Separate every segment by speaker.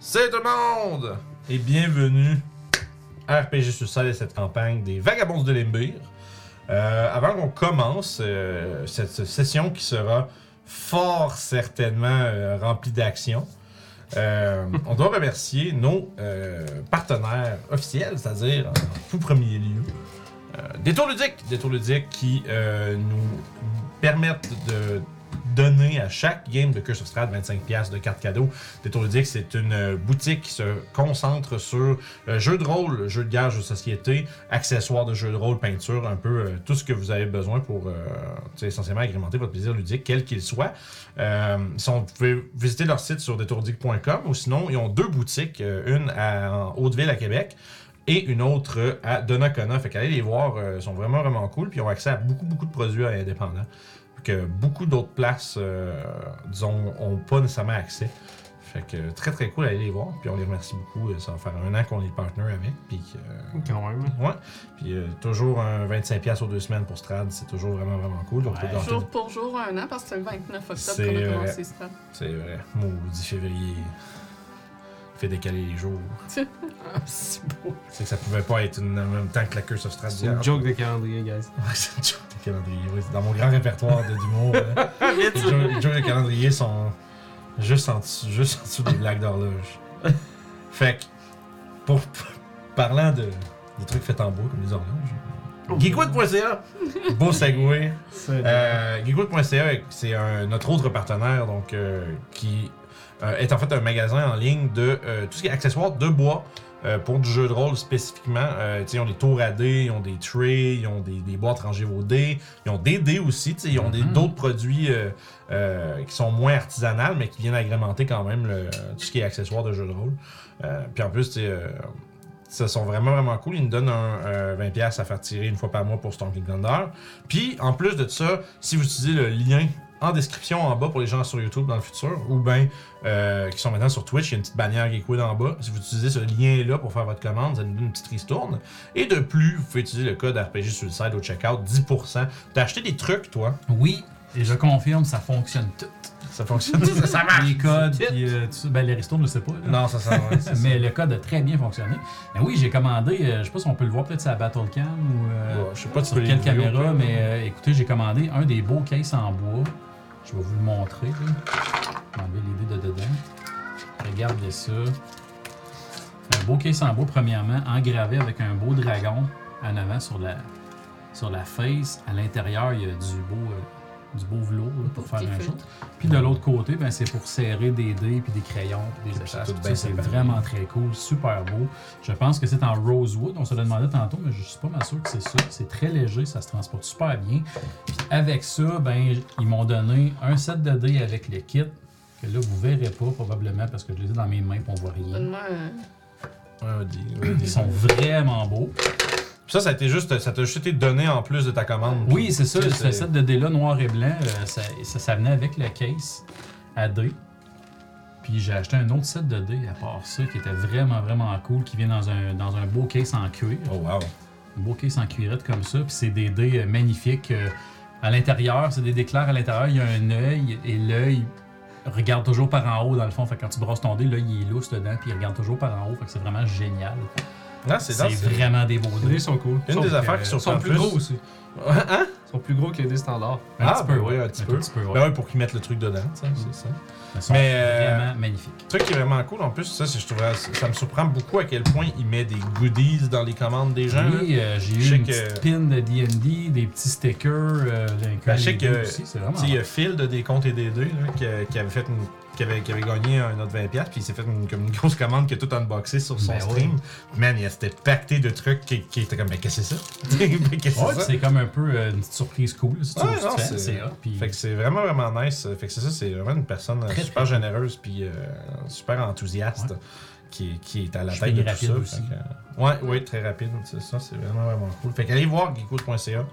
Speaker 1: C'est tout le monde!
Speaker 2: Et bienvenue à RPG Suicide et cette campagne des Vagabonds de Limbir. Euh, avant qu'on commence euh, cette session qui sera fort certainement euh, remplie d'action, euh, on doit remercier nos euh, partenaires officiels, c'est-à-dire en tout premier lieu euh, Détour Ludique. Détour Ludique qui euh, nous permettent de donner à chaque game de Curse of Strahd 25$ de cartes cadeaux. Détour Ludique, c'est une euh, boutique qui se concentre sur euh, jeux de rôle, jeux de guerre, jeux de société, accessoires de jeux de rôle, peinture, un peu euh, tout ce que vous avez besoin pour euh, tu sais, essentiellement agrémenter votre plaisir ludique, quel qu'il soit. Euh, si on- vous pouvez visiter leur site sur détourdique.com ou sinon, ils ont deux boutiques, euh, une à, en Hauteville à Québec et une autre euh, à Donnacona. Fait qu'allez les voir, euh, ils sont vraiment, vraiment cool. Puis ils ont accès à beaucoup, beaucoup de produits euh, indépendants que beaucoup d'autres places, euh, disons, ont pas nécessairement accès. Fait que très, très cool d'aller les voir. Puis on les remercie beaucoup. euh, Ça va faire un an qu'on est partner avec. Puis que, euh,
Speaker 3: Quand même.
Speaker 2: Ouais. Puis euh, toujours un 25$ aux deux semaines pour Strad, c'est toujours vraiment, vraiment cool. On peut
Speaker 3: Ouais.
Speaker 2: gâter-
Speaker 4: Jour pour jour, un an, parce que c'est le 29
Speaker 2: C'est euh,
Speaker 4: octobre qu'on a
Speaker 2: vrai.
Speaker 4: commencé ça.
Speaker 2: C'est vrai. Maudit février. Fait décaler les jours.
Speaker 3: Ah, c'est beau.
Speaker 2: C'est que ça pouvait pas être une- en même temps que la Curse of Strad.
Speaker 3: C'est une joke de calendrier, guys.
Speaker 2: Ouais, c'est une joke de calendrier. Oui, c'est dans mon grand répertoire de- d'humour. hein. les, jokes, les jokes de calendrier sont juste en dessous, juste en dessous des blagues d'horloge. Fait que, pour, parlant de, des trucs faits en bois comme les horloges, geekwood.ca, beau segway.
Speaker 3: C'est
Speaker 2: Euh, Geekwood.ca, c'est un- notre autre partenaire donc euh, qui euh, est en fait un magasin en ligne de euh, tout ce qui est accessoires de bois euh, pour du jeu de rôle spécifiquement. Euh, tu sais, ils ont des tours à dés, ils ont des trays, ils ont des, des boîtes rangées aux dés, ils ont des dés aussi. tu sais, Ils ont des-
Speaker 3: Mhm.
Speaker 2: d'autres produits euh, euh, qui sont moins artisanales mais qui viennent agrémenter quand même le- tout ce qui est accessoires de jeu de rôle. Euh, puis en plus, tu sais, euh, ça sont vraiment, vraiment cool. Ils nous donnent un euh, 20$ à faire tirer une fois par mois pour Stonking Thunder. Puis, en plus de ça, si vous utilisez le lien en description en bas pour les gens sur YouTube dans le futur, ou bien euh, qui sont maintenant sur Twitch, il y a une petite bannière Geekwood en bas. Si vous utilisez ce lien-là pour faire votre commande, ça nous donne une petite ristourne. Et de plus, vous pouvez utiliser le code RPG Suicide au checkout, 10%. T'as acheté des trucs, toi.
Speaker 5: Oui, et je confirme, ça fonctionne tout.
Speaker 2: Ça fonctionne, ça, ça marche.
Speaker 5: Les codes,
Speaker 2: C'est
Speaker 5: puis euh, tout ça. Ben, les restos, je sais pas. là.
Speaker 2: Non, ça, ça, ouais, c'est ça.
Speaker 5: Mais le code a très bien fonctionné. Ben oui, j'ai commandé, euh, je sais pas si on peut le voir peut-être sur la Battlecam ou euh,
Speaker 2: Ouais, je sais pas
Speaker 5: sur quelle caméra, mais euh, écoutez, j'ai commandé un des beaux cases en bois. Je vais vous le montrer. là. Je vais enlever les dés de dedans. Regardez ça. Un beau case en bois, premièrement, engravé avec un beau dragon en avant sur la, sur la face. À l'intérieur, il y a du beau, euh, du beau velours là, pour
Speaker 4: Beau
Speaker 5: faire
Speaker 4: petit
Speaker 5: un
Speaker 4: feutre.
Speaker 5: show. Puis de l'autre côté, ben, c'est pour serrer des dés, puis des crayons, puis des attaches.
Speaker 2: tout
Speaker 5: tout
Speaker 2: bien
Speaker 5: ça. C'est
Speaker 2: séparé.
Speaker 5: vraiment très cool, super beau. Je pense que c'est en rosewood, on se l'a demandé tantôt, mais je suis pas mal sûr que c'est ça. C'est très léger, ça se transporte super bien. Puis avec ça, ben, ils m'ont donné un set de dés avec le kit, que là, vous verrez pas probablement parce que je les ai dans mes mains et on voit rien.
Speaker 4: Donne-moi un-
Speaker 5: Ils sont vraiment beaux.
Speaker 2: Ça, ça a été juste, ça t'a juste été donné en plus de ta commande.
Speaker 5: Oui, c'est ça,
Speaker 2: Tu sais,
Speaker 5: ce set de dés-là, noir et blanc, euh, ça, ça, ça venait avec la case à dés. Puis j'ai acheté un autre set de dés à part ça, qui était vraiment, vraiment cool, qui vient dans un, dans un beau case en cuir.
Speaker 2: Oh, wow.
Speaker 5: Un beau case en cuirette comme ça, puis c'est des dés euh, magnifiques. euh, à l'intérieur, c'est des dés clairs à l'intérieur, il y a un œil, et l'œil regarde toujours par en haut, dans le fond. Fait que quand tu brosses ton dé, l'œil, il est lousse dedans, puis il regarde toujours par en haut. Fait que c'est vraiment génial.
Speaker 2: Non, c'est hein?
Speaker 5: C'est vraiment des beaux
Speaker 3: Les dés
Speaker 5: dés.
Speaker 3: sont cool.
Speaker 2: Une
Speaker 3: Sauf
Speaker 2: des
Speaker 3: que-
Speaker 2: affaires qui
Speaker 3: Ils sont
Speaker 2: surprend
Speaker 3: plus
Speaker 2: plus.
Speaker 3: gros aussi.
Speaker 2: Hein?
Speaker 3: Ils sont plus gros que les dés standards.
Speaker 5: Un
Speaker 2: Ah,
Speaker 5: petit
Speaker 2: ben
Speaker 5: peu,
Speaker 2: oui,
Speaker 5: ouais.
Speaker 2: un petit
Speaker 5: tout
Speaker 2: peu.
Speaker 5: petit peu, ouais.
Speaker 2: Ben oui, pour qu'ils mettent le truc dedans, tu sais, c'est ça.
Speaker 5: Elles sont
Speaker 2: Mais, euh,
Speaker 5: vraiment magnifiques.
Speaker 2: Le truc qui est vraiment cool en plus, ça, c'est je trouvais, ça me surprend beaucoup à quel point il met des goodies dans les commandes des gens. là.
Speaker 5: Oui, euh, j'ai
Speaker 2: je sais
Speaker 5: eu
Speaker 2: que-
Speaker 5: une petite pin de D&D, des petits stickers, euh, avec
Speaker 2: Ben, je sais
Speaker 5: les
Speaker 2: que,
Speaker 5: goûts aussi, c'est vraiment...
Speaker 2: Tu sais, il y a Field des comptes et des dés là, qui, qui avait fait une- qui avait, qui avait gagné un autre 20$, puis il s'est fait une, comme une grosse commande qui a tout unboxé sur son
Speaker 5: Ben oui.
Speaker 2: stream. Man, il s'était pacté de trucs qui, qui étaient comme, mais qu'est-ce que c'est ça? Mais qu'est-ce que
Speaker 5: Ouais,
Speaker 2: c'est ça?
Speaker 5: c'est comme un peu euh, une petite surprise cool, si tu
Speaker 2: Ouais,
Speaker 5: veux, si
Speaker 2: non,
Speaker 5: tu fais,
Speaker 2: c'est-
Speaker 5: c'est hot, puis-
Speaker 2: Fait que c'est vraiment, vraiment nice. Fait que c'est ça, c'est vraiment une personne euh,
Speaker 5: Mm. Très,
Speaker 2: super
Speaker 5: très
Speaker 2: généreuse puis euh, super enthousiaste
Speaker 5: Ouais.
Speaker 2: qui, qui est à la
Speaker 5: Je
Speaker 2: tête
Speaker 5: finis
Speaker 2: de tout
Speaker 5: rapide
Speaker 2: ça. Fait
Speaker 5: aussi.
Speaker 2: que, euh, ouais, ouais, très rapide. C'est ça, c'est vraiment, vraiment cool. Fait qu'allez voir geekwood.ca.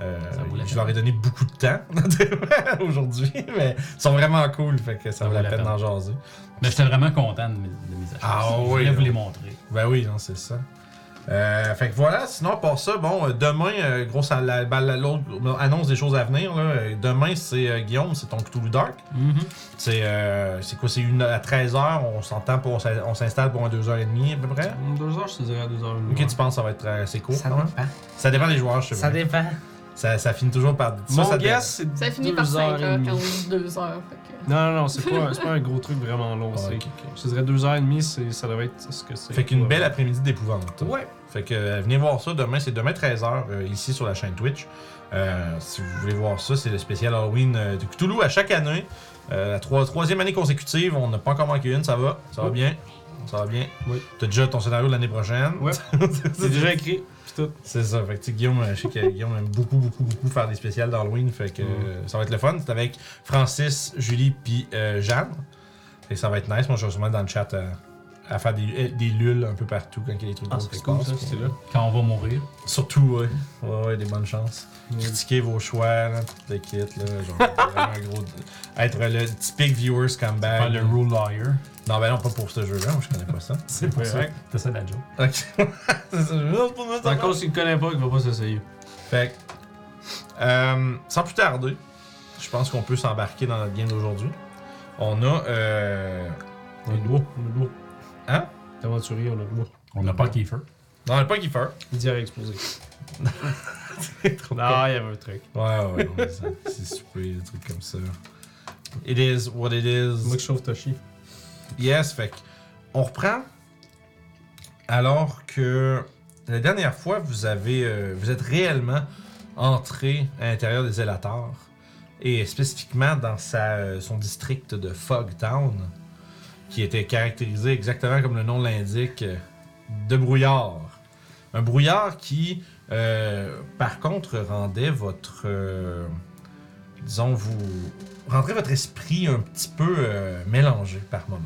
Speaker 2: Euh,
Speaker 5: Ça vaut la
Speaker 2: je
Speaker 5: peine.
Speaker 2: leur ai donné beaucoup de temps aujourd'hui, mais ils sont vraiment cool. Fait que ça, vaut la, peine, d'en jaser.
Speaker 5: Mais j'étais vraiment content de mes, de mes achats.
Speaker 2: Ah
Speaker 5: Je
Speaker 2: oui,
Speaker 5: voulais
Speaker 2: là.
Speaker 5: vous les montrer.
Speaker 2: Ben oui, non, c'est ça. Euh, fait que voilà, sinon, pour ça, bon, euh, demain, euh, grosse à- la- la- la- l'autre annonce des choses à venir. Là. Euh, Demain, c'est euh, Guillaume, c'est ton Cthulhu Dark.
Speaker 5: Mhm.
Speaker 3: Mm-hmm.
Speaker 2: C'est euh, c'est quoi, c'est une à 13h, on s'entend pour, on s'in- on s'installe pour un 2h30 à peu près.
Speaker 3: Deux heures, je te dirais à deux heures.
Speaker 2: Ok, tu penses que ça va être assez court
Speaker 1: Ça
Speaker 2: quand même?
Speaker 1: dépend.
Speaker 2: Ça dépend des joueurs, je sais
Speaker 1: Ça
Speaker 2: bien.
Speaker 1: dépend.
Speaker 2: ça, ça finit toujours par. ça,
Speaker 3: Mon
Speaker 2: ça dé-
Speaker 3: guess, c'est
Speaker 4: Ça finit
Speaker 3: deux
Speaker 4: par 5
Speaker 3: heures et
Speaker 4: heures
Speaker 3: demie.
Speaker 4: quand on dit 2 heures. fait que-
Speaker 3: Non, non, non, c'est pas, c'est pas un gros truc vraiment long.
Speaker 2: Ah,
Speaker 3: c'est-
Speaker 2: ok, ok.
Speaker 3: Je te dirais deux heures et demie, c'est- ça devrait être ce que c'est.
Speaker 2: Fait qu'une belle après-midi d'épouvante.
Speaker 3: Ouais.
Speaker 2: Fait que euh, venez voir ça demain, c'est demain 13h euh, ici sur la chaîne Twitch. Euh, si vous voulez voir ça, c'est le spécial Halloween euh, de Cthulhu à chaque année. Euh, la trois- troisième année consécutive, on n'a pas encore manqué une, ça va? Ça va
Speaker 3: Oui.
Speaker 2: bien? Ça va bien?
Speaker 3: Oui.
Speaker 2: T'as déjà ton scénario de l'année prochaine?
Speaker 3: Ouais. C'est déjà écrit, pis tout.
Speaker 2: C'est ça. Fait que, tu sais, Guillaume, je sais que Guillaume aime beaucoup, beaucoup, beaucoup faire des spéciales d'Halloween. Fait que
Speaker 3: Mm.
Speaker 2: euh, ça va être le fun. C'est avec Francis, Julie, puis euh, Jeanne. Fait que ça va être nice. Moi, je suis sûrement dans le chat euh, à faire des, euh, des lulles un peu partout quand il y a des trucs
Speaker 1: Ah,
Speaker 2: drôles
Speaker 1: c'est
Speaker 2: qui se
Speaker 1: cool,
Speaker 2: passent.
Speaker 1: ça,
Speaker 2: Puis,
Speaker 1: c'est
Speaker 2: euh,
Speaker 5: Quand on va mourir.
Speaker 2: Surtout, ouais. Ouais, ouais, des bonnes chances. Critiquer vos choix, là, tout le kit, là. Genre, vraiment un gros. Être le typique viewer scumbag.
Speaker 5: Faire le rule lawyer.
Speaker 2: Non, ben non, pas pour ce jeu-là. Moi, je connais pas ça.
Speaker 5: C'est pour ça.
Speaker 2: correct.
Speaker 5: C'est ça la joke.
Speaker 2: Ok. c'est ça. juste pour nous,
Speaker 3: C'est encore s'il ne connaît pas, il va pas s'essayer.
Speaker 2: Fait que, euh, sans plus tarder, je pense qu'on peut s'embarquer dans notre game d'aujourd'hui. On a. Euh,
Speaker 3: On a le bois, on a le bois.
Speaker 2: Hein?
Speaker 3: L'aventurier, on a le bois.
Speaker 5: On n'a pas Kiefer.
Speaker 2: non, on n'a pas Kiefer.
Speaker 3: Il dit à explosé.
Speaker 2: C'est trop
Speaker 3: Ah, il y avait un truc.
Speaker 2: con. Ouais, ouais, non, mais c'est- c'est stupide, des trucs comme ça. It is what it
Speaker 3: C'est moi
Speaker 2: is.
Speaker 3: qui chauffe Toshi.
Speaker 2: Yes, fait que, on reprend. Alors que la dernière fois, vous avez, euh, vous êtes réellement entré à l'intérieur des Élatars et spécifiquement dans sa, euh, son district de Fog Town, qui était caractérisé exactement comme le nom l'indique euh, de brouillard. Un brouillard qui, euh, par contre, rendait votre, euh, disons vous, rendrait votre esprit un petit peu euh, mélangé par moment,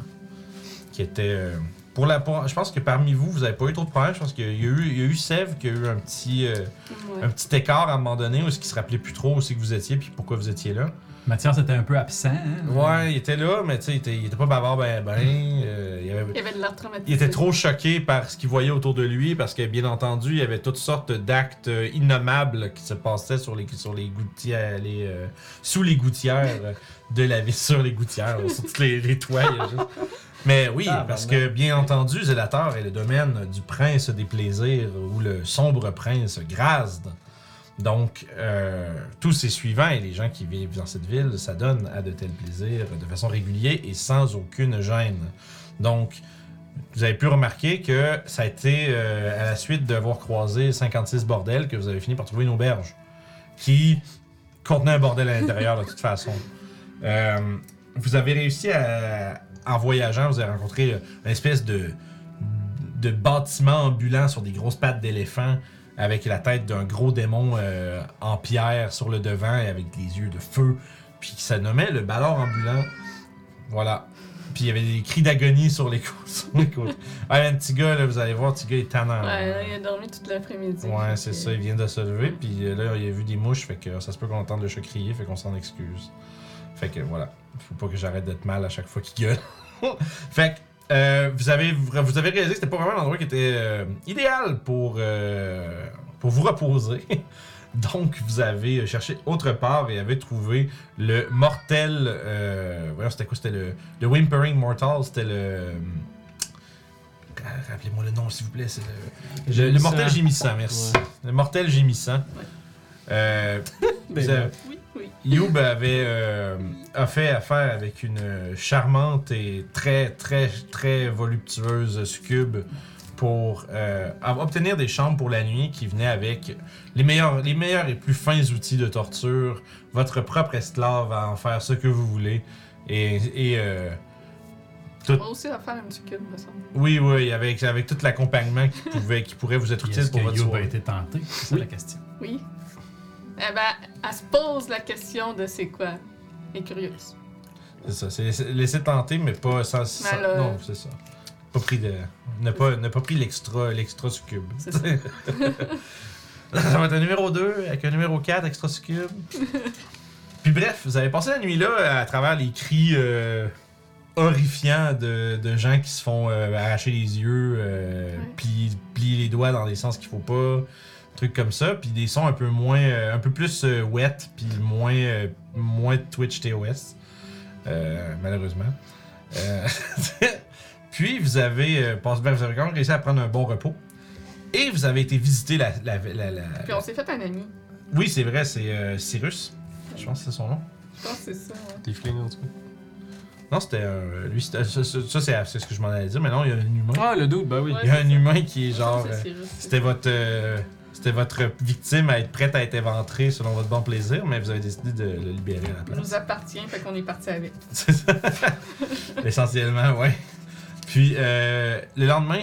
Speaker 2: qui était euh, pour la, pour- je pense que parmi vous, vous n'avez pas eu trop de problèmes. Je pense qu'il y a eu, il y a eu Sèvres qui a eu un petit, euh,
Speaker 4: Ouais.
Speaker 2: un petit écart à un moment donné où ce qui se rappelait plus trop aussi que vous étiez puis pourquoi vous étiez là.
Speaker 5: Mathias était un peu absent. hein?
Speaker 2: Ouais, il était là, mais tu sais, il était, il était pas bavard ben ben. euh, il, avait-
Speaker 4: Il y avait de l'air traumatisé.
Speaker 2: il était trop choqué par ce qu'il voyait autour de lui parce que bien entendu, il y avait toutes sortes d'actes euh, innommables qui se passaient sur les sur les gouttières, les euh, sous les gouttières euh, de la ville sur les gouttières, sur toutes les, les toits. il y a juste- Mais oui,
Speaker 1: Tabarnak.
Speaker 2: parce que bien entendu, Zélator est le domaine du prince des plaisirs ou le sombre prince Grasde. Donc, euh, tous ses suivants et les gens qui vivent dans cette ville s'adonnent à de tels plaisirs de façon régulière et sans aucune gêne. Donc, vous avez pu remarquer que ça a été euh, à la suite d'avoir croisé 56 bordels que vous avez fini par trouver une auberge qui contenait un bordel à l'intérieur de toute façon. Euh, vous avez réussi à, en voyageant, vous avez rencontré euh, une espèce de, de bâtiment ambulant sur des grosses pattes d'éléphant avec la tête d'un gros démon euh, en pierre sur le devant et avec des yeux de feu. Puis ça nommait le ballard ambulant. Voilà. Puis il y avait des cris d'agonie sur les côtes. sur les côtes. Ah, un petit gars, là, vous allez voir, petit gars est tannant.
Speaker 4: Ouais, là, il a dormi toute l'après-midi.
Speaker 2: Ouais,
Speaker 4: fait
Speaker 2: c'est
Speaker 4: que-
Speaker 2: ça, il vient de se lever, puis euh, là, il a vu des mouches, fait que euh, ça se peut qu'on entende le chat crier, fait qu'on s'en excuse. Fait que voilà, faut pas que j'arrête d'être mal à chaque fois qu'il gueule. fait que euh, vous, avez, vous avez réalisé que c'était pas vraiment l'endroit qui était euh, idéal pour, euh, pour vous reposer. Donc, vous avez cherché autre part et avez trouvé le mortel. Euh, voyons, c'était quoi C'était le, le Whimpering Mortal, c'était le. euh, Ah, Rappelez-moi le nom, s'il vous plaît, c'est le. Le, le mortel gémissant, merci. Le mortel gémissant. Euh,
Speaker 3: Ben,
Speaker 2: vous avez-
Speaker 4: Oui, oui.
Speaker 2: Youb avait euh, a fait affaire avec une charmante et très, très, très voluptueuse succube pour euh, av- obtenir des chambres pour la nuit qui venaient avec les meilleurs, les meilleurs et plus fins outils de torture, votre propre esclave à en faire ce que vous voulez. Et, et, euh,
Speaker 4: On a aussi affaire à M. Cube, me semble.
Speaker 2: oui, oui, avec, avec tout l'accompagnement qui, pouvait, qui pourrait vous être
Speaker 5: Puis
Speaker 2: utile
Speaker 5: Est-ce
Speaker 2: pour
Speaker 5: que
Speaker 2: votre
Speaker 5: Youb a
Speaker 2: soirée.
Speaker 5: été tenté? C'est ça la question.
Speaker 4: Oui. Eh ben, elle se pose la question de c'est quoi. Elle est curieuse.
Speaker 2: C'est ça, c'est laisser- laisser tenter, mais pas sans. sans-
Speaker 4: là-
Speaker 2: Non, c'est ça. Pas pris de. Ne pas, ne pas pris l'extra, l'extra succube.
Speaker 4: C'est ça.
Speaker 2: ça va être un numéro 2 avec un numéro 4 extra succube. Puis bref, vous avez passé la nuit là à travers les cris euh, horrifiant de, de gens qui se font euh, arracher les yeux, euh,
Speaker 4: Ouais.
Speaker 2: plier, plier les doigts dans les sens qu'il faut pas, trucs comme ça, puis des sons un peu moins, euh, un peu plus euh, wet, puis moins, euh, moins Twitch TOS, euh, malheureusement. Euh, puis vous avez, euh, passe- ben, vous avez quand même réussi à prendre un bon repos. Et vous avez été visiter la. la, la- la-
Speaker 4: Puis on s'est fait un ami.
Speaker 2: Oui, c'est vrai, c'est euh, Cyrus. Je pense que c'est son nom.
Speaker 4: Je pense que c'est ça. hein. ouais.
Speaker 3: T'es flingué en tout cas.
Speaker 2: Non, c'était. euh, lui, c'était- ça, ça- ça, c'est c'est ce que je m'en allais dire, mais non, il y a un humain.
Speaker 3: Ah, le doute, bah oui.
Speaker 4: Ouais.
Speaker 2: il y a un humain qui est
Speaker 4: Je pense
Speaker 2: genre.
Speaker 4: que
Speaker 2: euh,
Speaker 4: c'est Cyrus.
Speaker 2: C'était votre. euh, c'était votre victime à être prête à être éventrée selon votre bon plaisir, mais vous avez décidé de le libérer à la
Speaker 4: Il
Speaker 2: place.
Speaker 4: nous appartient, fait qu'on est parti avec.
Speaker 2: C'est ça. Essentiellement, ouais. Puis, euh, le lendemain,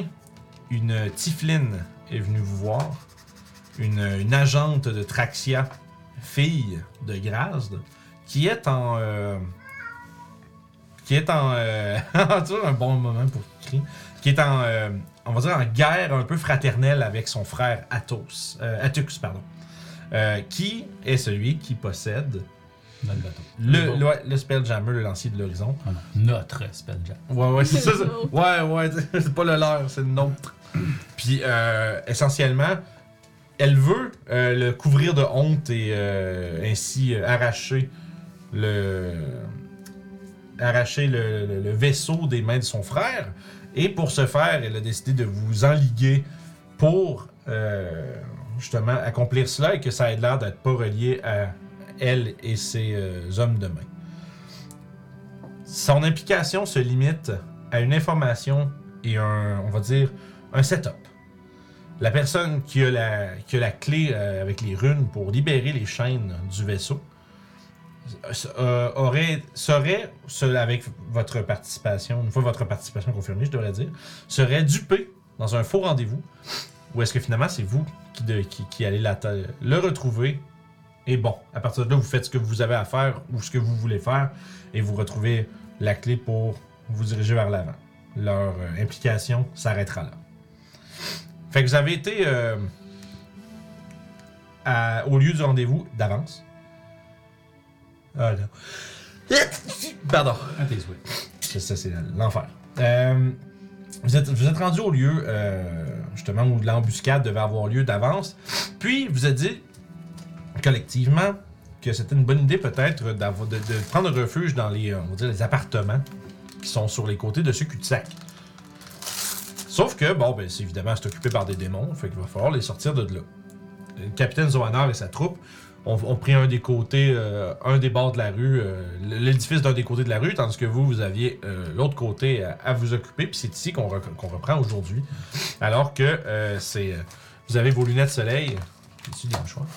Speaker 2: une tifline est venue vous voir. Une, une agente de Traxia, fille de Grazd, qui est en. euh, qui est en. euh, toujours un bon moment pour crier. Qui est en. euh, on va dire en guerre un peu fraternelle avec son frère Athos. euh, Atux, pardon. Euh, qui est celui qui possède
Speaker 5: Dans le bateau.
Speaker 2: le,
Speaker 3: Bon.
Speaker 2: le, ouais, le Spelljammer, le lancier de l'horizon.
Speaker 5: Ah non, notre Spelljack.
Speaker 2: Ouais, ouais, c'est ça.
Speaker 4: Le
Speaker 2: ça.
Speaker 4: nôtre.
Speaker 2: Ouais, ouais, c'est pas le leur, c'est le nôtre. Puis, euh, essentiellement, elle veut euh, le couvrir de honte et euh, ainsi euh, arracher le. arracher le, le- le vaisseau des mains de son frère. Et pour ce faire, elle a décidé de vous enliguer pour euh, justement accomplir cela et que ça ait l'air d'être pas relié à elle et ses euh, hommes de main. Son implication se limite à une information et un, on va dire, un setup. La personne qui a la, qui a la clé euh, avec les runes pour libérer les chaînes du vaisseau euh, aurait, serait, seul avec votre participation, une fois votre participation confirmée, je devrais dire, serait dupé dans un faux rendez-vous ou est-ce que finalement c'est vous qui, de- qui- qui allez la- le retrouver et bon, à partir de là, vous faites ce que vous avez à faire ou ce que vous voulez faire et vous retrouvez la clé pour vous diriger vers l'avant. Leur euh, implication s'arrêtera là. Fait que vous avez été euh, à- au lieu du rendez-vous d'avance. Ah non. Pardon.
Speaker 5: À tes souhaits.
Speaker 2: Ça, ça, c'est l'enfer. Euh, vous êtes, vous êtes rendu au lieu, euh, justement, où l'embuscade devait avoir lieu d'avance. Puis, vous êtes dit, collectivement, que c'était une bonne idée, peut-être, d'avoir- de, de prendre refuge dans les, euh, on va dire, les appartements qui sont sur les côtés de ce cul-de-sac. Sauf que, bon, ben, c'est évidemment, c'est occupé par des démons, fait qu'il va falloir les sortir de là. Le capitaine Zoanar et sa troupe ont, ont pris un des côtés, euh, un des bords de la rue, euh, l'édifice d'un des côtés de la rue, tandis que vous, vous aviez euh, l'autre côté à, à vous occuper, puis c'est ici qu'on re- qu'on reprend aujourd'hui. Alors que euh, c'est. euh, vous avez vos lunettes soleil. J'ai-tu des mouchoirs?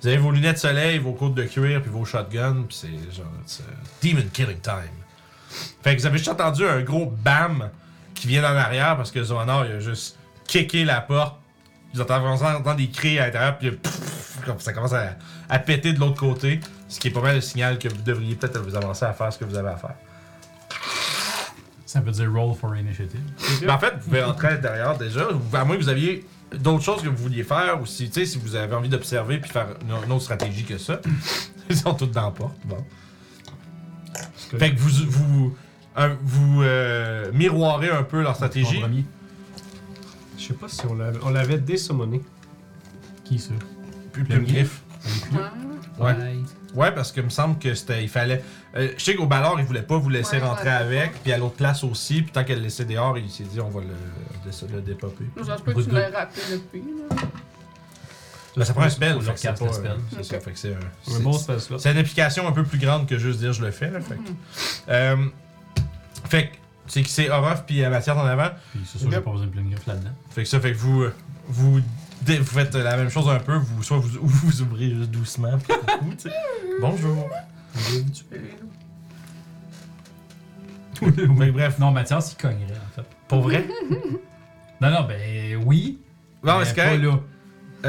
Speaker 2: Vous avez vos lunettes soleil, vos côtes de cuir, puis vos shotguns, puis c'est genre. c'est, euh, Demon Killing Time. Fait que vous avez juste entendu un gros bam qui vient en arrière parce que Zoanor, il a juste kické la porte. Vous entendez, vous entendez des cris à l'intérieur, puis pff, comme ça commence à, à péter de l'autre côté. Ce qui est pas mal le signal que vous devriez peut-être vous avancer à faire ce que vous avez à faire.
Speaker 5: Ça veut dire roll for initiative.
Speaker 2: Mais en fait, vous pouvez rentrer à l'intérieur déjà, ou à moins que vous aviez d'autres choses que vous vouliez faire, ou si, tu sais, si vous avez envie d'observer puis faire une, une autre stratégie que ça. Ils sont tous dans la porte, bon. Fait que vous, vous, un- vous euh, miroirez un peu leur
Speaker 5: En
Speaker 2: stratégie.
Speaker 5: premier.
Speaker 3: Je sais pas si on l'avait, on l'avait désummoné.
Speaker 5: Qui ça?
Speaker 2: Puis
Speaker 5: Le
Speaker 2: plus griffe.
Speaker 4: Ah,
Speaker 2: Ouais.
Speaker 5: Bye.
Speaker 2: Ouais, parce que me semble que c'était. Il fallait. euh, je sais qu'au ballard, il voulait pas vous laisser
Speaker 4: Ouais,
Speaker 2: rentrer
Speaker 4: ouais.
Speaker 2: avec. Puis à l'autre place aussi. Puis tant qu'elle le laissait dehors, il s'est dit on va le, laisser le dépopper.
Speaker 4: Genre, je peux
Speaker 5: Good,
Speaker 4: tu
Speaker 5: good.
Speaker 4: le rappeler depuis, là.
Speaker 2: Là, Ben, ça prend un spell.
Speaker 5: Ou
Speaker 2: fait
Speaker 5: leur
Speaker 2: que c'est
Speaker 5: carte,
Speaker 2: pas,
Speaker 5: le spell.
Speaker 2: euh, c'est
Speaker 4: Ok.
Speaker 2: ça, fait que c'est un-
Speaker 3: Un
Speaker 2: c'est-
Speaker 3: bon space là.
Speaker 2: C'est une implication un peu plus grande que juste dire je le fais. là, fait, que- Euh, fait que c'est que c'est Orof puis Mathias en avant.
Speaker 5: Puis c'est sûr, j'ai pas besoin de plein de griffes là-dedans.
Speaker 2: Fait que ça fait que vous euh, vous, dé- vous faites la même chose un peu. Vous soit vous, ou vous ouvrez juste doucement. puis coucou, tu sais. Bonjour. Mais bref,
Speaker 5: Non, Mathias, il cognerait, en fait.
Speaker 2: pour vrai.
Speaker 5: Non, non, ben oui.
Speaker 2: Non, mais
Speaker 5: mais
Speaker 2: c'est
Speaker 5: pas
Speaker 2: correct.
Speaker 5: là.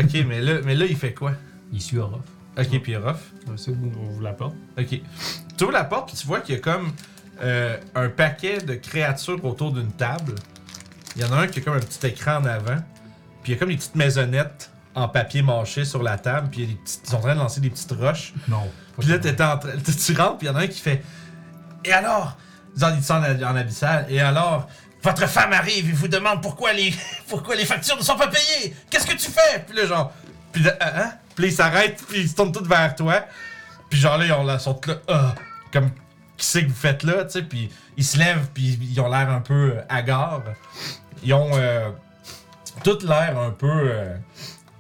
Speaker 2: Ok, mais là, mais là, il fait quoi?
Speaker 5: Il suit Orof.
Speaker 2: Ok, puis rough.
Speaker 3: On sait où on vous l'apporte.
Speaker 2: Ok. Tu ouvres la porte, puis tu vois qu'il y a comme euh, un paquet de créatures autour d'une table. Il y en a un qui a comme un petit écran en avant. Puis il y a comme des petites maisonnettes en papier mâché sur la table. Puis il y a des petites- ils sont en train de lancer des petites roches.
Speaker 5: Non.
Speaker 2: Puis là, t'es en train- tu rentres, puis il y en a un qui fait Et alors Vous en dites ça en, en abyssal. Et alors, votre femme arrive et vous demande pourquoi les, pourquoi les factures ne sont pas payées. Qu'est-ce que tu fais? Puis là, genre, puis là, Ah, hein? Puis là, ils s'arrêtent, puis ils se tournent tous vers toi. Puis genre là, ils ont la sorte là, Ah! comme, qui c'est que vous faites là, tu sais? Puis ils se lèvent, puis ils ont l'air un peu euh, hagards. Ils ont euh, tout l'air un peu euh,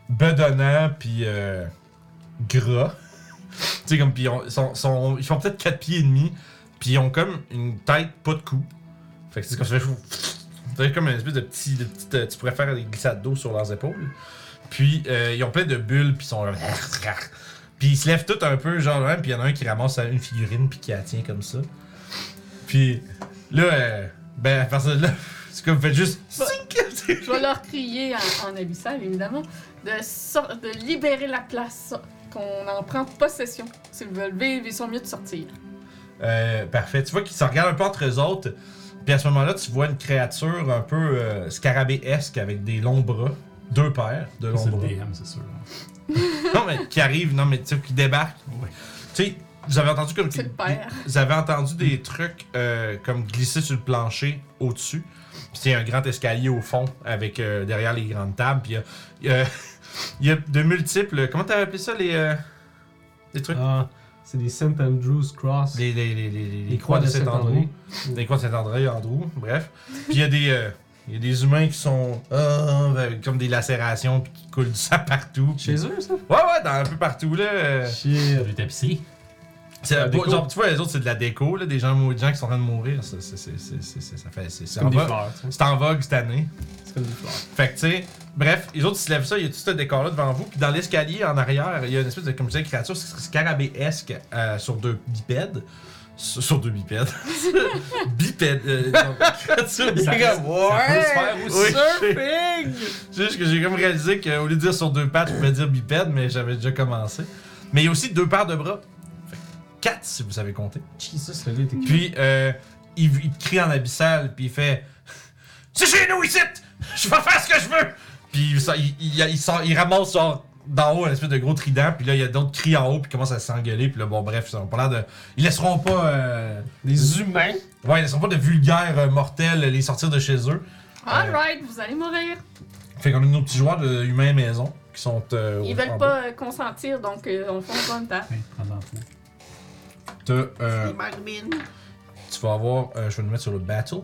Speaker 2: bedonnant, puis euh, gras. Tu sais, comme, puis ils ont- sont- sont- ils font peut-être 4 pieds et demi, puis ils ont comme une tête pas de cou. Fait que c'est comme ça. T'as comme une espèce de petit. de petite, euh, tu pourrais faire des glissades d'eau sur leurs épaules. Puis euh, ils ont plein de bulles, puis ils sont. Puis ils se lèvent tous un peu, genre, hein, puis il y en a un qui ramasse une figurine, puis qui la tient comme ça. Puis là, euh, ben, à partir de là, c'est comme, vous faites juste. Sink!
Speaker 4: Je vais leur crier en, en abyssal, évidemment, de, sor- de libérer la place, qu'on en prend possession. S'ils veulent vivre, ils sont mieux de sortir.
Speaker 2: Euh, parfait. Tu vois qu'ils se regardent un peu entre eux autres. Puis à ce moment-là, tu vois une créature un peu euh, scarabéesque avec des longs bras. Deux paires de longs
Speaker 5: C'est le
Speaker 2: bras.
Speaker 5: DM, c'est sûr.
Speaker 2: Non, mais qui arrive, non, mais tu sais, qui débarque.
Speaker 5: Ouais.
Speaker 2: Tu sais, vous avez entendu comme.
Speaker 4: C'est le père.
Speaker 2: Vous avez entendu des trucs euh, comme glisser sur le plancher au-dessus. Puis il y a un grand escalier au fond, avec euh, derrière les grandes tables. Puis il y a, il y a- il y a de multiples. Comment t'avais appelé ça, les. euh, les trucs.
Speaker 3: Ah, c'est des St. Andrew's Cross.
Speaker 2: Les, les, les, les, les
Speaker 3: Les croix de Saint-André.
Speaker 2: Des croix de Saint-André, Andrew, bref. Puis il y a des. euh, il y a des humains qui sont euh, ben, comme des lacérations puis qui coulent du sang partout. puis-
Speaker 3: Chez eux, ça?
Speaker 2: Ouais, ouais, dans, un peu partout, là. euh,
Speaker 3: Shit.
Speaker 5: Du tapissier.
Speaker 2: C'est
Speaker 3: La
Speaker 2: bon,
Speaker 3: déco.
Speaker 2: genre, tu vois, les autres, c'est de la déco, là, des gens, mou- des gens qui sont en train de mourir. Ça, c'est- c'est- c'est- c'est- c'est- ça fait, c'est, c'est
Speaker 3: C'est comme
Speaker 2: en
Speaker 3: des
Speaker 2: vogue.
Speaker 3: fleurs, tu sais.
Speaker 2: C'est en vogue cette année.
Speaker 3: C'est comme des fleurs.
Speaker 2: Fait que, tu sais, bref, les autres, ils se lèvent ça, il y a tout ce décor-là devant vous. Puis dans l'escalier, en arrière, il y a une espèce de, comme je disais, créature scarabéesque euh, sur deux bipèdes. Sur sur deux bipèdes. bipèdes. Euh, non, créature
Speaker 5: Ça reste-
Speaker 2: Ouais!
Speaker 5: peut se faire
Speaker 2: Oui.
Speaker 5: aussi.
Speaker 2: C'est juste que j'ai comme réalisé qu'au lieu de dire sur deux pattes, je pouvais dire bipède, mais j'avais déjà commencé. Mais il y a aussi deux paires de bras. Fait que quatre, si vous savez compter.
Speaker 3: Jesus, le gars, t'es cul.
Speaker 2: Puis euh, il, il te crie en abyssal, puis il fait C'est chez nous ici Je vais faire ce que je veux Puis il, sort- il, il- il sort- il ramasse genre, d'en haut un espèce de gros trident, puis là il y a d'autres cris en haut, puis ils commencent à s'engueuler, puis là bon, bref, ils ont pas l'air de. Ils laisseront pas. euh,
Speaker 3: Des humains.
Speaker 2: Ouais, ils laisseront pas de vulgaires euh, mortels les sortir de chez eux.
Speaker 4: Alright, vous allez mourir.
Speaker 2: Fait qu'on a nos petits joueurs de humains maison qui sont. euh, au-
Speaker 4: Ils
Speaker 2: en
Speaker 4: veulent
Speaker 2: bas.
Speaker 4: pas euh, consentir, donc euh, on fonce dans le tas.
Speaker 5: Ouais, prends-en tout.
Speaker 2: T'as, euh, tu vas avoir. euh, je vais le mettre sur le battle.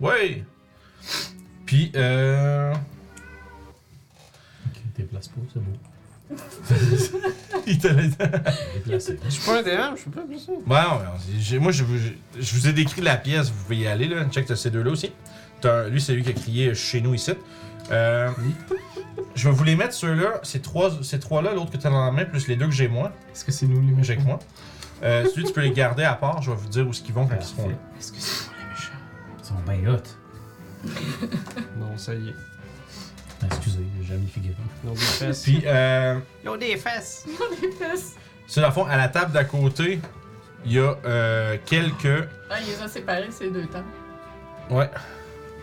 Speaker 2: Ouais Puis, euh.
Speaker 5: Ok, déplace pas, c'est beau.
Speaker 2: Il te l'a-
Speaker 5: Déplacé.
Speaker 3: Je suis pas un DM, je suis pas plus ça.
Speaker 2: Ouais, ouais, ouais, j'ai- moi, je vous, je- je vous ai décrit la pièce, vous pouvez y aller, là. Check, t'as ces deux-là aussi. T'as- lui, c'est lui qui a crié euh, chez nous ici. Euh, je vais vous les mettre, ceux-là, ces trois- ces trois-là, l'autre que t'as dans la main, plus les deux que j'ai moi,
Speaker 3: Est-ce que c'est nous les
Speaker 2: que
Speaker 3: méchants?
Speaker 2: j'ai que moi. Euh, celui, tu peux les garder à part, je vais vous dire où ils vont quand ils seront là.
Speaker 3: Est-ce que c'est nous les méchants?
Speaker 5: Ils sont bien hot.
Speaker 3: Non, ça y est.
Speaker 5: Ah, Excusez, j'ai jamais figuré.
Speaker 3: Ils ont des fesses.
Speaker 2: Puis, euh,
Speaker 3: Ils ont des fesses.
Speaker 4: Les fesses.
Speaker 2: sur la fond, à la table d'à côté, il y a euh, quelques.
Speaker 4: Ah, il les a séparés ces deux temps.
Speaker 2: Ouais.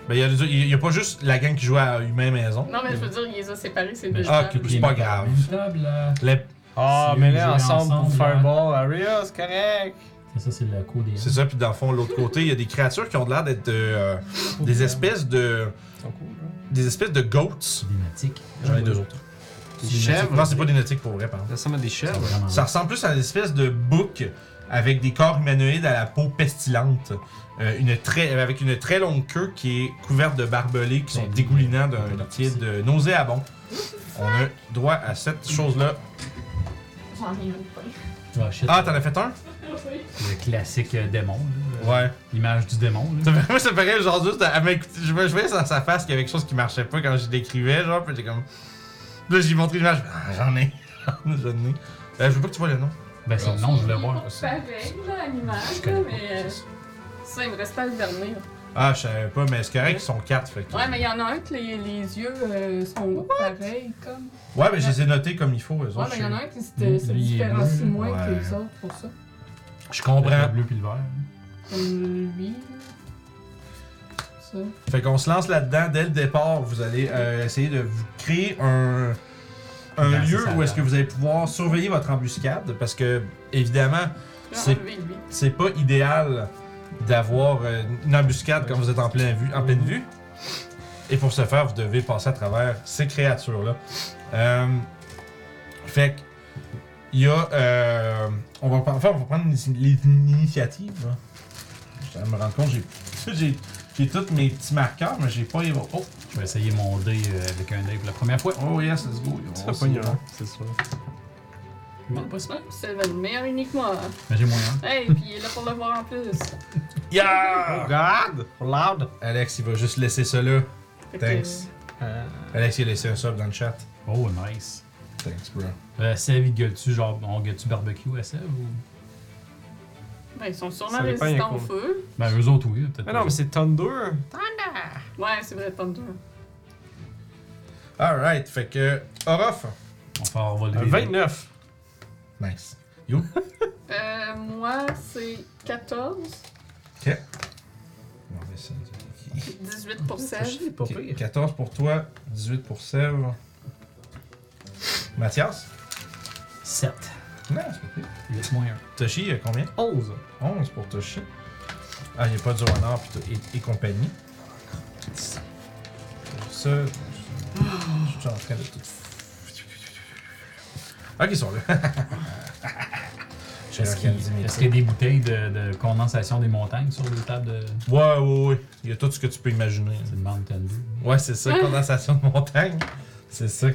Speaker 2: Ben, il y a- il y a, pas juste la gang qui joue à Humain Maison.
Speaker 4: Non, mais je veux dire, il les a séparés ces
Speaker 5: Mais
Speaker 4: deux
Speaker 5: je-
Speaker 2: Ah,
Speaker 4: temps.
Speaker 2: ok. C'est pas grave.
Speaker 5: Une table, là.
Speaker 2: Les-
Speaker 3: Ah,
Speaker 5: Si
Speaker 3: mais
Speaker 5: vous
Speaker 3: là,
Speaker 5: jouez
Speaker 3: ensemble, hein.
Speaker 5: ensemble,
Speaker 3: pour faire
Speaker 5: ouais.
Speaker 3: un ball, Ariel, c'est correct.
Speaker 5: Et ça, c'est le co-DM.
Speaker 2: C'est ça, puis dans le fond, l'autre côté, il y a des créatures qui ont l'air d'être euh, des espèces de.
Speaker 3: Ils sont cool, hein?
Speaker 2: des espèces de goats.
Speaker 5: Cinématique.
Speaker 2: J'en ai deux autres.
Speaker 3: Des
Speaker 5: C'est
Speaker 3: chèvres.
Speaker 2: Non, c'est pas des nautiques pour vrai, pardon.
Speaker 3: Ça ressemble à des
Speaker 5: C'est
Speaker 3: chèvres.
Speaker 5: vraiment
Speaker 2: Ça ressemble plus à une espèce de bouc avec des corps humanoïdes à la peau pestilente. Euh, une très, avec une très longue queue qui est couverte de barbelés qui sont dégoulinants d'un liquide euh, nauséabond. On a droit à cette chose-là.
Speaker 4: J'en ai une pas.
Speaker 5: Tu vas acheter
Speaker 2: Ah, t'en as fait un?
Speaker 5: le classique euh, démon. là.
Speaker 2: Ouais.
Speaker 5: L'image du démon. là.
Speaker 2: Ça fait- Moi, ça paraît genre juste. à m'écouter- je, me- je voyais sur sa face qu'il y avait quelque chose qui marchait pas quand je décrivais, genre, puis j'ai comme. Là, j'ai montré l'image, je fais, Ah, j'en ai. j'en ai. Euh, je veux pas que tu vois le nom.
Speaker 5: Ben, c'est le nom, je voulais voir.
Speaker 4: Je suis aveugle, là, l'image,
Speaker 5: Je connais
Speaker 4: là,
Speaker 5: pas,
Speaker 4: mais. euh, Ça, il me restait à le dernier.
Speaker 2: Ah, je savais pas, mais c'est correct qu'ils sont quatre, fait que-
Speaker 4: Ouais, mais il y en a un que les, les yeux euh, sont pareils, comme.
Speaker 2: Ouais, mais je les ai notés comme il faut, eux
Speaker 4: Ouais,
Speaker 2: autres.
Speaker 4: mais il y en
Speaker 2: je-
Speaker 4: a un qui se se
Speaker 5: Lui, il est
Speaker 4: différencie
Speaker 5: bleu,
Speaker 4: moins
Speaker 2: là.
Speaker 4: que
Speaker 2: Ouais.
Speaker 4: les autres pour ça.
Speaker 2: Je
Speaker 5: Le
Speaker 2: comprends.
Speaker 5: bleu puis le vert.
Speaker 4: Comme lui. Ça.
Speaker 2: Fait qu'on se lance là-dedans dès le départ. Vous allez euh, essayer de vous créer un, un
Speaker 5: Dans
Speaker 2: lieu
Speaker 5: ces salles-là.
Speaker 2: où est-ce que vous allez pouvoir surveiller votre embuscade, parce que, évidemment,
Speaker 4: Là,
Speaker 2: C'est-
Speaker 4: enlever Ah, lui.
Speaker 2: c'est pas idéal d'avoir euh, une embuscade quand vous êtes en pleine vue. En pleine
Speaker 3: Mhm.
Speaker 2: vue. Et pour ce faire, vous devez passer à travers ces créatures-là. Euh, fait que, il y a. euh, on, va, par- enfin, on va prendre les, les initiatives. là. Je viens de me rendre compte, j'ai, j'ai, j'ai tous mes petits marqueurs, mais j'ai pas. les- Oh,
Speaker 5: Je vais essayer mon dé euh, avec un dé pour la première fois.
Speaker 2: oh yes, let's go. On
Speaker 3: Ça hein. va
Speaker 2: va
Speaker 3: pas
Speaker 2: aussi-
Speaker 3: ignorant, c'est sûr.
Speaker 5: Non, pas super.
Speaker 4: C'est le meilleur uniquement.
Speaker 5: Mais j'ai moyen.
Speaker 4: Hey, puis il est là pour le voir en plus.
Speaker 3: Ah.
Speaker 2: Yeah!
Speaker 3: God! Loud!
Speaker 2: Alex, il va juste laisser ça là.
Speaker 4: Fait que,
Speaker 2: Thanks.
Speaker 3: Euh,
Speaker 2: Alex, il a laissé un sub dans le chat.
Speaker 5: Oh, nice.
Speaker 2: Thanks, bro.
Speaker 5: Euh, Sève, il gueule-tu, genre, on gueule-tu barbecue à Sève ou.
Speaker 4: ben, ils sont sûrement
Speaker 3: Ça dépend, il y a
Speaker 4: résistants au
Speaker 3: quoi.
Speaker 4: feu.
Speaker 5: Ben, eux autres, oui. Peut-être
Speaker 3: Mais non, mais c'est Thunder!
Speaker 4: Ouais, c'est vrai, Thunder.
Speaker 2: Alright, fait que. Orof.
Speaker 5: On va faire voler.
Speaker 3: Euh, 29!
Speaker 2: Nice.
Speaker 4: Euh, moi, c'est 14,
Speaker 2: Non, mais ben, ça-
Speaker 4: 18 pour Sèvres.
Speaker 3: pas
Speaker 2: Ok, 14 pour toi, 18 pour Sèvres. Mathias.
Speaker 5: 7.
Speaker 2: Non, c'est pas pire.
Speaker 5: Laisse moins
Speaker 2: Toshi, il y a combien
Speaker 3: 11!
Speaker 2: 11 pour Toshi. Ah, il n'y a pas du renard pis tout- et, et compagnie. Ça, je suis en train de tout. Ok, ils sont là.
Speaker 5: un.
Speaker 2: J'ai
Speaker 5: Est-ce qu'il
Speaker 2: organisé mes
Speaker 5: est-ce
Speaker 2: trucs.
Speaker 5: qu'il y a des bouteilles de, de condensation des montagnes sur les tables de.
Speaker 2: Ouais, ouais, ouais. Il y a tout ce que tu peux imaginer.
Speaker 5: C'est de Mountain Dew.
Speaker 2: Ouais, c'est ça, condensation de montagne. C'est ça.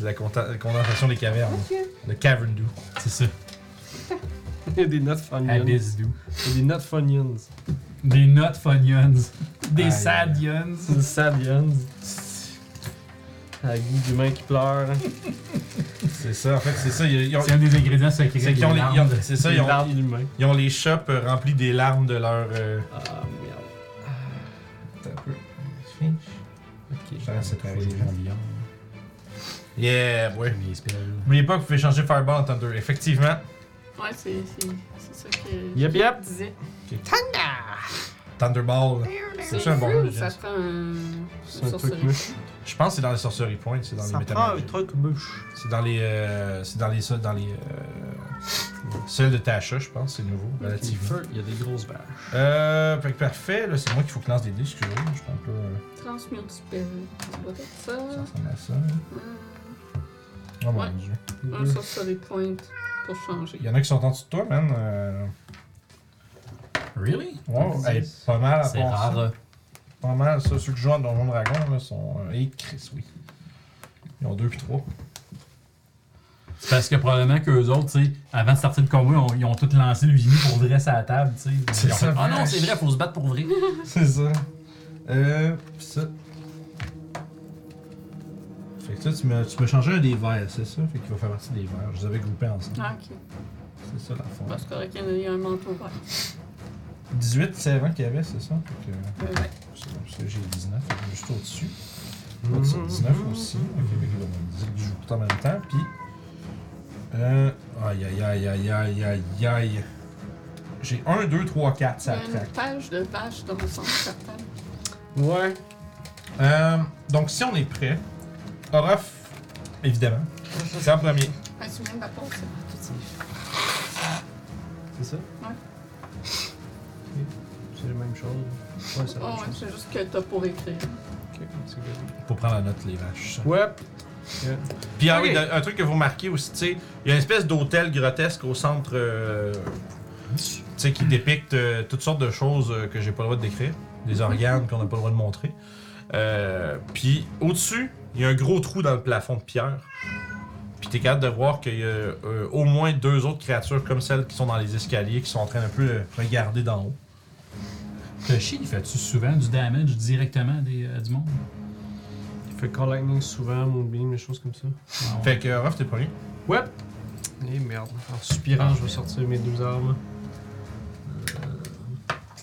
Speaker 2: La conta- la condensation des cavernes. Le Cavern Dew.
Speaker 5: C'est ça.
Speaker 3: Il y a des nuts funions. Il
Speaker 5: Abyss Dew.
Speaker 3: y a des nuts funions.
Speaker 5: Des Not Funions. Des
Speaker 2: Aïe.
Speaker 5: Sad Yons.
Speaker 3: C'est une Sabians. À goût d'humain qui pleure.
Speaker 2: C'est ça, en fait, c'est ça. Ils, ils ont,
Speaker 5: C'est un des ingrédients
Speaker 2: c'est
Speaker 5: secrets.
Speaker 2: qu'ils ont
Speaker 5: des
Speaker 2: les- ils
Speaker 5: larmes.
Speaker 2: ont- c'est ça,
Speaker 3: Des
Speaker 2: ils ont,
Speaker 3: larmes d'humain.
Speaker 2: ils ont les shops euh, remplis des larmes de leur. euh,
Speaker 3: Ah merde.
Speaker 2: Attends un peu.
Speaker 3: Ok.
Speaker 2: Je
Speaker 5: Ah,
Speaker 2: pense que c'est
Speaker 5: Faut jouer
Speaker 2: arrivé.
Speaker 5: mon billard.
Speaker 2: Yeah, ouais.
Speaker 5: Mes spells.
Speaker 2: N'oubliez pas que vous pouvez changer Fireball en Thunder. Effectivement.
Speaker 4: Ouais, c'est c'est- c'est ça que
Speaker 3: Yep, yep.
Speaker 4: disait.
Speaker 2: Thunderball. C'est ça un bon jeu. de
Speaker 4: Ça
Speaker 2: gestes.
Speaker 4: prend un.
Speaker 3: C'est un truc
Speaker 4: sorcerie.
Speaker 3: mouche.
Speaker 2: Je pense que c'est dans les Sorcery Points, c'est dans les Metamagic.
Speaker 3: truc mouche.
Speaker 2: C'est dans les. euh, c'est dans les. ça, Dans les euh, celle de Tasha, je pense, c'est nouveau,
Speaker 3: Petit
Speaker 2: relativement.
Speaker 3: feu, il y a des grosses bâches.
Speaker 2: Euh, fait que parfait, là, c'est moi qu'il faut que lance des dés, excusez-moi, je suis un peu. euh,
Speaker 4: Transmute spell. Ça doit être ça.
Speaker 2: ça ressemble à ça.
Speaker 4: Hum,
Speaker 2: Oh mon
Speaker 4: Ouais.
Speaker 2: dieu.
Speaker 4: Un sorcery point pour changer.
Speaker 2: Il y en a qui sont en dessous de toi, man. Euh,
Speaker 5: Really?
Speaker 2: wow,
Speaker 3: C'est-
Speaker 2: hey, pas mal à
Speaker 5: Ah, C'est
Speaker 2: part ça.
Speaker 5: rare. euh,
Speaker 2: Pas mal, ça. Ceux qui jouent à Donjon Dragon, là, sont. Euh, et Chris, oui. Ils ont deux puis trois.
Speaker 5: C'est parce que probablement qu'eux autres, tu sais, avant de sortir le combat, on- ils ont tous lancé l'usine pour vrai sur la table, tu sais.
Speaker 2: C'est
Speaker 5: Ils ont fait,
Speaker 2: ça,
Speaker 5: Ah non,
Speaker 2: vache.
Speaker 5: c'est vrai, faut se battre pour vrai.
Speaker 2: C'est ça. Euh, pis ça. Fait que ça, tu me, tu me changeais un des verts, c'est ça? Fait qu'il va faire partie des verts. Je les avais groupés ensemble.
Speaker 4: Ah, ok.
Speaker 2: C'est ça, la fond.
Speaker 4: Bah, c'est correct, il y en a- il y a un manteau vert.
Speaker 2: 18, c'est avant qu'il y avait, c'est ça? Fait que,
Speaker 4: Euh, ouais.
Speaker 2: c'est bon, parce que j'ai 19, fait que juste au-dessus. L'autre, c'est 19 aussi. Ok, fait qu'il va me dire que je joue tout en même temps, puis... Euh, aïe, aïe, aïe, aïe, aïe, aïe, aïe. J'ai 1, 2, 3, 4,
Speaker 4: Il y
Speaker 2: ça
Speaker 4: a
Speaker 2: attaque.
Speaker 4: une page de vache dans le centre certain.
Speaker 3: Ouais.
Speaker 2: Euh, donc, si on est prêt, Orof, évidemment, c'est en premier.
Speaker 4: Un souvenir Ah, de la porte, c'est pas tout de suite.
Speaker 3: C'est ça?
Speaker 4: Ouais.
Speaker 3: Ok. C'est la même chose. Ouais, c'est la
Speaker 4: Oh,
Speaker 3: même
Speaker 4: ouais,
Speaker 3: chose.
Speaker 4: c'est juste que t'as pour écrire.
Speaker 3: Ok, c'est good.
Speaker 2: Pour prendre la note, les vaches.
Speaker 3: Ouais.
Speaker 2: Puis, ah
Speaker 3: Ok.
Speaker 2: oui, un truc que vous remarquez aussi, tu sais, il y a une espèce d'hôtel grotesque au centre, euh, tu sais, qui dépicte euh, toutes sortes de choses euh, que j'ai pas le droit de décrire, des organes qu'on n'a pas le droit de montrer. Euh, puis, au-dessus, il y a un gros trou dans le plafond de pierre. Puis, t'es capable de voir qu'il y a euh, au moins deux autres créatures comme celles qui sont dans les escaliers qui sont en train d'un peu de regarder d'en haut.
Speaker 5: Toshi, il fait-tu souvent du damage directement des, euh, du monde?
Speaker 3: Il fait call lightning souvent, moonbeam, des choses comme ça.
Speaker 5: Ah, ouais.
Speaker 2: Fait que, Ruff, t'es premier.
Speaker 3: Ouais. Eh merde. En soupirant, je vais sortir mes 12 armes.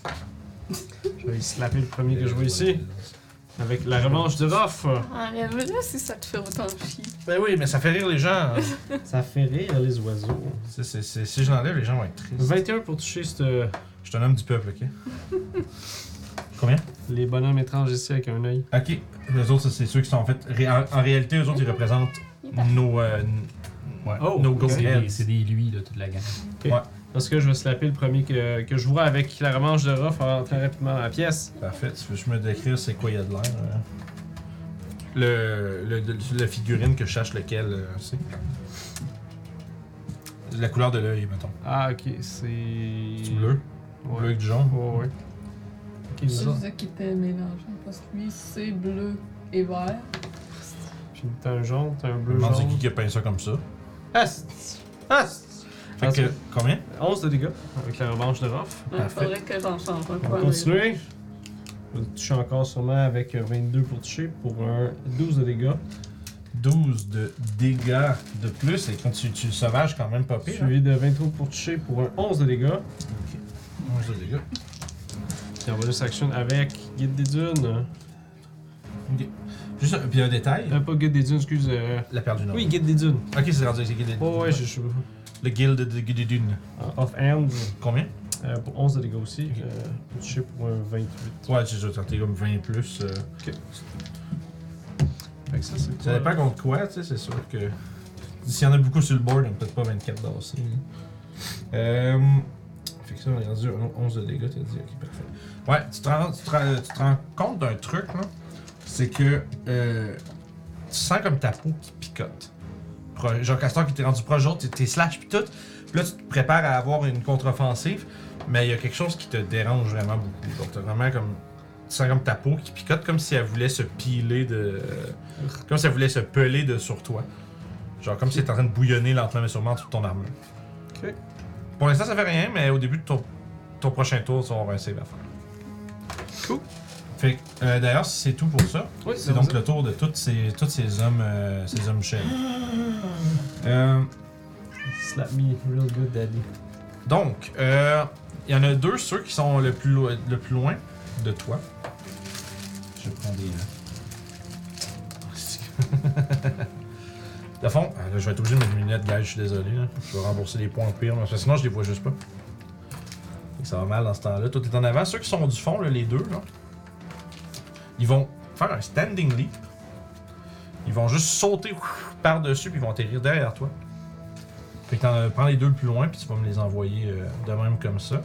Speaker 3: Euh, Je vais y slapper le premier que je vois ici. Avec la revanche de Ruff.
Speaker 4: Ah, Enlève-le si ça te fait autant chier.
Speaker 2: Ben oui, mais ça fait rire les gens. hein.
Speaker 3: Ça fait rire les oiseaux.
Speaker 2: C'est- c'est- c'est- si je l'enlève, les gens vont être tristes.
Speaker 3: 21 pour toucher ce-
Speaker 2: Je suis un homme du peuple, ok? Combien?
Speaker 3: les bonhommes étranges ici avec un œil.
Speaker 2: Ok, les autres, ça, c'est ceux qui sont en fait. ré- en, en réalité, eux autres, ils représentent nos. euh, n-
Speaker 5: Ouais.
Speaker 3: Oh,
Speaker 2: nos
Speaker 3: ok.
Speaker 2: go
Speaker 5: C'est des-
Speaker 2: heads.
Speaker 5: C'est des lui, là, toute la gang.
Speaker 3: Ok.
Speaker 2: Ouais.
Speaker 3: Parce que je vais slapper le premier que, que je vois avec la remanche de Ruff en entrant rapidement dans la pièce.
Speaker 2: Parfait. Tu veux juste me décrire c'est quoi il y a de l'air? euh? Le, le, le- la figurine que je cherche lequel euh, c'est? La couleur de l'œil, mettons.
Speaker 3: Ah, ok, c'est.
Speaker 2: C'est bleu.
Speaker 3: Ouais.
Speaker 2: Bleu avec du jaune.
Speaker 3: Ouais, ouais. Ok,
Speaker 4: Je
Speaker 3: bizarre.
Speaker 4: disais qu'il était mélangé parce que lui, c'est bleu et vert.
Speaker 3: Puis t'as un jaune, t'as un
Speaker 2: Je me
Speaker 3: bleu.
Speaker 2: demande c'est
Speaker 3: Jaune.
Speaker 2: qui qui a peint ça comme ça.
Speaker 3: Ah, c'est- ah, c'est-
Speaker 2: Fait que, combien?
Speaker 3: 11 de dégâts avec la revanche de Ruff.
Speaker 4: Il
Speaker 2: Parfait.
Speaker 4: faudrait que j'en change un
Speaker 3: On va
Speaker 4: peu.
Speaker 3: continuer. Je vais le toucher encore sûrement avec euh, 22 pour toucher pour un 12 de dégâts.
Speaker 2: 12 de dégâts de plus. Et quand tu, tu le sauvages, quand même pas pire. hein?
Speaker 3: Suivi de 23 pour toucher pour un 11 de dégâts.
Speaker 2: 11 de dégâts.
Speaker 3: Puis en bonus action avec Guide des Dunes.
Speaker 2: Ok. Juste un, puis un détail.
Speaker 3: Euh, pas Guide des Dunes, excuse. euh,
Speaker 2: La paire du Nord.
Speaker 3: Oui, Guide des Dunes.
Speaker 2: Ok, c'est rendu. c'est guild-
Speaker 3: Oh, ouais, je suis.
Speaker 2: Le guild de, de, de Dune.
Speaker 3: Ah. Off-hand
Speaker 2: Combien?
Speaker 3: euh, pour 11 de dégâts aussi.
Speaker 2: Ok.
Speaker 3: euh, pour toucher pour un 28.
Speaker 2: Ouais, c'est ça. T'es comme 20 plus. euh,
Speaker 3: Fait que ça, c'est
Speaker 2: Ça dépend contre quoi, tu sais, c'est sûr que. S'il y en a beaucoup sur le board, on peut-être pas 24 d'assez. Euh. Fait que ça, on est rendu à 11 de dégâts, t'as dit, ok, parfait. Ouais, tu te rends, tu te rends- tu te rends compte d'un truc, là. C'est que. euh, tu sens comme ta peau qui picote. Pro- Genre, Castor qui t'est rendu proche d'autre, t'es- t'es slash pis tout. Puis là, tu te prépares à avoir une contre-offensive, mais il y a quelque chose qui te dérange vraiment beaucoup. Donc, t'as vraiment comme. Tu sens comme ta peau qui picote, comme si elle voulait se piler de. Comme si elle voulait se peler de sur toi. Genre comme si elle était en train de bouillonner lentement mais sûrement toute ton armure.
Speaker 3: Ok.
Speaker 2: Pour l'instant, ça fait rien, mais au début de ton, ton prochain tour, tu vas avoir un save à faire.
Speaker 3: Cool.
Speaker 2: Fait que, euh, d'ailleurs, c'est tout pour ça.
Speaker 3: Oui,
Speaker 2: C'est donc le tour de tous ces, tous ces hommes, euh, ces hommes chefs. Euh,
Speaker 3: Slap me real good, daddy.
Speaker 2: donc, euh, il y en a deux, ceux qui sont le plus, lo- le plus loin de toi. Je prends des. euh, de fond, euh, là, je vais être obligé de mettre mes lunettes, gars, je suis désolé. là. Je vais rembourser les points au pire, parce que sinon je les vois juste pas. Fait que ça va mal dans ce temps-là. Tout est en avant. Ceux qui sont du fond, là, les deux, là, ils vont faire un standing leap. Ils vont juste sauter ouf, par-dessus, puis ils vont atterrir derrière toi. Fait que t'en euh, prends les deux le plus loin, puis tu vas me les envoyer euh, de même comme ça.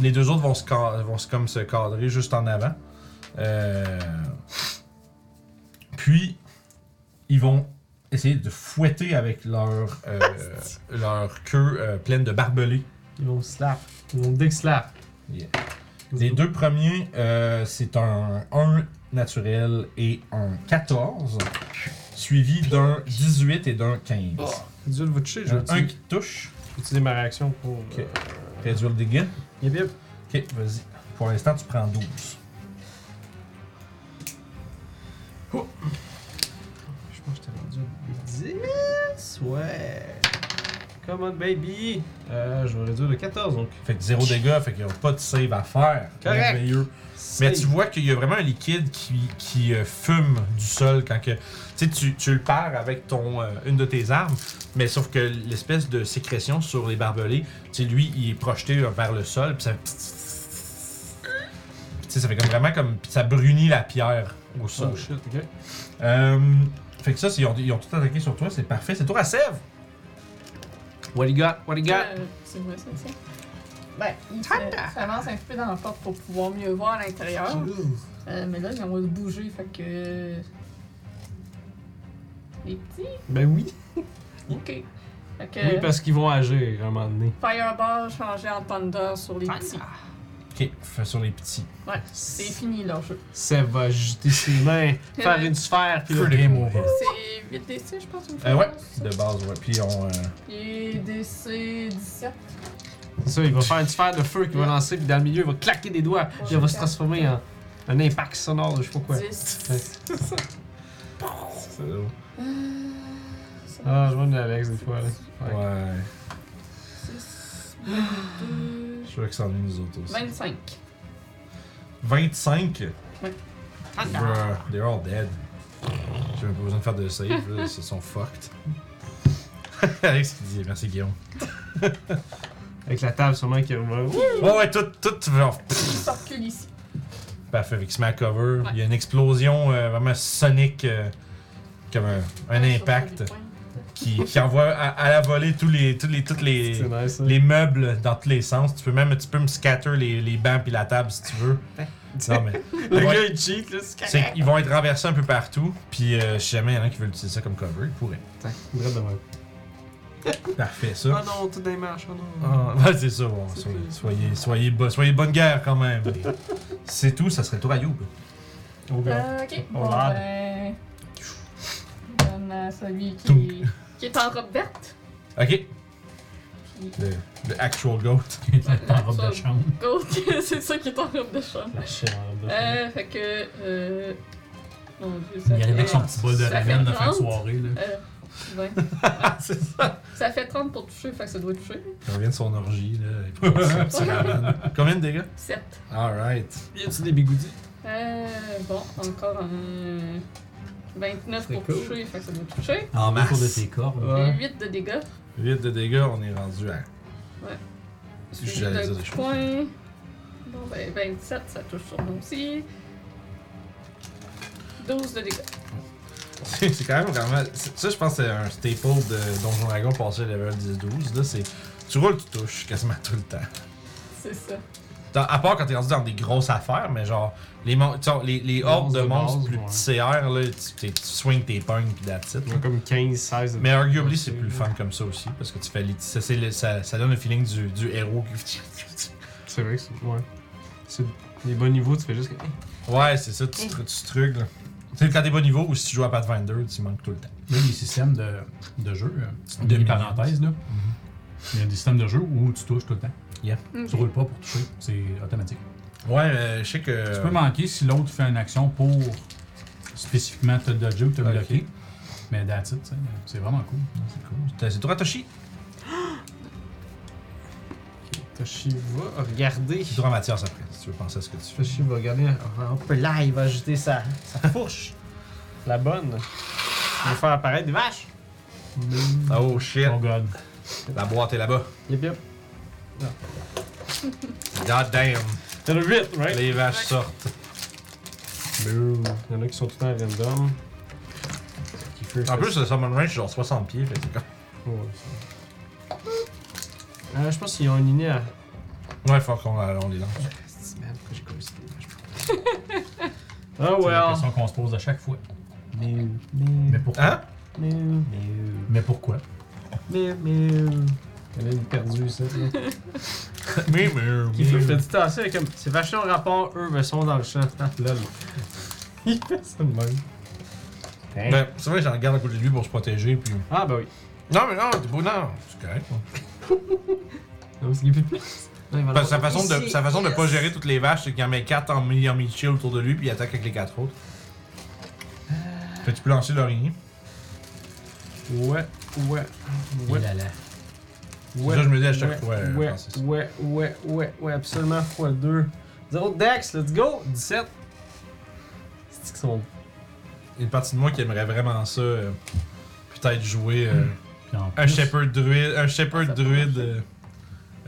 Speaker 2: Les deux autres vont se, ca- vont se- comme se cadrer juste en avant. Euh, Puis, ils vont essayer de fouetter avec leur, euh, leur queue euh, pleine de barbelés.
Speaker 3: Ils vont slap. Ils vont dick slap.
Speaker 2: Yeah. Les deux premiers, euh, c'est un 1 naturel et un 14, suivi d'un 18 et d'un 15.
Speaker 3: Dieu va toucher, je
Speaker 2: Un
Speaker 3: vais
Speaker 2: Euh, un
Speaker 3: utiliser-
Speaker 2: qui touche,
Speaker 3: utiliser ma réaction pour.
Speaker 2: Ok.
Speaker 3: euh,
Speaker 2: réduire le dégât.
Speaker 3: Yep, yep.
Speaker 2: Ok, vas-y. Pour l'instant, tu prends 12.
Speaker 3: Je pense que j'étais rendu à 10. Ouais. Come on, baby. Euh, je vais réduire de 14 donc.
Speaker 2: Fait que zéro dégâts, fait qu'il n'y a pas de save à faire.
Speaker 3: Correct.
Speaker 2: Merveilleux. Mais tu vois qu'il y a vraiment un liquide qui, qui, euh, fume du sol quand que. Tu sais, tu, tu le perds avec ton, euh, une de tes armes, mais sauf que l'espèce de sécrétion sur les barbelés, tu sais, lui, il est projeté euh, vers le sol, puis ça. Puis tu sais, ça fait comme vraiment comme. puis ça brunit la pierre au sol.
Speaker 3: Oh shit, ok.
Speaker 2: Euh, fait que ça, c'est- ils ont, ils ont tout attaqué sur toi, c'est parfait. C'est tour à Sèvres!
Speaker 3: What you got? What you got?
Speaker 4: Euh, C'est vrai, c'est ça. Ben, il se- s'avance un petit peu dans la porte pour pouvoir mieux voir à l'intérieur. Euh, mais là, ils ont de bouger, fait que. Les petits?
Speaker 3: Ben oui.
Speaker 4: Ok. Fait que.
Speaker 3: Oui, parce qu'ils vont agir à un moment donné.
Speaker 4: Fireball changé en Thunder sur les petits.
Speaker 2: Ok, fait sur les petits.
Speaker 4: Ouais, c'est fini leur jeu.
Speaker 3: Ça va jeter ses mains, faire une sphère, puis là.
Speaker 5: Game over.
Speaker 4: C'est 8 DC, je pense, ou
Speaker 2: Euh, ouais,
Speaker 4: c'est
Speaker 2: de
Speaker 4: ça?
Speaker 2: base, ouais. Puis on. euh,
Speaker 4: Et DC 17.
Speaker 3: C'est ça, il va faire une sphère de feu qu'il va lancer, puis dans le milieu, il va claquer des doigts, puis il va se transformer en un impact sonore, je sais pas quoi.
Speaker 4: 10.
Speaker 3: Ouais.
Speaker 2: c'est drôle.
Speaker 4: Euh,
Speaker 3: Ah, je vois une Alex des fois, là. Ouais.
Speaker 2: Ouais.
Speaker 4: 6, 22,
Speaker 2: Je crois que ça en est nous autres aussi.
Speaker 4: 25.
Speaker 2: 25?
Speaker 4: Ouais.
Speaker 3: Ah,
Speaker 4: Ah,
Speaker 2: Bruh, they're all dead. J'ai même pas besoin de faire de save, là, ils se sont fucked. Alex qui dit, merci Guillaume.
Speaker 3: Avec la table, sûrement, qui va.
Speaker 2: Ouais, ouais, tout, tout, genre, pff,
Speaker 4: Ça recule ici.
Speaker 2: parfait, avec Smack Cover.
Speaker 4: Ouais.
Speaker 2: Il y a une explosion euh, vraiment sonique, euh, comme un, un
Speaker 4: Ouais,
Speaker 2: impact.
Speaker 4: sur les points.
Speaker 2: qui, qui envoie à, à la volée tous les, tous les, toutes les,
Speaker 3: C'est nice, ça.
Speaker 2: les meubles dans tous les sens. Tu peux même tu peux me scatter les, les bancs puis la table si tu veux. Non, mais
Speaker 3: Le
Speaker 2: Ouais.
Speaker 3: gars, il cheat, là, c'est
Speaker 2: c'est- ils vont être renversés un peu partout. Puis euh, si jamais il y en a qui veulent utiliser ça comme cover, ils pourraient.
Speaker 3: Putain, vrai de même.
Speaker 2: Parfait
Speaker 3: Oh
Speaker 2: ça.
Speaker 3: non, tout des marches, oh non.
Speaker 2: Ah, ouais, c'est ça, bon,
Speaker 3: C'est
Speaker 2: soyez,
Speaker 3: cool.
Speaker 2: soyez, soyez, bo- soyez bonne guerre quand même. Mais c'est tout, ça serait tout à Youb.
Speaker 3: Oh, gars.
Speaker 4: Euh, ok,
Speaker 3: Oh,
Speaker 4: bon,
Speaker 3: lad.
Speaker 4: ben. je Donne à celui qui, qui est en robe verte.
Speaker 2: Ok.
Speaker 4: Puis-
Speaker 2: Le, le actual goat.
Speaker 5: en robe de chambre.
Speaker 4: Go, c'est ça qui est en robe de chambre.
Speaker 5: La chère robe de chambre.
Speaker 4: Euh, fait que. Euh... Mon Dieu, ça
Speaker 5: Il arrive avec son
Speaker 4: fait-
Speaker 5: petit bol de
Speaker 4: ça fait
Speaker 5: ramen de fin de
Speaker 4: 30.
Speaker 5: soirée. Là.
Speaker 4: Euh, ouais.
Speaker 2: c'est ça.
Speaker 4: Ça fait 30 pour toucher, fait que ça doit toucher.
Speaker 2: Il revient de son orgie, là. Un petit ramen. Combien de dégâts?
Speaker 4: 7.
Speaker 2: Alright.
Speaker 3: Y a-tu des bigoudis?
Speaker 4: Euh, bon, encore un 29 pour
Speaker 3: C'est cool.
Speaker 4: toucher, fait que ça doit toucher.
Speaker 5: En
Speaker 2: masse.
Speaker 5: autour de tes cordes.
Speaker 3: Ouais.
Speaker 4: Et 8 de dégâts.
Speaker 2: 8 de dégâts, on est rendu à.
Speaker 4: Suivi
Speaker 2: J'allais
Speaker 4: d'un
Speaker 2: dire des
Speaker 4: coup de
Speaker 2: choses.
Speaker 4: poing. Bon, ben 27, ça touche sûrement aussi. 12 de dégâts.
Speaker 2: C'est c'est quand même vraiment. c'est- Ça, je pense que c'est un staple de Donjon Dragon passé level 10-12. Là, c'est. Tu roules, tu touches quasiment tout le temps.
Speaker 4: C'est ça.
Speaker 2: Dans- à part quand t'es rendu dans des grosses affaires, mais genre, les, mon- tu sais, les, les hordes
Speaker 5: monstres
Speaker 2: de
Speaker 5: de
Speaker 2: monstres
Speaker 5: base,
Speaker 2: plus
Speaker 5: ouais.
Speaker 2: petits CR, là, tu, t'es- tu swings tes pognes pis that's it. là.
Speaker 3: Comme 15, 16 de
Speaker 2: Mais arguably, c'est plus fun comme ça aussi, parce que tu fais. les- Ça, c'est le- ça, ça donne le feeling du, du héros qui.
Speaker 3: C'est vrai que c'est. Ouais. C'est les bons niveaux, tu fais juste. que-
Speaker 2: Ouais, c'est ça, tu, tru- tu trucs, là. Tu sais, quand t'es bon niveau ou si tu joues à Pathfinder, tu manques tout le temps.
Speaker 5: Là, les systèmes de, de jeu, euh,
Speaker 2: De
Speaker 5: de parenthèse, là, il y a des systèmes de jeu où tu touches tout le temps.
Speaker 4: Ok.
Speaker 5: Tu roules pas pour toucher, c'est automatique.
Speaker 2: Ouais, euh, je sais que.
Speaker 5: Tu peux manquer si l'autre fait une action pour spécifiquement te dodger ou te
Speaker 2: Ok.
Speaker 5: bloquer. Mais that's it, tu sais, c'est vraiment cool.
Speaker 2: C'est cool. C'est- C'est toi, Toshi.
Speaker 3: Toshiba, regardez.
Speaker 2: C'est toi, Mathias, après, si tu veux penser à ce que tu fais.
Speaker 3: Toshiba, regardez. On peut là, il va ajouter sa, sa fourche. La bonne. Il va faire apparaître des vaches.
Speaker 2: Oh shit.
Speaker 5: Oh god.
Speaker 2: La boîte est là-bas.
Speaker 3: Yep, yep.
Speaker 2: God damn.
Speaker 3: T'as le 8, right?
Speaker 2: Les vaches sortent.
Speaker 3: Boo. Il y en a qui sont tout le temps random. Qui fait-
Speaker 2: En plus, le Summon Range, c'est genre 60 pieds, fait que c'est comme-
Speaker 3: Ouais, ça. Euh, je pense qu'ils ont une lignée à.
Speaker 2: Ouais, faut qu'on euh, on les lance.
Speaker 3: C'est mal, pourquoi j'ai collé ça, les vaches? Oh
Speaker 5: C'est la
Speaker 3: well.
Speaker 5: question qu'on se pose à chaque fois.
Speaker 3: Mew,
Speaker 5: Mais
Speaker 3: mew,
Speaker 5: pourquoi?
Speaker 2: Hein?
Speaker 3: mew,
Speaker 5: Mais pourquoi?
Speaker 3: mew, mew. Elle a une perdue, ça. là.
Speaker 2: Mais, mais,
Speaker 3: Qui fait fait du temps, c'est comme. Ces vaches-là en rapport, eux, mais sont dans le champ. Ah, lol. Il fait ça de même.
Speaker 2: Ben, c'est vrai, j'en regarde à côté de lui pour se protéger, puis.
Speaker 3: Ah, bah oui.
Speaker 2: Non, mais non, t'es beau, non. C'est correct. hein.
Speaker 3: Non, parce qu'il fait plus. Non, il va
Speaker 2: Parce que
Speaker 3: l'avoir.
Speaker 2: sa façon, de,
Speaker 4: Ici,
Speaker 2: sa façon de pas
Speaker 4: yes.
Speaker 2: gérer toutes les vaches, c'est qu'il en met 4 en mini en mini chill autour de lui, puis il attaque avec les 4 autres.
Speaker 4: Euh.
Speaker 2: Fait que tu peux lancer l'oreiller.
Speaker 3: Ouais, ouais, ouais.
Speaker 5: Et là, là.
Speaker 2: Ça, je me dis à chaque
Speaker 3: ouais,
Speaker 2: fois, euh,
Speaker 3: Ouais,
Speaker 2: Francis.
Speaker 3: ouais, ouais, ouais, ouais, absolument, fois 2. 0 Dex, let's go! 17. C'est qu'ils sont.
Speaker 2: Il y a une partie de moi qui aimerait vraiment ça. euh, Peut-être jouer. euh,
Speaker 5: Puis en
Speaker 2: Un
Speaker 5: plus,
Speaker 2: shepherd druide. Un shepherd
Speaker 4: Ça peut
Speaker 2: druide.
Speaker 4: marcher.
Speaker 2: euh,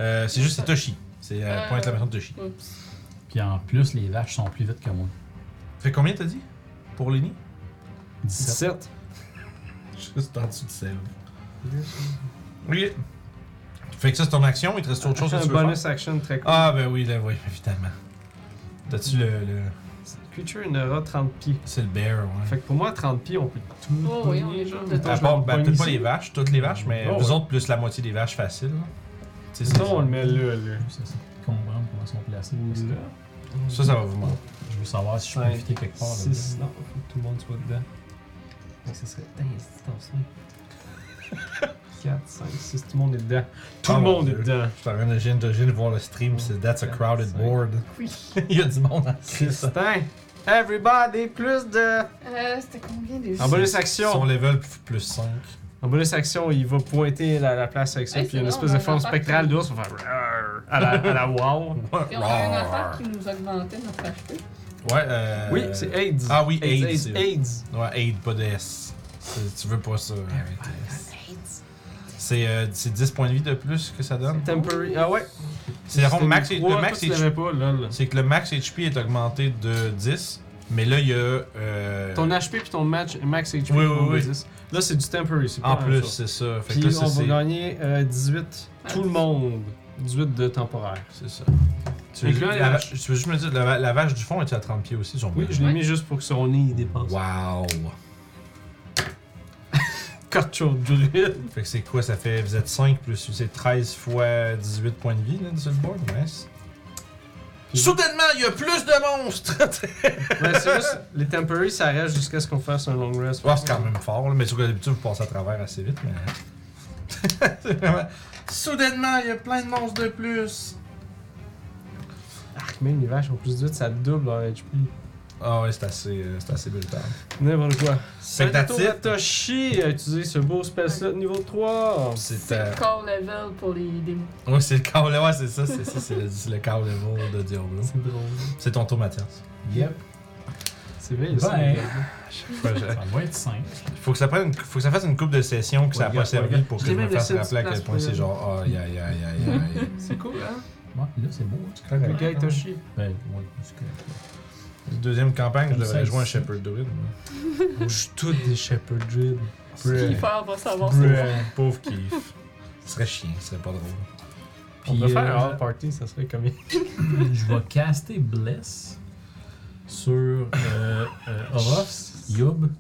Speaker 2: euh, c'est juste c'est Toshi. C'est euh,
Speaker 4: Euh,
Speaker 2: point d'exclamation de Toshi.
Speaker 4: Oups.
Speaker 5: puis en plus, les vaches sont plus vite que moi.
Speaker 2: Fait combien t'as dit pour les nids
Speaker 5: 17.
Speaker 3: 17.
Speaker 2: Juste en dessous de sève. Oui. Fait que ça c'est ton action, il te reste autre chose que
Speaker 3: un
Speaker 2: tu veux
Speaker 3: bonus
Speaker 2: faire?
Speaker 3: action très cool.
Speaker 2: Ah ben oui, là oui, évidemment. T'as-tu le, le-
Speaker 3: Creature une aura 30 pieds.
Speaker 2: C'est le bear, ouais.
Speaker 3: Fait que pour moi, 30 pieds, on peut tout.
Speaker 4: Oh, oui, on est genre de
Speaker 2: à
Speaker 4: temps.
Speaker 2: part, ben, peut-être pas les vaches, toutes les vaches, mais
Speaker 3: Oh,
Speaker 2: vous
Speaker 3: ouais.
Speaker 2: autres plus la moitié des vaches faciles. là. Tu sais,
Speaker 3: Sinon, on le
Speaker 2: ça,
Speaker 3: met là, là.
Speaker 5: C'est ça. Comprendre comment ils sont placés. parce que
Speaker 3: Là.
Speaker 2: ça, ça va vous manquer.
Speaker 5: Je veux savoir si je peux
Speaker 3: Cinq,
Speaker 5: éviter quelque part. là.
Speaker 3: 6. Non, faut que tout le monde soit dedans. Donc ça serait. Dang, c'est dans ça. 4, 5, 6, tout le monde est dedans. Tout
Speaker 2: Ah,
Speaker 3: le
Speaker 2: mon
Speaker 3: monde est
Speaker 2: Dieu.
Speaker 3: dedans.
Speaker 2: Je suis en train de gêner- de gêner de voir le stream,
Speaker 3: Oh,
Speaker 2: c'est That's a crowded board.
Speaker 4: Oui.
Speaker 2: il y a du monde en ça.
Speaker 3: Christin, everybody, plus de.
Speaker 4: Euh, C'était combien
Speaker 2: Ah,
Speaker 4: déjà?
Speaker 3: En bonus
Speaker 2: Son
Speaker 3: action.
Speaker 2: level plus- plus 5.
Speaker 3: En bonus action, il va pointer la, la place avec ça,
Speaker 4: Hey,
Speaker 3: puis il y a
Speaker 4: c'est
Speaker 3: une
Speaker 4: bon,
Speaker 3: espèce de
Speaker 4: on a
Speaker 3: forme
Speaker 4: un impact.
Speaker 3: spectrale d'ours. on fait Rrrr à la, à la wow.
Speaker 2: Euh,
Speaker 4: Puis on a une affaire qui nous augmentait notre HP.
Speaker 2: Ouais, euh...
Speaker 3: Oui, c'est AIDS.
Speaker 2: Ah oui, AIDS,
Speaker 3: AIDS.
Speaker 2: c'est vrai.
Speaker 3: AIDS.
Speaker 2: Ouais, aid, pas de S. C'est- Tu veux pas ça. arrête. C'est euh, c'est 10 points de vie de plus que ça donne.
Speaker 3: Temporary. Ah ouais.
Speaker 2: C'est le max,
Speaker 3: C'était
Speaker 2: le
Speaker 3: trois,
Speaker 2: max Euh.
Speaker 3: toi, tu l'avais pas, lol.
Speaker 2: c'est que le max HP est augmenté de 10, Mais là, il y a. euh,
Speaker 3: Ton HP puis ton match, max HP.
Speaker 2: Oui, oui,
Speaker 3: on va
Speaker 2: oui.
Speaker 3: dire. Là, c'est du temporary, c'est pas
Speaker 2: En
Speaker 3: la même
Speaker 2: plus,
Speaker 3: chose.
Speaker 2: c'est ça. Fait que
Speaker 3: Puis
Speaker 2: là, ça,
Speaker 3: on
Speaker 2: c'est-
Speaker 3: va gagner euh, 18, tout le monde. 18 de temporaire.
Speaker 2: C'est ça.
Speaker 3: Fait
Speaker 2: Tu,
Speaker 3: que là,
Speaker 2: la
Speaker 3: la
Speaker 2: vache- tu veux juste me dire, la, va- la vache du fond est à 30 pieds aussi, son
Speaker 3: Oui, je l'ai
Speaker 4: Ouais.
Speaker 3: mis juste pour que son nez il dépasse.
Speaker 2: Wow!
Speaker 3: Cacho druide.
Speaker 2: Fait que c'est quoi, ça fait, vous êtes 5 plus, c'est 13 fois 18 points de vie, là, sur le board, nice. Soudainement, il y a plus de monstres!
Speaker 3: Ouais, c'est juste, les temporary, ça reste jusqu'à ce qu'on fasse un long rest.
Speaker 2: Ouais, c'est quand même fort, là, mais sur d'habitude, vous passez à travers assez vite, mais. c'est vraiment. Soudainement, il y a plein de monstres de plus!
Speaker 3: Arc, même les vaches ont plus de 8, ça double leur HP.
Speaker 2: Ah ouais, c'est assez, euh, c'est assez brutal.
Speaker 3: N'importe quoi.
Speaker 2: que that's
Speaker 3: Saito
Speaker 2: it.
Speaker 3: Watashi a utilisé ce beau spell slot niveau 3.
Speaker 2: C'est.
Speaker 4: C'est
Speaker 2: euh,
Speaker 4: le core level pour les démons.
Speaker 2: Ouais, c'est le cow level, ouais, c'est ça, c'est ça, c'est le, c'est le cow level de Diablo.
Speaker 3: C'est drôle.
Speaker 2: C'est ton tour, Mathias.
Speaker 5: Yep.
Speaker 3: C'est vrai, il
Speaker 5: Ben.
Speaker 3: est
Speaker 2: Faut que je-
Speaker 5: Ça doit être simple.
Speaker 2: Faut que ça, prenne, faut que ça fasse une coupe de session que ça n'a
Speaker 3: Ouais,
Speaker 2: pas
Speaker 3: regarde,
Speaker 2: servi
Speaker 3: regarde.
Speaker 2: pour
Speaker 3: Je
Speaker 2: que je
Speaker 3: l'ai
Speaker 2: me
Speaker 3: même
Speaker 2: fasse
Speaker 3: laissé
Speaker 2: rappeler à
Speaker 3: une
Speaker 2: quel
Speaker 3: petite
Speaker 2: point
Speaker 3: place
Speaker 2: c'est
Speaker 3: pour
Speaker 2: genre, ah, aïe aïe aïe aïe aïe.
Speaker 3: C'est cool, hein?
Speaker 5: Ouais, là, c'est beau. hein.
Speaker 2: aïe.
Speaker 3: Le gars est Toshi.
Speaker 5: Ben, ouais, c'est correct.
Speaker 2: Deuxième campagne, je
Speaker 5: Comme ça,
Speaker 2: devrais jouer un
Speaker 5: ici.
Speaker 2: Shepherd Druid. moi.
Speaker 3: Je suis tous des Shepherd Druid.
Speaker 4: Qui faire va savoir c'est quoi.
Speaker 2: Bruh. Pauvre Keef. Ce serait chiant, ce serait pas drôle.
Speaker 3: On
Speaker 5: Puis,
Speaker 3: peut faire
Speaker 5: euh,
Speaker 3: un hall party, ça serait combien?
Speaker 5: je vais caster Bless sur euh, euh, Orof, Yub.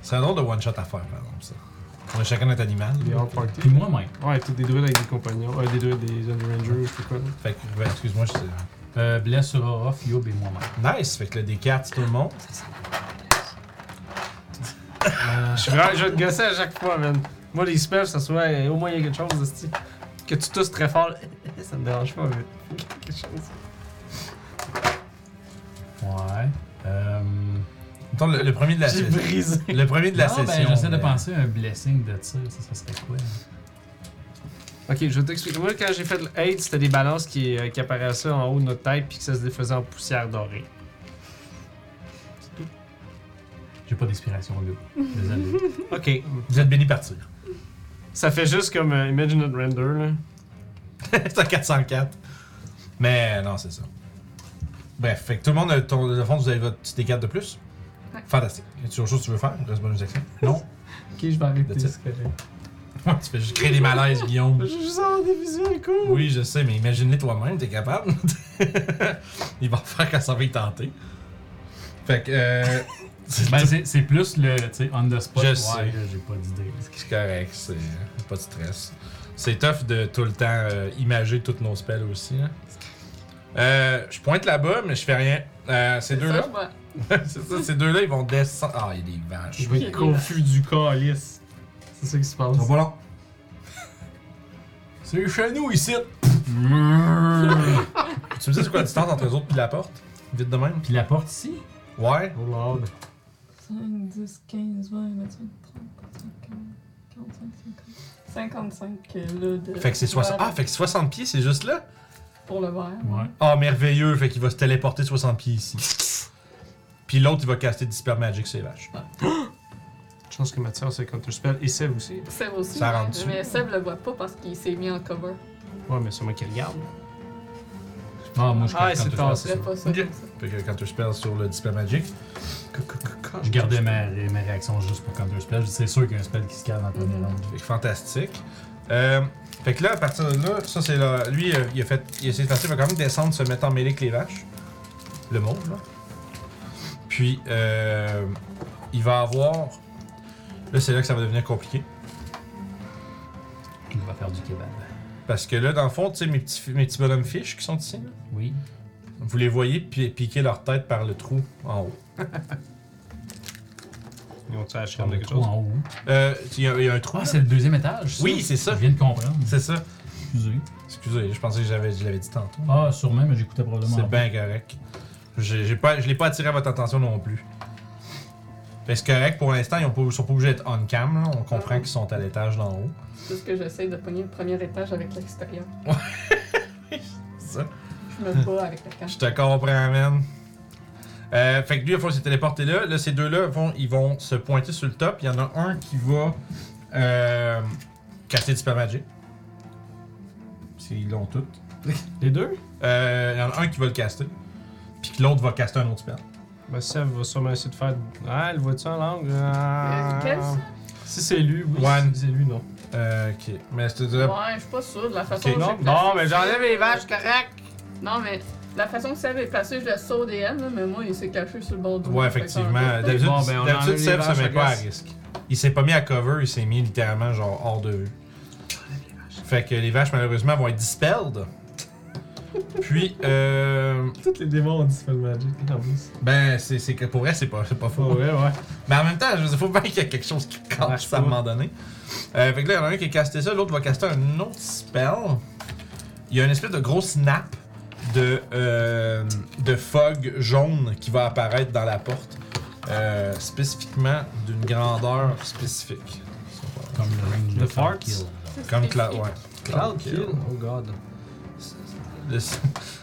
Speaker 2: C'est un drôle de one-shot à faire, par exemple, ça. On a chacun notre animal.
Speaker 3: Des hall party.
Speaker 5: Puis moi-même.
Speaker 3: Ouais, tous des druides avec des compagnons. Euh, des druides, des Under Rangers, je sais pas.
Speaker 2: Fait que, ben, excuse-moi, je sais.
Speaker 5: Euh, bless sur Orof, Yub et moi-même.
Speaker 2: Nice, fait que le D4, tout le monde.
Speaker 5: Euh,
Speaker 3: Je suis vraiment, je vais te gosser à chaque fois, man. Moi, les spells, ça soit euh, au moins il y a quelque chose, esti. Que tu tousses très fort, ça me dérange pas, mais. il y a Quelque chose.
Speaker 5: ouais. Euh,
Speaker 2: Mettons, le, le premier de la
Speaker 3: J'ai
Speaker 2: session.
Speaker 3: brisé.
Speaker 2: Le premier de la
Speaker 5: non,
Speaker 2: session. euh,
Speaker 5: ben, j'essaie de
Speaker 2: mais-
Speaker 5: penser à un blessing de tir. Ça, ça serait quoi? hein?
Speaker 3: Ok, je vais t'expliquer. Moi, quand j'ai fait le 8, c'était des balances qui, euh, qui apparaissaient en haut de notre tête puis que ça se défaisait en poussière dorée.
Speaker 5: J'ai pas d'inspiration, là. Désolé.
Speaker 3: Ok.
Speaker 2: Vous êtes béni partir.
Speaker 3: Ça fait juste comme euh, Imagine Not Render, là.
Speaker 2: c'est un 404. Mais non, c'est ça. Bref, fait que tout le monde, a ton, dans le fond, vous avez votre petit D4 de plus.
Speaker 4: Ouais.
Speaker 2: Fantastique. Y a toujours chose que tu veux faire? Reste bonus action. Non?
Speaker 3: Ok, je vais arrêter,
Speaker 2: That's it.
Speaker 3: c'est correct.
Speaker 2: Ouais, tu fais juste créer des malaises, Guillaume.
Speaker 3: Je vais juste avoir des visuels cool.
Speaker 2: Oui, je sais, mais imagine-les toi-même, t'es capable. Il va faire quand ça va y tenter. Fait que, euh, c'est
Speaker 5: ben, c'est- c'est plus le, tu sais, on the spot.
Speaker 2: Je
Speaker 5: ouais,
Speaker 2: sais.
Speaker 5: là, j'ai pas d'idée.
Speaker 2: c'est correct, c'est pas de stress. C'est tough de tout le temps euh, imager toutes nos spells aussi. hein. Euh, je pointe là-bas, mais je fais rien. Euh, ces
Speaker 4: Ça,
Speaker 2: deux-là,
Speaker 4: je vois.
Speaker 2: c'est ça, ces deux-là, ils vont descendre. Ah, il y a des vaches.
Speaker 3: Je vais être confus du calice. Ah C'est ça qui se passe.
Speaker 2: Ils sont pas longs. C'est chez nous ici. tu me dis c'est quoi la distance entre eux autres puis la porte? Vite de même.
Speaker 5: Puis la porte ici?
Speaker 2: Ouais.
Speaker 3: Oh lord.
Speaker 4: 5, 10, 15, 20, 25, 30, 40, 45, 50. 55 là euh, de.
Speaker 2: Fait que c'est 60. Ah, fait que 60 pieds, c'est juste là?
Speaker 4: Pour le verre.
Speaker 5: Ouais.
Speaker 2: Ah, merveilleux. Fait qu'il va se téléporter 60 pieds ici. Puis l'autre, il va caster Disper Magic sur les vaches.
Speaker 3: Je pense que Mathias c'est counter spell et Seb aussi.
Speaker 4: Seb aussi.
Speaker 2: Ça rentre dessus.
Speaker 4: mais Seb le voit pas parce qu'il s'est mis en cover.
Speaker 3: Ouais, mais c'est moi qui regarde.
Speaker 5: Ah, moi, je
Speaker 3: Ah,
Speaker 5: calcule
Speaker 3: c'est
Speaker 5: tout
Speaker 3: tassé.
Speaker 5: ça.
Speaker 4: Il fait pas ça
Speaker 2: Ok.
Speaker 4: comme ça.
Speaker 2: Fait que quand tu spell sur le Disper Magic.
Speaker 5: Je gardais mes, mes réactions juste pour counter spell. C'est sûr qu'il y a un spell qui se calme en premier round.
Speaker 2: Fait que fantastique. Euh, fait que là, à partir de là, ça c'est là. Lui, euh, il a fait. Il a essayé de passer, il va quand même descendre, se mettre en mêlée avec les vaches. Le monde, là. Puis, euh, il va avoir. Là, c'est là que ça va devenir compliqué.
Speaker 5: Il va faire du kebab.
Speaker 2: Parce que là, dans le fond, tu sais, mes petits, mes petits bonhommes fiches qui sont ici, là,
Speaker 5: Oui.
Speaker 2: vous les voyez pi- piquer leur tête par le trou en haut.
Speaker 3: Ils ont-tu acheté
Speaker 5: Comme le
Speaker 3: quelque
Speaker 5: trou
Speaker 3: chose?
Speaker 5: en haut.
Speaker 2: Euh, Il y, a- il y a un trou.
Speaker 5: Ah,
Speaker 2: là.
Speaker 5: c'est le deuxième étage.
Speaker 2: Oui, c'est ça.
Speaker 5: Je viens de comprendre.
Speaker 2: C'est ça.
Speaker 5: Excusez.
Speaker 2: Excusez, je pensais que j'avais, je l'avais dit tantôt.
Speaker 5: Ah, sûrement, mais j'écoutais probablement.
Speaker 2: C'est bien correct. J'ai, j'ai pas, je l'ai pas attiré à votre attention non plus. Fait que c'est correct, pour l'instant, ils ont pas- ils sont pas obligés d'être on cam. là. On comprend qu'ils sont à l'étage d'en haut.
Speaker 4: C'est juste que j'essaie de pogner le premier étage avec l'extérieur.
Speaker 2: C'est ça.
Speaker 4: Je
Speaker 2: Hum.
Speaker 4: me bats avec la
Speaker 2: Je
Speaker 4: cage.
Speaker 2: te comprends, man. Euh, fait que lui, il faut se téléporter là. Là, ces deux-là, vont, ils vont se pointer sur le top. Il y en a un qui va euh, casser du Super Magic. S'ils l'ont tout.
Speaker 3: Les deux?
Speaker 2: Euh, il y en a un qui va le caster. Puis que l'autre va caster un autre spell.
Speaker 3: Ben, Sev va sûrement essayer de faire. Ah, le vois-tu en langue Ah.
Speaker 4: Euh, quel, ça?
Speaker 3: Si c'est lui, oui.
Speaker 2: Ouais.
Speaker 3: Si c'est lui, non.
Speaker 2: Euh, ok. Mais je te dirais.
Speaker 4: Ouais, je suis pas sûr de la façon
Speaker 2: Ok.
Speaker 4: dont
Speaker 3: Non,
Speaker 4: j'ai placé
Speaker 3: bon, mais
Speaker 4: ça.
Speaker 3: j'enlève les vaches, correct.
Speaker 4: Non, mais la façon que ça avait placé, je le saute des haines, là, mais moi, il s'est caché sur le bon dos.
Speaker 2: Ouais, effectivement.
Speaker 4: Fait que
Speaker 2: D'habitude,
Speaker 5: Bon, ben, on
Speaker 2: d'habitude,
Speaker 5: enlève les
Speaker 2: Seb se
Speaker 5: vaches,
Speaker 2: met
Speaker 5: I
Speaker 2: pas à
Speaker 5: guess.
Speaker 2: risque. Il s'est pas mis à cover, il s'est mis littéralement genre hors de vue. Fait que les vaches, malheureusement, vont être dispelled. Puis, euh,
Speaker 3: Tous les démons ont dispel magic en plus.
Speaker 2: ben, c'est, c'est que pour vrai, c'est pas, c'est pas faux.
Speaker 3: Ouais, ouais, ouais.
Speaker 2: Mais en même temps, il faut bien qu'il y ait quelque chose qui casse
Speaker 3: marche
Speaker 2: à un
Speaker 3: pas.
Speaker 2: moment donné. Euh, fait que là, il y en a un qui a casté ça, l'autre va caster un autre spell. Il y a une espèce de gros snap de, euh, de fog jaune qui va apparaître dans la porte, euh, spécifiquement d'une grandeur spécifique.
Speaker 5: Comme le range de
Speaker 3: The farts?
Speaker 5: Kill.
Speaker 4: c'est
Speaker 2: Comme Cla-
Speaker 4: spécifique.
Speaker 2: ouais.
Speaker 3: Cloud kill. Oh god.
Speaker 2: Le s-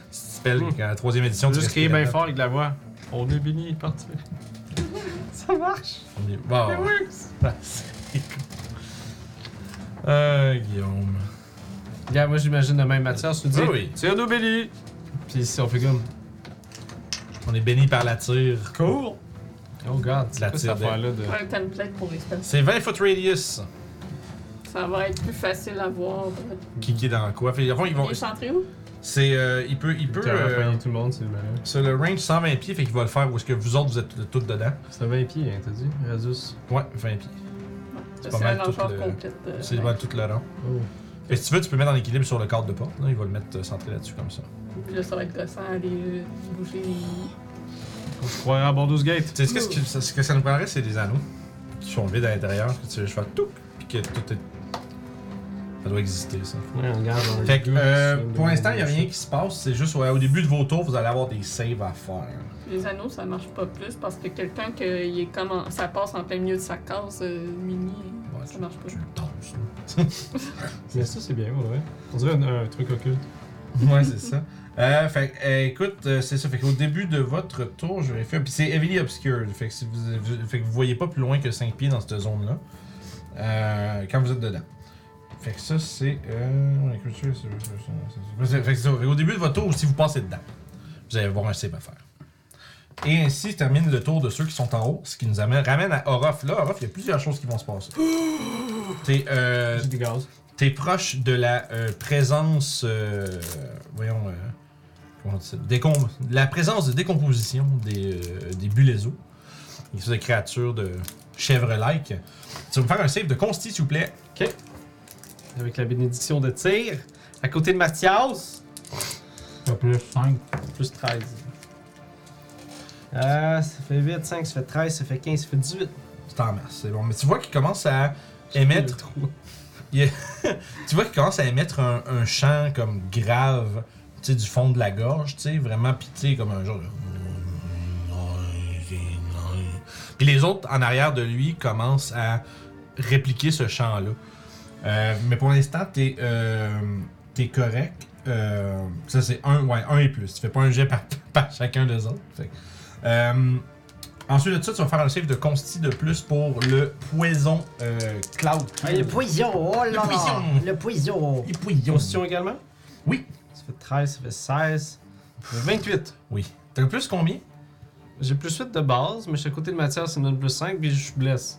Speaker 2: spell qui est en troisième édition.
Speaker 3: Hmm. Juste
Speaker 2: tu
Speaker 3: crier
Speaker 2: restes
Speaker 3: bien
Speaker 2: là-dedans.
Speaker 3: fort avec la voix. On est béni, parti. Ça marche.
Speaker 2: Bon.
Speaker 3: Ça works.
Speaker 2: Euh, Guillaume.
Speaker 3: Regarde, moi j'imagine de même Mathias nous dit
Speaker 2: Oui, Ah oui.
Speaker 3: Tire nous béni. Puis si on fait comme
Speaker 2: On est béni par la tire.
Speaker 3: Cool. Oh god, c'est
Speaker 2: La
Speaker 3: quoi cette
Speaker 2: tire
Speaker 3: affaire-là de.
Speaker 4: Un template pour les spells.
Speaker 2: C'est 20 foot radius.
Speaker 4: Ça va être plus facile à voir.
Speaker 2: Qui, qui est dans quoi? Fait, au fond, ils vont.
Speaker 4: Il est centré où?
Speaker 2: C'est. euh, il peut. Il peut.
Speaker 3: T'as
Speaker 2: euh,
Speaker 3: raffiné tout le monde, c'est malheureux.
Speaker 2: sur le range 120 pieds, fait qu'il va le faire où est-ce que vous autres vous êtes toutes dedans.
Speaker 3: C'est 20 pieds, hein, t'as dit Radius.
Speaker 2: Ouais, 20 pieds.
Speaker 4: Ça,
Speaker 2: pas
Speaker 4: C'est
Speaker 2: mal
Speaker 4: un
Speaker 2: tout
Speaker 4: enchant
Speaker 2: le-
Speaker 4: complète. euh,
Speaker 2: C'est pas tout le rang.
Speaker 3: Oh.
Speaker 2: Et si tu veux, tu peux mettre en équilibre sur le cadre de porte. Là. Il va le mettre euh, centré là-dessus comme ça.
Speaker 4: Puis Là, ça va être gossant à aller bouger les.
Speaker 3: Je croirais à Baldur's Gate.
Speaker 2: Tu sais, ce que, ce que- ce que ça nous prendrait, c'est des anneaux qui sont vides à l'intérieur. Que tu veux juste faire tout, puis que tout est. Ça doit exister, ça.
Speaker 3: Ouais, on regarde. on
Speaker 2: Fait que,
Speaker 3: regarde.
Speaker 2: euh, pour l'instant, il n'y a rien qui se passe. C'est juste ouais, au début de vos tours, vous allez avoir des saves à faire.
Speaker 4: Les anneaux, ça marche pas plus parce que quelqu'un que il est comme en- ça passe en plein milieu de sa case euh, mini,
Speaker 2: Ouais,
Speaker 4: ça marche pas.
Speaker 2: Tu tombes, ça.
Speaker 3: Mais ça, c'est bien, ouais. On dirait un, un truc occulte.
Speaker 2: Ouais, c'est ça. Euh, fait que, euh, écoute, euh, c'est ça. Fait qu'au début de votre tour, je vais faire. Puis c'est heavily obscured. Fait que, si vous, vous- fait que vous voyez pas plus loin que 5 pieds dans cette zone-là. euh, quand vous êtes dedans. Fait que ça, c'est. Euh, écoute, c'est- c'est- c'est- c'est- c'est- Fait que c'est ça. Fait qu'au début de votre tour, si vous passez dedans, vous allez avoir un save à faire. Et ainsi termine le tour de ceux qui sont en haut, ce qui nous amène, ramène à Orof. Là, Orof, il y a plusieurs choses qui vont se passer. T'es, euh,
Speaker 3: J'ai des gaz.
Speaker 2: T'es proche de la euh, présence. euh, voyons. euh, comment on dit ça Décom- La présence de décomposition des, euh, des bulézos. Une espèce de créature de chèvre-like. Tu vas me faire un save de consti, s'il vous plaît.
Speaker 3: Avec la bénédiction de tir. À côté de Mathias.
Speaker 5: Pas plus 5.
Speaker 3: Plus 13. Ah, ça fait 8, 5, ça fait 13, ça fait 15, ça fait 18.
Speaker 2: C'est en masse, c'est bon. Mais tu vois qu'il commence à émettre. Tu vois qu'il commence à émettre un, un chant comme grave, tu sais, du fond de la gorge, tu sais, vraiment pitié comme un genre de. Puis les autres en arrière de lui commencent à répliquer ce chant-là. Euh, mais pour l'instant, t'es euh, t'es correct. Euh, ça, c'est un, ouais, un et plus. Tu fais pas un jet par, par chacun des autres. Fait que, euh, ensuite de ça, tu vas faire un save de consti de plus pour le poison euh, cloud.
Speaker 3: Ah,
Speaker 1: Le poison, oh là
Speaker 2: poison.
Speaker 1: Le poison.
Speaker 2: Et poison.
Speaker 3: Constitution également
Speaker 2: Oui.
Speaker 3: Ça fait 13, ça fait 16. Ça fait 28.
Speaker 2: Oui. T'as plus combien?
Speaker 3: J'ai plus 8 de base, mais je suis à côté de Mathias, c'est me donne plus 5, puis je blesse.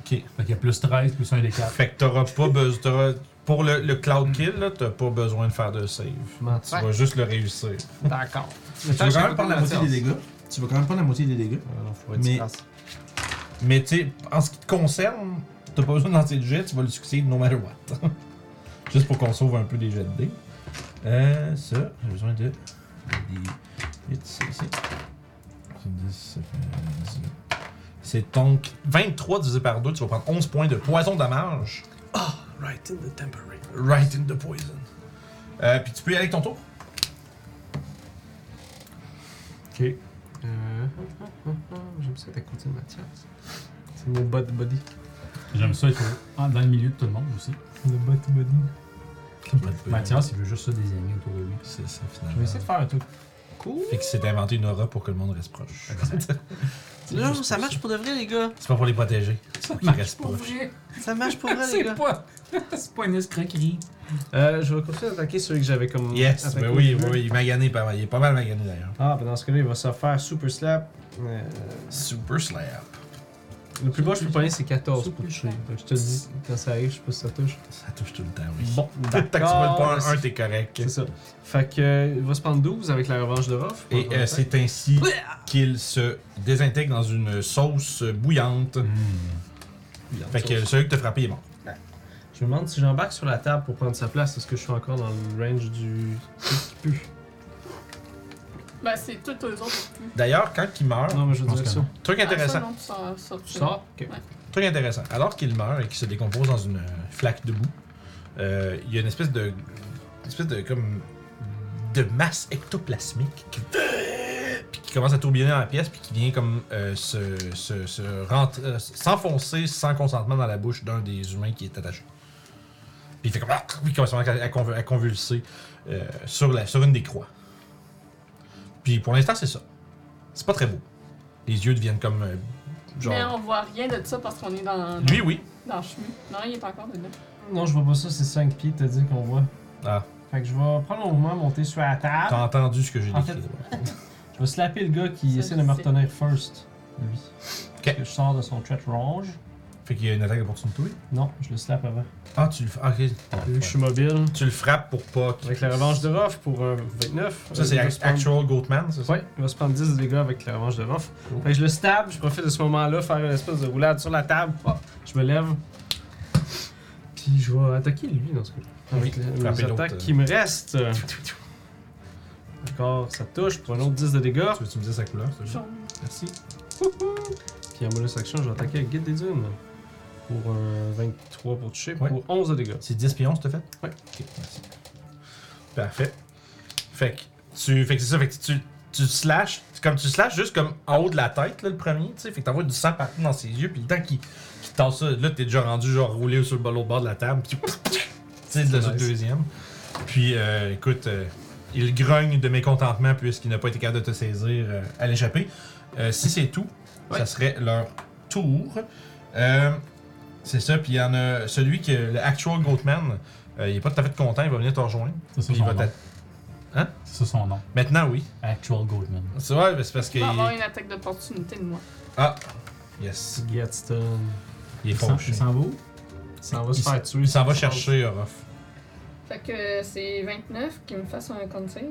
Speaker 2: Ok.
Speaker 5: Fait qu'il y a plus 13, plus 1 des 4.
Speaker 2: Fait que t'auras pas besoin. Pour le, le cloud kill, là, t'as pas besoin de faire de save. Tu
Speaker 3: Mentir.
Speaker 2: vas juste le réussir.
Speaker 3: D'accord. Mais
Speaker 2: Tu vas quand même prendre la moitié des dégâts. Tu vas quand même prendre la moitié des dégâts.
Speaker 3: Euh, non, faut être
Speaker 2: Mais-
Speaker 3: efficace.
Speaker 2: Mais tu sais, en ce qui te concerne, t'as pas besoin de lancer le jet, tu vas le succéder no matter what. Juste pour qu'on sauve un peu des jets de dés. Euh, ça, j'ai besoin de. des- huit, six, six. C'est dix, ça fait dix. C'est donc 23 divisé par 2, tu vas prendre 11 points de poison dommage.
Speaker 3: Ah, Right in the temporary.
Speaker 2: Right in the poison. Euh, puis tu peux y aller avec ton tour.
Speaker 3: Ok. Euh... hum, J'aime ça être à côté de Mathias. C'est mon bot body.
Speaker 5: J'aime ça être au- dans le milieu de tout le monde aussi.
Speaker 3: Le bot body.
Speaker 5: Mathias, il veut juste ça des amis autour de lui.
Speaker 2: C'est ça
Speaker 3: Je vais
Speaker 2: finalement.
Speaker 3: essayer de faire un truc cool.
Speaker 2: Fait que c'est inventé une aura pour que le monde reste proche.
Speaker 1: Non, ça marche pour de vrai, les gars.
Speaker 2: C'est pas pour les protéger. C'est pour qu'ils restent proches.
Speaker 1: Ça marche pour vrai, les
Speaker 4: C'est
Speaker 1: gars.
Speaker 4: pas.
Speaker 5: C'est pas une escroquerie.
Speaker 3: Euh, je vais continuer d'attaquer celui que j'avais comme.
Speaker 2: Yes,
Speaker 3: attaqué
Speaker 2: ben
Speaker 3: au
Speaker 2: oui,
Speaker 3: début.
Speaker 2: oui, il est magané pas mal. Il est pas mal magané d'ailleurs.
Speaker 3: Ah, ben dans ce cas-là, il va se faire super slap. Euh,
Speaker 2: Super slap.
Speaker 3: le plus bas, je peux
Speaker 5: Super
Speaker 3: pogner, c'est 14
Speaker 5: slap.
Speaker 3: pour toucher. Donc, je te le dis, quand ça arrive, je sais pas si ça touche.
Speaker 2: Ça touche tout le temps, oui.
Speaker 3: Bon,
Speaker 2: Tant que tu vois pas
Speaker 3: d'accord,
Speaker 2: un, un, t'es correct.
Speaker 3: C'est ça. Fait que, euh, il va se prendre 12 avec la revanche de Ruff.
Speaker 2: Et euh, c'est ainsi qu'il se désintègre dans une sauce bouillante.
Speaker 3: Hmm.
Speaker 2: Fait que celui que t'as frappé est mort.
Speaker 3: Je me demande si j'embarque sur la table pour prendre sa place. Est-ce que je suis encore dans le range du. truc qui pue
Speaker 4: Ben, c'est tous les autres.
Speaker 2: D'ailleurs, quand il meurt,
Speaker 3: Non, mais je veux
Speaker 5: pense
Speaker 3: dire
Speaker 5: que
Speaker 3: ça.
Speaker 5: non.
Speaker 2: truc
Speaker 4: Ah, ça,
Speaker 2: intéressant,
Speaker 4: non, tu sors- sors-
Speaker 3: Tu sors Ok.
Speaker 2: truc intéressant, alors qu'il meurt et qu'il se décompose dans une euh, flaque de boue, euh, il y a une espèce de, une espèce de comme de masse ectoplasmique qui, puis qui commence à tourbillonner dans la pièce puis qui vient comme euh, se, se- se rentre- euh, s'enfoncer sans consentement dans la bouche d'un des humains qui est attaché. Puis il fait comme ah, puis il commence à, à conv- à convulser euh, sur la sur une des croix. Puis pour l'instant c'est ça. C'est pas très beau. Les yeux deviennent comme euh, genre.
Speaker 4: Mais on voit rien de ça parce qu'on est dans, dans,
Speaker 2: Lui, oui.
Speaker 4: dans le chemin. Non, il est encore dedans.
Speaker 3: Non, je vois pas ça, c'est 5 pieds, t'as dit qu'on voit.
Speaker 2: Ah,
Speaker 3: Fait que je vais prendre mon mouvement, monter sur la table.
Speaker 2: t'as entendu ce que j'ai
Speaker 3: Ah. En
Speaker 2: décrit.
Speaker 3: fait-
Speaker 2: ouais.
Speaker 3: Je vais slapper le gars qui
Speaker 4: Ça,
Speaker 3: essaie
Speaker 4: je
Speaker 3: de me
Speaker 4: sais.
Speaker 3: retenir first, lui. Parce que je sors de son threat range.
Speaker 2: Fait qu'il y a une attaque d'opportunité.
Speaker 3: Non, je le slappe avant.
Speaker 2: Ah, tu le frappes.
Speaker 3: Vu que je suis mobile.
Speaker 2: Tu le frappes pour pas. qu'il-
Speaker 3: Avec la revanche de Ruff pour euh, 29.
Speaker 2: Ça, c'est
Speaker 3: Euh, il va
Speaker 2: act-
Speaker 3: se prendre-
Speaker 2: Actual Goatman, c'est ça?
Speaker 3: Ouais, il va se prendre 10 de dégâts avec la revanche de Ruff.
Speaker 2: Oh.
Speaker 3: Fait que je le stab, je profite de ce moment-là, faire une espèce de roulade sur la table. Hop, je me lève. Puis je vais attaquer lui dans ce cas-là. Avec
Speaker 2: Ah Oui,
Speaker 3: les-
Speaker 2: frapper
Speaker 3: les
Speaker 2: l'autre,
Speaker 3: attaques
Speaker 2: euh.
Speaker 3: qui me restent. Encore, ça touche pour un autre 10 de dégâts.
Speaker 2: Tu veux-tu me dire sa couleur? c'est ça?
Speaker 4: Genre,
Speaker 2: Merci.
Speaker 3: Puis en bonus action, je vais attaquer avec Guide des Dunes. Pour un 23 pour toucher,
Speaker 2: Ouais.
Speaker 3: pour 11 de dégâts.
Speaker 2: C'est 10 puis 11, t'as fait?
Speaker 3: Ouais.
Speaker 2: Ok, merci. Parfait. Fait que tu. Fait que c'est ça, fait que tu. Tu slashes, c'est comme tu slashes juste comme en haut de la tête, là, le premier, tu sais. Fait que t'envoies du sang partout dans ses yeux, puis le temps qu'il qu'il tasse ça, là, t'es déjà rendu genre roulé sur le l'autre bord de la table, puis tu. Tu sais, de la
Speaker 3: Nice.
Speaker 2: sur le deuxième. Puis, euh, écoute, euh, il grogne de mécontentement puisqu'il n'a pas été capable de te saisir euh, à l'échappée. Euh, si c'est tout, ça
Speaker 3: Ouais.
Speaker 2: serait leur tour. Euh, c'est ça, puis il y en a celui qui est le actual Goatman, euh, il est pas tout à fait content, il va venir te rejoindre.
Speaker 5: C'est ça
Speaker 2: Puis il
Speaker 5: son
Speaker 2: va
Speaker 5: nom.
Speaker 2: t'a-
Speaker 5: C'est ça son nom.
Speaker 2: Maintenant, oui.
Speaker 5: Actual Goldman.
Speaker 2: C'est vrai, mais c'est parce
Speaker 4: Il
Speaker 2: qu'il
Speaker 4: va avoir
Speaker 2: est...
Speaker 4: une attaque d'opportunité de moi.
Speaker 2: Yes,
Speaker 3: Get stun.
Speaker 2: il est
Speaker 5: Il s'en-
Speaker 2: fauché.
Speaker 5: il s'en va où?
Speaker 3: Ça va se
Speaker 2: Il s-
Speaker 3: faire tuer.
Speaker 2: Il s'en va chercher, Orof.
Speaker 4: Fait que euh, c'est 29 qui me fasse un con save.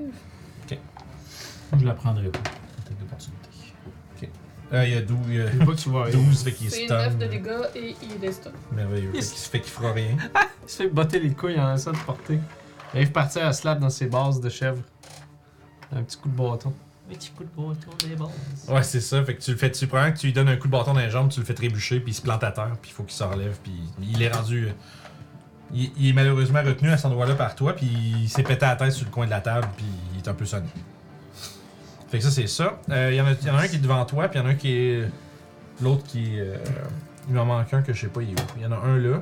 Speaker 5: Moi, Je la prendrai pas.
Speaker 2: Attaque d'opportunité. Ok. Euh, il y a 12, il y a
Speaker 3: Je vois qu'il va arriver.
Speaker 2: 12 fait qu'il
Speaker 4: C'est
Speaker 2: stun.
Speaker 4: 9 de dégâts et il est stun.
Speaker 2: Merveilleux. Fait qu'il fait qu'il fera rien.
Speaker 3: Il se fait botter les couilles en essayant de porter. Il arrive partir à slap dans ses bases de chèvre. Un petit coup de bâton. Un petit coup de bâton des bases.
Speaker 2: Ouais, c'est ça. Fait que tu le fais, tu prends, que tu lui donnes un coup de bâton dans les jambes, tu le fais trébucher, puis il se plante à terre, puis il faut qu'il se relève, puis il est rendu. euh, Il, il est malheureusement retenu à cet endroit-là par toi, puis il s'est pété la tête sur le coin de la table, puis il est un peu sonné. Fait que ça, c'est ça. Euh, Il y, en a- il y en a un qui est devant toi, puis il y en a un qui est. L'autre qui est. euh, il m'en manque un que je sais pas, il est où. Il y en a un là.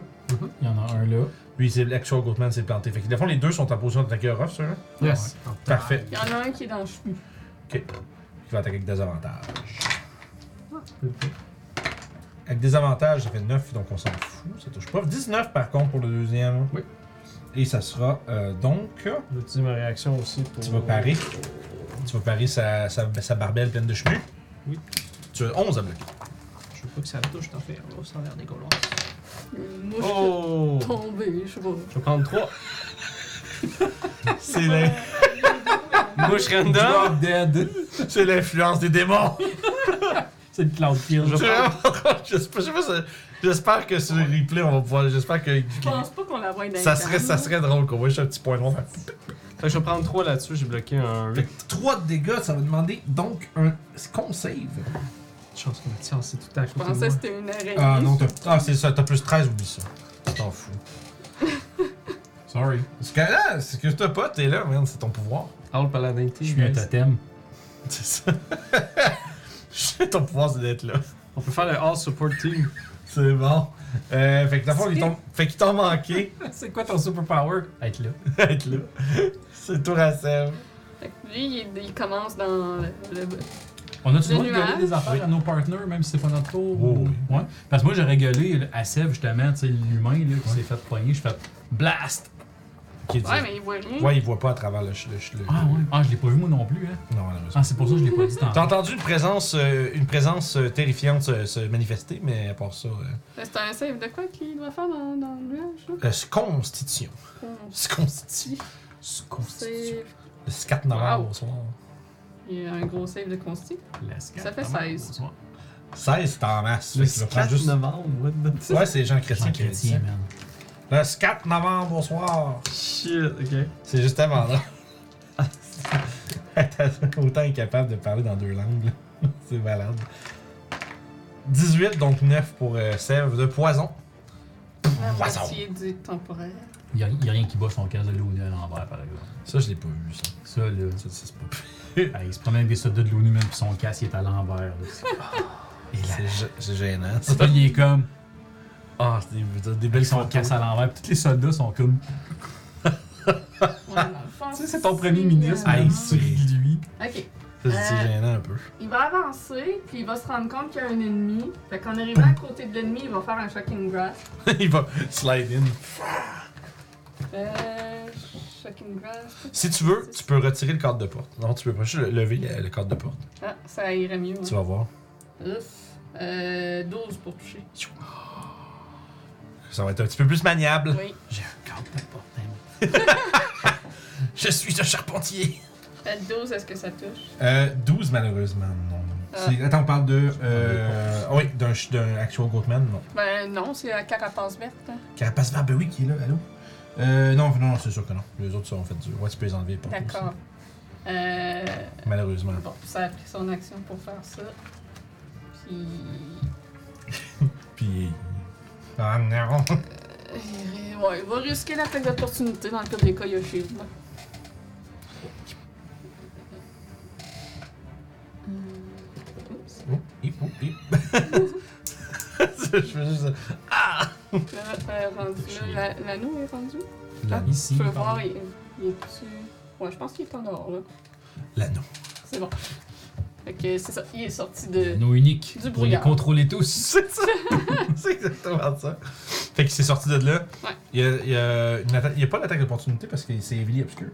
Speaker 5: Il y en a un là.
Speaker 2: Lui, c'est l'actual Goatman s'est planté. Fait que, de fond, les deux sont en position d'attaquer Ruff, ceux-là.
Speaker 3: Yes.
Speaker 2: Parfait.
Speaker 4: Il y en a un qui est dans le chemin.
Speaker 2: Il va attaquer avec des avantages. Avec des avantages, ça fait 9, donc on s'en fout, ça touche pas. 19 par contre pour le deuxième.
Speaker 3: Oui.
Speaker 2: Et ça sera euh, donc. euh,
Speaker 3: Je vais utiliser ma réaction aussi pour. euh,
Speaker 2: Tu vas parer. Tu vas parer sa, sa, sa barbelle pleine de chemins.
Speaker 3: Oui.
Speaker 2: Tu as 11 à bloquer.
Speaker 3: Je veux pas que ça touche, t'en fais un gros, ça a l'air dégueulasse.
Speaker 4: Une mouche
Speaker 3: Oh!
Speaker 4: qui est tombée, je sais pas.
Speaker 3: Je vais prendre 3.
Speaker 2: C'est la-
Speaker 3: Mouche random.
Speaker 2: Drop dead. C'est l'influence des démons.
Speaker 5: C'est le Cloud Kill.
Speaker 3: Je vais prendre-
Speaker 2: Je sais pas- je sais pas ça- J'espère que sur le replay, on va pouvoir. J'espère que.
Speaker 4: Je pense pas qu'on la voit dans
Speaker 2: Ça
Speaker 4: le
Speaker 2: serait,
Speaker 4: cadre.
Speaker 2: ça serait drôle qu'on voit juste un petit point noir.
Speaker 3: Fait que je vais prendre 3 là-dessus, j'ai bloqué un
Speaker 2: Fait
Speaker 3: 8.
Speaker 2: que 3 de dégâts, ça va demander donc un con save.
Speaker 3: Chance qu'on attire, c'est tout à
Speaker 4: Je
Speaker 3: côté.
Speaker 4: pensais
Speaker 3: de
Speaker 4: que
Speaker 3: moi.
Speaker 4: c'était une araignée.
Speaker 2: Ah non, t'as. Ah, c'est ça, t'as plus 13, oublie ça. T'en fous.
Speaker 5: Sorry.
Speaker 2: Parce que là, c'est que t'as pas, t'es là, man, c'est ton pouvoir.
Speaker 3: All paladin T,
Speaker 5: Je suis un
Speaker 3: guys.
Speaker 5: totem.
Speaker 2: C'est ça. C'est ton pouvoir, c'est d'être là.
Speaker 3: On peut faire le All Support Team.
Speaker 2: C'est bon. Euh, fait que dans le fond, ils t'ont- fait qu'ils t'ont manqué.
Speaker 5: C'est quoi ton superpower? Être là.
Speaker 2: être là. C'est tout à Sèvres.
Speaker 4: Fait que lui, il, il commence dans le, le-
Speaker 5: On a-tu le
Speaker 4: Le
Speaker 5: droit de gueuler
Speaker 4: nuage?
Speaker 5: des affaires à nos partners, même si c'est pas notre tour?
Speaker 2: Oh,
Speaker 5: Ouais. Parce que moi, j'aurais gueulé là, à Sèvres, justement, tu sais, l'humain là, qui s'est fait poigner. Je fais blast!
Speaker 2: Qui dit-
Speaker 4: Ouais, mais il voit rien.
Speaker 2: Ouais, il voit pas à travers le. ch- le ch- le-
Speaker 5: Ah ouais. Ah, je l'ai pas vu moi non plus, hein.
Speaker 2: Non, malheureusement.
Speaker 5: Ah, c'est pour ça que je l'ai pas dit
Speaker 2: T'as
Speaker 5: tantôt.
Speaker 2: entendu une présence, euh, une présence euh, terrifiante se, se manifester, mais à part ça, euh,
Speaker 4: C'est un save de quoi qu'il doit faire dans, dans le nuage, là?
Speaker 2: euh, se constitution.
Speaker 4: Con-
Speaker 2: Se constitue. Se constitution.
Speaker 4: Save.
Speaker 2: Le 4 novembre
Speaker 4: Wow.
Speaker 2: au soir.
Speaker 4: Il y a un gros save de consti. Ça fait 16.
Speaker 2: 16, c'est en masse.
Speaker 3: Le
Speaker 2: Fait qu'il va prendre
Speaker 3: 4
Speaker 2: juste-
Speaker 3: novembre, what the
Speaker 2: Ouais, c'est Jean Chrétien
Speaker 5: Chrétien,
Speaker 2: qui l'a dit.
Speaker 5: chrétien, man.
Speaker 2: Le 4 novembre au soir.
Speaker 3: shit, ok.
Speaker 2: C'est juste avant là. Autant incapable de parler dans deux langues. là. C'est malade. 18, donc 9 pour euh, sève de poison.
Speaker 4: La
Speaker 2: Poison.
Speaker 4: moitié du temporaire.
Speaker 5: Il y, a, il y a rien qui bat son casque de l'ONU à l'envers, par exemple.
Speaker 2: Ça, je l'ai pas vu, ça.
Speaker 5: Ça, là.
Speaker 2: Ça, ça, c'est pas
Speaker 5: ah, il se promène avec des soldats de l'ONU, même, puis son casque, il est à l'envers. là.
Speaker 2: C'est gê- C'est gênant. ça.
Speaker 5: C'est pas il est comme.
Speaker 2: Ah, c'est des, des
Speaker 5: Ils
Speaker 2: belles
Speaker 5: sont
Speaker 2: photos.
Speaker 5: casse à l'envers, puis tous les soldats sont comme.
Speaker 4: Ouais, dans le fond,
Speaker 5: Tu sais, c'est ton premier ministre,
Speaker 2: Ah,
Speaker 5: mais
Speaker 2: il
Speaker 5: il sourit de lui.
Speaker 4: Ok.
Speaker 2: Ça, C'est gênant un peu.
Speaker 4: Il va avancer, puis il va se rendre compte qu'il y a un ennemi. Fait qu'en arrivant à côté de l'ennemi, il va faire un shocking grasp.
Speaker 2: Il va slide in.
Speaker 4: Euh. Shocking grasp.
Speaker 2: Si tu veux, tu peux retirer le cadre de porte. Non, tu peux pas juste le- lever le, le cadre de porte.
Speaker 4: Ah, ça irait mieux. hein.
Speaker 2: Tu vas voir.
Speaker 4: Ouf. Euh. 12 pour toucher.
Speaker 2: Ça va être un petit peu plus
Speaker 5: Ah.
Speaker 2: maniable.
Speaker 4: Oui.
Speaker 5: J'ai un cadre de porte, hein.
Speaker 2: Je suis un charpentier.
Speaker 4: Fait 12, Euh, est-ce que ça touche?
Speaker 2: Euh, 12, malheureusement, non.
Speaker 4: Ah.
Speaker 2: C'est- Attends, on parle de. Euh, ah oui, d'un ch- d'un actual Goatman, non.
Speaker 4: Ben non, c'est la carapace verte. hein.
Speaker 2: Carapace Vert, ben oui, qui est là, allô? Euh, non, non, c'est sûr que non. Les autres seront fait dur. Ouais, tu peux les enlever. pas
Speaker 4: D'accord. Euh.
Speaker 2: aussi. Malheureusement.
Speaker 4: Bon, ça a pris son action pour faire ça. Puis.
Speaker 2: Puis. Ah non!
Speaker 4: euh, il ri- Ouais, il va risquer l'attaque d'opportunité dans le cas des cas, il y a shield. là. Hum,
Speaker 2: Oh, hip, oh, hip. Je fais juste.
Speaker 4: Là, euh, rendu là, la- l'anneau est rendu.
Speaker 5: Là,
Speaker 4: Ah,
Speaker 5: ici.
Speaker 4: Tu peux
Speaker 5: pardon.
Speaker 4: voir, il, il est dessus. Ouais, je pense qu'il est en dehors, là.
Speaker 2: L'anneau.
Speaker 4: C'est bon. Fait que c'est ça, il est sorti de.
Speaker 5: Nos uniques.
Speaker 4: Du
Speaker 5: Pour les
Speaker 4: brouillard.
Speaker 5: contrôler tous.
Speaker 2: C'est ça! c'est exactement ça. Fait qu'il s'est sorti de là.
Speaker 4: Ouais.
Speaker 2: Il y a, il y a une atta- il y a pas d'attaque d'opportunité parce que c'est Evely Obscure.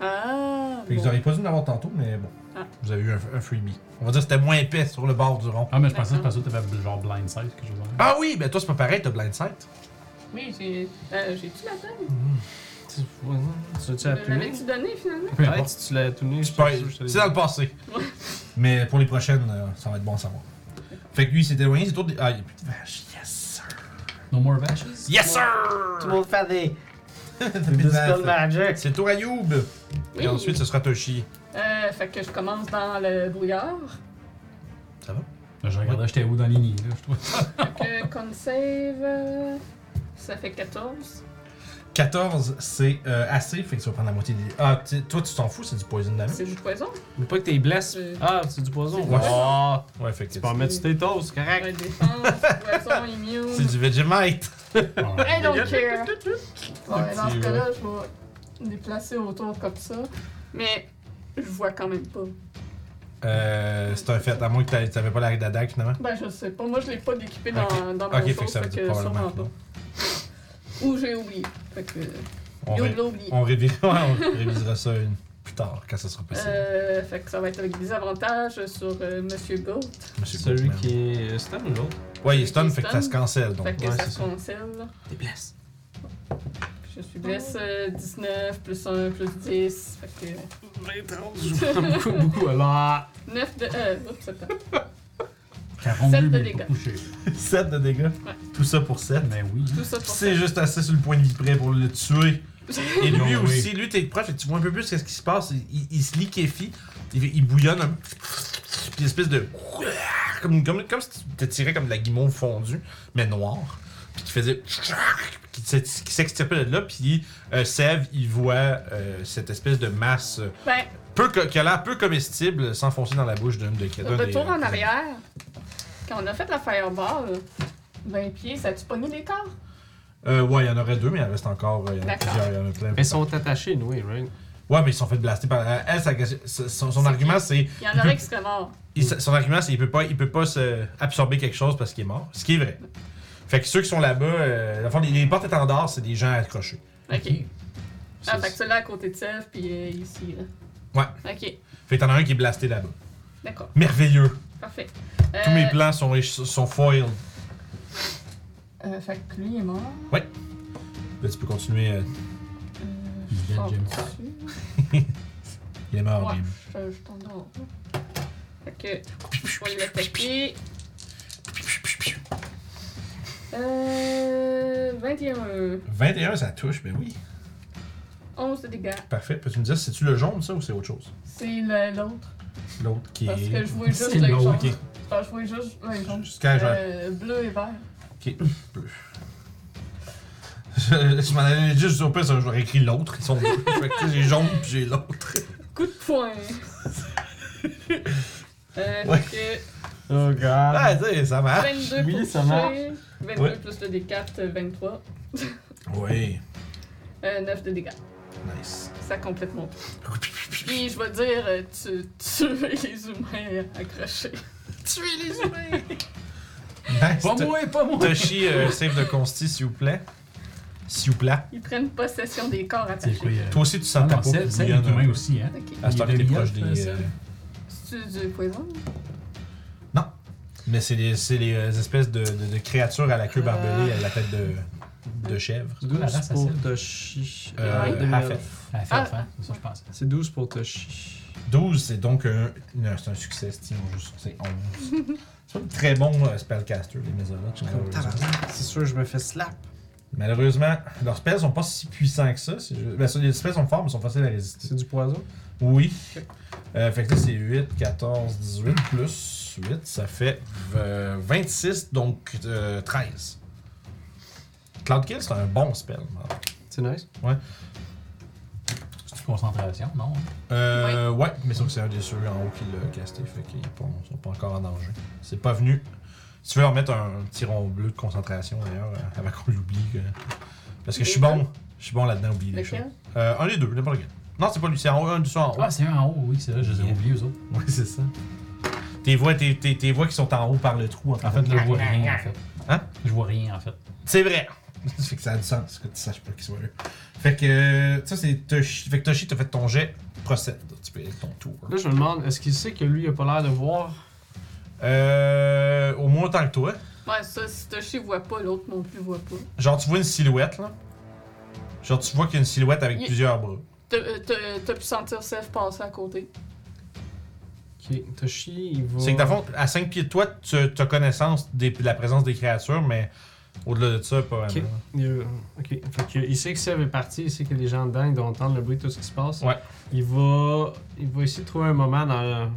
Speaker 4: Ah!
Speaker 2: Fait que
Speaker 4: bon.
Speaker 2: vous auriez pas dû en avoir tantôt, mais bon.
Speaker 4: Ah.
Speaker 2: Vous avez eu un, un freebie. On va dire que c'était moins épais sur le bord du rond.
Speaker 5: Ah, mais je pensais que parce que t'avais genre blind sight, quelque chose comme ça.
Speaker 2: Ah oui, ben toi c'est pas pareil, t'as blind sight.
Speaker 4: Oui, j'ai. Euh, J'ai-tu la table?
Speaker 3: Tu tu l'as-tu
Speaker 4: Je
Speaker 3: attuné?
Speaker 4: l'avais-tu donné finalement?
Speaker 5: Peu
Speaker 3: Peut-être
Speaker 5: importe.
Speaker 3: si tu l'as attuné,
Speaker 2: Tu
Speaker 3: je
Speaker 2: peux-
Speaker 3: suis sûr que je te l'ai
Speaker 2: C'est dans le passé.
Speaker 4: Ouais.
Speaker 2: mais pour les prochaines, euh, ça va être bon à savoir. Fait que lui il s'est éloigné, c'est autour des. Ah, il y a plus de vaches. Yes sir!
Speaker 5: No more vaches.
Speaker 2: Yes sir!
Speaker 3: Tout le monde fait des,
Speaker 2: T'as plus
Speaker 3: des
Speaker 2: de
Speaker 3: spell
Speaker 2: vaches.
Speaker 3: magic.
Speaker 2: C'est tour à Youb!
Speaker 4: Oui.
Speaker 2: Et ensuite ce sera Toshi.
Speaker 4: Euh, fait que je commence dans le brouillard.
Speaker 2: Ça va?
Speaker 5: Là, je regardais, j'étais où dans les nids, là, je trouve.
Speaker 4: Fait que con save. euh, Ça fait 14.
Speaker 2: 14, c'est euh, assez, fait que tu vas prendre la moitié des. Ah, tu- toi tu t'en fous, c'est du poison damage.
Speaker 4: C'est du poison?
Speaker 3: Mais pas que t'es blessé.
Speaker 4: Euh,
Speaker 3: Ah, c'est du poison.
Speaker 2: Ouais.
Speaker 3: Ah,
Speaker 2: Ouais, fait que
Speaker 3: tu peux en mettre sur tes toasts, c'est
Speaker 4: Ouais,
Speaker 3: correct.
Speaker 4: défense, poison, immune.
Speaker 2: c'est du Vegemite!
Speaker 5: Ah.
Speaker 4: I don't care. Ouais, dans ce
Speaker 2: Petit,
Speaker 4: cas-là, je vais me déplacer autour comme ça. Mais je vois quand même pas.
Speaker 2: Euh, c'est un fait, à moins que t'a- t'avais pas la dague finalement.
Speaker 4: Ben, je sais pas. Moi, je l'ai pas découpé dans, dans mon
Speaker 2: Ok, fait
Speaker 4: tour,
Speaker 2: que ça veut
Speaker 4: fait
Speaker 2: dire
Speaker 4: que
Speaker 2: probablement
Speaker 4: sûrement
Speaker 2: que non.
Speaker 4: pas. Ou j'ai oublié. Fait que.
Speaker 2: On,
Speaker 4: Yo,
Speaker 2: ré-
Speaker 4: je l'ai oublié.
Speaker 2: on révi- ouais, on révisera ça une- plus tard, quand ça sera possible.
Speaker 4: Euh, fait que ça va être avec des avantages sur euh, Monsieur Goat.
Speaker 2: Monsieur
Speaker 3: Celui
Speaker 2: Goldman.
Speaker 3: qui est euh, stun ou l'autre?
Speaker 2: Ouais, il est stun,
Speaker 4: Qui est
Speaker 2: fait que
Speaker 4: stun.
Speaker 2: ça se cancelle. Donc,
Speaker 4: Fait que
Speaker 2: ouais,
Speaker 4: ça
Speaker 2: c'est
Speaker 4: se
Speaker 2: ça.
Speaker 4: cancelle.
Speaker 3: T'es blessé.
Speaker 4: Je suis blesse euh, 19, plus 1, plus 10. Fait que.
Speaker 3: 20 je vois beaucoup, beaucoup. Alors,
Speaker 4: 9 de. Euh, oups, attends.
Speaker 5: 42
Speaker 4: Sept de
Speaker 5: mais
Speaker 4: dégâts.
Speaker 5: pas touché.
Speaker 2: 7 de dégâts. Tout ça pour 7.
Speaker 5: Ben oui.
Speaker 4: Tout ça pour
Speaker 2: C'est juste assez sur le point de vie près pour le tuer. Et
Speaker 5: Non,
Speaker 2: lui
Speaker 5: oui.
Speaker 2: aussi, lui, t'es proche, fait que tu vois un peu plus qu'est-ce qui se passe. Il, il- il se liquéfie, il, il bouillonne un peu. Puis une espèce de. Comme, comme, comme si tu te tirais comme de la guimauve fondue, mais noire. Puis qui faisait. Qui s'ex- qui s'extirpait de là. Puis euh, Sève, il voit euh, cette espèce de masse euh,
Speaker 4: Ben,
Speaker 2: peu, co- qui a l'air peu comestible s'enfoncer dans la bouche d'un de d'un des-
Speaker 4: retour en arrière. Quand on a fait la fireball, 20 pieds, ça a-tu pogné les corps?
Speaker 2: Euh, ouais, il y en aurait deux, mais il en reste encore. euh, Il y en a
Speaker 4: D'accord.
Speaker 2: plusieurs, il y en a plein.
Speaker 3: ils sont attachés, nous, eh, right?
Speaker 2: Ouais, mais ils se sont fait blaster par. Elle, sa- sa- son, son
Speaker 4: C'est
Speaker 2: argument,
Speaker 4: qui?
Speaker 2: c'est.
Speaker 4: Il y en aurait qui seraient morts.
Speaker 2: il- son argument, c'est qu'il peut pas, il peut pas se absorber quelque chose parce qu'il est mort. Ce qui est vrai. Fait que ceux qui sont là-bas, euh, dans le fond, les, les porte-étendards, c'est des gens accrochés.
Speaker 4: Ok.
Speaker 2: Ça,
Speaker 4: Ah, fait que
Speaker 2: c'est-
Speaker 4: celui-là à côté de Seth, puis euh, ici. Là.
Speaker 2: Ouais.
Speaker 4: Ok,
Speaker 2: Fait que t'en as un qui est blasté là-bas.
Speaker 4: d'accord.
Speaker 2: Merveilleux.
Speaker 4: Parfait.
Speaker 2: Tous
Speaker 4: Euh,
Speaker 2: mes plans sont, éch- sont foiled.
Speaker 4: euh, fait que lui est mort.
Speaker 2: Là, tu peux continuer. euh,
Speaker 4: Euh,
Speaker 5: Il
Speaker 4: je
Speaker 5: vient de
Speaker 4: sors
Speaker 5: James.
Speaker 4: dessus.
Speaker 2: il est mort,
Speaker 4: Ouais,
Speaker 2: Jim.
Speaker 4: je, je t'endors. Fait que, je vais l'attaquer. Euh, 21.
Speaker 2: 21, ça touche, ben oui.
Speaker 4: 11 de dégâts.
Speaker 2: Parfait. Peux-tu me dire, c'est-tu le jaune, ça, ou c'est autre chose?
Speaker 4: C'est le- l'autre.
Speaker 2: L'autre qui
Speaker 4: Parce
Speaker 2: est.
Speaker 4: que je vois juste
Speaker 5: C'est
Speaker 4: le jaune.
Speaker 5: l'autre.
Speaker 4: Enfin, je vois juste le jaune.
Speaker 2: Jusqu'à genre,
Speaker 4: Euh, bleu et vert.
Speaker 2: Ok, bleu. Je, je m'en allais juste au pire, ça, j'aurais écrit l'autre. Ils sont deux. Fait que, tu sais, j'ai jaune puis j'ai l'autre.
Speaker 4: Coup de poing. euh,
Speaker 2: Ouais.
Speaker 4: fait
Speaker 3: Oh god.
Speaker 2: Ah, tu sais, ça
Speaker 4: que
Speaker 2: marche.
Speaker 4: 22 pour
Speaker 3: oui, ça
Speaker 4: toucher, 22
Speaker 2: Ouais.
Speaker 4: plus le D4, euh, 23.
Speaker 2: Oui,
Speaker 4: Euh, 9 de dégâts.
Speaker 2: nice.
Speaker 4: Ça complète mon tour. Puis je vais dire, euh, tu tuer les humains accrochés.
Speaker 2: Tuer les humains! Nice.
Speaker 5: Pas moi, pas moi!
Speaker 2: Toshi, euh, save de consti, s'il vous plaît. S'il vous plaît.
Speaker 4: Ils prennent possession des corps
Speaker 5: C'est quoi,
Speaker 4: attachés.
Speaker 5: il y a-
Speaker 2: Toi aussi, tu sens
Speaker 5: Ah
Speaker 2: ta
Speaker 5: non,
Speaker 2: peau
Speaker 5: c'est c'est
Speaker 2: qui
Speaker 5: un humain
Speaker 2: bouillonne.
Speaker 5: aussi, hein?
Speaker 4: Ok.
Speaker 2: À ce temps
Speaker 5: Il
Speaker 2: Ah, t'es
Speaker 5: est
Speaker 2: proche
Speaker 5: demi-elfe,
Speaker 2: des.
Speaker 5: ça.
Speaker 2: euh,
Speaker 4: C'est du poison?
Speaker 2: Mais c'est les, c'est les euh, espèces de, de- de créatures à la queue barbelée, à la tête de, de chèvre.
Speaker 5: C'est quoi la
Speaker 3: 12
Speaker 5: race à
Speaker 3: pour
Speaker 5: Seb?
Speaker 3: Toshi.
Speaker 2: Euh,
Speaker 3: Ouais.
Speaker 2: half elf.
Speaker 5: Ah, fait,
Speaker 4: Ah,
Speaker 5: enfin,
Speaker 4: ah,
Speaker 5: c'est ça, je pense.
Speaker 3: C'est 12 pour Toshi.
Speaker 2: 12, c'est donc un. Non, c'est un succès, Steam, juste. C'est 11. c'est pas un très bon euh, spellcaster, les Mesolotes. Malheureusement.
Speaker 3: C'est sûr, je me fais slap.
Speaker 2: Malheureusement, leurs spells sont pas si puissants que ça. c'est juste- Ben, ça, les spells sont forts, mais sont faciles à résister.
Speaker 3: C'est du poison.
Speaker 2: Oui.
Speaker 3: Ok.
Speaker 2: Euh, fait que là, c'est 8, 14, 18, plus 8, ça fait euh, 26, donc euh, 13. Cloud Kill, c'est un bon spell.
Speaker 3: C'est nice.
Speaker 5: C'est une concentration, non?
Speaker 2: Euh, ouais. mais sauf que c'est un des ceux en haut qui l'a casté, fait qu'ils pas- sont pas encore en danger. C'est pas venu. Si tu veux leur mettre un petit rond bleu de concentration d'ailleurs, euh, avant qu'on l'oublie. que- Parce que je suis bon. Je suis bon là-dedans, oublier les choses.
Speaker 4: Lequel?
Speaker 2: Euh, un des deux, n'importe lequel. Non, c'est pas lui, c'est en haut, un du son en haut.
Speaker 5: Ah, c'est un en haut, oui, c'est vrai, je les ai
Speaker 2: Yeah.
Speaker 5: oubliés, eux autres.
Speaker 2: Ouais, c'est ça. Tes voix, tes, tes, tes voix qui sont en haut par le trou. En
Speaker 5: En
Speaker 2: train
Speaker 5: fait,
Speaker 2: de-
Speaker 5: là, je vois rien, en fait.
Speaker 2: Hein?
Speaker 5: Je vois rien, en fait.
Speaker 2: C'est vrai. Ça fait que ça a du sens que tu saches pas qu'ils soient eux. Fait que euh, ça, c'est Toshi. Fait que Toshi, t'as fait ton jet. Procède. Tu peux ton tour. hein.
Speaker 3: Là, je me demande, est-ce qu'il sait que lui, il a pas l'air de voir
Speaker 2: Euh, au moins autant que toi.
Speaker 4: Ouais, ça, si Toshi voit pas, l'autre non plus voit pas.
Speaker 2: Genre, tu vois une silhouette, là. Genre, tu vois qu'il y a une silhouette avec
Speaker 4: Il-
Speaker 2: plusieurs bras.
Speaker 4: T'as- euh, T'as t'as pu sentir Seth passer à côté.
Speaker 3: Ok, Toshi, il va.
Speaker 2: C'est que, dans le fond, à 5 pieds de toi, tu as connaissance des- de la présence des créatures, mais au-delà de ça, pas vraiment.
Speaker 3: Ok. Il, euh, ok. Fait que, il sait que Seb est parti, il sait que les gens dedans, ils doivent entendre le bruit de tout ce qui se passe.
Speaker 2: Ouais.
Speaker 3: Il va, il va essayer de trouver un moment dans le-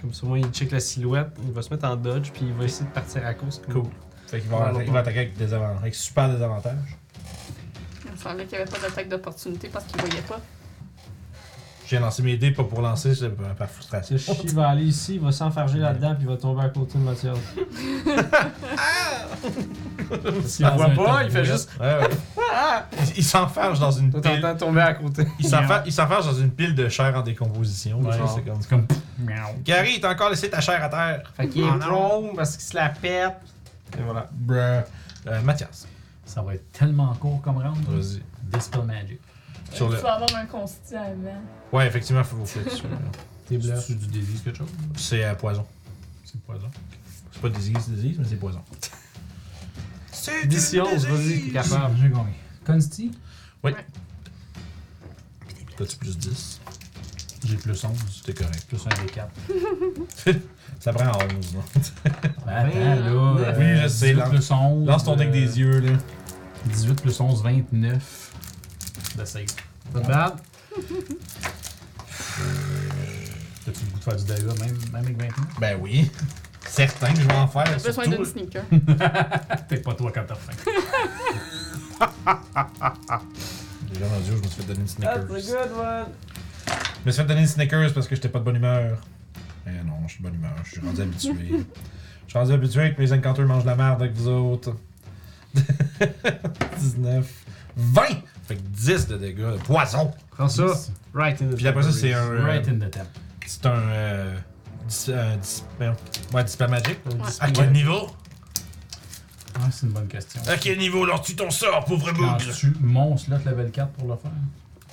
Speaker 3: Comme ça, moi, il check la silhouette, il va se mettre en dodge, puis il va essayer de partir à cause.
Speaker 2: Cool. Fait qu'il va,
Speaker 3: Ouais,
Speaker 2: il va attaquer avec, des avan- avec super désavantage.
Speaker 4: Il me semblait qu'il n'y avait pas d'attaque d'opportunité parce qu'il voyait pas.
Speaker 2: J'ai lancé mes dés, pas pour lancer, c'est par par frustration.
Speaker 3: Toshi va aller ici, il va s'enfarger là-dedans, puis il va tomber à côté de Mathias.
Speaker 5: Parce
Speaker 3: Il voit pas, il fait juste.
Speaker 2: Ouais, ouais. Il- Il s'enfarge dans une
Speaker 3: Toi,
Speaker 2: pile.
Speaker 3: t'entends tomber à côté.
Speaker 2: Il s'enfa- il s'enfarge dans une pile de chair en décomposition.
Speaker 5: Ouais,
Speaker 2: tu sais, c'est comme...
Speaker 5: c'est comme. Miaou.
Speaker 2: Gary, t'as encore laissé ta chair à terre.
Speaker 3: Fait qu'il
Speaker 2: Oh
Speaker 3: est
Speaker 2: non.
Speaker 3: prone parce qu'il se la pète. Et voilà.
Speaker 2: Bruh. Euh, Mathias,
Speaker 5: Ça va être tellement court comme round.
Speaker 2: vas-y.
Speaker 5: Dispel Magic.
Speaker 2: Sur
Speaker 4: Euh,
Speaker 2: le-
Speaker 4: Tu vas avoir un consti avant.
Speaker 2: Ouais, effectivement, faut vous faire dessus.
Speaker 3: T'es bluff.
Speaker 5: C'est du disease quelque chose?
Speaker 2: C'est euh, poison.
Speaker 5: C'est poison.
Speaker 2: C'est pas disease, disease, mais c'est poison. C'est
Speaker 3: Dis si onze, vas-y, t'es capable.
Speaker 5: J'ai gagné. Consti,
Speaker 2: T'as-tu plus 10?
Speaker 5: j'ai plus 11.
Speaker 2: T'es correct.
Speaker 5: Plus 1 des 4.
Speaker 2: Ça prend 11, non?
Speaker 5: Ben, Attends,
Speaker 3: Oui,
Speaker 5: là. euh,
Speaker 2: je sais,
Speaker 5: 18
Speaker 2: lance-
Speaker 5: plus 11.
Speaker 2: Lance ton deck
Speaker 5: euh,
Speaker 2: des yeux, là.
Speaker 5: 18 plus 11, 29 de save. Euh,
Speaker 3: Not bad.
Speaker 5: T'as-tu le goût de faire du DAE même, même avec 29?
Speaker 2: Ben oui. Certain que je vais en faire.
Speaker 4: T'as besoin
Speaker 2: surtout-
Speaker 4: d'une sneaker.
Speaker 5: Peut-être pas toi quand t'as faim.
Speaker 2: Déjà, mon Dieu, je me suis fait donner une Snickers.
Speaker 3: That's a good one.
Speaker 2: Je me suis fait donner une Snickers parce que j'étais pas de bonne humeur. Eh non, je suis de bonne humeur, je suis rendu habitué. Je suis rendu habitué que mes encanteurs mangent de la merde avec vous autres. 19. 20! Fait que 10 de dégâts de poison.
Speaker 3: Prends ça.
Speaker 5: Yes.
Speaker 3: Right in the
Speaker 2: Puis après ça,
Speaker 3: temporary.
Speaker 2: c'est un. euh,
Speaker 5: Right in the temple.
Speaker 2: C'est un. Euh, dis- un dis- merde. ouais, dispel magique.
Speaker 3: Un
Speaker 4: Ouais.
Speaker 3: dis-
Speaker 2: À quel niveau
Speaker 5: Ah, c'est une bonne question.
Speaker 2: À quel niveau lors-tu ton sort,
Speaker 3: Ah,
Speaker 2: pauvre
Speaker 5: Quand
Speaker 2: boucle
Speaker 5: tu mon slot level 4 pour le faire?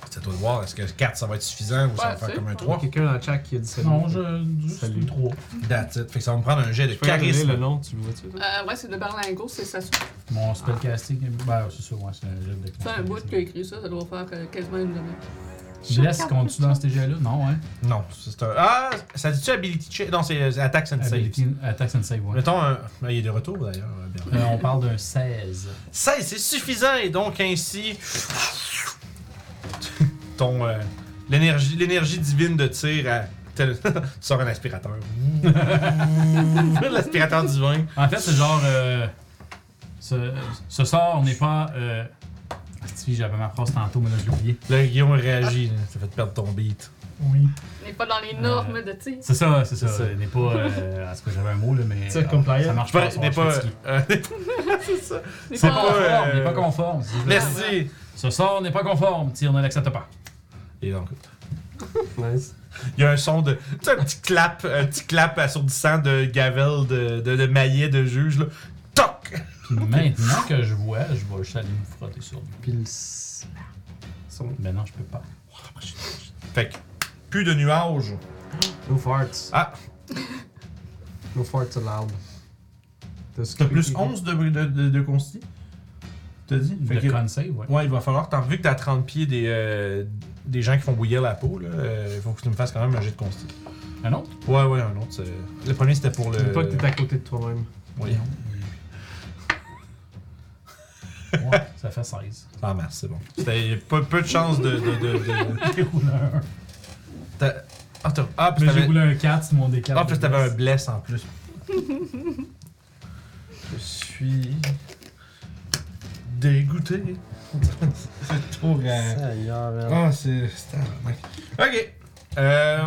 Speaker 2: C'est à toi de voir, est-ce que 4 ça va être suffisant ou ça va
Speaker 4: Ouais,
Speaker 2: faire
Speaker 4: c'est-
Speaker 2: comme un
Speaker 4: ouais.
Speaker 3: Il y a
Speaker 2: 3
Speaker 3: quelqu'un dans le chat qui a dit salut.
Speaker 5: Non, je. Juste
Speaker 3: Salut.
Speaker 5: 3.
Speaker 2: That's it. Fait que ça va me prendre un jet de
Speaker 3: Je peux regarder
Speaker 2: charisme.
Speaker 3: le nom, tu le vois-tu? toi?
Speaker 4: Euh, ouais, c'est de Berlingo, c'est ça. C'est
Speaker 5: Mon spellcasting. est- Ben, c'est ça, ouais, c'est un jeu de.
Speaker 4: un bout qui a écrit ça, ça doit faire euh, quasiment une demi.
Speaker 5: Bless compte-tu dans ces jets-là? Non, hein?
Speaker 2: Non, c'est un. Ah Ça dit-tu Ability Check Non, c'est euh, Attack and Save.
Speaker 5: Ability, attack and save, ouais.
Speaker 2: Mettons un. Ah, il est de retour d'ailleurs, euh, Bernard.
Speaker 5: Euh, on parle d'un 16.
Speaker 2: 16, c'est suffisant et donc ainsi. Ton. euh, l'énergie, l'énergie divine de tir à. tel- sort un aspirateur. L'aspirateur divin.
Speaker 5: En fait, c'est genre. euh, ce, ce sort n'est pas. Euh, Asti, j'avais ma phrase tantôt, mais là, j'ai oublié.
Speaker 2: Là, Guillaume réagit. là. Ça fait perdre ton beat.
Speaker 5: Oui.
Speaker 4: On n'est pas dans les normes de tir.
Speaker 5: C'est ça, c'est ça.
Speaker 2: C'est ça.
Speaker 5: Il n'est pas. Euh, en tout cas, j'avais un mot, là, mais.
Speaker 3: C'est compliant.
Speaker 5: Ça marche
Speaker 2: Je
Speaker 5: pas.
Speaker 2: pense
Speaker 5: ça
Speaker 2: n'est
Speaker 5: marche
Speaker 2: pas.
Speaker 5: pas.
Speaker 2: euh,
Speaker 4: Mais
Speaker 2: c'est
Speaker 4: pas-
Speaker 2: pas, euh,
Speaker 5: Conforme, Il n'est pas conforme. c'est ça.
Speaker 2: merci.
Speaker 5: Ce sort n'est pas conforme. Tire ne l'accepte pas.
Speaker 2: Et donc,
Speaker 3: Nice.
Speaker 2: il y a un son de. Tu sais, un petit clap, un petit clap assourdissant de Gavel, de, de, de maillet de juge, là. Toc!
Speaker 5: Puis maintenant que je vois, je vais juste aller me frotter sur lui.
Speaker 3: Puis le. s- Son.
Speaker 5: Ben non, je peux pas.
Speaker 2: Fait que, plus de nuages.
Speaker 3: No farts.
Speaker 2: Ah,
Speaker 3: No farts allowed.
Speaker 2: T'as plus 11 de, de, de, de consti. T'as dit? Fait
Speaker 5: Le
Speaker 2: que-
Speaker 5: con save, ouais.
Speaker 2: ouais, il va falloir, t'as vu que t'as 30 pieds des, euh, des gens qui font bouillir la peau, là, euh, il faut que tu me fasses quand même un jet de consti. Ah
Speaker 5: Un autre?
Speaker 2: Ouais, ouais, un autre. c'est- Le premier c'était pour le.
Speaker 3: Dis pas que t'es à côté de toi-même.
Speaker 2: Oui.
Speaker 5: Ouais, ça fait 16.
Speaker 2: Ah, merci, c'est bon. C'était peu, peu de chance de. de, de, de-
Speaker 5: J'ai roulé un.
Speaker 2: Ah, t'as- Ah, t'as- ah, puis
Speaker 5: Mais j'ai
Speaker 2: t'avais-
Speaker 5: roulé un 4, c'est mon D4.
Speaker 2: ah, puis t'avais un bless en plus. Je suis. dégoûté. c'est trop rare.
Speaker 3: ailleurs,
Speaker 2: Ah, c'est. c'est un- Ok. Euh.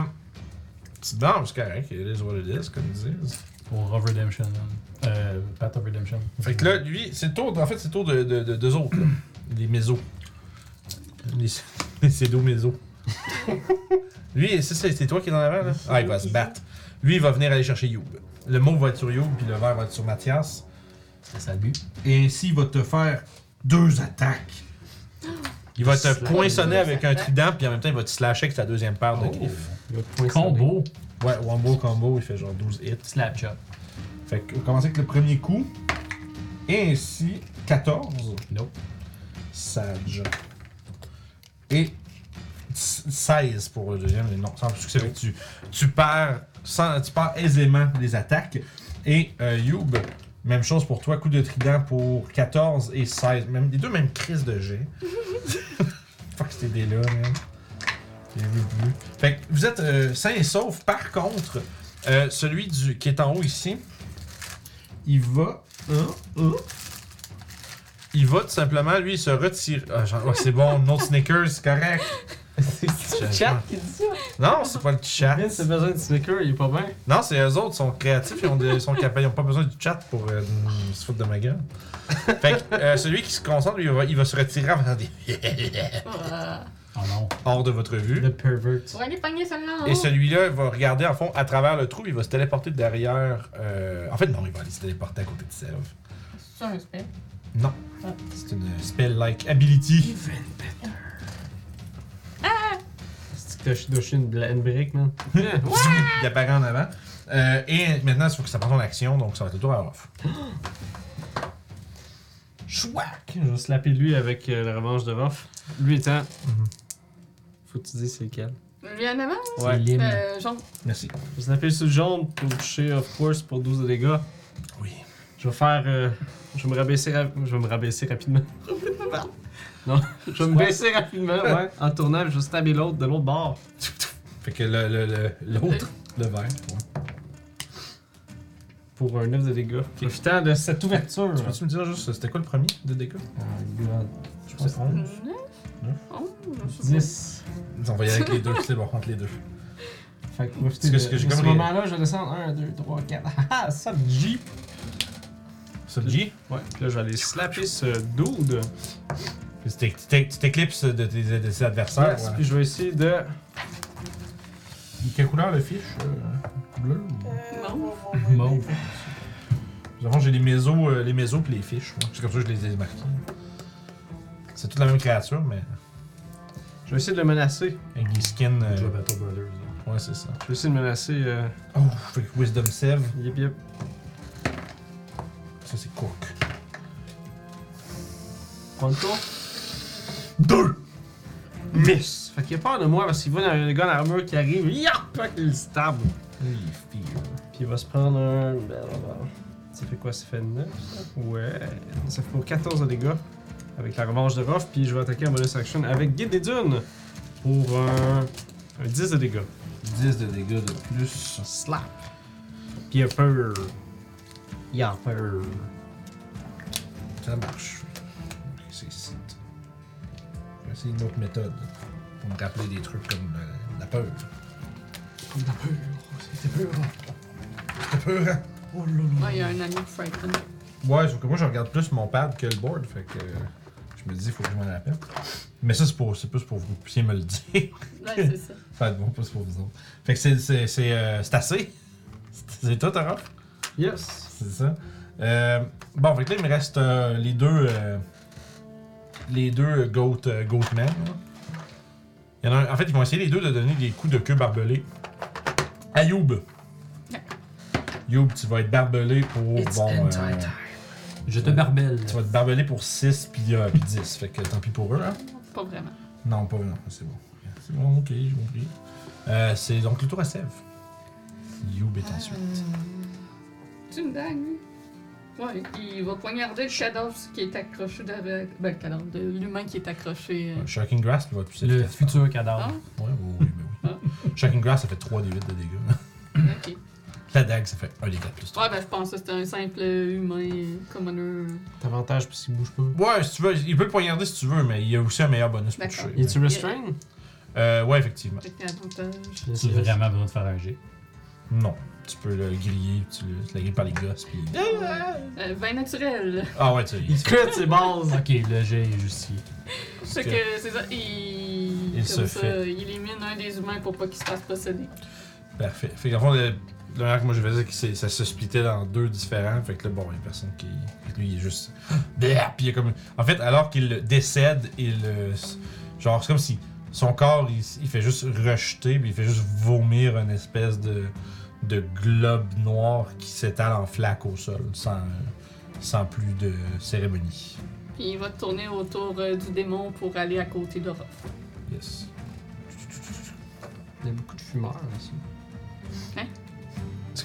Speaker 2: C'est bon, c'est correct. It is what it is, comme ils disent.
Speaker 5: Pour Of Redemption. là. Euh, Path of Redemption.
Speaker 2: Fait que là, lui, c'est le tour. En fait, c'est le tour de, de, de deux autres, là. Les mésos. Les, les cédos mésos. lui, c'est ça, c'est toi qui es en avant, là. Ah, il va se battre. Lui, il va venir aller chercher Youb. Le mot va être sur Youb, puis le vert va être sur Mathias.
Speaker 5: C'est ça le but.
Speaker 2: Et ainsi, il va te faire deux attaques. Il va te poinçonner avec un trident, puis en même temps, il va te slasher avec sa deuxième paire de griffes.
Speaker 5: Combo.
Speaker 2: Ouais, Wombo combo, il fait genre 12 hits.
Speaker 5: Slap shot.
Speaker 2: Fait que, on commence avec le premier coup. Et ainsi, 14.
Speaker 5: Nope.
Speaker 2: Sage. Et 16 pour le deuxième. mais Non, sans succès. Fait que tu, tu, perds sans, tu perds aisément les attaques. Et euh, Youb, même chose pour toi. Coup de trident pour 14 et 16. Même, les deux mêmes crises de jet. Fuck, c'était des là, man. J'ai vu plus. Fait que vous êtes euh, sains et saufs. Par contre, euh, celui du, qui est en haut ici, il va. hein, hein, il va tout simplement, lui, il se retire. Ah, genre, ouais, c'est bon, non sneakers, c'est correct.
Speaker 3: C'est le chat qui dit ça.
Speaker 2: Non, c'est pas le chat.
Speaker 3: Vince a besoin de sneaker, il est pas bien.
Speaker 2: Non, c'est eux autres, ils sont créatifs, ils, ont des- ils sont capables, ils ont pas besoin du chat pour euh, se foutre de ma gueule. Fait que euh, celui qui se concentre, lui, il va, il va se retirer en faisant des
Speaker 4: Euh,
Speaker 5: Oh non.
Speaker 2: hors de votre vue.
Speaker 3: Le pervert.
Speaker 4: tu vas aller pogner celle-là.
Speaker 2: Et
Speaker 3: Oh.
Speaker 4: hein?
Speaker 2: celui-là il va regarder en fond à travers le trou, il va se téléporter derrière. euh, En fait, non, il va aller se téléporter à côté de Sèvres.
Speaker 4: C'est un spell.
Speaker 2: Non,
Speaker 3: Ah.
Speaker 2: c'est une spell-like ability.
Speaker 3: C'est que t'as chidoché une, bla- une brique, man.
Speaker 2: il apparaît en avant. Euh, et maintenant, il faut que ça prenne en action, donc ça va être le tour à off.
Speaker 3: Chouac! Je vais slapper lui avec euh, la revanche de Ruff. Lui étant.
Speaker 2: Mm-hmm.
Speaker 3: Faut que tu dises c'est lequel.
Speaker 4: Lui en avant,
Speaker 5: C'est lime.
Speaker 4: euh, genre,
Speaker 2: Merci.
Speaker 3: Je vais slapper sur le jaune pour toucher, of course, pour 12 de dégâts.
Speaker 2: Oui.
Speaker 3: Je vais faire. euh, je vais me rabaisser, ra- je vais me rabaisser rapidement. non, je vais me baisser rapidement, ouais. En tournant, je vais stabber l'autre de l'autre bord.
Speaker 2: Fait que l'autre, le, le, l'autre, le vert. ouais.
Speaker 3: Pour un 9 de dégâts. Profitant de cette ouverture.
Speaker 2: Tu peux-tu me dire juste, c'était quoi le premier de dégâts
Speaker 3: Oh god.
Speaker 2: Je pense que c'est 11.
Speaker 4: oh, je sais
Speaker 3: 10.
Speaker 2: On va y aller avec les deux, c'est bon, entre les deux.
Speaker 3: Fait que profitez
Speaker 2: Parce que ce que
Speaker 3: de
Speaker 2: j'ai
Speaker 3: de ce
Speaker 2: compris-
Speaker 3: moment-là, je vais descendre 1, 2, 3, 4. Ah, ça me G.
Speaker 2: Ça, le G
Speaker 3: Ouais, puis là, je vais aller slapper ce dude.
Speaker 2: Tu t'é- tu t'é- tu t'éclipses de tes, de tes adversaires.
Speaker 3: Yes,
Speaker 2: ouais.
Speaker 3: Puis je vais essayer de.
Speaker 2: Quelle couleur le fiche Euh, Bleu ou-
Speaker 5: Mauve.
Speaker 2: Nous avons, j'ai les mésos, euh, les mésos puis les fiches. moi. C'est comme ça que je les ai marqués. C'est toute la même créature, mais
Speaker 3: Je vais essayer de le menacer.
Speaker 2: avec des skins. euh,
Speaker 5: Joe Battle Brothers.
Speaker 2: ouais, c'est ça.
Speaker 3: Je vais essayer de menacer. Euh...
Speaker 2: Oh, fait que Wisdom Save,
Speaker 3: Yep, yep.
Speaker 2: ça c'est Cook.
Speaker 3: Prends le tour.
Speaker 2: Deux!
Speaker 3: Miss! Fait qu'il a peur de moi parce qu'il voit un gars en armure qui arrive. Yap! Fait qu'il le stab. Puis il va se prendre un. blablabla. Ça fait quoi? Ça fait 9? Ouais. Ça fait pour 14 de dégâts avec la revanche de Ruff. Puis je vais attaquer en bonus action avec Guide des Dunes pour un, un 10 de dégâts.
Speaker 2: 10 de dégâts de plus.
Speaker 3: Slap! Puis il a peur. Il a peur.
Speaker 2: Ça marche. C'est ici. Je vais essayer une autre méthode pour me rappeler des trucs comme euh, la peur.
Speaker 1: Comme t'as peur. C'était peur.
Speaker 2: La peur, hein?
Speaker 1: Oh là là.
Speaker 4: Ah, il y a un ami Frightened.
Speaker 2: Ouais, sauf que moi je regarde plus mon pad que le board, fait que euh, je me dis, faut que je m'en rappelle. Mais ça, c'est pour- c'est plus pour que vous puissiez me le dire.
Speaker 4: Ouais, c'est ça.
Speaker 2: Fait de bon, pas pour vous autres. Fait que c'est, c'est, c'est, euh, c'est assez. C'est c'est tout, Tara.
Speaker 3: Yes!
Speaker 2: C'est ça. Euh, bon, fait que là, il me reste euh, les deux. euh, les deux goat, euh, Goatmen. là. Il y en, a un- en fait, ils vont essayer les deux de donner des coups de queue barbelés à Youb. Youb, tu vas être barbelé pour.
Speaker 1: It's
Speaker 2: bon, euh,
Speaker 1: anti-time.
Speaker 5: Je te barbelle.
Speaker 2: tu vas être barbelé pour 6 puis euh, puis 10. Fait que tant pis pour eux, hein.
Speaker 4: Pas vraiment.
Speaker 2: Non, pas non, c'est bon. C'est bon, ok, j'ai compris. Euh, c'est donc le tour à Sèvres. Youb est ensuite.
Speaker 4: Euh. C'est une dingue, lui. Ouais, il va poignarder le Shadow qui est accroché derrière. Ben, le cadavre de l'humain qui est accroché. euh.
Speaker 2: Euh, Shocking Grass, il va plus
Speaker 5: Le
Speaker 2: efficace.
Speaker 5: futur cadavre.
Speaker 4: Ah,
Speaker 2: Ouais, ouais, oui, ben oui. Shocking Grass, ça fait 3 d 8 de dégâts.
Speaker 4: ok.
Speaker 2: La dague, ça fait 1 d 4 plus 3.
Speaker 4: Ouais, ben, je pense que c'est un simple humain euh, commoner.
Speaker 3: T'as avantage parce qu'il bouge pas.
Speaker 2: Ouais, si tu veux, il peut le poignarder si tu veux, mais il y a aussi un meilleur bonus pour
Speaker 4: D'accord.
Speaker 2: toucher.
Speaker 3: Y tu restrain?
Speaker 2: Euh, ouais, effectivement.
Speaker 4: Fait qu'il y a avantage.
Speaker 5: Tu as vraiment besoin de faire un jet.
Speaker 2: Non. Tu peux le griller, tu le, tu le grilles par les gosses, puis.
Speaker 4: Euh, 20 naturel.
Speaker 2: Ah ouais, tu il,
Speaker 3: Il
Speaker 2: se-
Speaker 3: cut ses bases!
Speaker 5: Ok, le jet est justifié.
Speaker 4: Fait que c'est ça, il.
Speaker 2: Il
Speaker 4: comme
Speaker 2: se
Speaker 4: ça,
Speaker 2: fait.
Speaker 4: Il élimine un des humains pour pas qu'il se fasse posséder.
Speaker 2: Parfait. Fait qu'en fond, le, la manière que moi je faisais, c'est que c'est- ça se splitait dans deux différents. Fait que là, bon, il y a personne qui. fait que lui, il est juste. Blah! Puis il y a comme. En fait, alors qu'il décède, il. euh, s- Genre, c'est comme si son corps, il, s- il fait juste rejeter, puis il fait juste vomir une espèce de, de globe noir qui s'étale en flaque au sol, sans, sans plus de cérémonie.
Speaker 4: Puis il va tourner autour euh, du démon pour aller à côté de Ruff.
Speaker 2: Yes.
Speaker 3: Il y a beaucoup de fumeurs ici.
Speaker 4: Hein?
Speaker 2: C'est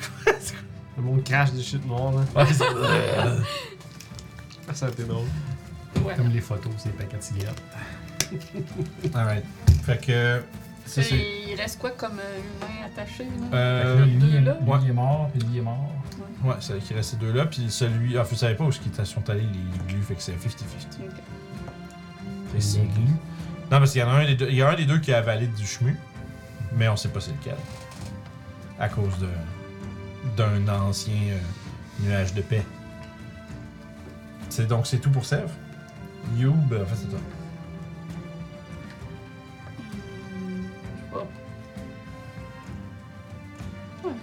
Speaker 3: Le monde crache des chutes noires, là.
Speaker 2: Ouais, c'est-
Speaker 3: Ah, ça a été drôle.
Speaker 4: Ouais.
Speaker 5: Comme les photos, c'est les paquets de cigarettes.
Speaker 2: Alright. Fait que. ça,
Speaker 4: Puis
Speaker 2: c'est.
Speaker 4: il reste quoi comme euh, humain attaché, là?
Speaker 5: Fait que
Speaker 2: Euh,
Speaker 5: là, lui,
Speaker 4: deux, là?
Speaker 5: lui, il est mort, puis lui, il est mort.
Speaker 2: Ouais, c'est qu'il restait deux là, puis celui. Ah, vous savez pas où ils sont allés les glues, fait que c'est 50-50.
Speaker 4: Ok.
Speaker 2: Fait que c'est les glues. Non, parce qu'il y en a un des deux, il y a un des deux qui a avalé du chemu, mais on sait pas c'est lequel. À cause de d'un ancien euh, nuage de paix. C'est donc c'est tout pour Sev. Youb, en fait c'est toi.
Speaker 4: Hmm, je vais- Ouais.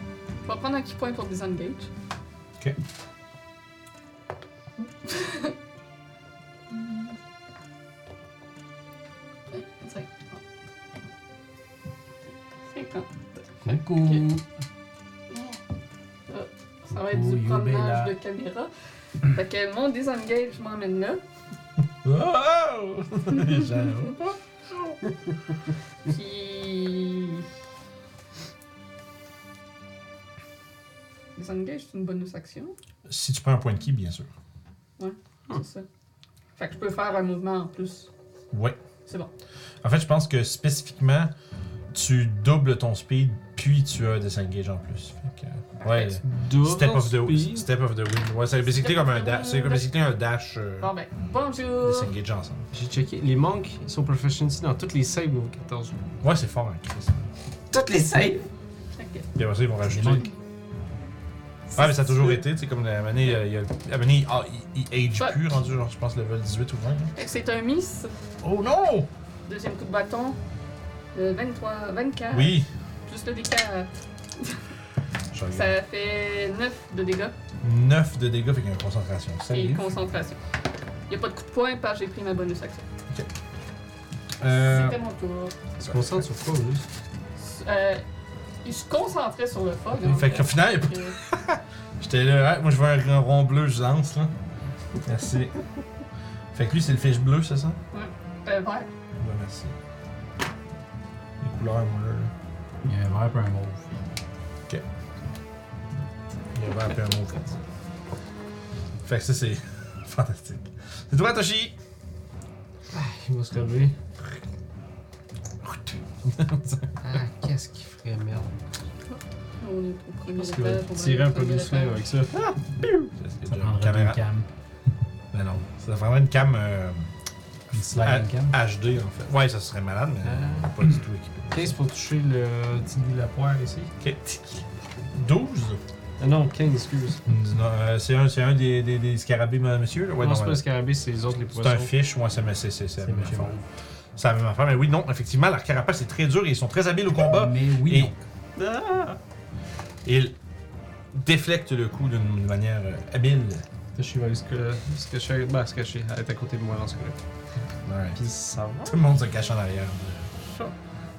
Speaker 4: Je vais prendre un key point pour disengage.
Speaker 2: Ok.
Speaker 4: Hmm. Cinq- Cinquante.
Speaker 5: Coucou!
Speaker 4: Ça va être
Speaker 5: Coucou,
Speaker 4: du promenage
Speaker 5: Yubella.
Speaker 4: de caméra. Fait que mon disengage m'emmène là.
Speaker 2: Oh! Les gens, oh.
Speaker 4: Puis. Disengage, c'est une bonus action.
Speaker 2: si tu prends un point de ki, bien sûr.
Speaker 4: C'est ça. Fait que je peux faire un mouvement en plus.
Speaker 2: Ouais.
Speaker 4: C'est bon.
Speaker 2: En fait, je pense que spécifiquement, tu doubles ton speed, puis tu as des engage en plus. Fait que,
Speaker 3: Euh,
Speaker 2: ouais. Step of the
Speaker 3: speed.
Speaker 2: Step of the Wind. Ouais, c'est basically comme un dash. C'est comme basically un dash euh,
Speaker 4: Bon ben, bonjour!
Speaker 2: disengage ensemble.
Speaker 3: J'ai checké. Les monks ils sont proficiency dans toutes les saves niveau 14.
Speaker 2: Ouais, c'est fort, hein, Chris.
Speaker 3: Toutes les saves?
Speaker 4: Ok.
Speaker 2: Puis après ça, ils vont
Speaker 5: C'est
Speaker 2: rajouter.
Speaker 5: des monks.
Speaker 2: Ouais, mais ça a toujours été, tu sais, comme la manée, euh, il y a- la manée, il, ah, il- il age
Speaker 4: Ouais.
Speaker 2: plus, rendu, genre, je pense, level 18 ou hein. 20. là.
Speaker 4: Fait que C'est un miss.
Speaker 2: Oh non!
Speaker 4: Deuxième coup de bâton. Le 23, 24.
Speaker 2: Oui,
Speaker 4: Plus le D4.
Speaker 2: je regarde.
Speaker 4: Ça fait 9 de dégâts
Speaker 2: 9 de dégâts, fait qu'il y a une concentration.
Speaker 4: et
Speaker 2: Save.
Speaker 4: concentration. Il a pas de coup de poing parce que j'ai pris ma bonus action.
Speaker 2: Euh,
Speaker 4: C'était mon tour.
Speaker 3: Tu te concentres sur quoi, juste?
Speaker 4: Euh, il se concentrait sur le fog.
Speaker 2: Fait qu'au final, il y a pas-
Speaker 4: Euh,
Speaker 2: J'étais là, ouais, moi je veux un, un rond bleu, je lance là. Merci. Fait que lui c'est le fiche bleu, c'est ça?
Speaker 4: euh, vert.
Speaker 2: Ouais, merci. Les couleurs, moi là. là.
Speaker 5: Il y a un vert et un mauve.
Speaker 2: Il y a vert puis un mot. Fait que ça c'est fantastique. C'est toi, Toshi!
Speaker 3: Il va se relever.
Speaker 2: T'as
Speaker 3: Ah, qu'est-ce qu'il ferait, merde?
Speaker 4: On est au premier
Speaker 3: Parce qu'il va
Speaker 4: étage, on va
Speaker 3: tirer
Speaker 4: aller
Speaker 3: un
Speaker 4: au
Speaker 3: peu
Speaker 4: premier
Speaker 3: doucement
Speaker 4: étage.
Speaker 3: avec ça.
Speaker 5: Ça
Speaker 2: déjà une
Speaker 5: prendrait une
Speaker 2: caméra.
Speaker 5: cam.
Speaker 2: Mais non, ça prendrait une cam euh,
Speaker 5: Une
Speaker 2: Ah.
Speaker 5: sliding cam. Euh,
Speaker 2: à- HD en fait. Ouais, ça serait malade, mais
Speaker 3: Ah.
Speaker 2: pas du tout équipé.
Speaker 3: 15 pour toucher le Tigui la poire ici.
Speaker 2: Ok. 12?
Speaker 3: Ah non, 15, excuse.
Speaker 2: Non, euh, c'est un, c'est un des, des, des scarabées, monsieur? là? Ouais,
Speaker 3: Mm. non,
Speaker 2: non,
Speaker 3: c'est pas
Speaker 2: ouais.
Speaker 3: le scarabée, c'est les autres, les
Speaker 2: C'est un
Speaker 3: poissons.
Speaker 2: fiche, moi, c'est c'est- c'est- c'est la
Speaker 5: C'est
Speaker 2: même
Speaker 5: monsieur
Speaker 2: affaire.
Speaker 5: Mauve.
Speaker 2: C'est la même affaire, mais oui, non, effectivement, leur carapace est très dur et ils sont très habiles au combat.
Speaker 5: Mais oui,
Speaker 2: Bah. Et Ah!
Speaker 5: non.
Speaker 2: ils déflectent le coup d'une manière euh, habile.
Speaker 3: Toshi va aller se que- se cacher. Bah, se cacher. Elle est à côté de moi dans ce cas-là. Puis ça va.
Speaker 2: Tout le monde se cache en arrière.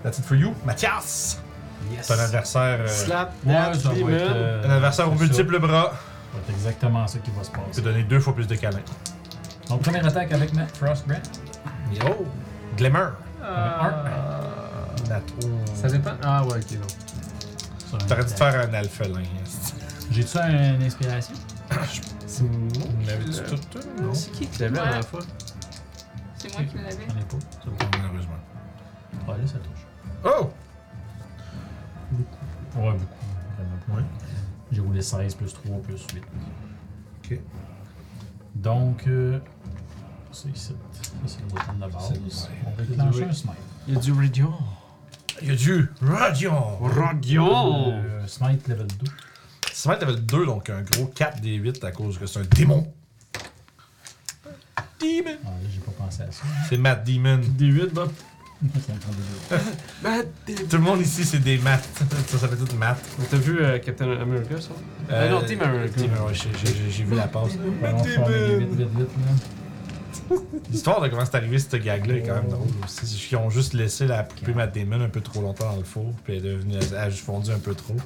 Speaker 2: That's it for you, Mathias!
Speaker 3: Yes.
Speaker 2: Ton adversaire. euh,
Speaker 3: Slap
Speaker 5: Ouais,
Speaker 3: that
Speaker 5: ça va être,
Speaker 3: demon.
Speaker 5: euh,
Speaker 2: un adversaire aux
Speaker 5: c'est ça.
Speaker 2: multiples bras.
Speaker 5: Ça va être exactement ça qui va se
Speaker 2: Tu peux
Speaker 5: passer.
Speaker 2: donner deux fois plus de câlins.
Speaker 5: Donc, première attaque avec ma Frostbrand.
Speaker 2: Oh! Glimmer!
Speaker 3: Ah.
Speaker 2: Nat- oh.
Speaker 3: Ça dépend. Ah ouais, ok, non.
Speaker 5: Sur
Speaker 2: T'aurais
Speaker 5: une
Speaker 2: dû
Speaker 5: attaque.
Speaker 2: te faire un alphelin.
Speaker 5: J'ai-tu une inspiration?
Speaker 3: C'est
Speaker 2: Vous
Speaker 3: moi.
Speaker 2: l'avez-tu tout, tout? Non.
Speaker 3: C'est qui qui l'avait la
Speaker 4: Ouais.
Speaker 3: dernière fois?
Speaker 4: C'est moi qui l'avais.
Speaker 5: J'en ai pas.
Speaker 2: Ça me tombe Malheureusement.
Speaker 5: Ah, là, ça touche.
Speaker 2: Oh!
Speaker 5: Ouais, beaucoup. Vraiment.
Speaker 2: Ouais.
Speaker 5: J'ai roulé 16 plus 3 plus 8.
Speaker 2: Ok.
Speaker 5: Donc, euh, c'est ici. Ça, c'est le bouton de la base.
Speaker 2: C'est ouais.
Speaker 5: On va déclencher
Speaker 3: Oui.
Speaker 5: un smite.
Speaker 3: Il y a du Radion.
Speaker 2: Il y a du Radion!
Speaker 3: Radion!
Speaker 5: Euh, smite level 2.
Speaker 2: Smite level 2, donc un gros 4 des 8 à cause que c'est un démon. Demon!
Speaker 5: Ah, là, j'ai pas pensé à ça.
Speaker 2: C'est Matt Demon.
Speaker 3: Des 8, bah.
Speaker 5: Ça me prend des-
Speaker 2: Tout le monde ici, c'est des maths. ça s'appelle tout maths.
Speaker 3: T'as vu euh, Captain America, ça? Euh, non, Team America.
Speaker 2: Team America, j'ai- j'ai j'ai vu la passe.
Speaker 5: Allons faire les vite, vite, vite, là.
Speaker 2: L'histoire de comment c'est arrivé cette gag-là est quand même drôle aussi. C'est qu'ils ont juste laissé la poupée Matt Damon un peu trop longtemps dans le four, puis elle est devenue. Elle a juste fondu un peu trop.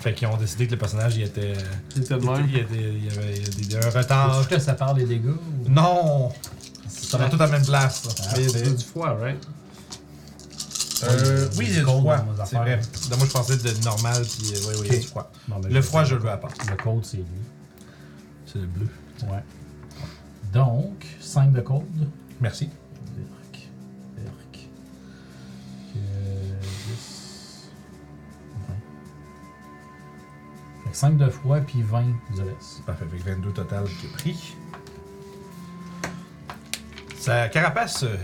Speaker 2: fait qu'ils ont décidé que le personnage, il était.
Speaker 3: Il était de
Speaker 2: Il,
Speaker 3: même.
Speaker 2: était- il y avait il y avait un
Speaker 5: Est-ce
Speaker 2: retard.
Speaker 5: que ça part les dégâts ou.
Speaker 2: Non! Ça va tout à la même place. ça.
Speaker 5: Ah,
Speaker 3: Mais il y a
Speaker 5: c'est-
Speaker 3: du froid, right?
Speaker 2: Euh, oui, il y a du
Speaker 5: Cold,
Speaker 2: froid.
Speaker 5: moi,
Speaker 2: C'est
Speaker 5: affaires.
Speaker 2: vrai. Non, moi, je pensais de normal, puis euh, ouais, ouais, il y a
Speaker 5: Ok.
Speaker 2: du froid.
Speaker 5: Non, mais
Speaker 2: Le froid, je le veux à part.
Speaker 5: Le code, c'est lui.
Speaker 2: C'est le bleu.
Speaker 5: Ouais. Donc, 5 de code.
Speaker 2: Merci.
Speaker 5: Berk. Berk. Euh, 10. 20. Fait 5 de froid, puis 20 de reste.
Speaker 2: Parfait. Avec 22 total, j'ai pris. Sa carapace euh,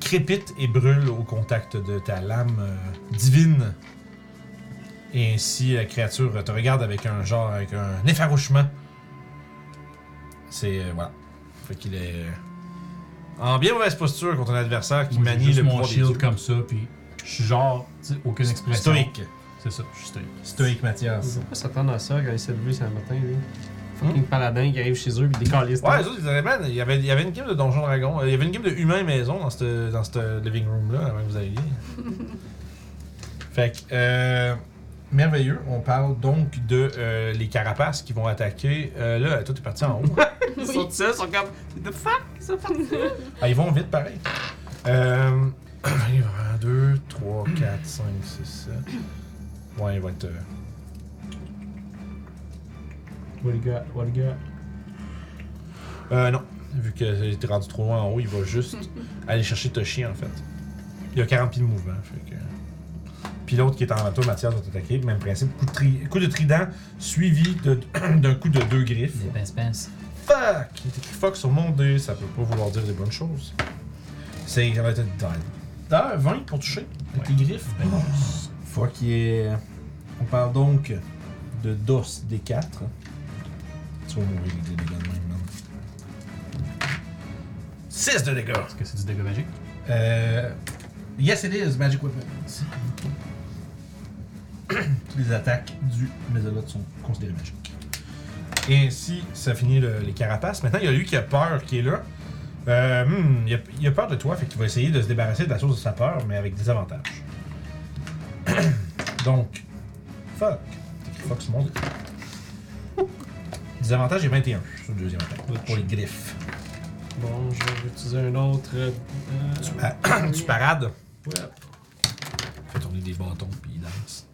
Speaker 2: crépite et brûle au contact de ta lame euh, divine. Et ainsi, la créature te regarde avec un genre, avec un effarouchement. C'est. euh, voilà. Fait qu'il est. euh, En bien mauvaise posture contre un adversaire qui
Speaker 5: Moi, j'ai
Speaker 2: manie
Speaker 5: juste
Speaker 2: le
Speaker 5: mon
Speaker 2: pouvoir des
Speaker 5: shield
Speaker 2: dieux.
Speaker 5: comme ça, puis je suis genre, tu sais, aucune expression.
Speaker 2: Stoïque.
Speaker 5: C'est ça, je suis stoïque.
Speaker 2: Stoïque, Mathias.
Speaker 3: Pourquoi s'attendre à ça quand il s'est levé ce matin, lui? Fucking paladin qui arrive chez eux pis décolle les
Speaker 2: Ouais, les autres, ils disaient, man, il y avait, il y avait une game de Donjon Dragon. euh, Il y avait une game de Humain Maison dans ce dans cette living room-là, avant que vous alliez. fait que, euh, merveilleux. On parle donc de euh, les carapaces qui vont attaquer. Euh, là, toi, t'es parti en haut.
Speaker 3: Ils sont seuls, ils sont comme. The fuck? Ils sont partis.
Speaker 2: Ah, ils vont vite, pareil. Euh, 2, 3, 4, 5, 6, 7. Ouais, il va être. euh,
Speaker 3: What you got? What you got?
Speaker 2: Euh, non. Vu qu'il était rendu trop loin en haut, il va juste aller chercher Toshi, en fait. Il a 40 pieds de mouvement, fait que... Puis l'autre qui est en avant toi, Mathias, va t'attaquer. Même principe, coup de, tri- coup de trident suivi de- d'un coup de deux griffes.
Speaker 5: Des pince-pince.
Speaker 2: Fuck! Il est écrit fuck sur mon dé, ça peut pas vouloir dire des bonnes choses. C'est... Ça va être une taille. D'ailleurs, 20 Oh! pour toucher, avec les griffes. Ben, Fuck, il est... On parle donc de DOS D4. Tu vas mourir avec des dégâts de même, man. 6 de dégâts!
Speaker 5: Est-ce que c'est du dégât magique?
Speaker 2: Euh, yes, it is, Magic Weapons. Toutes les attaques du Mésolot sont considérées magiques. Et ainsi, ça finit le- les carapaces. Maintenant, il y a lui qui a peur, qui est là. Euh, hmm, il, a, il a peur de toi, fait qu'il va essayer de se débarrasser de la source de sa peur, mais avec des avantages. Donc, fuck. T'écris fuck sur mon dé. Des avantages et 21 sur le deuxième attaque. Pour les griffes.
Speaker 3: Bon, je vais utiliser un autre. euh,
Speaker 2: Tu, pa- tu parades.
Speaker 3: ouais.
Speaker 2: Fais tourner des bâtons, puis il lance.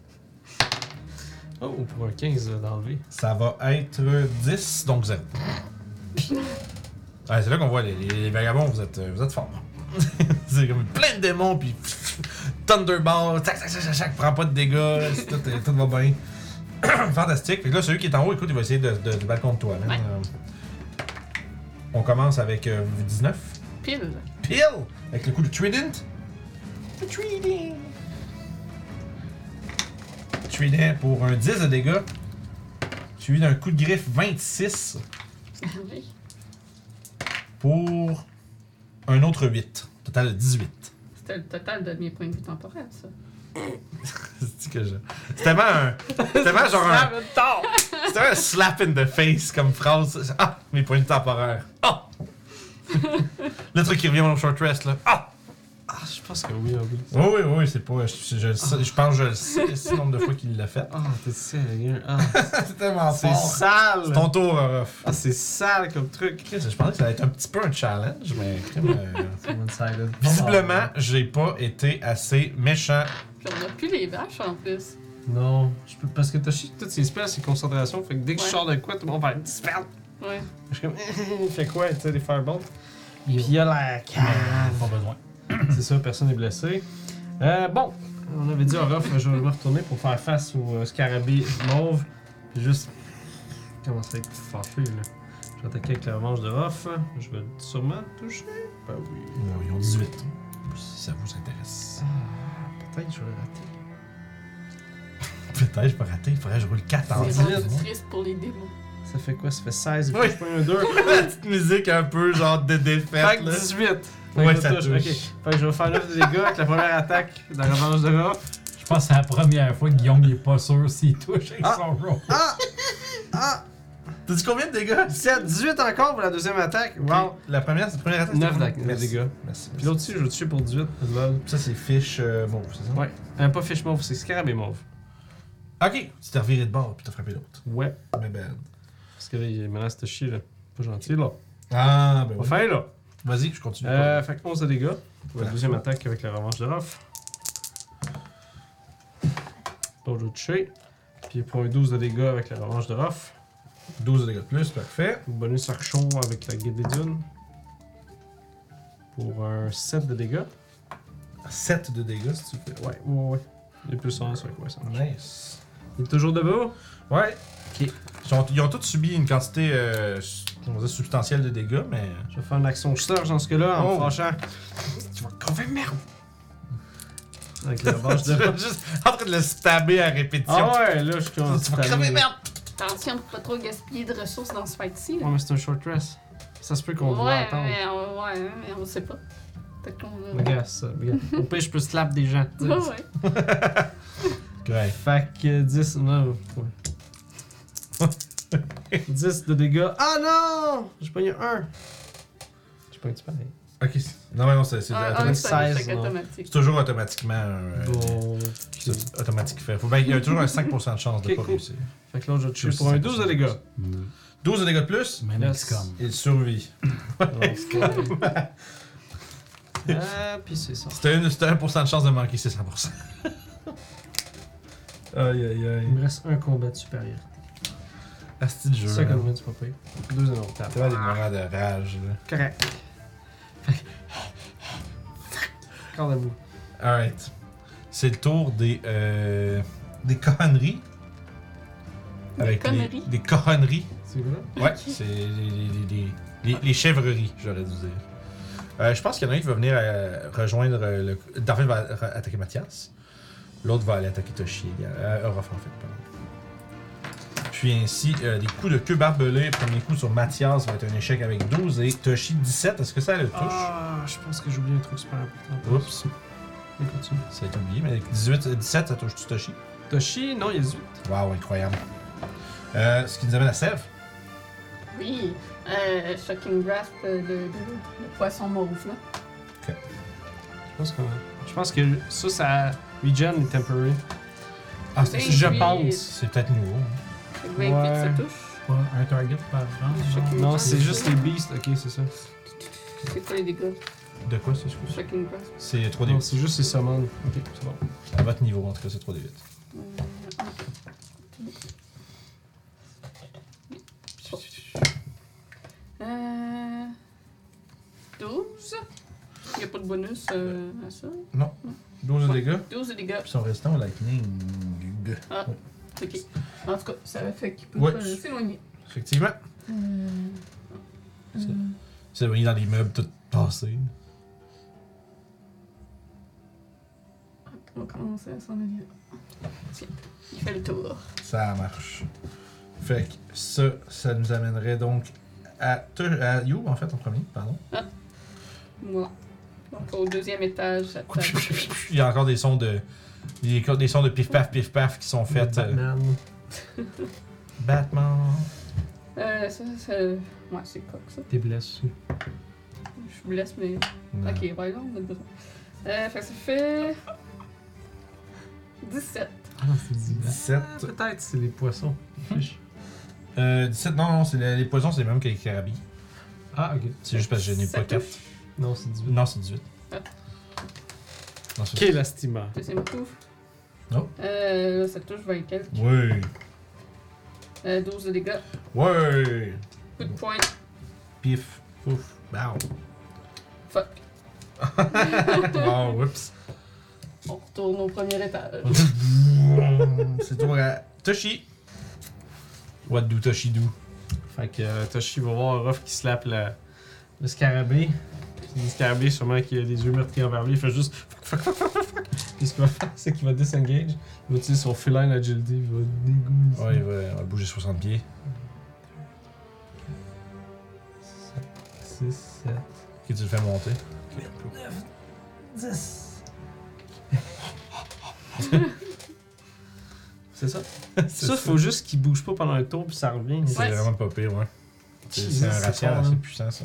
Speaker 3: Oh, pour un 15 euh, d'enlever.
Speaker 2: Ça va être 10, donc 0. Ouais, c'est là qu'on voit les, les- les vagabonds, vous êtes, euh, vous êtes forts. c'est comme plein de démons, puis Thunderball, tac, tac, tac, tac, tac, prends pas de dégâts, c'est tout, euh, tout va bien. Fantastique. Fait que là, celui qui est en haut, écoute, il va essayer de, de, de battre contre toi. man.
Speaker 4: Ouais.
Speaker 2: Euh, on commence avec euh, 19.
Speaker 4: Pile.
Speaker 2: Pile! Avec le coup de Trident. Le Trident! Trident pour un 10 de dégâts. Suivi d'un coup de griffe 26
Speaker 4: Oui.
Speaker 2: pour un autre 8. Total de 18.
Speaker 4: C'était le total de mes points de vue temporels, ça.
Speaker 2: C'est que je. C'est tellement un. C'est tellement genre un. C'est tellement un slap in the face comme phrase. Ah! Mes points de temporaire. Ah! le truc qui revient au short rest là. Ah!
Speaker 3: Ah, je pense que oui, ah oui.
Speaker 2: Oui, oui, oui, c'est pas. Je, je le sais- je pense que je le sais, c'est le nombre de fois qu'il l'a fait.
Speaker 3: Ah, t'es sérieux. Ah,
Speaker 2: C'est tellement
Speaker 3: c'est sale.
Speaker 2: C'est ton tour, Orof.
Speaker 3: Ah, c'est sale comme truc.
Speaker 2: Chris, Je pensais que ça allait être un petit peu un challenge, mais crime, euh,
Speaker 5: one-sided.
Speaker 2: visiblement, j'ai pas été assez méchant.
Speaker 4: Puis on n'a plus les vaches en plus.
Speaker 3: Non, je peux... parce que t'as chié toutes ces spells, ces concentrations. Fait que dès que
Speaker 4: Ouais.
Speaker 3: je sors de quoi, tout le monde va faire dispel.
Speaker 4: Ouais.
Speaker 3: Je suis comme, il fait quoi, tu sais, des fireballs.
Speaker 5: Yo.
Speaker 3: Puis il y a la
Speaker 2: Ah.
Speaker 5: Pas
Speaker 3: cave.
Speaker 5: besoin.
Speaker 3: C'est ça, personne n'est blessé. Euh, bon, on avait dit Orof, je vais me retourner pour faire face au euh, scarabée mauve. Puis juste commencer à être fâché, là. Je vais attaquer avec la revanche de Ruff. Je vais sûrement toucher. Ben oui.
Speaker 2: Oh, Ils ont 18. Si ça vous intéresse.
Speaker 3: Ah, Peut-être que je vais le rater.
Speaker 2: Peut-être je peux rater, il faudrait que je roule 4 en
Speaker 4: C'est
Speaker 3: dix-huit.
Speaker 4: rendu triste pour les démons.
Speaker 3: Ça fait quoi Ça fait 16,
Speaker 2: Oui.
Speaker 3: oui. pas un 2.
Speaker 2: La petite musique un peu genre de
Speaker 3: Fait
Speaker 2: défaite.
Speaker 3: que
Speaker 2: Là.
Speaker 3: 18. Fait que
Speaker 2: Ouais,
Speaker 3: je
Speaker 2: ça
Speaker 3: touche.
Speaker 2: touche.
Speaker 3: Ok. Fait que je vais faire 9 de dégâts avec la première attaque de la revanche de Ruff.
Speaker 5: Je pense que c'est la première fois que Guillaume il est pas sûr s'il touche avec
Speaker 3: Ah.
Speaker 5: son roll.
Speaker 3: Ah Ah
Speaker 2: T'as dit combien de dégâts
Speaker 3: 7, 18 encore pour la deuxième attaque. Wow.
Speaker 2: La première, c'est la première attaque.
Speaker 3: 9
Speaker 2: c'était combien?
Speaker 3: de dégâts.
Speaker 2: Merci.
Speaker 3: Puis
Speaker 2: merci.
Speaker 3: l'autre aussi, je vais toucher pour 18. Lol.
Speaker 2: Ça, c'est fiche euh, mauve, c'est ça
Speaker 3: Ouais. Un pas fiche mauve, c'est scarabée mauve.
Speaker 2: Ok, tu t'es reviré de bord puis t'as frappé l'autre.
Speaker 3: Ouais.
Speaker 2: My bad.
Speaker 3: Parce que là, il menace de chier, là. Pas gentil, là.
Speaker 2: Ah, ben oui.
Speaker 3: Enfin, là.
Speaker 2: Vas-y, je continue.
Speaker 3: Euh, fait que 11 de dégâts. Pour la
Speaker 2: Parfait.
Speaker 3: deuxième attaque avec la revanche de Ruff. L'autre, je vais toucher. Puis pour un 12 de dégâts avec la revanche de Ruff.
Speaker 2: 12 de dégâts de plus, parfait.
Speaker 3: Bonus archon avec la guide des dunes. Pour un 7 de dégâts.
Speaker 2: 7 de dégâts si tu fais.
Speaker 3: Ouais, ouais, ouais. Les plus 1, c'est quoi ça? marche.
Speaker 2: Nice.
Speaker 3: Il est toujours debout?
Speaker 2: Ouais.
Speaker 3: Ok.
Speaker 2: Ils ont, ils ont tous subi une quantité euh, on va dire substantielle de dégâts, mais.
Speaker 3: Je vais faire une action surge dans ce cas-là en
Speaker 2: Oh.
Speaker 3: me fâchant
Speaker 2: Tu vas crever, merde!
Speaker 3: avec la revanche
Speaker 2: Tu
Speaker 3: de
Speaker 2: vas
Speaker 3: Ruff.
Speaker 2: juste en train de le stabber à répétition.
Speaker 3: Ah ouais, là, je suis comme.
Speaker 2: tu vas crever,
Speaker 3: tanné.
Speaker 2: merde!
Speaker 4: Attention de pas trop gaspiller de ressources dans ce fight-ci. là.
Speaker 3: Ouais, mais c'est un short rest. Ça se peut qu'on doit
Speaker 4: Ouais,
Speaker 3: attendre.
Speaker 4: mais on, ouais, hein, mais on sait pas. Peut-être qu'on. euh,
Speaker 3: Regarde ça, regarde. Au pire, je peux slap des gens. tu sais.
Speaker 4: Ouais, ouais.
Speaker 2: Ouais.
Speaker 3: Fait que 10, non, ouais. 10 de dégâts. Ah non! J'ai pogné un! J'ai pogné du pareil.
Speaker 2: Ok. c'est- Non, mais non, c'est c'est
Speaker 4: Un,
Speaker 2: automatique.
Speaker 4: un, c'est un
Speaker 3: 16,
Speaker 4: échec
Speaker 3: non.
Speaker 2: C'est
Speaker 4: automatique.
Speaker 2: toujours automatiquement un. euh,
Speaker 3: Bon.
Speaker 2: automatique qui fait. Faut bien- il y a toujours un 5% de chance de
Speaker 3: Ok,
Speaker 2: pas
Speaker 3: cool.
Speaker 2: réussir.
Speaker 3: Fait que là, je vais tuer pour un 12 de dégâts.
Speaker 5: Mm.
Speaker 2: 12 de dégâts de plus,
Speaker 5: Même
Speaker 3: Yes.
Speaker 5: XCOM.
Speaker 2: il survit.
Speaker 3: Ah, puis c'est ça.
Speaker 2: C'était une- c'était 1% de chance de manquer ses 100%. aïe aïe aïe.
Speaker 3: Il me reste un combat de supériorité.
Speaker 2: Asti de Ah, jeu. hein.
Speaker 3: C'est ça
Speaker 2: là.
Speaker 3: comme vient, c'est pas pire. Deux en même temps.
Speaker 2: T'as des moments de rage, là.
Speaker 3: Ah, Correct. Encore debout.
Speaker 2: Alright. C'est le tour des. euh, des cochonneries.
Speaker 4: Des conneries?
Speaker 2: Les, des cochonneries.
Speaker 3: C'est quoi?
Speaker 2: Ouais, c'est les, les- les- les- les- les chèvreries, j'aurais dû dire. Euh, je pense qu'il y en a un qui va venir euh, rejoindre euh, le. David va re- attaquer Mathias. L'autre va aller attaquer Toshi. Euh, Orof, en fait, pardon. Puis ainsi, euh, des coups de queue barbelée. Premier coup sur Mathias va être un échec avec 12 et Toshi 17. Est-ce que ça le touche
Speaker 3: Ah, je pense que j'ai oublié un truc super important.
Speaker 2: Oups,
Speaker 3: Mais continue.
Speaker 2: ça a été oublié, mais avec 18, euh, 17, ça touche-tu Toshi
Speaker 3: Toshi, non, il y a 18.
Speaker 2: Waouh, incroyable. Euh, ce qui nous amène à Sèvres.
Speaker 4: Oui, euh, Shocking Grasp, euh, le, le- le poisson mauve, là.
Speaker 3: Je pense que, je pense que ça, ça regen les temporary.
Speaker 2: Ah,
Speaker 4: c'est-
Speaker 3: Je
Speaker 4: oui.
Speaker 3: pense.
Speaker 2: C'est peut-être nouveau. hein.
Speaker 4: Fait que 28, ça
Speaker 3: Ouais.
Speaker 4: touche.
Speaker 5: Pas un target par round.
Speaker 4: Chacun.
Speaker 3: Non, c'est juste les beasts, ok, c'est ça.
Speaker 4: C'est quoi les dégâts?
Speaker 2: De quoi ça, je crois?
Speaker 4: Shocking Grasp.
Speaker 2: C'est
Speaker 3: Non,
Speaker 2: 3D8.
Speaker 3: c'est juste les summons. Ok, c'est bon.
Speaker 2: À votre niveau, en tout cas, c'est 3D8.
Speaker 4: Euh, Euh. 12? Il n'y a pas de bonus euh, à ça?
Speaker 2: 12 de dégâts.
Speaker 4: 12 de dégâts.
Speaker 2: Puis son restant au lightning.
Speaker 4: Ok. En tout cas, ça fait qu'il peut
Speaker 2: Ouais.
Speaker 4: pas s'éloigner. Euh,
Speaker 2: Effectivement. C'est- C'est éloigné dans les meubles tout passé.
Speaker 4: On va commencer à s'en aller. Tiens, il fait le tour.
Speaker 2: Ça marche. Fait que ça, ça nous amènerait donc à, te- à You, en fait, en premier, pardon.
Speaker 4: Moi. Donc au deuxième étage, j'attaque.
Speaker 2: Il y a encore des sons de. Il y a encore des sons de pif-paf, pif-paf qui sont faits. euh,
Speaker 3: Batman.
Speaker 2: Batman.
Speaker 4: Euh, ça, ça. Ouais, c'est quoi que ça?
Speaker 3: T'es blessé.
Speaker 4: Je vous laisse, mais.
Speaker 2: Non.
Speaker 4: Ok, ouais, là, on a besoin. Euh, fait que ça fait. 17.
Speaker 3: Ah non, c'est 19.
Speaker 2: 17.
Speaker 3: Peut-être, Mhm. c'est des poissons. Fiche.
Speaker 2: Euh, 17, non, non, c'est les, les poisons, c'est les mêmes que les carabis.
Speaker 3: Ah, ok.
Speaker 2: C'est juste parce que je n'ai
Speaker 4: Ça
Speaker 2: pas 4.
Speaker 4: touche.
Speaker 3: Non, c'est 18.
Speaker 2: Non, c'est 18.
Speaker 4: Ah.
Speaker 2: Non, c'est
Speaker 3: Quel estimeur.
Speaker 4: Deuxième coup.
Speaker 2: Non.
Speaker 4: Euh, ça touche 20 quelques.
Speaker 2: Oui.
Speaker 4: Euh, 12 de dégâts.
Speaker 2: Oui.
Speaker 4: Coup de poing.
Speaker 2: Pif. Pouf. Bow.
Speaker 4: Fuck.
Speaker 2: Oh, whoops.
Speaker 4: On retourne au premier étage.
Speaker 2: c'est toi à Toshi. What do Toshi do?
Speaker 3: Fait que euh, Toshi va voir Ruff qui slappe la- le scarabée. Puis le scarabée, sûrement qu'il a les yeux meurtris envers lui, il fait juste. fuck, fuck, fuck, fuck, fuck. Puis ce qu'il va faire, c'est qu'il va disengage. Il va utiliser son feline agility, il va dégoûter.
Speaker 2: Ouais, il va, il va bouger 60 pieds.
Speaker 3: 6, 7,
Speaker 2: Qui tu le fais monter?
Speaker 3: 10. c'est ça.
Speaker 2: C'est
Speaker 3: Ça, faut juste qu'il bouge pas pendant un tour, puis ça revient.
Speaker 2: C'est
Speaker 4: Ouais.
Speaker 2: vraiment pas pire, ouais. C'est
Speaker 3: Jesus,
Speaker 2: c'est un rational
Speaker 3: fort,
Speaker 2: assez
Speaker 3: hein.
Speaker 2: puissant, ça.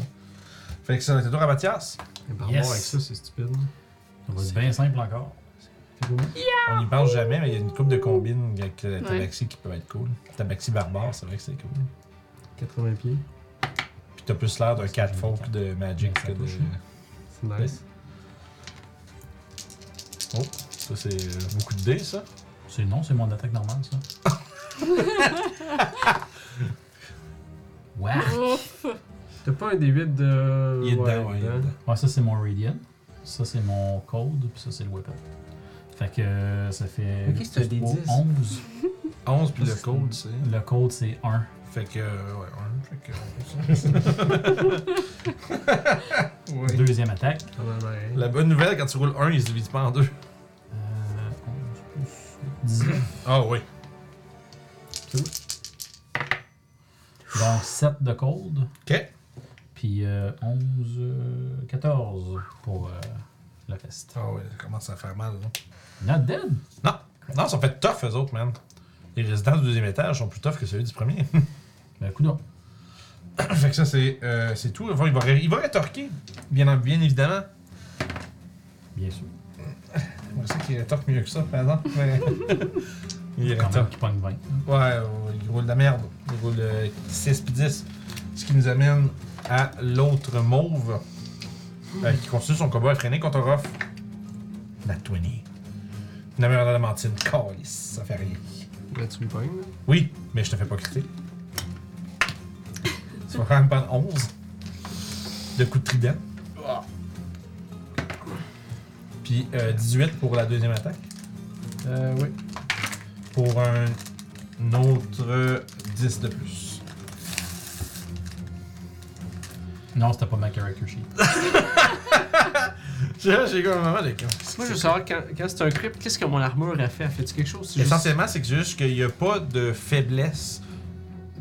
Speaker 2: Fait que ça, c'est tour à Mathias.
Speaker 3: Et par
Speaker 5: Yes.
Speaker 3: rapport avec ça, c'est stupide. hein.
Speaker 5: Ça va être bien simple encore.
Speaker 3: T'es comment?
Speaker 2: On n'y pense jamais, mais il y a une coupe de combines avec la
Speaker 4: Ouais.
Speaker 2: tabaxi qui peut être cool. Tabaxi barbare, c'est vrai que c'est cool.
Speaker 3: 80 pieds.
Speaker 2: Puis t'as plus l'air d'un cat folk de Magic
Speaker 5: Ouais, ça
Speaker 2: que de.
Speaker 5: touche, hein.
Speaker 3: C'est nice.
Speaker 2: Ça, c'est euh, beaucoup de dés, ça.
Speaker 5: C'est non, c'est mon attaque normale, ça. ouais.
Speaker 4: Ouf.
Speaker 3: T'as pas un D8 de. hein?
Speaker 2: Il est dedans, ouais, il est dedans.
Speaker 5: Ouais, ça c'est mon Radiant. Ça c'est mon Cold. Puis ça c'est le Weapon. Fait que euh, ça fait.
Speaker 3: Ok, c'est un des 10.
Speaker 5: 11.
Speaker 2: 11 puis
Speaker 5: Ça,
Speaker 2: le
Speaker 5: c'est-
Speaker 2: code, c'est.
Speaker 5: Le Cold c'est 1.
Speaker 2: Fait que. euh, Ouais, un. Fait que. ouais.
Speaker 5: Deuxième attaque.
Speaker 3: Ah, ben, ben,
Speaker 2: La bonne nouvelle, quand tu roules 1, il se divise pas en deux.
Speaker 5: Euh, 11 plus 19.
Speaker 2: Ah oui.
Speaker 5: Donc 7 de Cold.
Speaker 2: Ok.
Speaker 5: Puis euh, 11. euh, 14 pour euh, le reste.
Speaker 2: Ah oui, ça commence à faire mal, là.
Speaker 5: Not dead.
Speaker 2: Non, non, ils sont fait tough, eux autres, man. Les résidents du deuxième étage sont plus tough que celui du premier.
Speaker 5: Ben, coup non.
Speaker 2: fait que ça, c'est euh, c'est tout. Enfin, il, va ré- il va rétorquer, bien, en- bien évidemment.
Speaker 5: Bien sûr.
Speaker 2: Je sais qu'il rétorque mieux que ça, par exemple, mais. il
Speaker 5: Quand même
Speaker 2: rétorque.
Speaker 5: qui pogne 20.
Speaker 2: Ouais, euh, il roule de la merde. Il roule euh, 6 puis 10. Ce qui nous amène à l'autre mauve euh, qui continue son combat effréné contre Ruff. La 20. La meilleure adamantine. Calice, ça fait rien.
Speaker 3: ben, tu me pognes, là.
Speaker 2: Oui, mais je te fais pas quitter. Tu vas quand même prendre 11 de coups de trident. Puis euh, 18 pour la deuxième attaque.
Speaker 3: Euh, oui.
Speaker 2: Pour un autre 10 de plus.
Speaker 5: Non, c'était pas ma character sheet.
Speaker 2: J'ai comme un moment de
Speaker 3: Moi, je veux savoir, quand, quand c'est un crypt, qu'est-ce que mon armure a fait? A fait-tu quelque chose? C'est juste-
Speaker 2: Essentiellement, c'est que juste qu'il n'y a pas de faiblesse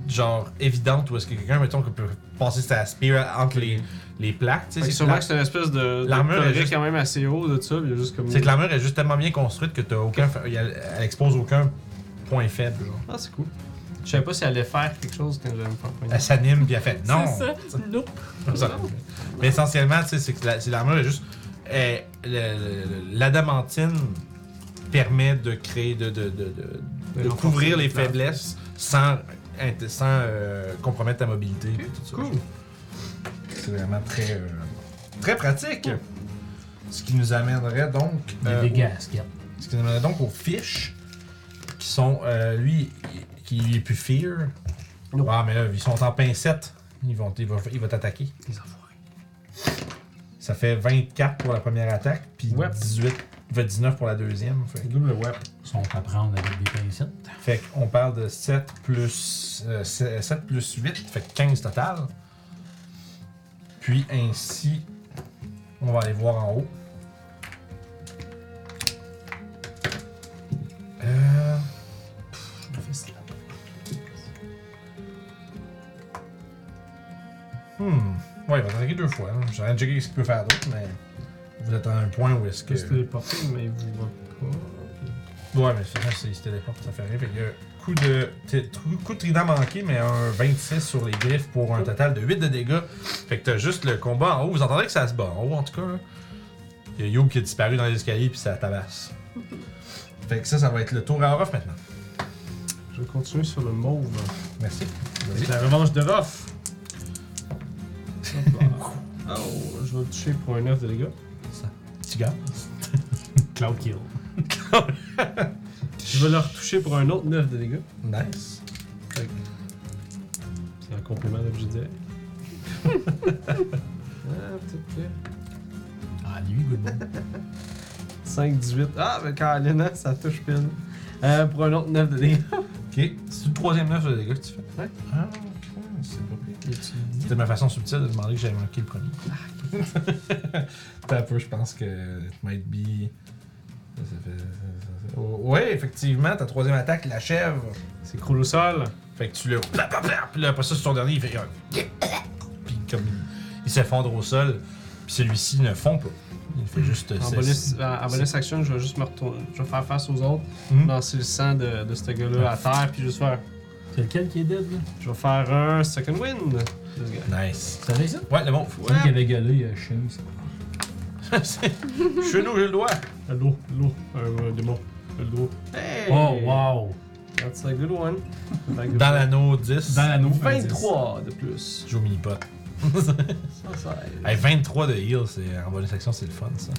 Speaker 2: genre évidente où est-ce que quelqu'un, mettons, que peut passer sa spear entre les, les plaques. tu sais,
Speaker 3: Fait que
Speaker 2: c'est
Speaker 3: sûrement
Speaker 2: la-
Speaker 3: que c'est une espèce de.
Speaker 2: L'armure
Speaker 3: de
Speaker 2: est juste-
Speaker 3: quand même assez haut de ça, puis il y a juste comme.
Speaker 2: C'est que l'armure est juste tellement bien construite que t'as aucun, fa- y a- elle expose aucun point faible. genre.
Speaker 3: Ah, c'est cool. Je savais pas si elle allait faire quelque chose quand j'allais me faire poigner.
Speaker 2: Elle s'anime puis elle fait non.
Speaker 4: C'est ça. Nope.
Speaker 2: Ça- Mais essentiellement, tu sais, c'est que la- c'est l'armure est juste. eh, le- le- le- L'adamantine permet de créer, de, de, de, de- de
Speaker 3: renforcer
Speaker 2: couvrir
Speaker 3: les
Speaker 2: les
Speaker 3: plaques.
Speaker 2: faiblesses sans, int- sans euh, compromettre ta mobilité. puis tout ça.
Speaker 3: Cool.
Speaker 2: C'est vraiment très, euh, très pratique. Ce qui nous amènerait donc. euh,
Speaker 5: des dégâts, Skip.
Speaker 2: ce qui nous amènerait donc aux fiches qui sont. euh, lui, il- qui est plus fear.
Speaker 3: Non.
Speaker 2: Ah, mais là, ils sont en pincette. Ils vont, ils vont, il va t'attaquer.
Speaker 3: Les enfoirés.
Speaker 2: Ça fait 24 pour la première attaque, puis
Speaker 3: Ouais.
Speaker 2: 18, fait 19 pour la deuxième. Fait,
Speaker 3: Double web.
Speaker 5: Ils sont à prendre avec des pincettes.
Speaker 2: fait qu'on parle de 7 plus, euh, 7 7 plus 8, fait que 15 total. Puis ainsi, on va aller voir en haut. Euh, pff, je me fais ça. Hmm. Ouais, il va t'attaquer deux fois. hein. J'ai rien checké ce qu'il peut faire d'autre, mais vous êtes à un point où est-ce que.
Speaker 3: Juste téléporter, mais il vous voit pas.
Speaker 2: Ouais, mais c'est ça, c'est- il se téléporte, ça fait rien. Fait que, euh, coup de, t- trou- coup de trident manqué, mais un 26 sur les griffes pour un total de 8 de dégâts. Fait que t'as juste le combat en haut. Vous entendez que ça se bat en haut, en tout cas. là. Il y a Youb qui a disparu dans l'escalier, puis ça tabasse. Fait que ça, ça va être le tour à Orof maintenant.
Speaker 3: Je vais continuer sur le mauve.
Speaker 2: Merci.
Speaker 3: C'est la revanche de Ruff. oh, je vais le toucher pour un 9 de dégâts.
Speaker 2: Petit gars.
Speaker 5: Cloud Kill.
Speaker 3: Je vais le retoucher pour un autre 9 de dégâts.
Speaker 2: Nice.
Speaker 3: Fait que- C'est un complément d'objet direct. ah, peut-être que.
Speaker 5: Ah, lui, good boy.
Speaker 3: 5, 18. Ah, mais quand elle est là, ça touche pile. Euh, pour un autre 9 de dégâts.
Speaker 2: Ok. C'est le troisième neuf de dégâts que tu fais.
Speaker 3: Ouais.
Speaker 2: Ah, ok. C'est pas pire.
Speaker 3: Et tu me dis-
Speaker 2: C'était ma façon subtile de demander que j'avais manqué le premier. T'as un peu, je pense que it might be. Ça fait- ça- ça- ça- Oh, Ouais, effectivement, ta troisième attaque l'achève.
Speaker 3: C'est croule au sol.
Speaker 2: Fait que tu le. Puis là, après ça, sur son dernier, il fait. un Puis comme il, il s'effondre au sol, puis celui-ci ne fond pas. Il fait juste.
Speaker 3: En
Speaker 2: c'est-
Speaker 3: bonus, en- en bonus action, je vais juste me retourner. Je vais faire face aux autres,
Speaker 2: Hmm.
Speaker 3: lancer le sang de, de ce gars-là à terre, puis juste faire.
Speaker 5: C'est lequel qui est dead, là
Speaker 3: Je vais faire un second win. Let's go.
Speaker 2: Nice.
Speaker 5: C'est vrai, ça
Speaker 2: Ouais, le bon.
Speaker 5: Celui qui avait gueulé, euh, Shin. c'est-
Speaker 2: C'est- Chenou, j'ai le doigt.
Speaker 3: L'eau, l'eau, un, un démon. L'eau. Hey!
Speaker 5: Oh, wow.
Speaker 3: That's a good one.
Speaker 2: Dans l'anneau 10.
Speaker 5: Dans l'anneau. un dix.
Speaker 3: 23 de plus.
Speaker 2: Je joue au mini-pot.
Speaker 3: Ça, ça aide.
Speaker 2: Hey, 23 de heal, c'est en bonus action, c'est le fun ça.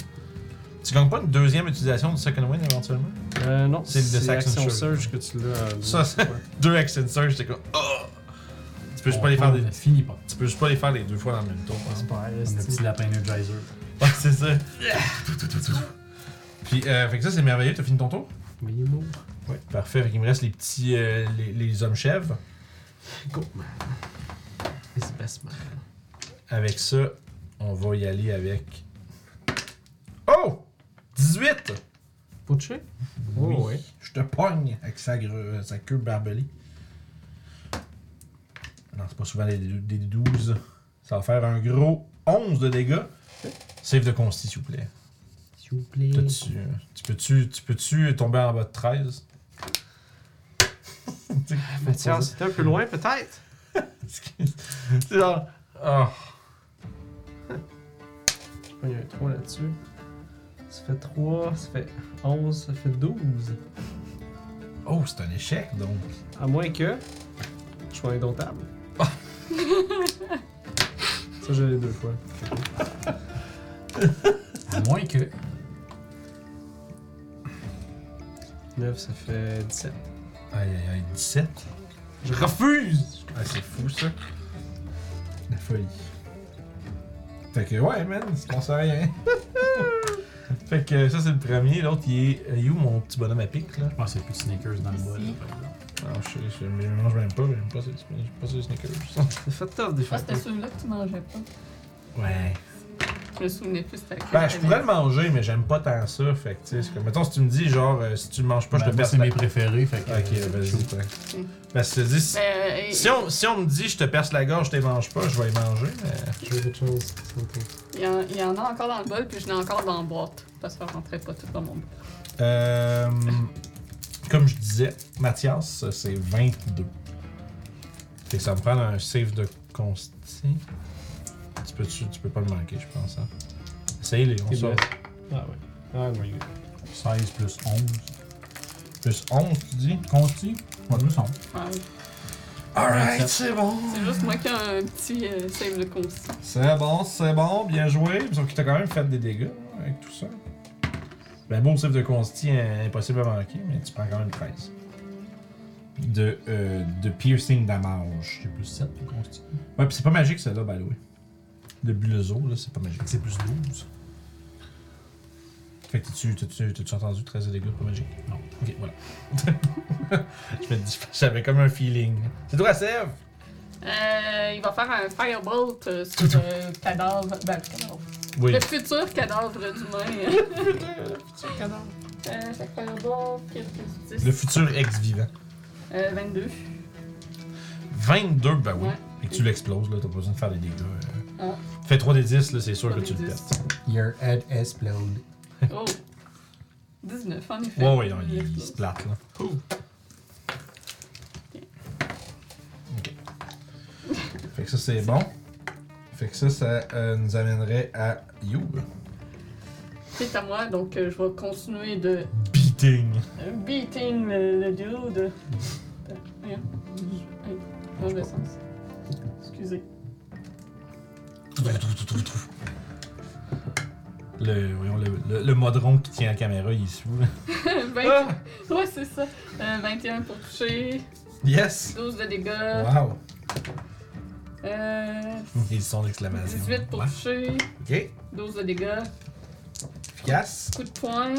Speaker 2: Tu gagnes pas une deuxième utilisation du second win éventuellement
Speaker 3: Euh, non,
Speaker 2: C'est
Speaker 3: c'est
Speaker 2: le de
Speaker 3: le
Speaker 2: Saxon
Speaker 3: Action
Speaker 2: Surge.
Speaker 3: Surge que tu l'as. euh,
Speaker 2: Ça, c'est-
Speaker 3: ouais.
Speaker 2: Deux action surge, c'est comme oh! Tu peux juste pas
Speaker 5: On
Speaker 2: les faire
Speaker 5: tourne,
Speaker 2: des...
Speaker 5: mais Fini pas.
Speaker 2: Tu peux juste pas les faire les deux fois dans le même tour. par exemple.
Speaker 3: Inspire,
Speaker 5: Comme le
Speaker 3: esti.
Speaker 5: petit lapin Energizer.
Speaker 2: Ouais, c'est ça. Puis euh, fait que ça c'est merveilleux, t'as fini ton tour
Speaker 3: Mais il est mort.
Speaker 2: Ouais. Parfait, fait qu'il me reste les petits euh, les, les hommes chèvres.
Speaker 3: Go, man. It's best, man.
Speaker 2: Avec ça, on va y aller avec Oh 18
Speaker 3: Faut toucher?
Speaker 2: Oui.
Speaker 3: Oh, ouais.
Speaker 2: Je te pogne avec sa, gre- sa queue barbelée. Non, c'est pas souvent des, des 12. Ça va faire un gros 11 de dégâts. Save de consti, s'il vous plaît.
Speaker 3: S'il vous plaît.
Speaker 2: T'as-tu- Tu peux-tu tu peux-tu tomber en bas de 13? Tu sais,
Speaker 3: Mais tiens, c'était un peu loin, peut-être.
Speaker 2: c'est genre... Ah.
Speaker 3: Il y a un 3 là-dessus. Ça fait 3, ça fait 11, ça fait 12.
Speaker 2: Oh, c'est un échec, donc.
Speaker 3: À moins que je sois indomptable.
Speaker 2: Ah!
Speaker 3: ça, je l'ai deux fois.
Speaker 5: À moins que.
Speaker 3: 9, ça fait 17.
Speaker 2: Aïe, aïe, aïe, 17.
Speaker 3: Je refuse!
Speaker 2: Ah, c'est fou, ça. La folie. Fait que, ouais, man, c'est qu'on sait rien. fait que ça, c'est le premier. L'autre, il est. euh, Il est où mon petit bonhomme à pic, là
Speaker 5: Je pense qu'il n'y a plus de sneakers dans le bol. Ben,
Speaker 4: Ici.
Speaker 2: Ah, je sais, je mais je mange même pas, j'aime pas ces j'aime pas ces sneakers.
Speaker 3: C'est fait tough des
Speaker 4: Ah,
Speaker 3: fois.
Speaker 4: c'était celui-là que tu mangeais pas.
Speaker 2: ouais.
Speaker 4: Je me souvenais plus c'était à
Speaker 2: Ben,
Speaker 4: quel
Speaker 2: je
Speaker 4: niveau.
Speaker 2: pourrais le manger, mais j'aime pas tant ça. Fait que, tu sais, c'est comme- mettons, si tu me dis, genre, euh, si tu le manges pas, je
Speaker 5: Ben,
Speaker 2: te
Speaker 5: moi,
Speaker 2: perce
Speaker 5: c'est
Speaker 2: la...
Speaker 5: mes préférés. Fait que,
Speaker 2: Ok,
Speaker 5: euh,
Speaker 2: vas-y. toi.
Speaker 4: Mm.
Speaker 2: Ben, si tu dis, si,
Speaker 4: Mais, euh, et-
Speaker 2: si on, si on me dit, je te perce la gorge, je te les mange pas, je vais les manger, mais...
Speaker 3: Je veux autre chose. something.
Speaker 4: il, y en, il y en a encore dans le bol, puis je l'ai encore dans la boîte. Parce que ça rentrait pas tout dans mon bol.
Speaker 2: Euh, comme je disais, Mathias, c'est 22. Fait que ça me prend un save de consti. Tu peux, tu, peux pas le manquer, je pense. Hein. Essaye-les, on
Speaker 3: T'es
Speaker 2: sort.
Speaker 3: blessé. Ah ouais. Ah my god.
Speaker 5: 16 plus 11.
Speaker 2: Plus 11, tu dis?
Speaker 5: Consti? Ouais, plus 11.
Speaker 4: Ouais.
Speaker 2: Alright, c'est bon!
Speaker 4: C'est juste moi qui ai un petit euh, save de consti.
Speaker 2: C'est bon, c'est bon, bien joué. Sauf qu'il t'a quand même fait des dégâts hein, avec tout ça. Ben, bon, save de consti, hein, impossible à manquer, mais tu prends quand même 13. De, euh, de piercing damage.
Speaker 5: J'ai plus 7 pour Consti.
Speaker 2: Ouais, pis c'est pas magique, celle-là, by the way. Le bulezo, là, c'est pas magique.
Speaker 5: C'est plus 12.
Speaker 2: Fait que t'as-tu, t'as-tu, t'as-tu entendu 13 de dégâts, pas magique?
Speaker 5: Non.
Speaker 2: Ok, voilà. je me dis, j'avais comme un feeling. C'est toi, Sèvres!
Speaker 4: Euh, il va faire un firebolt euh, sur le cadavre. Ben, le cadavre.
Speaker 2: Oui.
Speaker 4: Le futur cadavre d'humain. euh, fait que firebolt, quelques 10.
Speaker 2: Le futur ex-vivant.
Speaker 4: Euh, 22.
Speaker 2: 22, ben oui.
Speaker 4: Ouais.
Speaker 2: Et que tu l'exploses, là, t'as pas besoin de faire des dégâts. euh.
Speaker 4: Ouais.
Speaker 2: Fais 3 des 10, là, c'est sûr
Speaker 4: Trois
Speaker 2: que tu
Speaker 4: des
Speaker 2: le
Speaker 4: 10.
Speaker 2: testes.
Speaker 1: Your head explode.
Speaker 4: Oh! 19, en effet.
Speaker 2: Ouais, ouais, non,
Speaker 4: Il
Speaker 2: il, il
Speaker 4: explose.
Speaker 2: se plate, là. Ok. Fait que ça, c'est bon. Fait que ça, ça euh, nous amènerait à You.
Speaker 4: C'est à moi, donc euh, je vais continuer de
Speaker 2: Beating.
Speaker 4: euh, beating le, le dude. Rien. Mauvais sens. Excusez.
Speaker 2: Le, voyons, le, le, le modron qui tient la caméra, il est sous. là.
Speaker 4: 20...
Speaker 2: Ah!
Speaker 4: Ouais, c'est ça. Euh, 21 pour toucher,
Speaker 2: Yes!
Speaker 4: 12 de dégâts,
Speaker 2: Wow!
Speaker 4: euh,
Speaker 2: Et son d'exclamation.
Speaker 4: 18 pour
Speaker 2: Ouais.
Speaker 4: toucher,
Speaker 2: Ok,
Speaker 4: 12 de dégâts,
Speaker 2: efficace.
Speaker 4: coup de poing,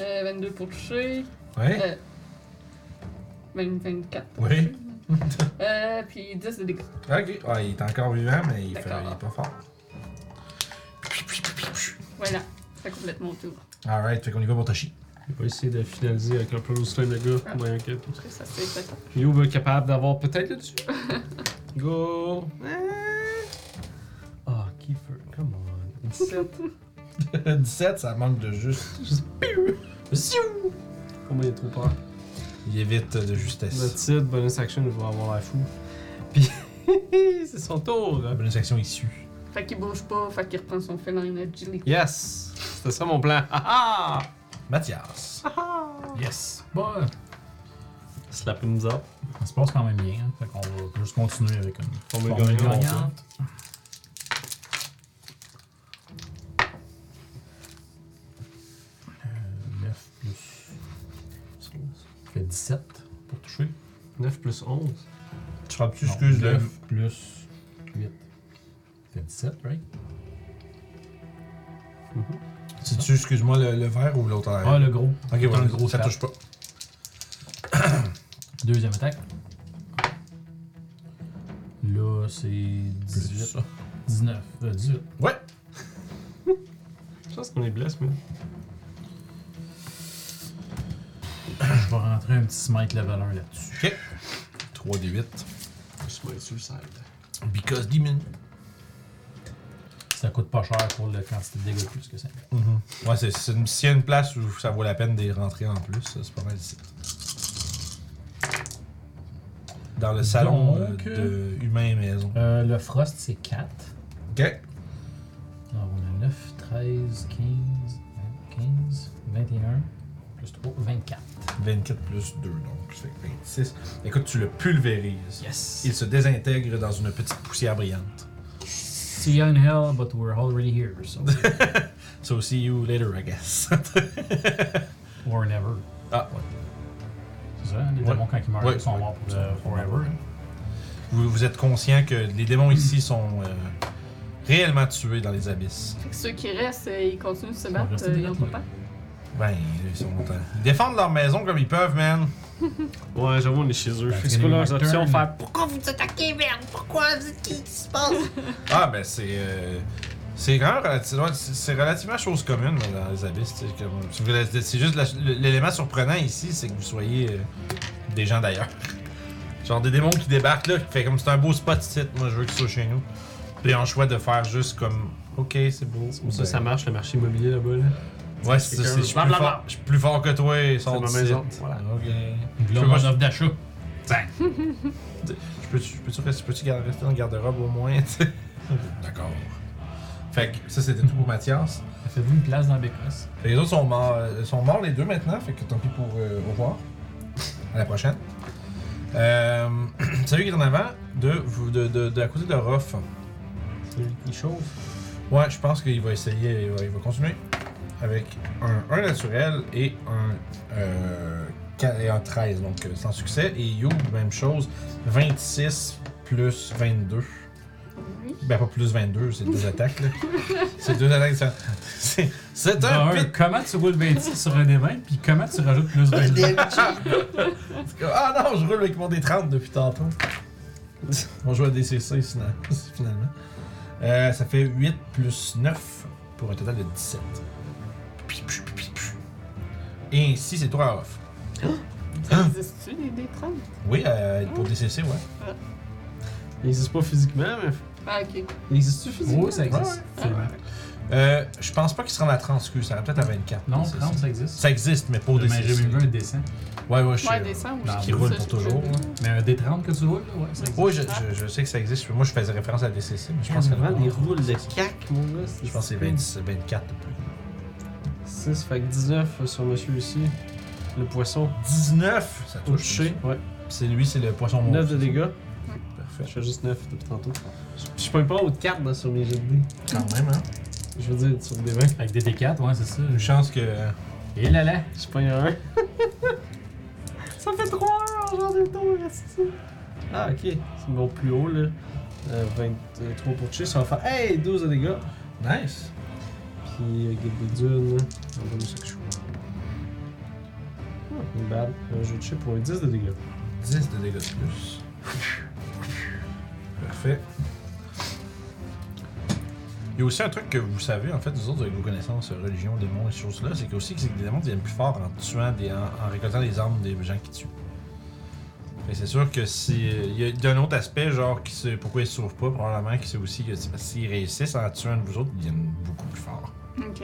Speaker 4: euh, 22 pour toucher,
Speaker 2: Ouais.
Speaker 4: euh, 20, 24 pour
Speaker 2: Oui.
Speaker 4: toucher. Euh, puis 10 de dégâts.
Speaker 2: Ok. Ouais, il est encore vivant, mais il, fait,
Speaker 4: D'accord.
Speaker 2: il est pas fort.
Speaker 4: Voilà, ça complète mon tour.
Speaker 2: Alright, fait qu'on y va pour Toshi.
Speaker 3: Il va essayer de finaliser avec un plus slam, le gars. Moyen que.
Speaker 4: Je trouve ça c'est fait.
Speaker 3: Yo va être capable d'avoir peut-être le dessus. Go! Ah, Kiefer, come on. 17.
Speaker 2: 17, ça manque de juste.
Speaker 3: Juste
Speaker 2: Ziou!
Speaker 3: Comment il est trop peur.
Speaker 2: Il évite de
Speaker 3: Le
Speaker 2: justesse.
Speaker 3: titre, bonus action, je vais avoir l'air fou. Puis, c'est son tour.
Speaker 2: La bonne section issue.
Speaker 4: Fait qu'il bouge pas, fait qu'il reprend son feline agility.
Speaker 3: Yes! C'était ça mon plan. Ah
Speaker 2: Mathias.
Speaker 5: Yes. Bah,
Speaker 3: ah! Slap nous up.
Speaker 5: ça se passe quand même bien. Hein. Fait qu'on va juste continuer avec une
Speaker 3: Formule
Speaker 5: formule
Speaker 3: gagnante.
Speaker 5: gagnante.
Speaker 2: hein.
Speaker 5: Euh, 9 plus. Ça fait 17 pour toucher.
Speaker 3: 9 plus 11.
Speaker 2: Tu frappes-tu,
Speaker 5: Non,
Speaker 2: excuse, le.
Speaker 5: 9 plus 8. Ça fait 17, right?
Speaker 2: C'est-tu, excuse-moi, le, le vert ou l'autre en arrière?
Speaker 5: Ah, le gros.
Speaker 2: Ok, ouais,
Speaker 5: un gros
Speaker 2: ça
Speaker 5: tap.
Speaker 2: touche pas.
Speaker 5: Deuxième attaque. Là, c'est 18. 19. Euh, 18.
Speaker 2: Ouais!
Speaker 3: Je pense qu'on est blessé, mais.
Speaker 5: Je vais rentrer un petit smite level 1 là-dessus.
Speaker 2: 3 d 8.
Speaker 3: Je vais être suicide.
Speaker 2: Because demon.
Speaker 5: Ça coûte pas cher pour la quantité de dégâts de plus que ça.
Speaker 2: Ouais, c'est, c'est une, s'il y a une place où ça vaut la peine d'y rentrer en plus, ça, c'est pas mal ici. Dans le salon euh,
Speaker 5: Donc,
Speaker 2: de humain et maison.
Speaker 5: Euh, le frost, c'est 4.
Speaker 2: Ok.
Speaker 5: Alors, on a 9, 13, 15, 15, 21, plus 3, 24.
Speaker 2: 24 plus 2, donc ça fait 26. Écoute, tu le pulvérises.
Speaker 5: Yes!
Speaker 2: Il se désintègre dans une petite poussière brillante.
Speaker 5: See you in hell, but we're already here, so.
Speaker 2: So see you later, I guess.
Speaker 5: Or never.
Speaker 2: ah, ouais.
Speaker 5: C'est ça, hein, les
Speaker 2: Ouais.
Speaker 5: démons, quand ils meurent,
Speaker 2: Ouais.
Speaker 5: ils sont morts pour
Speaker 2: Ouais.
Speaker 5: euh, forever.
Speaker 2: Vous, vous êtes conscient que les démons ici sont euh, réellement tués dans les abysses.
Speaker 4: Fait que ceux qui restent, euh, ils continuent de se
Speaker 5: vont
Speaker 4: battre,
Speaker 5: rester
Speaker 4: euh, ils en
Speaker 5: dehors,
Speaker 4: ont pas.
Speaker 5: là.
Speaker 2: Ben, ils sont contents. Ils défendent leur maison comme ils peuvent, man.
Speaker 3: Ouais, j'avoue, on est chez eux.
Speaker 5: Ben,
Speaker 3: Fait que c'est quoi leurs
Speaker 5: Turn.
Speaker 3: options? Faire.
Speaker 2: Ah, ben c'est. euh, C'est quand même relativement, c'est relativement chose commune mais dans les abysses. tu sais, comme- si vous voulez, C'est juste la- l'élément surprenant ici, c'est que vous soyez euh, des gens d'ailleurs. Genre des démons qui débarquent là, qui fait comme c'est un beau spot site, moi je veux que ce soit chez nous. Puis on choix de faire juste comme ok, c'est beau.
Speaker 3: C'est pour ça que ça marche, le marché immobilier là-bas. Là.
Speaker 2: Ouais, c'est ça.
Speaker 3: Quelqu'un-
Speaker 2: c'est- Je suis plus,
Speaker 3: Blablabla.
Speaker 2: fort- je suis plus fort que toi, sors
Speaker 3: ma
Speaker 2: d'ici.
Speaker 3: maison. Voilà.
Speaker 2: Ok.
Speaker 5: Puis
Speaker 2: Je
Speaker 5: Là,
Speaker 2: peux
Speaker 5: mon
Speaker 2: pas-
Speaker 5: offre d'achat. Bang!
Speaker 2: Je peux-tu je peux-tu rester, peux rester dans le garde-robe au moins, tu sais? D'accord. Fait que ça, c'était tout pour Mathias.
Speaker 5: Faites-vous une place dans la bécosse.
Speaker 2: Fait que les autres sont morts, euh, sont morts les deux maintenant, fait que tant pis pour euh, au revoir. À la prochaine. Euh, celui qui est en avant, de, vous- de, de, de- à côté de Ruff.
Speaker 3: Celui qui chauffe.
Speaker 2: Ouais, je pense qu'il va essayer, il va, il va continuer avec un, un naturel et un, euh, qua- et un 13, donc euh, sans succès. Et You, même chose, 26 plus 22.
Speaker 4: Oui.
Speaker 2: Ben, pas plus 22, c'est deux attaques, là. c'est deux attaques différentes. C'est- C'est un
Speaker 3: Ben,
Speaker 5: Dans Bah, un,
Speaker 2: pit.
Speaker 5: comment tu roules 26 sur un des 20, puis comment tu rajoutes plus 22?
Speaker 2: Ah non, je roule avec mon D30 depuis tantôt. On joue à DCC sinon- finalement. Euh, ça fait 8 plus 9 pour un total de 17. Et ainsi, c'est toi à off. Hein?
Speaker 4: Ça existe-tu, les D30?
Speaker 2: Oui, euh, pour DCC, ouais.
Speaker 3: Il n'existe pas physiquement, mais.
Speaker 4: Ah, ok.
Speaker 3: Il existe-tu physiquement
Speaker 5: Oh, ça existe. C'est vrai.
Speaker 2: Euh, je pense pas qu'il se rend à 30, excuse, ça va peut-être à 24.
Speaker 5: Non,
Speaker 2: DCC.
Speaker 5: 30, ça existe.
Speaker 2: Ça existe, mais pour
Speaker 5: Mais j'ai
Speaker 2: DCC.
Speaker 5: jamais vu un dessin.
Speaker 2: Ouais, ouais, je
Speaker 4: Ouais,
Speaker 2: sais.
Speaker 4: descend.
Speaker 5: Non,
Speaker 4: oui.
Speaker 5: qui
Speaker 2: roule
Speaker 4: Ça,
Speaker 2: pour
Speaker 4: je peux
Speaker 2: toujours,
Speaker 4: le
Speaker 2: là.
Speaker 4: dire.
Speaker 5: Mais un D30 que tu roules, là, ouais, ça existe.
Speaker 2: Oui, je, je- je sais que ça existe. Moi, je faisais référence à DCC, mais je
Speaker 3: Je
Speaker 2: pense
Speaker 3: pense
Speaker 2: que
Speaker 3: vraiment des roules de cac, mon gars.
Speaker 2: Je pense que c'est 26, 24 de plus.
Speaker 3: 6, fait que 19 sur monsieur ici. Le poisson.
Speaker 2: 19! Ça
Speaker 3: Au
Speaker 2: touche.
Speaker 3: toucher, ouais.
Speaker 2: C'est lui, c'est le poisson
Speaker 3: 9
Speaker 2: mauve.
Speaker 3: de dégâts.
Speaker 2: Parfait.
Speaker 3: Je fais juste 9 depuis tantôt. Je je pogne pas autre carte dans- sur mes jets de dés.
Speaker 2: Quand même, hein.
Speaker 3: Je veux dire, sur des 20.
Speaker 5: Avec des D4, ouais, c'est ça.
Speaker 2: Une chance que.
Speaker 5: Et là là!
Speaker 3: Je pogne un 1. ça fait 3 heures, genre de tour, reste Ah, ok. C'est mon plus haut, là. Euh, 23 pour toucher, ça va faire. Hey, 12 de dégâts.
Speaker 2: Nice!
Speaker 3: Puis euh, Guide des Dunes. là. On va ça que je joue. Ah, une balle. Un jeu de chip pour un 10 de dégâts.
Speaker 2: 10 de dégâts de plus. Parfait. Il y a aussi un truc que vous savez, en fait, vous autres, avec vos connaissances euh, religion, démons et ces choses-là, c'est que aussi que c'est que les démons deviennent plus forts en tuant, des, en, en récoltant les armes des gens qui tuent. Fait que c'est sûr que si. euh, Il y a d'un autre aspect, genre, qui sait pourquoi ils se sauvent pas, probablement que c'est aussi que c'est parce que s'ils réussissent en tuant de vous autres, ils deviennent beaucoup plus forts.
Speaker 4: Ok.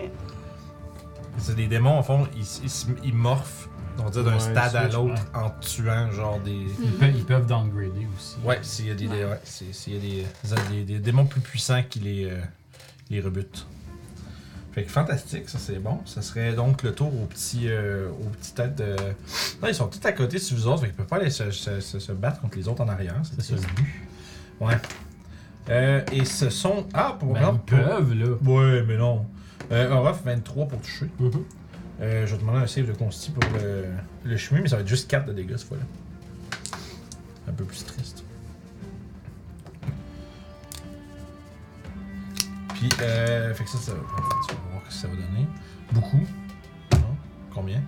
Speaker 2: C'est des démons, en fond, ils, ils, se- ils morphent, on va dire, d'un
Speaker 3: Ouais,
Speaker 2: stade à
Speaker 3: switch,
Speaker 2: l'autre en tuant, genre, des.
Speaker 4: Mm-hmm.
Speaker 5: Ils peuvent, ils peuvent downgrader aussi.
Speaker 2: Ouais, s'il y a des, des- ouais, c'est- s'il y a des, des- des démons plus puissants qui les, euh, les rebutent. Fait que fantastique, ça c'est bon. Ça serait donc le tour aux petits, euh, aux petites têtes de. Non, ils sont tout à côté sur vous autres, fait qu'ils peuvent pas aller se, se- se- se battre contre les autres en arrière.
Speaker 5: C'est ça le but.
Speaker 2: Ouais. Euh, et ce sont. Ah, pour
Speaker 5: Ben, ils
Speaker 2: pour-
Speaker 5: peuvent, là.
Speaker 2: Ouais, mais non. Euh, un rough 23 pour toucher.
Speaker 3: Mhm.
Speaker 2: Euh, je vais demander un save de consti pour le, le chemin, mais ça va être juste 4 de dégâts cette fois-là. Un peu plus triste. Puis, euh, fait que ça, ça va. Tu vas voir ce que ça va donner. Beaucoup. Non? Combien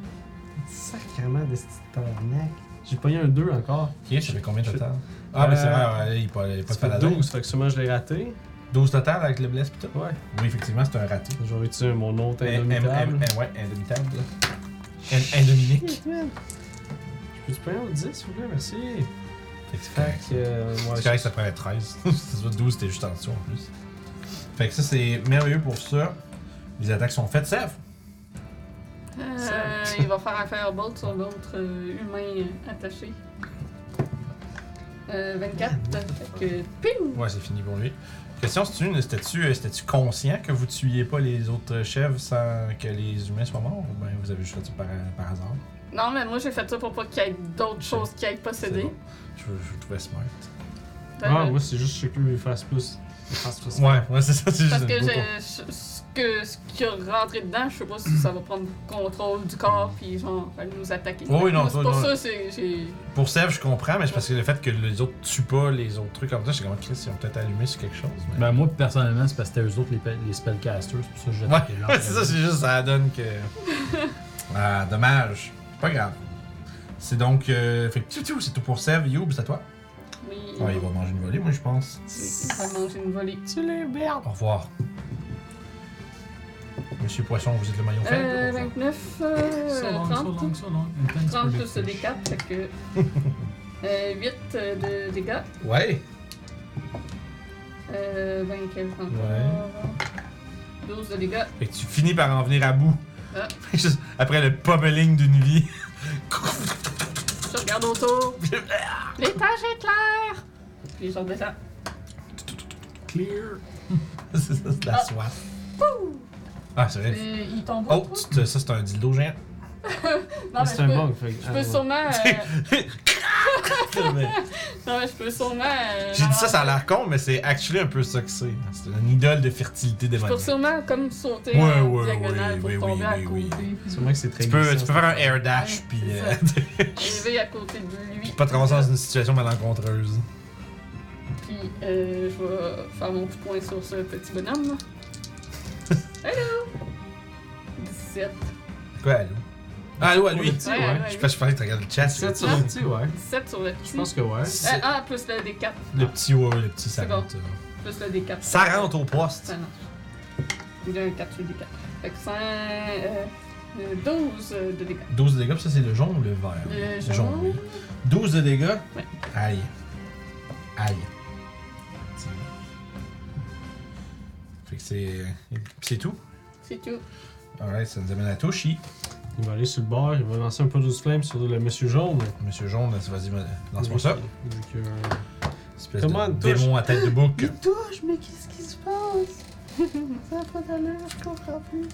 Speaker 3: Sacrement de ce tabarnak. J'ai pogné un 2 encore.
Speaker 2: Ok, je fais combien total Ah, mais c'est vrai, ouais, il n'est pas, il est pas
Speaker 3: Euh, Ça
Speaker 2: de
Speaker 3: fait
Speaker 2: paladin.
Speaker 3: 12, fait que sûrement je l'ai raté.
Speaker 2: 12 total avec le bless pis tout.
Speaker 3: Ouais.
Speaker 2: Oui, effectivement, c'est un raté.
Speaker 3: J'aurais utilisé mon autre
Speaker 2: Un- un-
Speaker 3: indomitable.
Speaker 2: un- un- Ouais, indomitable. Un- Indominique.
Speaker 3: Je peux-tu pogner un 10, s'il vous plaît? Merci.
Speaker 2: Fait que c'est
Speaker 3: Fait
Speaker 2: correct.
Speaker 3: que, euh, ouais,
Speaker 2: C'est correct, ça prenait 13. C'est ça, 12, t'es juste en dessous en plus. Fait que ça, c'est merveilleux pour ça. Les attaques sont faites, Sèvres.
Speaker 4: Euh, il va faire un firebolt sur l'autre euh, humain euh, attaché. Euh, 24. Fait que, ping!
Speaker 2: Ouais, c'est fini pour lui. Question, c'est une, c'était-tu, euh, c'était-tu conscient que vous tuiez pas les autres chefs sans que les humains soient morts? Ou bien vous avez juste fait ça par, par hasard?
Speaker 4: Non, mais moi j'ai fait ça pour pas qu'il y ait d'autres choses qui aillent
Speaker 2: C'est
Speaker 4: posséder.
Speaker 2: bon. Je, je trouvais smart.
Speaker 3: Ah, moi, c'est juste que lui, il fasse plus. Il fasse plus.
Speaker 2: Ouais, ouais, c'est ça, c'est juste
Speaker 4: Parce que,
Speaker 2: une
Speaker 4: j'ai-
Speaker 2: boucle.
Speaker 4: je- ce que ce qui a rentré dedans, je sais pas si ça va prendre contrôle du corps puis genre va nous attaquer.
Speaker 2: Oh oui, non,
Speaker 4: Moi, c'est
Speaker 2: toi,
Speaker 4: pour
Speaker 2: non.
Speaker 4: ça c'est j'ai
Speaker 2: Pour Sèvres, je comprends, mais c'est parce que le fait que les autres tuent pas les autres trucs comme ça, je suis comme, Chris, ils ont peut-être allumé sur quelque chose. mais-
Speaker 5: Ben, moi, personnellement, c'est parce que c'était eux autres les, pe- les spellcasters, c'est pour ça que j'ai attaqué leur
Speaker 2: Ouais, c'est ça, c'est juste ça donne que. Ah, dommage. C'est Pas grave. C'est donc. Euh, fait que tu- tu, c'est tout pour Sev, Youb, c'est à toi.
Speaker 4: oui,
Speaker 2: Ah, Ouais, il va manger une volée, moi, je pense.
Speaker 4: il va manger une volée.
Speaker 3: Tu l'es merde!
Speaker 2: Au revoir. Monsieur Poisson, vous êtes le maillon faible.
Speaker 4: Euh, 29, euh,
Speaker 5: So long, so
Speaker 4: 30.
Speaker 5: long, so long. Intense
Speaker 4: 30
Speaker 5: project
Speaker 4: plus des
Speaker 5: fish.
Speaker 4: 4, fait que. euh, 8 de dégâts.
Speaker 2: Ouais.
Speaker 4: Euh, 24, 30.
Speaker 2: Ouais.
Speaker 4: 12 de dégâts.
Speaker 2: Fait que tu finis par en venir à bout.
Speaker 4: Ah.
Speaker 2: Juste après le pummeling d'une vie.
Speaker 4: Je regarde autour. L'étage est clair! Puis je redescends.
Speaker 5: Clear.
Speaker 2: c'est ça, c'est de la
Speaker 4: Ah.
Speaker 2: soif. Ah, c'est vrai.
Speaker 4: Et Euh, il tombe
Speaker 2: Oh, tu te- ça c'est un dildo géant.
Speaker 4: Non, mais
Speaker 3: C'est
Speaker 4: je
Speaker 3: un
Speaker 4: peux,
Speaker 3: bug. fait que-
Speaker 4: je
Speaker 3: ah,
Speaker 4: peux
Speaker 3: ouais.
Speaker 4: sûrement. euh,
Speaker 2: Mais
Speaker 4: non, mais je peux sûrement. euh,
Speaker 2: J'ai dit ça, ça a l'air con, mais c'est actually un peu ça que c'est. C'est une idole de fertilité
Speaker 4: Je peux
Speaker 2: démoniaque.
Speaker 4: sûrement comme sauter
Speaker 2: Ouais,
Speaker 4: en
Speaker 2: ouais,
Speaker 4: diagonale
Speaker 2: ouais,
Speaker 4: pour
Speaker 2: oui,
Speaker 4: tomber à
Speaker 2: oui,
Speaker 4: côté.
Speaker 2: oui,
Speaker 3: Sûrement que c'est très
Speaker 2: Tu peux,
Speaker 3: glissant,
Speaker 2: tu peux faire un air dash,
Speaker 4: Ouais,
Speaker 2: puis
Speaker 4: c'est
Speaker 2: euh,
Speaker 4: Élevé à côté de lui.
Speaker 2: pas te ramasser dans une situation malencontreuse.
Speaker 4: Puis euh, je vais faire mon petit point sur ce petit bonhomme. Hello! 17.
Speaker 2: Quoi, allô? Ah, allô, à
Speaker 3: Pour
Speaker 2: lui?
Speaker 3: le petit,
Speaker 4: Ouais,
Speaker 3: ouais.
Speaker 4: ouais.
Speaker 2: Je sais pas, je pensais que tu regardais le chat.
Speaker 3: 7 sur le petit, ouais.
Speaker 4: 17 sur le
Speaker 3: Je
Speaker 4: petit.
Speaker 3: pense que ouais.
Speaker 4: Euh,
Speaker 2: C'est-
Speaker 4: ah, plus le D4.
Speaker 2: Le petit, ouais, ouais, le petit, ça
Speaker 4: C'est bon.
Speaker 2: rentre. euh.
Speaker 4: Plus le D4.
Speaker 2: Ça rentre au poste.
Speaker 4: Ça marche. Il a un 4 sur le D4. Fait que 5. Euh, 12 de dégâts.
Speaker 2: 12 de dégâts, puis ça c'est le jaune ou le vert?
Speaker 4: Le
Speaker 2: oui.
Speaker 4: jaune.
Speaker 2: 12 de dégâts?
Speaker 4: Ouais.
Speaker 2: Aïe. Aïe. Tiens. Fait que c'est. c'est tout.
Speaker 4: C'est tout.
Speaker 2: Alright, ça nous amène à Toshi.
Speaker 3: Il va aller sur le bord, il va lancer un peu de flamme sur le monsieur jaune.
Speaker 2: Monsieur jaune, vas-y, lance-moi ça.
Speaker 3: Vu que- euh,
Speaker 2: Espèce
Speaker 3: Comment
Speaker 2: de
Speaker 3: Toshi-
Speaker 2: démon à tête de bouc.
Speaker 6: touche, mais qu'est-ce qui se passe? Ça n'a pas d'allure, je comprends plus.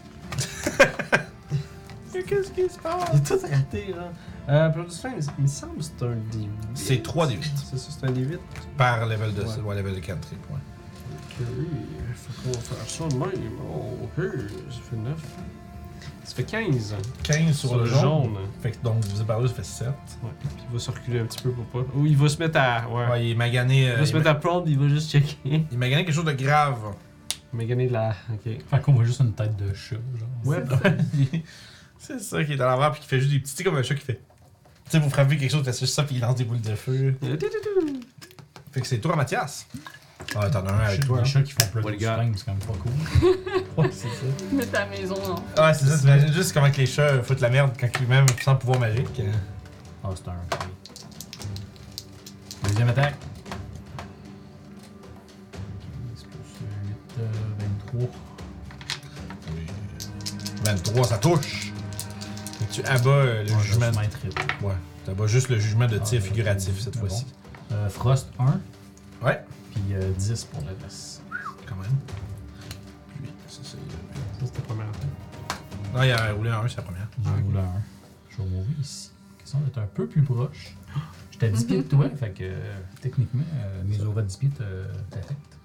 Speaker 3: Mais qu'est-ce qui se passe? Il est tout raté, hein. Euh, Produce Flame, il me semble que c'est un D8.
Speaker 2: C'est 3D8.
Speaker 3: C'est ça, c'est un D8.
Speaker 2: Par level de.
Speaker 3: Ouais.
Speaker 2: Ouais, level de 4 trip, ouais.
Speaker 3: Ok, faut qu'on va faire ça de même. Oh, ok, ça fait 9. Ça fait 15
Speaker 2: 15 sur, le, jaune.
Speaker 3: jaune.
Speaker 2: Fait que donc, vous avez ça fait 7.
Speaker 3: Ouais. Puis il va se reculer un petit peu pour pas. Ou il va se mettre à. Ouais.
Speaker 2: Ouais, il est magané.
Speaker 3: Il
Speaker 2: euh,
Speaker 3: va
Speaker 2: il,
Speaker 3: se
Speaker 2: est ma-
Speaker 3: mettre à prendre, il va juste checker.
Speaker 2: il est magané quelque chose de grave.
Speaker 3: Il m'a gagné de la. Ok.
Speaker 5: Fait qu'on voit juste une tête de chat, genre.
Speaker 3: Ouais,
Speaker 2: C'est ça qui est à l'envers, puis qui fait juste des petits. C'est comme un chat qui fait. Tu sais, vous frappez quelque chose, c'est juste ça, puis il lance des boules de feu. Fait que c'est toi, Mathias. Ah, t'en as un avec toi.
Speaker 5: Les chats qui font plein
Speaker 3: What
Speaker 5: de
Speaker 3: you got?
Speaker 5: flingues, c'est quand même pas cool.
Speaker 2: Ouais, c'est ça.
Speaker 4: Mets ta maison en.
Speaker 2: Ouais, Ah, c'est ça. T'imagines juste comment que les chats euh, foutent la merde quand ils même sans pouvoir magique. euh.
Speaker 5: Ah, c'est un. Deuxième attaque. 15 plus 8, euh, 23.
Speaker 2: 23, ça touche. Fait que tu abats euh, le jugement.
Speaker 5: Ouais, je vais se mettre hit.
Speaker 2: Ouais, t'abats juste le jugement de tir
Speaker 5: Ah,
Speaker 2: figuratif cette
Speaker 5: mais
Speaker 2: fois-ci.
Speaker 5: Euh, Frost 1,
Speaker 2: Ouais,
Speaker 5: puis euh, 10 pour le reste.
Speaker 2: quand même. Puis, ça, c'est euh, le-
Speaker 3: Ça, c'était la première attaque.
Speaker 2: Non, il a roulé un, c'est la première.
Speaker 5: J'ai roulé un. Je vais mourir ici. Question d'être un peu plus proche. J'étais à 10 pieds de toi,
Speaker 2: Mm-hmm.
Speaker 5: fait que euh, techniquement, euh, mes auras de 10 pieds te- t'affectent.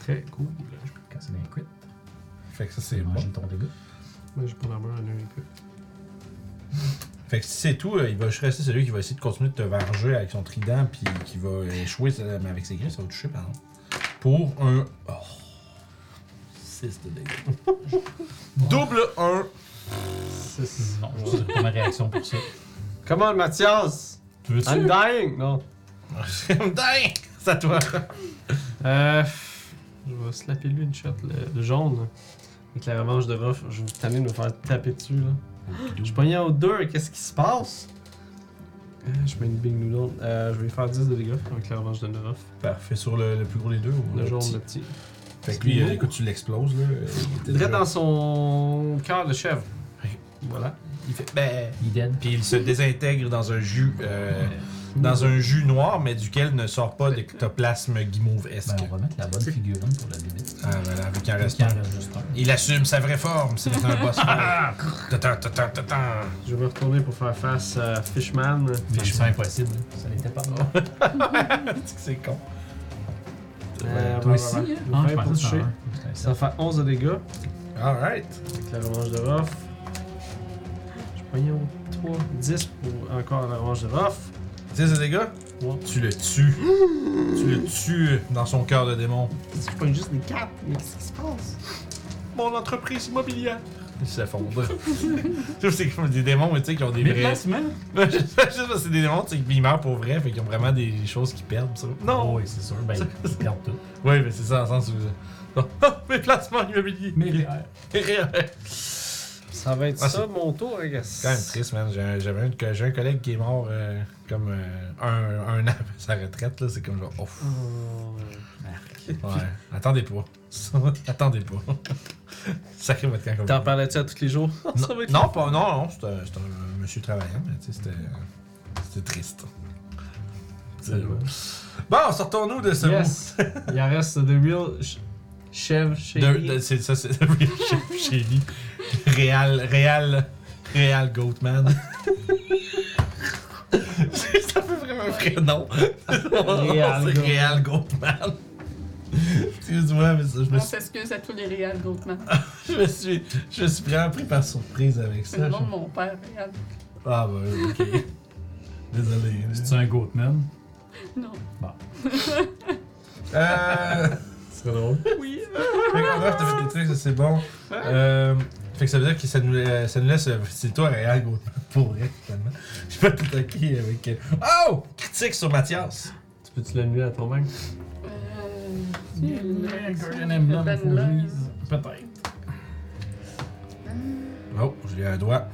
Speaker 3: Très cool.
Speaker 5: Je peux te casser d'un quit.
Speaker 2: Fait que ça, c'est
Speaker 5: C'est
Speaker 2: bon.
Speaker 5: manger ton dégât.
Speaker 3: Moi, j'ai pas l'armure à l'un peu.
Speaker 2: Fait que si c'est tout, euh, il va juste rester celui qui va essayer de continuer de te varger avec son trident, puis qui va échouer, ça, mais avec ses griffes, ça va toucher, pardon. Pour un. Oh. 6 de dégâts. Double 1.
Speaker 5: Non, je sais pas ma réaction pour ça.
Speaker 3: Come on, Mathias!
Speaker 2: Tu veux-tu?
Speaker 3: I'm dying! Non.
Speaker 2: Dang! C'est à toi.
Speaker 3: Euh. Je vais slapper lui une shot, le, le jaune. Avec la revanche de Ruff, je vous tanner de me faire taper dessus, là. Je suis pogné au 2, qu'est-ce qui se passe? Euh, je mets une big noodle. Euh, je vais lui faire 10 de dégâts avec la revanche de Ruff.
Speaker 2: Parfait, sur le, le plus gros des deux. ou
Speaker 3: Le, jaune,
Speaker 2: petit?
Speaker 3: le petit.
Speaker 2: Fait que lui, euh, écoute, tu l'exploses, là. euh, il était
Speaker 3: T'es direct
Speaker 2: déjà-
Speaker 3: dans son cœur de chèvre. Voilà.
Speaker 2: Il fait. Ben.
Speaker 5: Il est dead.
Speaker 2: Puis il se désintègre dans un jus. euh, dans un jus noir, mais duquel ne sort pas d'ectoplasme
Speaker 5: Ben,
Speaker 2: guimauve-esque.
Speaker 5: on va mettre la bonne figurine pour la limite.
Speaker 2: Ah, voilà, vu qu'il en
Speaker 5: Parce
Speaker 2: reste
Speaker 5: qu'il
Speaker 2: un.
Speaker 5: en reste juste un.
Speaker 2: Il assume sa vraie forme, c'est un boss. fight. Tatan, tatan, tatan.
Speaker 3: Je vais me retourner pour faire face à Fishman.
Speaker 5: Mission impossible. Ah, Ça n'était pas moi.
Speaker 2: c'est con.
Speaker 3: Euh,
Speaker 5: Toi
Speaker 3: bah,
Speaker 5: aussi,
Speaker 3: bah,
Speaker 5: hein?
Speaker 3: bah.
Speaker 5: Ah, je
Speaker 3: Vingt pour
Speaker 5: pensais que c'était
Speaker 3: toucher.
Speaker 5: un. C'était un
Speaker 3: Ça
Speaker 5: sept.
Speaker 3: fait 11 de dégâts
Speaker 2: Alright.
Speaker 3: avec la revanche de Ruff. Je suis pogné au 3, 10 pour encore la revanche de Ruff.
Speaker 2: 10 de dégâts.
Speaker 3: Ouais.
Speaker 2: Tu le tues. tu le tues dans son cœur de démon.
Speaker 3: Je pogne juste des 4, mais qu'est-ce qui se passe?
Speaker 2: Mon entreprise immobilière. Il s'effondre. Tu sais, c'est comme des démons, mais tu sais, qui ont des
Speaker 5: Mes
Speaker 2: vrais.
Speaker 5: placements?
Speaker 2: Juste parce que c'est des démons, tu sais, qu'ils meurent pour vrai, fait qu'ils ont vraiment des choses qui perdent, ça.
Speaker 3: Oh,
Speaker 5: Non! Oui, c'est sûr. Ben, il garde tout.
Speaker 2: Oui, mais c'est ça, dans le sens où. Non. Ah, mes placements immobiliers.
Speaker 5: Mais
Speaker 2: Rien.
Speaker 3: Ça va être
Speaker 2: Ah,
Speaker 3: ça, mon tour, I guess.
Speaker 2: C'est quand même triste, man. J'ai un- J'avais un, que- j'ai un collègue qui est mort euh, comme euh, un, un an après sa retraite. là. C'est comme genre, ouf.
Speaker 3: Oh.
Speaker 2: Ouais. Attendez pas. Attendez pas. Sacré votre camp comme
Speaker 3: T'en parlais-tu à tous les jours? ça va être
Speaker 2: Non, pas, non, non. C'était c'était un monsieur travaillant, mais tu sais, c'était. C'était triste. C'est- Bon, sortons-nous de ce
Speaker 3: Yes! Il en reste The Real Ch- Chev
Speaker 2: mot.
Speaker 3: chez
Speaker 2: De, de- c'est ça, c'est Chef Shelly. Real, Real, Real Goatman. ça fait vraiment un vrai nom.
Speaker 3: Real
Speaker 2: c'est Real Goatman. Excuse-moi, mais ça, je me
Speaker 4: On
Speaker 2: suis,
Speaker 4: s'excuse à tous les réels groupements.
Speaker 2: je me suis, je me suis vraiment pris par surprise avec
Speaker 4: C'est le
Speaker 2: ça.
Speaker 4: nom de mon père, réel.
Speaker 2: Ah, bah, ok. Désolé.
Speaker 5: C'est un Goatman.
Speaker 4: Non.
Speaker 2: Euh. C'est drôle.
Speaker 4: Oui.
Speaker 2: Fait que, bref, t'as fait des trucs, ça, c'est bon. Euh, fait que ça veut dire que ça nous, euh, ça nous laisse. euh, C'est toi, Réal, gros. Pour vrai, finalement. Je peux te taquer avec. euh, Oh Critique sur Mathias.
Speaker 3: Tu peux-tu l'annuler à ton mec?
Speaker 4: Euh, Ben
Speaker 5: Peut-être.
Speaker 2: Oh, je lui ai un doigt.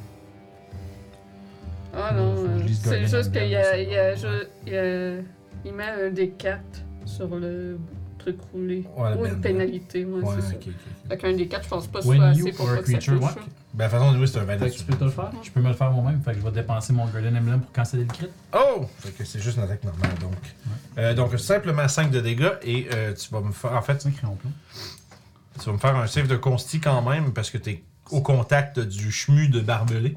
Speaker 4: Ah non,
Speaker 2: Faut que je
Speaker 4: euh,
Speaker 2: lise
Speaker 4: c'est
Speaker 2: Golden
Speaker 4: juste
Speaker 2: Emblem,
Speaker 4: qu'il y a,
Speaker 2: c'est
Speaker 4: il y a,
Speaker 2: bon.
Speaker 4: ju- il y a- il met un des quatre sur le truc roulé.
Speaker 2: Ouais,
Speaker 4: Ou
Speaker 2: ben,
Speaker 4: une pénalité, moi,
Speaker 2: Ouais, ok,
Speaker 4: c'est
Speaker 2: ok.
Speaker 4: ça.
Speaker 2: ok.
Speaker 4: Fait qu'un des quatre, je pense pas que ce soit
Speaker 5: When you
Speaker 4: assez pour
Speaker 5: or
Speaker 4: pas
Speaker 5: a
Speaker 4: que ça
Speaker 5: creature
Speaker 4: touche,
Speaker 5: walk,
Speaker 4: hein.
Speaker 2: Ben, de toute façon, nous, c'est un vin
Speaker 3: Fait que tu peux te le faire?
Speaker 5: je peux me le faire moi-même. Fait que je vais dépenser mon Golden Emblem pour canceller le crit.
Speaker 2: Oh Fait que c'est juste une attaque normale, donc. Euh, donc, simplement 5 de dégâts et euh, tu vas me faire. En fait,
Speaker 5: C'est un crayon plomb.
Speaker 2: tu vas me faire un save de consti quand même parce que t'es au contact du chemu de barbelé.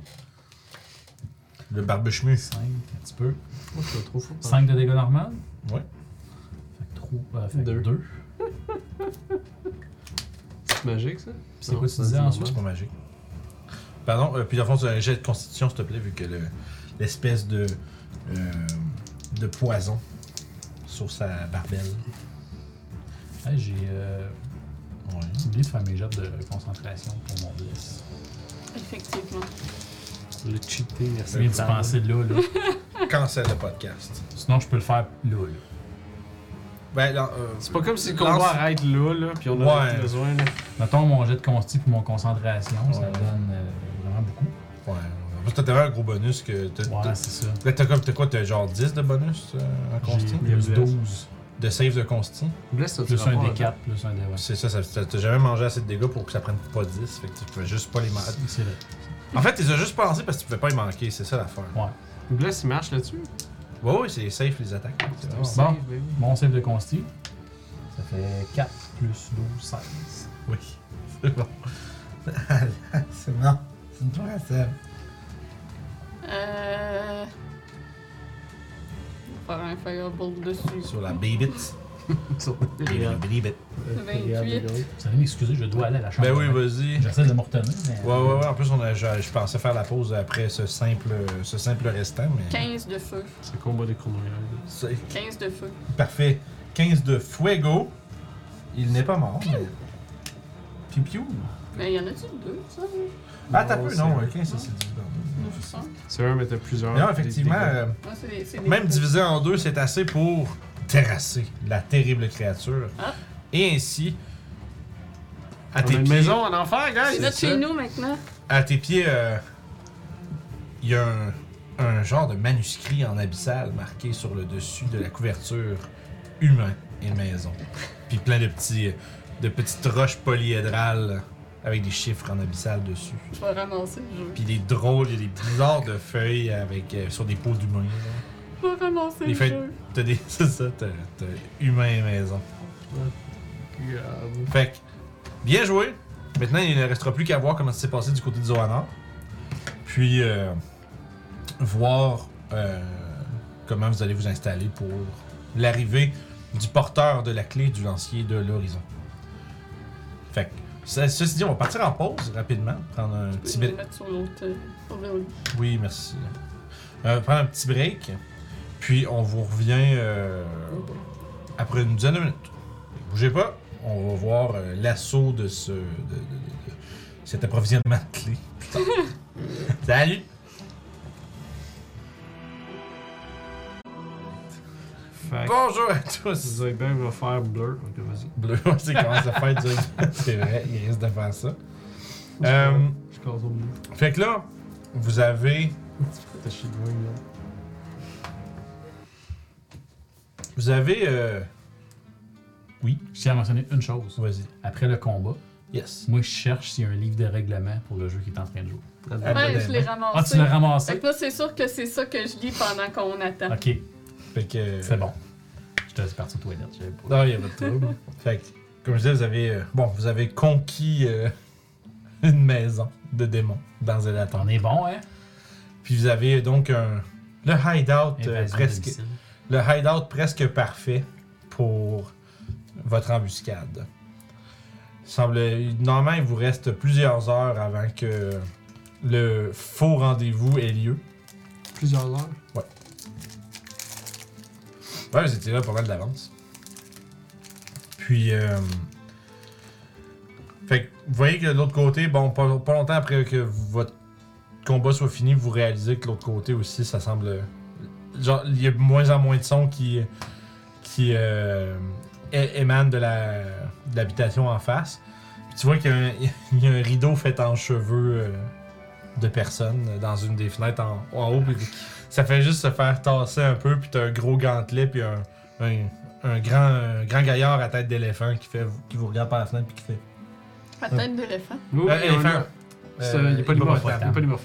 Speaker 2: Le barbe-chemu.
Speaker 5: 5, un petit peu.
Speaker 3: Moi, je suis trop fou.
Speaker 5: 5 de dégâts normal.
Speaker 2: Ouais.
Speaker 5: Fait que 3. fait
Speaker 3: Deux.
Speaker 5: 2.
Speaker 3: C'est magique, ça?
Speaker 5: c'est quoi tu
Speaker 3: ça,
Speaker 5: disais
Speaker 3: c'est
Speaker 5: ensuite?
Speaker 2: C'est
Speaker 3: normal.
Speaker 2: pas magique. Pardon, euh, puis dans le fond, c'est un jet de constitution, s'il te plaît, vu que le- l'espèce de, euh, de poison sur sa barbelle.
Speaker 5: Hey, J'ai euh,
Speaker 2: Ouais.
Speaker 5: oublié de faire mes jets de concentration pour mon 10.
Speaker 4: Effectivement.
Speaker 3: Le cheaté, merci.
Speaker 5: Je viens de penser de là, là.
Speaker 2: Cancel le podcast.
Speaker 5: Sinon, je peux le faire là, là.
Speaker 2: Ben, là, euh,
Speaker 3: C'est pas comme si le
Speaker 2: lance-
Speaker 3: combat arrête là, là, pis on en a
Speaker 2: Ouais.
Speaker 3: besoin, là.
Speaker 5: Mettons mon jet de consti pour mon concentration, ça
Speaker 2: Ouais.
Speaker 5: me donne euh, vraiment beaucoup.
Speaker 2: Ouais. Parce que t'as tellement un gros bonus que. t'as-
Speaker 5: Ouais, c'est ça.
Speaker 2: Là, t'as comme, t'as quoi, t'as genre 10 de bonus euh, en consti
Speaker 5: J'ai
Speaker 3: Il y a
Speaker 5: plus
Speaker 3: bless.
Speaker 5: 12,
Speaker 2: De save de consti
Speaker 3: Bless, ça, tu
Speaker 5: plus un
Speaker 3: l'as pas,
Speaker 2: hein?
Speaker 5: D4, plus un D. ouais.
Speaker 2: C'est ça, ça- t'as t'as jamais mangé assez de dégâts pour que ça prenne pas 10, fait que tu peux juste pas les manquer.
Speaker 5: C'est vrai.
Speaker 2: En fait, t'es juste pensé parce que tu pouvais pas les manquer, c'est ça l'affaire.
Speaker 5: Ouais.
Speaker 3: hein. Bless, il marche là-dessus?
Speaker 2: Ouais, ouais, c'est safe les attaques. C'est
Speaker 3: C'est un
Speaker 2: vraiment
Speaker 5: bon.
Speaker 3: save, baby.
Speaker 5: Mon save de consti, ça fait 4 plus 12, 16.
Speaker 2: Oui, c'est bon. c'est bon. C'est une tour à sève.
Speaker 4: Euh... On va faire un fireball dessus.
Speaker 2: Sur la bébite.
Speaker 3: Regarde.
Speaker 2: bébite.
Speaker 4: 28.
Speaker 5: Vous allez m'excuser, je dois aller à la chambre.
Speaker 2: Ben oui,
Speaker 5: de bain.
Speaker 2: vas-y.
Speaker 5: J'essaie de me retenir, mais.
Speaker 2: Ouais, ouais, ouais. En plus, on a, je, je pensais faire la pause après ce simple, ce simple restant, mais.
Speaker 4: 15 de feu.
Speaker 3: C'est le combat des cournoyères. là.
Speaker 2: C'est
Speaker 4: 15 de feu.
Speaker 2: parfait. 15 de fuego. Il n'est pas mort. mais- Piu piu.
Speaker 4: Mais il y en a-tu deux, ça?
Speaker 2: Ah, t'as
Speaker 3: Non,
Speaker 2: peu,
Speaker 3: c'est-
Speaker 2: non. 15, ça, c'est divisé en deux.
Speaker 4: Non, je sens.
Speaker 3: C'est un, mais t'as plusieurs.
Speaker 2: Non, effectivement,
Speaker 3: Des- des-
Speaker 2: euh,
Speaker 4: Moi, c'est des- c'est des-
Speaker 2: même divisé en deux, c'est assez pour terrasser la terrible créature.
Speaker 4: Ah.
Speaker 2: Et ainsi. À
Speaker 3: On a
Speaker 2: tes
Speaker 3: une
Speaker 2: pieds-
Speaker 3: maison en enfer,
Speaker 4: C'est
Speaker 3: guys!
Speaker 4: notre
Speaker 2: ça.
Speaker 4: chez nous maintenant.
Speaker 2: À tes pieds, euh, il y a un, un genre de manuscrit en abyssal marqué sur le dessus de la couverture humain et maison. Puis plein de petits, de petites roches polyédrales avec des chiffres en abyssal dessus.
Speaker 4: Je vais ramasser le jeu.
Speaker 2: Puis des drôles, il y a des bizarres de feuilles avec euh, sur des peaux d'humains. là.
Speaker 4: Je vais ramasser
Speaker 2: Les
Speaker 4: le
Speaker 2: feuilles-
Speaker 4: jeu.
Speaker 2: T'as des, c'est ça, t'as, t'as humain et maison.
Speaker 3: Regarde.
Speaker 2: Fait que, bien joué. Maintenant, il ne restera plus qu'à voir comment ça s'est passé du côté du Zoanor. Puis, euh, voir euh, comment vous allez vous installer pour l'arrivée du porteur de la clé du lancier de l'horizon. Fait que, ce- ceci dit, on va partir en pause rapidement. Prendre un petit
Speaker 4: Je vais
Speaker 2: bit.
Speaker 4: le mettre sur l'autre. euh, sur le-
Speaker 2: Oui, merci. Euh, prendre un petit break. Puis, on vous revient euh, après une dizaine de minutes. Bougez pas, on va voir euh, l'assaut de ce. de, de- de- de- cet approvisionnement de clés. Putain. Salut!
Speaker 3: Fait correct.
Speaker 2: Bonjour à tous!
Speaker 3: Zoidberg va faire bleu. Ok, vas-y.
Speaker 2: Bleu, on sait comment ça fait, Dieu. c'est vrai, il risque de faire ça. Euh,
Speaker 3: Je casse au milieu.
Speaker 2: fait que là, vous avez,
Speaker 3: T'as chier de loin, là.
Speaker 2: vous avez, euh,
Speaker 5: Oui, je tiens à mentionner une chose.
Speaker 2: vas-y,
Speaker 5: Après le combat,
Speaker 2: yes.
Speaker 5: moi je cherche s'il y a un livre de règlement pour le jeu qui est en train de jouer.
Speaker 2: Ah,
Speaker 4: Ouais,
Speaker 2: ben,
Speaker 4: je l'ai
Speaker 2: ben.
Speaker 4: ramassé.
Speaker 5: Ah, tu l'as
Speaker 4: Fait
Speaker 5: ramassé?
Speaker 4: que là, c'est sûr que c'est ça que je lis pendant qu'on attend.
Speaker 5: Ok,
Speaker 2: Fait que,
Speaker 5: c'est bon. Je te laisse partir aux toilettes, j'avais pas.
Speaker 2: Non, il y a pas de trouble. fait que, comme je disais, vous avez, euh, bon, vous avez conquis euh, une maison de démons dans Zelaton.
Speaker 5: T'en es bon, hein?
Speaker 2: Puis vous avez donc un, le hideout euh,
Speaker 5: Invasion
Speaker 2: presque,
Speaker 5: domicile.
Speaker 2: le hideout presque parfait pour votre embuscade. Semble, normalement, il vous reste plusieurs heures avant que le faux rendez-vous ait lieu.
Speaker 3: Plusieurs heures.
Speaker 2: euh, Ouais, vous étiez là pas mal d'avance. Puis, euh, fait que vous voyez que de l'autre côté, bon, pas, pas longtemps après que votre combat soit fini, vous réalisez que de l'autre côté aussi, ça semble. Genre, il y a de moins en moins de sons qui, qui euh, é- émanent de la- de l'habitation en face. Puis tu vois qu'il y, a un- il y a un rideau fait en cheveux euh, de personnes dans une des fenêtres en, en haut. Puis ça fait juste se faire tasser un peu, puis t'as un gros gantelet, puis un, un, un grand, un grand gaillard à tête d'éléphant qui, fait, qui vous regarde par la fenêtre, puis qui fait.
Speaker 4: La tête d'éléphant.
Speaker 3: Oui,
Speaker 2: Euh, éléphant.
Speaker 3: C'est-
Speaker 2: Euh,
Speaker 3: Il est polymorphe.
Speaker 2: hippopotame.
Speaker 3: Il est polymorphe.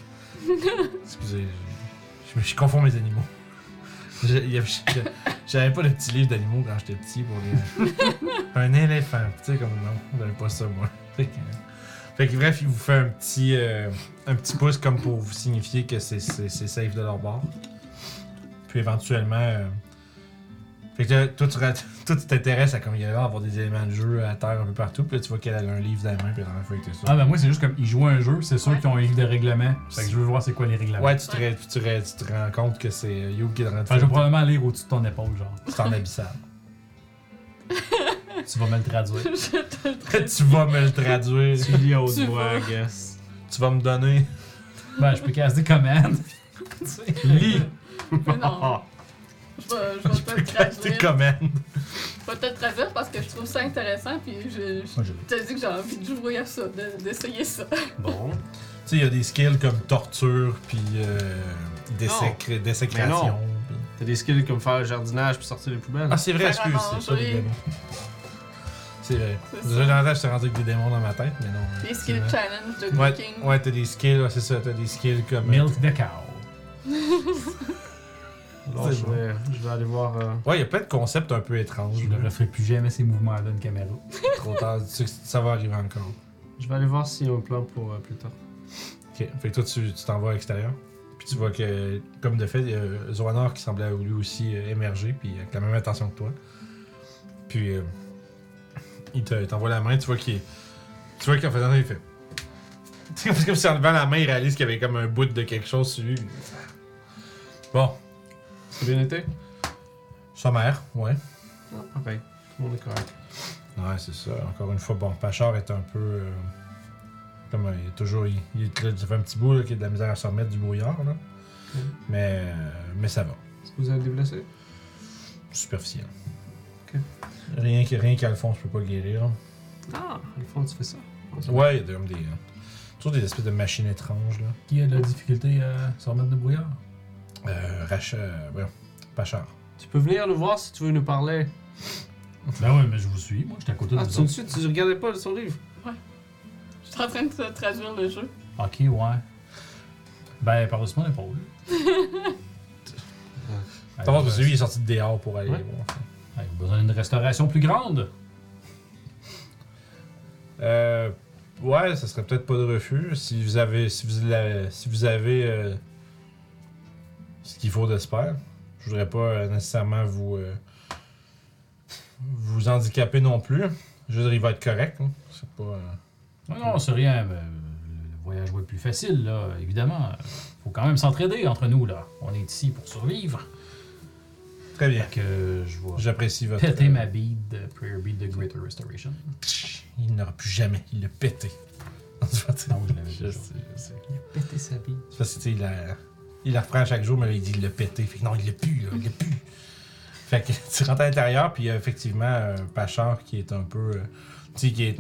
Speaker 2: Excusez, je, je, je confonds mes animaux. Je- il y a- je- J'avais pas le petit livre d'animaux quand j'étais petit pour les. un éléphant, tu sais, comme non, j'avais pas ça moi. Fait que, fait que bref, il vous fait un petit, euh, un petit pouce comme pour vous signifier que c'est c'est- c'est safe de leur bord. Puis éventuellement. euh, fait que là, toi, tu rat- toi, tu t'intéresses à comme il y a l'air d'avoir des éléments de jeu à terre un peu partout. Puis là, tu vois qu'elle a un livre dans la main, puis elle en a feuilleté ça.
Speaker 5: Ah, ben moi, c'est juste comme ils jouent à un jeu, c'est sûr
Speaker 4: Ouais.
Speaker 5: qu'ils ont un livre de règlement. Fait que je veux voir c'est quoi les règlements.
Speaker 2: Ouais, tu te, ré- tu, te ré- tu te rends compte que c'est euh, Yo qui est en train de
Speaker 5: Ah. Enfin, je vais
Speaker 2: faire-
Speaker 5: probablement lire au-dessus de ton épaule, genre.
Speaker 2: C'est en abyssal.
Speaker 5: Tu vas me le traduire.
Speaker 4: Je te le traduis.
Speaker 2: tu vas me le traduire.
Speaker 3: Tu lis au
Speaker 4: Tu
Speaker 3: doigt, I guess.
Speaker 2: Tu vas me donner.
Speaker 5: ben, je peux casser des commandes.
Speaker 2: Lis
Speaker 4: Mais non. Je vais, je vais te le
Speaker 2: tes
Speaker 4: traduire.
Speaker 2: commandes.
Speaker 4: Je vais te le traduire parce que je trouve ça intéressant. Puis je, je
Speaker 5: Moi, je
Speaker 4: t'ai dit que j'ai envie de jouer à ça, de- d'essayer ça.
Speaker 3: Bon.
Speaker 2: Tu sais, il y a des skills comme torture, puis euh, désec-
Speaker 3: Mais
Speaker 2: désécration.
Speaker 3: non.
Speaker 2: puis-
Speaker 3: T'as des skills comme faire le jardinage puis sortir les poubelles.
Speaker 2: Ah, c'est vrai,
Speaker 4: Faire à
Speaker 2: excuse, c'est ça, les
Speaker 4: manger.
Speaker 2: démons. C'est vrai.
Speaker 4: C'est ça.
Speaker 2: Déjà, dans la tête, je suis rendu avec des démons dans ma tête, mais non.
Speaker 4: Les skill
Speaker 2: effectivement.
Speaker 4: challenge de
Speaker 2: Ouais,
Speaker 4: cooking.
Speaker 2: ouais t'as des skills, ouais, c'est ça, t'as des skills comme. euh,
Speaker 5: Milk the cow.
Speaker 3: Alors, je vais, je vais aller voir. euh,
Speaker 2: Ouais, il y a plein de concepts un peu étranges.
Speaker 5: Je ne referai plus jamais ces mouvements-là d'une caméra.
Speaker 2: Trop tard, tu sais que ça va arriver encore.
Speaker 3: Je vais aller voir s'il y a un plan pour euh, plus tard.
Speaker 2: Ok, fait que toi, tu tu t'en vas à l'extérieur. Puis tu vois que, comme de fait, il y a Zoanor qui semblait lui aussi euh, émerger, puis avec la même intention que toi. Puis euh, il te- il t'envoie la main, tu vois qu'il. Tu vois qu'en faisant ça, il fait. Tu sais, parce que si en levant la main, il réalise qu'il y avait comme un bout de quelque chose sur lui. Bon,
Speaker 3: C'est bien été?
Speaker 2: sommaire, ouais.
Speaker 3: Non, parfait. Tout le monde est correct.
Speaker 2: Ouais, c'est ça. Encore une fois, bon, Pachard est un peu. euh, comme euh, il est toujours. Il, il est très- ça fait un petit bout là, qu'il y a de la misère à se remettre du brouillard, là.
Speaker 3: Mm.
Speaker 2: Mais, euh, mais ça va.
Speaker 3: Est-ce que vous avez des blessés?
Speaker 2: Superficiel.
Speaker 3: Ok.
Speaker 2: Rien que- rien qu'Alphonse peut pas guérir.
Speaker 3: Ah, le fond, tu fais ça.
Speaker 2: Ouais, il y a des- comme des. euh, toujours des espèces de machines étranges, là.
Speaker 5: Qui a de la difficulté à se remettre de brouillard?
Speaker 2: Euh, Rachat. euh, voyons, Pachard.
Speaker 3: Tu peux venir nous voir si tu veux nous parler.
Speaker 5: Ben oui, mais je vous suis. Moi, j'étais à côté de
Speaker 3: Ah,
Speaker 5: vous
Speaker 3: tu me
Speaker 5: autres.
Speaker 3: suis, tu regardais pas son livre.
Speaker 4: Je suis en train de te traduire le jeu.
Speaker 5: Ok, ouais. Ben, par-dessus mon épaule.
Speaker 2: T'as
Speaker 5: Allez,
Speaker 2: voir,
Speaker 5: ben,
Speaker 2: parce que lui, il est sorti de dehors pour aller.
Speaker 3: Ouais.
Speaker 2: voir ça.
Speaker 5: Hey, besoin d'une restauration plus grande.
Speaker 2: Euh, ouais, ça serait peut-être pas de refus si vous avez si vous la- si vous avez euh, ce qu'il faut d'espère. Je voudrais pas euh, nécessairement vous euh, vous handicaper non plus. Je veux dire, il va être correct. hein. C'est pas. euh,
Speaker 5: Non, non, c'est rien. mais, euh, Le voyage va être plus facile, là, évidemment. Euh, Faut quand même s'entraider entre nous, là. On est ici pour survivre.
Speaker 2: Très bien.
Speaker 5: Fait que je vais
Speaker 2: J'apprécie votre. euh,
Speaker 5: péter ma bead de Prayer Bead de Greater Restoration.
Speaker 2: Il n'aura plus jamais. Il l'a pété.
Speaker 5: Non, je l'avais
Speaker 2: Je
Speaker 5: déjà.
Speaker 2: sais, je sais.
Speaker 3: Il a pété sa bille.
Speaker 2: C'est parce que, tu sais, il la, il la reprend à chaque jour, mais là, il dit il l'a pété. Fait que non, il l'a plus, là, il l'a plus. Fait que tu rentres à l'intérieur, puis il y a effectivement euh, Pachard qui est un peu. euh, tu sais, qui est.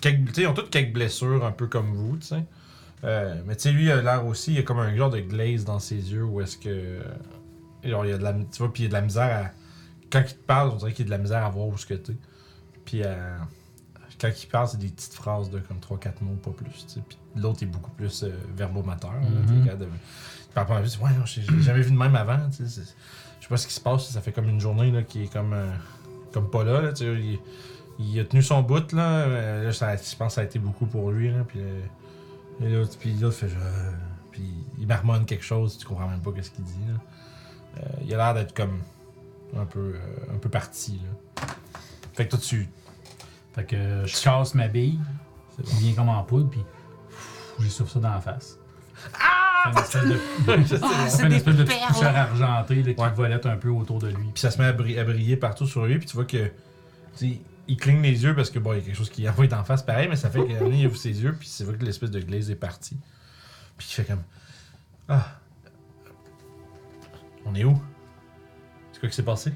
Speaker 2: quelques- tu sais, ils ont toutes quelques blessures, un peu comme vous, tu sais. Euh, mais tu sais, lui, il a l'air aussi, il a comme un genre de glaze dans ses yeux où est-ce que. euh, genre, il y a de la, tu vois, puis il y a de la misère à. Quand il te parle, on dirait qu'il y a de la misère à voir où ce que t'es. Puis euh, à- quand il parle, c'est des petites phrases de comme 3-4 mots, pas plus, tu sais. Puis l'autre est beaucoup plus euh, verbomateur. là, tu sais,
Speaker 5: Mhm.
Speaker 2: quand de- Il parle pas mal plus, ouais, non, j'ai j'ai jamais vu de même avant, tu sais. c'est- je sais pas ce qui se passe, ça fait comme une journée là, qui est comme, euh, comme pas là. là, tu sais, il, il a tenu son bout, là. euh, là, ça- je pense que ça a été beaucoup pour lui. Là, puis euh, et l'autre puis l'autre fait genre. euh, Puis il marmonne quelque chose, tu comprends même pas ce qu'il dit. Là. Euh, il a l'air d'être comme un peu, euh, un peu parti. Là. Fait que toi, tu.
Speaker 5: Fait que euh, je casse ma bille,
Speaker 2: C'est
Speaker 5: qui vient comme en poudre, puis pff, j'essouffle ça dans la face. Ah! Une espèce de,
Speaker 6: Ah,
Speaker 5: fait
Speaker 6: c'est
Speaker 5: une
Speaker 6: des
Speaker 5: espèce de petite
Speaker 6: perles.
Speaker 5: poussière argentée là, qui volette un peu autour de lui.
Speaker 2: Puis ça se met à, bri- à briller partout sur lui, puis tu vois que. tu sais, il cligne les yeux parce que bon, il y a quelque chose qui envoie en face pareil, mais ça fait qu'à un moment donné, il ouvre ses yeux, puis c'est vrai que l'espèce de glaise est partie. Puis il fait comme. Ah. On est où C'est quoi qui s'est passé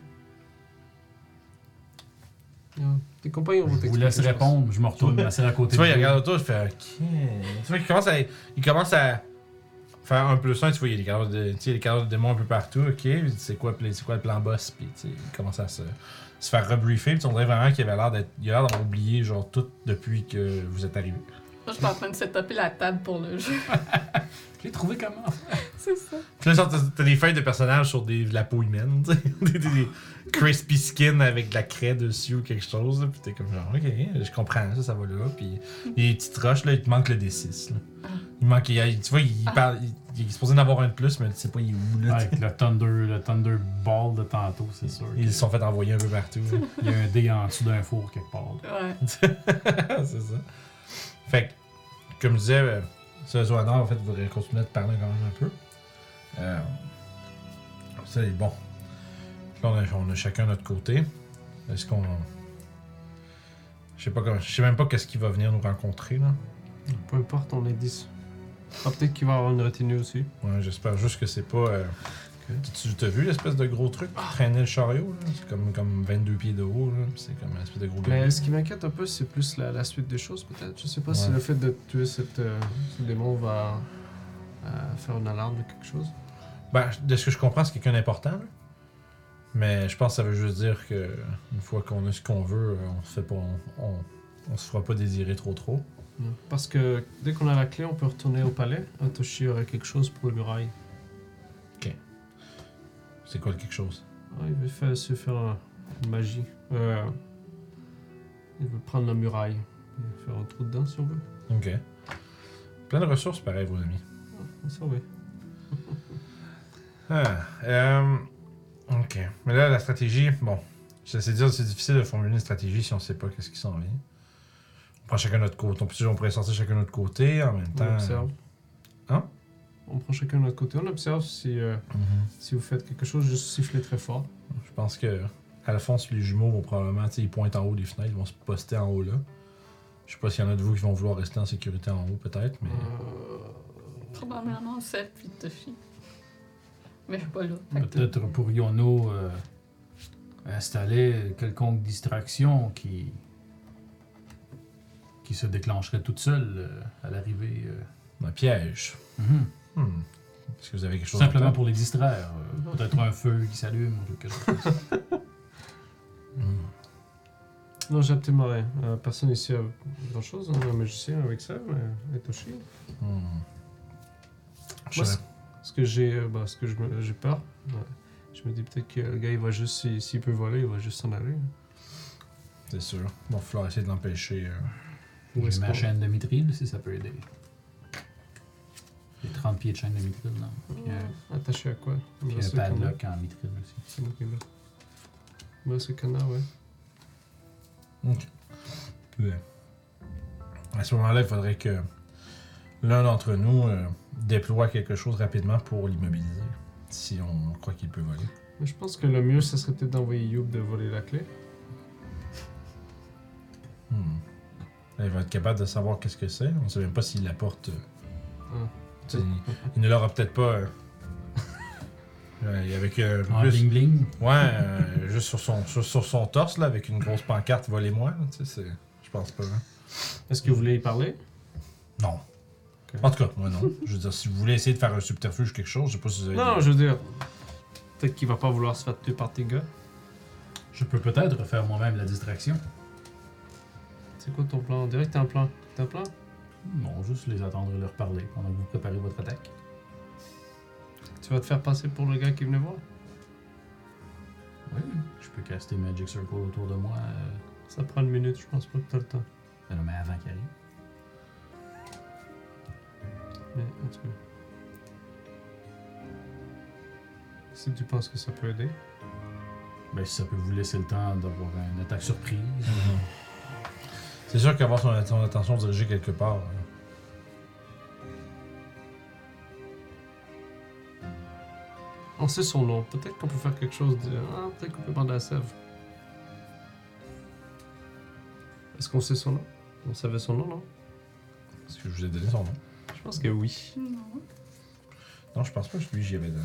Speaker 3: Ah, Tes compagnons vont
Speaker 5: Je vous
Speaker 3: t'expliquer.
Speaker 5: laisse
Speaker 3: les choses.
Speaker 5: répondre, je me retourne, m'asseoir à côté
Speaker 2: Tu vois,
Speaker 5: de
Speaker 2: il
Speaker 5: lui.
Speaker 2: regarde autour, il fait. Ok. Tu vois, il commence à, il commence à faire un plus un. Tu vois, il y a des cadavres de, tu sais, des cadavres de démons un peu partout. Ok, Il dit, c'est quoi, le- c'est quoi le plan boss Puis tu sais, il commence à se, se faire rebriefer. Puis on dirait vraiment qu'il avait l'air d'être, il a l'air d'avoir oublié genre tout depuis que vous êtes arrivé.
Speaker 4: Moi, je suis en train de setuper la table pour le jeu.
Speaker 5: J'ai trouvé comment?
Speaker 4: C'est ça.
Speaker 2: Puis là, genre, t'as- t'as des feuilles de personnages sur des, de la peau humaine, tu sais. des, des- des crispy skin avec de la craie dessus ou quelque chose. là. Puis t'es comme genre, ok, je comprends, ça, ça va là. Puis il y a des petites roches, là, il te manque le D6. Là. Il manque, il y a- tu vois, il, parle, il, il est supposé en avoir un de plus, mais tu sais pas, il est où, là. tu sais.
Speaker 5: Avec le Thunder, le Thunderball de tantôt, c'est sûr.
Speaker 2: Ils
Speaker 5: que-
Speaker 2: se sont fait envoyer un peu partout. là.
Speaker 5: Il y a un dé en dessous d'un four quelque part. là.
Speaker 4: Ouais.
Speaker 2: Ah, c'est ça. Fait que, comme je disais, euh, ce Zoanor, en fait, voudrait continuer de parler quand même un peu. Euh, c'est bon. Là, on a, on a chacun notre côté. Est-ce qu'on. Je sais pas comment. Je sais même pas qu'est-ce qui va venir nous rencontrer, là.
Speaker 3: Peu importe, on est 10. Ah, peut-être qu'il va avoir une retenue aussi.
Speaker 2: Ouais, j'espère juste que c'est pas. euh, Tu t'as vu l'espèce de gros truc qui traînait le chariot, là? C'est comme, comme 22 pieds de haut, là. C'est comme un espèce de gros
Speaker 3: Mais
Speaker 2: gorille.
Speaker 3: ce qui m'inquiète un peu, c'est plus la, la suite des choses, peut-être. Je sais pas si
Speaker 2: Ouais.
Speaker 3: le fait de tuer cette, euh, ce démon va euh, faire une alarme ou quelque chose.
Speaker 2: Ben, de ce que je comprends, c'est quelqu'un d'important. là. Mais je pense que ça veut juste dire que une fois qu'on a ce qu'on veut, euh, on se fait pas, on, on- on se fera pas désirer trop trop.
Speaker 3: Non. Parce que dès qu'on a la clé, on peut retourner au palais. Atoshi aurait quelque chose pour le muraille.
Speaker 2: C'est quoi le quelque chose
Speaker 3: Ah, il veut faire, se faire un- une magie. Euh, il veut prendre la muraille. Il veut faire un trou dedans, si on veut.
Speaker 2: Ok. Plein de ressources, pareil, vos amis.
Speaker 3: Ça, oui.
Speaker 2: Ah, euh, ok. Mais là, la stratégie, bon, je sais dire, c'est difficile de formuler une stratégie si on sait pas qu'est-ce qui s'en vient. On prend chacun notre côté. On, peut, on pourrait sortir chacun notre côté en même
Speaker 3: On
Speaker 2: temps.
Speaker 3: observe.
Speaker 2: Hein?
Speaker 3: On prend chacun de notre côté. On observe si, euh,
Speaker 2: Mhm.
Speaker 3: si vous faites quelque chose, juste sifflez très fort.
Speaker 2: Je pense que Alphonse et les jumeaux vont probablement, tu sais, ils pointent en haut des fenêtres, ils vont se poster en haut là. Je sais pas s'il y en a de vous qui vont vouloir rester en sécurité en haut, peut-être, mais.
Speaker 3: Euh,
Speaker 4: Probablement 7 puis Toshi. Mais je suis pas là. fait que-
Speaker 5: Peut-être pourrions-nous euh, installer quelconque distraction qui, qui se déclencherait toute seule euh, à l'arrivée. euh.
Speaker 2: Un piège.
Speaker 5: Mhm.
Speaker 2: Hmm. Est-ce que vous avez quelque chose en
Speaker 5: Simplement
Speaker 2: tête?
Speaker 5: pour les distraire. euh,
Speaker 4: Mhm.
Speaker 5: Peut-être un feu qui s'allume ou quelque chose.
Speaker 2: Hmm.
Speaker 3: Non, j'ai absolument rien. Euh, personne ici a grand chose. On a un magicien avec ça, mais Etoshi.
Speaker 2: Hmm. Je
Speaker 3: Moi,
Speaker 2: sais-
Speaker 3: ce- ce que j'ai, euh, bah, ce que je me- j'ai peur, ouais. je me dis peut-être que le gars, il va juste, s'il s'il peut voler, il va juste s'en aller.
Speaker 2: C'est sûr. Il va falloir essayer de l'empêcher. euh.
Speaker 3: Où est-ce
Speaker 5: J'ai ma
Speaker 3: qu'on-
Speaker 5: chaîne de mitril, si ça peut aider. J'ai 30 pieds de chaîne de mitril, non?
Speaker 4: Mhm.
Speaker 5: Puis un,
Speaker 3: Attaché à quoi
Speaker 5: puis
Speaker 3: Bah,
Speaker 5: un
Speaker 3: ce canard.
Speaker 5: padlock en mitril aussi.
Speaker 3: C'est moi qui l'ai. Bah, ce canard, ouais.
Speaker 2: Puis, euh, à ce moment-là, il faudrait que l'un d'entre nous euh, déploie quelque chose rapidement pour l'immobiliser. Si on croit qu'il peut voler.
Speaker 3: Mais je pense que le mieux, ça serait peut-être d'envoyer Youb de voler la clé.
Speaker 2: Hmm. Elle va être capable de savoir qu'est-ce que c'est. On ne sait même pas s'il la porte. euh,
Speaker 3: Ah.
Speaker 2: tu sais, Il, il ne l'aura peut-être pas. euh, Ouais, avec euh,
Speaker 5: En
Speaker 2: plus-
Speaker 5: bling bling.
Speaker 2: Ouais, euh, juste sur son, sur, sur son torse, là, avec une grosse pancarte, volez-moi, là, tu sais, c'est... Je pense pas, hein.
Speaker 3: Est-ce que vous voulez y parler?
Speaker 2: Non.
Speaker 3: Ok.
Speaker 2: En tout cas, moi non. Je veux dire, si vous voulez essayer de faire un subterfuge ou quelque chose, je sais pas si vous avez...
Speaker 3: Non,
Speaker 2: des-
Speaker 3: je veux dire, peut-être qu'il va pas vouloir se faire tuer par tes gars.
Speaker 5: Je peux peut-être faire moi-même la distraction.
Speaker 3: C'est quoi ton plan? On dirait que t'as un plan. T'as un plan?
Speaker 5: Non, juste les attendre et leur parler pendant que vous préparez votre attaque.
Speaker 3: Tu vas te faire passer pour le gars qui est venu voir?
Speaker 5: Oui. Je peux caster Magic Circle autour de moi. euh,
Speaker 3: Ça prend une minute, je pense pas que t'as le temps.
Speaker 5: ben non, mais avant qu'il arrive.
Speaker 3: Mais en tout cas. Si tu penses que ça peut aider.
Speaker 5: Ben, si ça peut vous laisser le temps d'avoir une attaque surprise.
Speaker 2: Mhm. C'est sûr qu'avoir son, son attention dirigée quelque part... hein.
Speaker 3: On sait son nom. Peut-être qu'on peut faire quelque chose de. Ah, peut-être qu'on peut demander à Sèvres. Est-ce qu'on sait son nom On savait son nom, non
Speaker 2: Est-ce que je vous ai donné son nom?
Speaker 3: Je pense que oui.
Speaker 4: Non.
Speaker 2: Non, je pense pas que lui, j'y avais donné.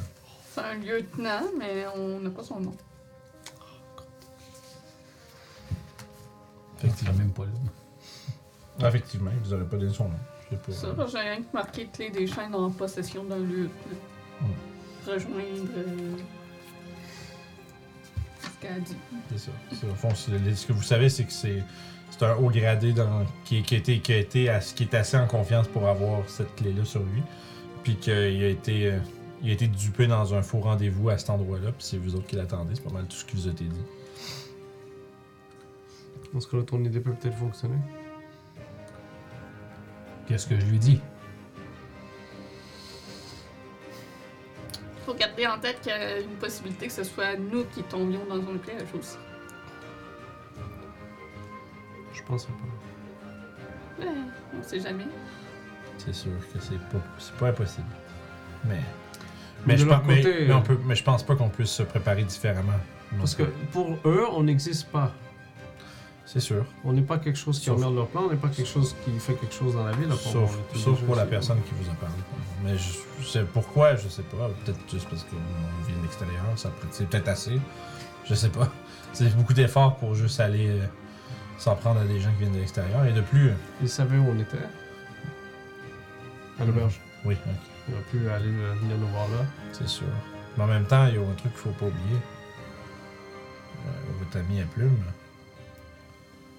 Speaker 4: C'est un lieutenant, mais on n'a pas son nom.
Speaker 5: Effectivement. même pas là.
Speaker 2: Effectivement, vous aurez pas donné son nom. Je sais pas.
Speaker 4: Ça, j'ai rien que marqué clé des chaînes en possession d'un lieu. Rejoindre. euh, ce qu'elle a dit.
Speaker 2: C'est ça. C'est- au fond, c'est- le- ce que vous savez, c'est que c'est, c'est un haut gradé dans, qui, qui, a été, qui, a été à- qui est assez en confiance pour avoir cette clé-là sur lui. Puis qu'il a été, euh, il a été dupé dans un faux rendez-vous à cet endroit-là. Puis c'est vous autres qui l'attendez. C'est pas mal tout ce qui vous a été dit.
Speaker 3: Dans ce cas-là, ton idée peut peut-être fonctionner.
Speaker 5: Qu'est-ce que je lui dis?
Speaker 4: Faut garder en tête qu'il y a une possibilité que ce soit nous qui tombions dans un piège aussi.
Speaker 3: Je pense pas.
Speaker 4: Mais on sait jamais.
Speaker 2: C'est sûr que c'est pas, c'est pas impossible. Mais. Mais
Speaker 3: Mais de
Speaker 2: je,
Speaker 3: leur
Speaker 2: pense, mais,
Speaker 3: côté,
Speaker 2: mais on
Speaker 3: euh,
Speaker 2: peut, mais je pense pas qu'on puisse se préparer différemment.
Speaker 3: Parce que
Speaker 2: Donc, euh,
Speaker 3: pour eux, on n'existe pas.
Speaker 2: C'est sûr.
Speaker 3: On n'est pas quelque chose qui
Speaker 2: Sauf-
Speaker 3: emmerde leur plan, on n'est pas quelque chose qui fait quelque chose dans la ville. là, Ah, pour
Speaker 2: Sauf,
Speaker 3: moi.
Speaker 2: sauf pour la
Speaker 3: C'est-
Speaker 2: personne qui vous a parlé. Mais je, je sais pourquoi, je sais pas. Peut-être juste parce qu'on vit de l'extérieur, ça peut- c'est peut-être assez. Je sais pas. C'est beaucoup d'efforts pour juste aller euh, s'en prendre à des gens qui viennent de l'extérieur. Et de plus. euh,
Speaker 3: Ils savaient où on était.
Speaker 2: Hmm.
Speaker 3: À l'auberge.
Speaker 2: Oui, ok,
Speaker 3: On a pu aller euh, venir nous voir là.
Speaker 2: c'est sûr. Mais en même temps, il y a un truc qu'il faut pas oublier. Euh, votre amie à plume,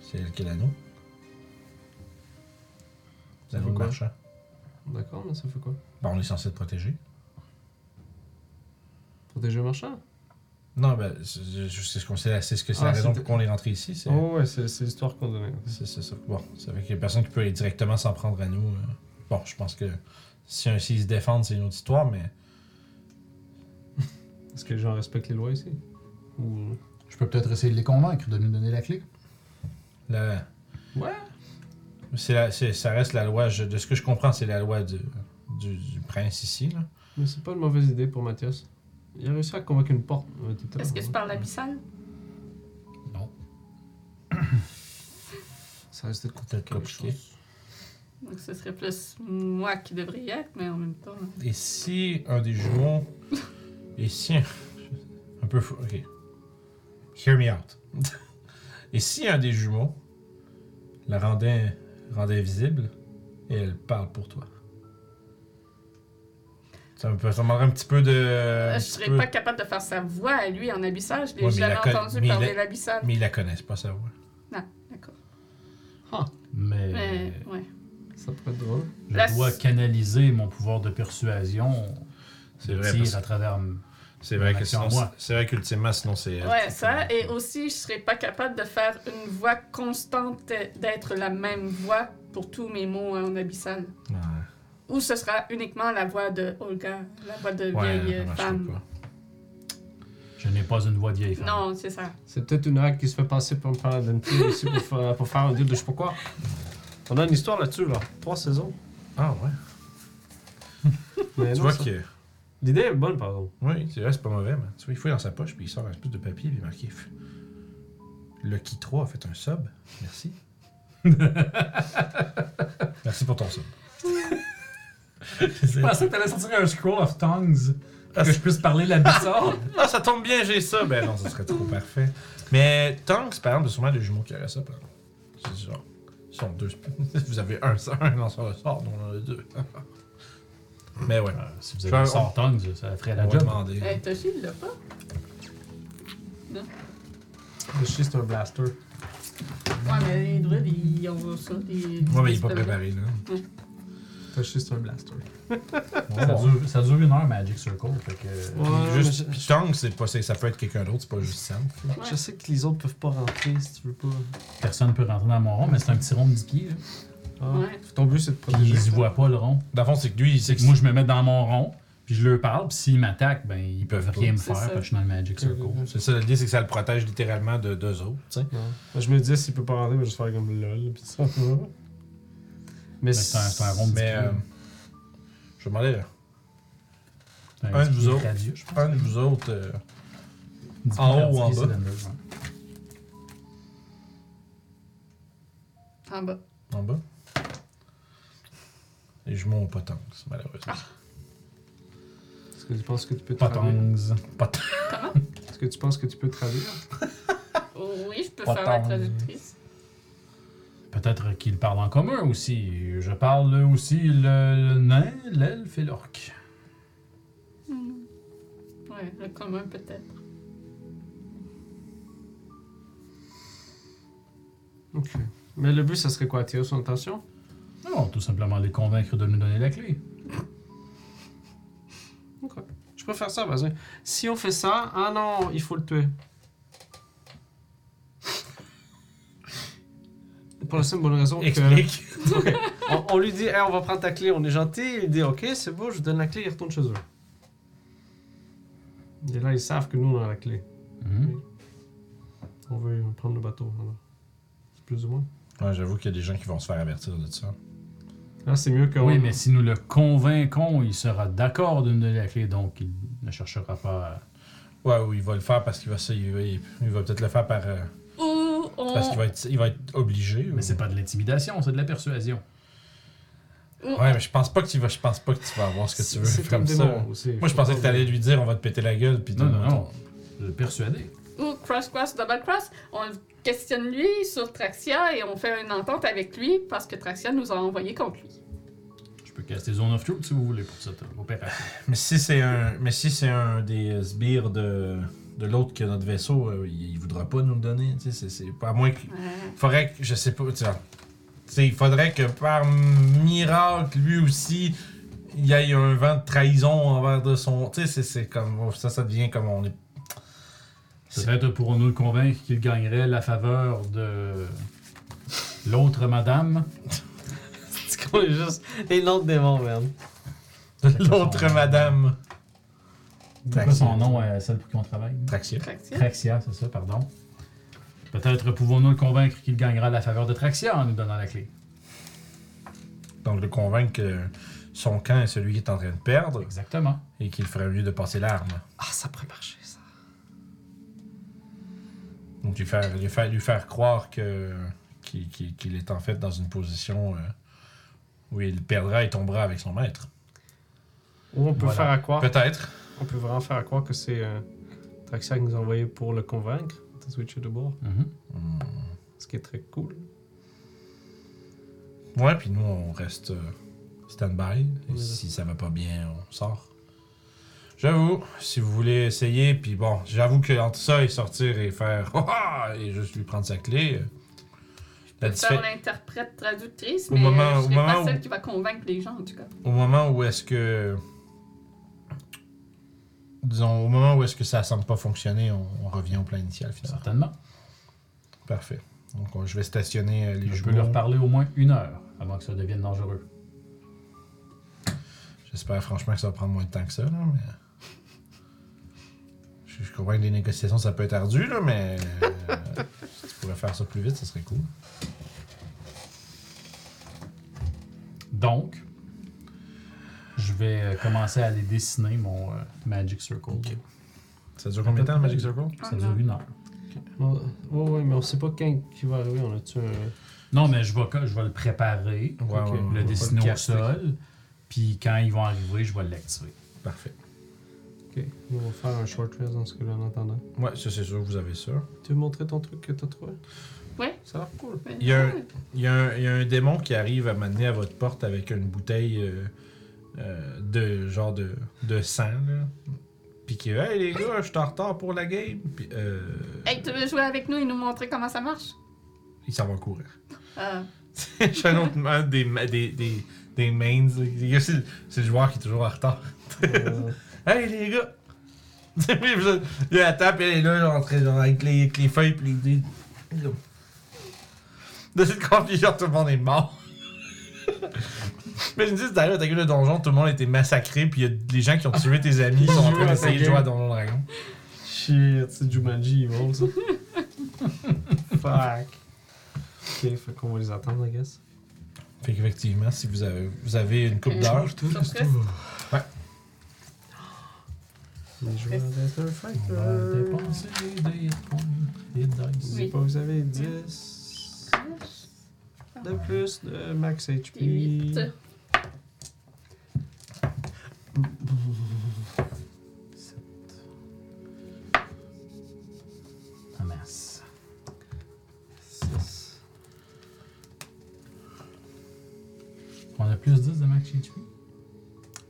Speaker 2: c'est elle qui est l'anneau.
Speaker 3: Ça
Speaker 2: L'anneau
Speaker 3: fait quoi?
Speaker 2: marchand.
Speaker 3: D'accord, mais ça fait quoi
Speaker 2: Ben, on est censé le protéger.
Speaker 3: Protéger un marchand
Speaker 2: Non, ben, c'est je- c'est ce qu'on sait, c'est ce que c'est
Speaker 3: Ah,
Speaker 2: la raison
Speaker 3: c'était-
Speaker 2: pour qu'on est rentré ici. c'est-
Speaker 3: Oh ouais, c'est c'est l'histoire qu'on donnait.
Speaker 2: C'est c'est ça. Bon, ça fait qu'il y a personne qui peut aller directement s'en prendre à nous. euh. Bon, je pense que si un s'ils se défendent, c'est une autre histoire, mais
Speaker 3: Est-ce que les gens respectent les lois ici Ou...
Speaker 5: Je peux peut-être essayer de les convaincre de nous donner la clé.
Speaker 2: la-
Speaker 3: Ouais.
Speaker 2: c'est la- c'est- ça reste la loi, je- de ce que je comprends, c'est la loi du, du, du prince ici. Là.
Speaker 3: Mais c'est pas une mauvaise idée pour Mathias. Il a réussi à convaincre une porte. euh, tout à
Speaker 4: Est-ce que
Speaker 3: l'heure,
Speaker 4: tu parles abyssal?
Speaker 5: Non.
Speaker 3: hein. Ça reste de
Speaker 2: Peut-être
Speaker 3: quelque
Speaker 2: compliqué.
Speaker 3: chose.
Speaker 4: Donc ce serait plus moi qui devrais y être, mais en même temps.
Speaker 2: Et si un des jumeaux. et si. Un, un peu fou. Ok. Hear me out. et si un des jumeaux la rendait, rendait visible et elle parle pour toi? Ça me fait- ça me demanderait un petit peu de.
Speaker 4: Euh,
Speaker 2: un
Speaker 4: je
Speaker 2: petit
Speaker 4: serais
Speaker 2: peu-
Speaker 4: pas capable de faire sa voix à lui en abyssal. Je l'ai
Speaker 2: Ouais, mais il
Speaker 4: jamais
Speaker 2: la conna-
Speaker 4: entendu
Speaker 2: mais il
Speaker 4: parler
Speaker 2: la-
Speaker 4: l'abyssal.
Speaker 2: Mais ils la connaissent pas, ça voix.
Speaker 4: D'accord.
Speaker 2: Euh,
Speaker 5: Mais,
Speaker 4: Mais, ouais.
Speaker 3: Ça pourrait être drôle.
Speaker 5: je
Speaker 4: la-
Speaker 5: dois canaliser mon pouvoir de persuasion.
Speaker 2: C'est
Speaker 5: Je
Speaker 2: vrai,
Speaker 5: tire
Speaker 2: parce-
Speaker 5: à travers. m-
Speaker 2: C'est vrai, que
Speaker 5: Action
Speaker 2: sinon,
Speaker 5: moi.
Speaker 2: c'est vrai qu'ultimement, sinon c'est. elle
Speaker 4: Ouais,
Speaker 2: qui-
Speaker 4: ça. Et aussi, je serais pas capable de faire une voix constante, d'être la même voix pour tous mes mots en abyssal.
Speaker 2: Ouais,
Speaker 4: Ou ce sera uniquement la voix de Olga, la voix de
Speaker 2: Ouais,
Speaker 4: vieille euh,
Speaker 2: ça marcherait
Speaker 4: femme.
Speaker 2: pas.
Speaker 5: Je n'ai pas une voix de vieille femme.
Speaker 4: Non, c'est ça.
Speaker 3: C'est peut-être une hack qui se fait passer pour me faire un deal ici pour faire, pour faire un deal de je sais pas quoi. On a une histoire là-dessus, là. Trois saisons.
Speaker 2: Ah ouais.
Speaker 3: Mais
Speaker 2: Tu
Speaker 3: non,
Speaker 2: vois
Speaker 3: ça-
Speaker 2: que.
Speaker 3: L'idée est bonne, par exemple.
Speaker 2: Oui, c'est vrai, c'est pas mauvais, mais tu vois, il fouille dans sa poche, puis il sort un espèce de papier, puis il est marqué F- Lucky 3 a fait un sub. Merci. Merci pour ton sub.
Speaker 5: Je pensais que t'allais sortir un scroll of tongues. que je puisse parler la bizarre.
Speaker 2: Ah, ça tombe bien, j'ai ça. Ben non, ça serait trop parfait. Mais Tonks, par exemple, c'est sûrement des jumeaux qui auraient ça, par exemple. C'est du genre, ils sont deux. Vous avez un, un lanceur de sort, nous on en a deux. Mais ouais,
Speaker 5: si vous avez
Speaker 2: Je-
Speaker 5: sort tongue, ça ferait la
Speaker 2: on va
Speaker 5: job.
Speaker 2: demander.
Speaker 4: Hey, Toshi, il l'a pas.
Speaker 3: Le shit, c'est un blaster.
Speaker 4: Ouais, mais les druides, ils ont ça. Des,
Speaker 2: Ouais, mais il est pas préparé, là.
Speaker 3: Le shit, c'est un blaster.
Speaker 2: Ah
Speaker 5: Ça dure, ça dure une heure, Magic Circle. Fait que...
Speaker 3: Ouais,
Speaker 2: Juste,
Speaker 3: mais
Speaker 2: puis Tonks, c'est pas, c'est- ça peut être quelqu'un d'autre, c'est pas juste Sam.
Speaker 3: je, je sais que les autres peuvent pas rentrer si tu veux pas.
Speaker 5: Personne ne peut rentrer dans mon rond, mais c'est un petit rond de 10 pieds. là.
Speaker 3: Ah.
Speaker 4: Ouais.
Speaker 3: Ton but, c'est de
Speaker 5: Puis
Speaker 3: protéger.
Speaker 5: ils ne voient pas le rond.
Speaker 2: Dans le fond, c'est que lui, il sait
Speaker 5: C'est
Speaker 2: que
Speaker 5: que moi, je me mets dans mon rond, puis je leur parle, puis s'ils m'attaquent, ben ils peuvent rien me
Speaker 4: C'est
Speaker 5: faire,
Speaker 4: ça.
Speaker 5: parce que je suis dans le Magic Circle.
Speaker 2: c'est ça, l'idée, c'est que ça le protège littéralement de deux autres, tu sais.
Speaker 3: Non. Ben, Je me disais, s'il peut pas rentrer, il va juste faire comme lol. Pis ça. Mais
Speaker 5: c'est un- c'est un rond de
Speaker 2: Mais,
Speaker 5: pieds.
Speaker 2: euh, je vais demander,
Speaker 5: C'est
Speaker 2: Un de
Speaker 5: petit
Speaker 2: vous
Speaker 5: pied
Speaker 2: autres.
Speaker 5: radieux, je pense.
Speaker 2: un de vous autres, euh,
Speaker 5: Dix
Speaker 2: En
Speaker 5: pieds
Speaker 2: haut ou en
Speaker 5: radieux, c'est
Speaker 2: bas?
Speaker 5: Denver, ouais.
Speaker 4: En bas.
Speaker 2: en bas. Et je monte pas Tonks, malheureusement.
Speaker 3: Est-ce que tu penses que tu peux
Speaker 5: Pas
Speaker 3: traduire
Speaker 5: tongs.
Speaker 3: Est-ce que tu penses que tu peux traduire
Speaker 4: Oh, oui, je peux
Speaker 5: Pas
Speaker 4: faire la
Speaker 5: tant.
Speaker 4: traductrice.
Speaker 5: Peut-être qu'ils parlent en commun aussi. Je parle aussi le, le nain, l'elfe et l'orque.
Speaker 4: Ouais, le commun peut-être.
Speaker 3: Ok. Mais le but, ça serait quoi Attirer son attention
Speaker 5: Non, tout simplement les convaincre de nous donner la clé.
Speaker 3: Ok. Je préfère ça, vas Si on fait ça, ah non, il faut le tuer. Pour la simple bonne raison que.
Speaker 2: Explique.
Speaker 3: Ok. On, on lui dit, Hey, on va prendre ta clé, on est gentil. Il dit, ok, c'est beau, je vous donne la clé, il retourne chez eux. Et là, ils savent que nous, on a la clé.
Speaker 5: Mhm.
Speaker 3: On veut prendre le bateau. alors. C'est plus ou moins.
Speaker 5: Ah.
Speaker 2: Ouais, j'avoue qu'il y a des gens qui vont se faire avertir de ça.
Speaker 3: Là, c'est mieux que.
Speaker 5: Oui, mais si nous le convainquons, il sera d'accord de nous donner la clé, donc il ne cherchera pas à...
Speaker 2: Ouais, ou il va le faire parce qu'il va, se- il va, il- il va peut-être le faire par, euh,
Speaker 4: Ou on,
Speaker 2: parce qu'il va être, il va être obligé. ou-
Speaker 5: Mais c'est pas de l'intimidation, c'est de la persuasion.
Speaker 4: ou-
Speaker 2: Ouais, mais je pense pas que tu vas, je pense pas que tu vas avoir ce que tu veux
Speaker 3: C'est
Speaker 2: comme
Speaker 3: comme
Speaker 2: ça.
Speaker 3: démon aussi.
Speaker 2: Moi, je pensais que t'allais lui dire on va te péter la gueule, puis
Speaker 5: Non,
Speaker 2: t'as-
Speaker 5: non, non. Je suis persuadé.
Speaker 4: ou cross cross double cross, on le questionne lui sur Traxia et on fait une entente avec lui parce que Traxia nous a envoyé contre lui.
Speaker 5: Je peux caster Zone of Truth si vous voulez pour cette euh, opération.
Speaker 2: Mais si c'est un, mais si c'est un des euh, sbires de, de l'autre que notre vaisseau, euh, il, il voudra pas nous le donner. Tu sais, c'est- c'est pas à moins que,
Speaker 4: Ouais.
Speaker 2: faudrait que, je sais pas, tu vois, tu sais, il faudrait que par miracle lui aussi, il y ait un vent de trahison envers de son, tu sais, c'est- c'est comme oh, ça, ça devient comme on est. C'est-
Speaker 5: Peut-être pour nous le convaincre qu'il gagnerait la faveur de l'autre madame.
Speaker 3: C'est qu'on est juste. Et l'autre démon, merde.
Speaker 2: L'autre madame.
Speaker 5: C'est quoi son nom, euh, celle pour qui on travaille?
Speaker 2: Traxia.
Speaker 4: Traxia.
Speaker 5: Traxia, c'est ça, pardon. Peut-être pouvons-nous le convaincre qu'il gagnera la faveur de Traxia en nous donnant la clé.
Speaker 2: Donc le convaincre que son camp est celui qui est en train de perdre
Speaker 5: Exactement.
Speaker 2: et qu'il ferait mieux de passer l'arme.
Speaker 3: Ah, ça pourrait marcher, ça.
Speaker 2: Donc lui faire, lui faire, lui faire croire que qu'il qu'il- qu'il est en fait dans une position euh, où il perdra et tombera avec son maître.
Speaker 3: Ou on peut
Speaker 5: Voilà.
Speaker 3: faire à croire.
Speaker 2: Peut-être.
Speaker 3: On peut vraiment faire à croire que c'est euh, Traxia qui nous a envoyé pour le convaincre de switcher de bord.
Speaker 5: Mhm.
Speaker 2: Hmm.
Speaker 3: Ce qui est très cool.
Speaker 2: Ouais, puis nous on reste euh, stand-by. Et
Speaker 3: Oui,
Speaker 2: si ça va pas bien, on sort. J'avoue, si vous voulez essayer, puis bon, j'avoue que entre ça et sortir et faire Ah ah et juste lui prendre sa clé, euh, la diffé-
Speaker 4: Faire l'interprète traductrice,
Speaker 2: Au
Speaker 4: mais
Speaker 2: moment-
Speaker 4: euh,
Speaker 2: au
Speaker 4: je serai
Speaker 2: moment
Speaker 4: pas
Speaker 2: où-
Speaker 4: celle qui va convaincre les gens en tout cas.
Speaker 2: au moment où est-ce que disons au moment où est-ce que ça semble pas fonctionner, on, on revient au plan initial finalement.
Speaker 5: Certainement.
Speaker 2: Parfait. Donc on- je vais stationner euh, les
Speaker 5: Je
Speaker 2: jumeaux.
Speaker 5: peux leur parler au moins une heure avant que ça devienne dangereux.
Speaker 2: J'espère franchement que ça va prendre moins de temps que ça là, mais je, je comprends que les négociations ça peut être ardu là, mais euh, si tu pourrais faire ça plus vite, ça serait cool.
Speaker 5: Donc, je vais euh, commencer à aller dessiner mon euh, Magic Circle.
Speaker 2: Ok. Ça dure combien de temps le Magic Circle
Speaker 4: Ah,
Speaker 5: Ça dure une heure.
Speaker 3: Ouais, ouais, mais on sait pas quand qui va arriver. On a-tu un.
Speaker 5: Non, mais je vais, co- je vais le préparer,
Speaker 2: Ouais, ouais,
Speaker 3: Ok.
Speaker 2: ouais.
Speaker 5: le
Speaker 3: va pas
Speaker 5: dessiner
Speaker 3: le
Speaker 5: au
Speaker 3: casser.
Speaker 5: sol, puis quand ils vont arriver, je vais l'activer.
Speaker 2: Parfait.
Speaker 3: Ok. Nous, on va faire un short rest dans ce que là en attendant.
Speaker 2: Ouais, ça c'est sûr, vous avez ça.
Speaker 3: Tu veux montrer ton truc que t'as trouvé?
Speaker 4: Ouais.
Speaker 3: Ça a l'air cool.
Speaker 4: Mais
Speaker 2: Il y a un-
Speaker 4: non,
Speaker 2: Il y, a un, il y a un démon qui arrive à m'amener à votre porte avec une bouteille euh, euh, de genre de, de sang, là. Puis qui Hey les gars, je suis en retard pour la game. Puis euh,
Speaker 4: Hey, tu veux jouer avec nous et nous montrer comment ça marche?
Speaker 2: il s'en va courir.
Speaker 4: Ah,
Speaker 2: J'ai un autre un des, ma- des, des, des mains. là. Il y a aussi le- C'est le joueur qui est toujours en retard.
Speaker 3: Euh,
Speaker 2: Hey les gars! Puis je- il la tape, elle est là, genre, en train- genre, avec, les, avec les feuilles, puis les. les- là. De cette confie, genre, tout le monde est mort. Mais je me dis, d'ailleurs, t'as vu le donjon, tout le monde a été massacré, puis il y a les gens qui ont tué tes amis, sont en train d'essayer de jouer à Donjon Dragon.
Speaker 3: Shit, c'est Jumanji Evil, ça. Fuck. Ok, fait qu'on va les attendre, I guess.
Speaker 2: Fait qu'effectivement, si vous avez, vous avez une coupe
Speaker 4: Euh,
Speaker 2: d'heure,
Speaker 4: surprise.
Speaker 3: Les joueurs d'Ether
Speaker 5: On va
Speaker 3: Fighter.
Speaker 5: dépenser des points, des dice.
Speaker 4: Oui.
Speaker 3: Pas vous avez 10 de plus de max
Speaker 4: T'es huit.
Speaker 3: HP.
Speaker 5: Amasse.
Speaker 3: 6.
Speaker 5: On a plus 10 de max HP?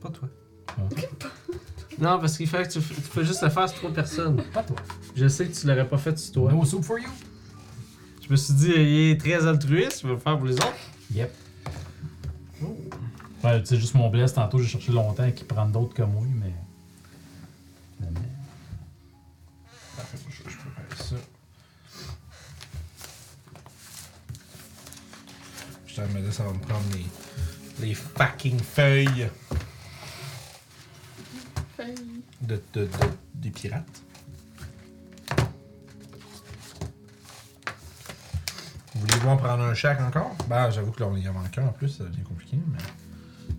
Speaker 3: Pas toi.
Speaker 5: Ah.
Speaker 3: Non, parce qu'il fallait que tu, f- tu fais juste le faire sur trois personnes.
Speaker 5: Pas toi.
Speaker 3: Je sais que tu l'aurais pas fait sur toi.
Speaker 5: No soup for you?
Speaker 3: Je me suis dit, il est très altruiste, il va le faire pour les autres.
Speaker 5: Yep. Ouais, tu sais, juste mon bless, tantôt j'ai cherché longtemps qu'ils prennent d'autres comme moi, mais. Finalement.
Speaker 2: Parfait, je, je peux faire ça. Je me dis, ça va me prendre les, les fucking feuilles
Speaker 4: Feuille.
Speaker 2: de, de- de- des pirates. Voulez-vous en prendre un chaque encore? Ben, j'avoue que là, on y en manque un en plus, ça devient compliqué, mais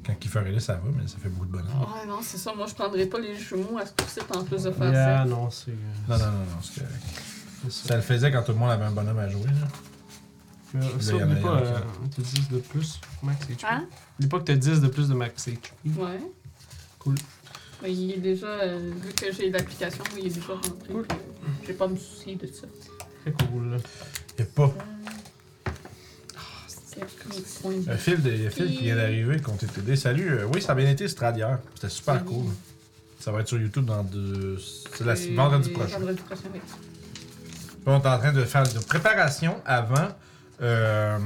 Speaker 2: quand il ferait là, ça va, mais ça fait beaucoup de bonheur.
Speaker 4: Ouais, non, c'est ça. Moi, je prendrais pas les jumeaux à ce coup-ci en plus de faire
Speaker 3: Yeah,
Speaker 4: ça.
Speaker 3: non, c'est. euh,
Speaker 2: Non, non, non, non, c'est correct.
Speaker 3: c'est ça.
Speaker 2: Ça le faisait quand tout le monde avait un bonhomme à jouer, là.
Speaker 3: Euh,
Speaker 2: Là,
Speaker 3: ça,
Speaker 2: y en a-
Speaker 3: oublie
Speaker 2: y en a
Speaker 3: pas,
Speaker 2: qui-
Speaker 3: euh, t'as 10 de plus max HP.
Speaker 4: Hein?
Speaker 3: Oublie pas que t'as 10 de plus de max HP.
Speaker 4: Ouais.
Speaker 3: Cool.
Speaker 4: Mais il est déjà, euh, vu que j'ai l'application, il est déjà rentré.
Speaker 3: Cool.
Speaker 4: J'ai pas me soucier de ça.
Speaker 3: Très cool.
Speaker 2: Il a pas.
Speaker 6: Ah,
Speaker 4: Quatre mille points de
Speaker 2: Un fil, de, le fil qui vient d'arriver, qu'on t'a aidé. Salut, euh, oui, ça a bien été Strad hier. C'était super
Speaker 4: Salut.
Speaker 2: cool. Ça va être sur YouTube dans deux. C'est la
Speaker 4: Et-
Speaker 2: vendredi prochain.
Speaker 4: Vendredi prochain, oui.
Speaker 2: On est en train de faire de préparation avant, euh,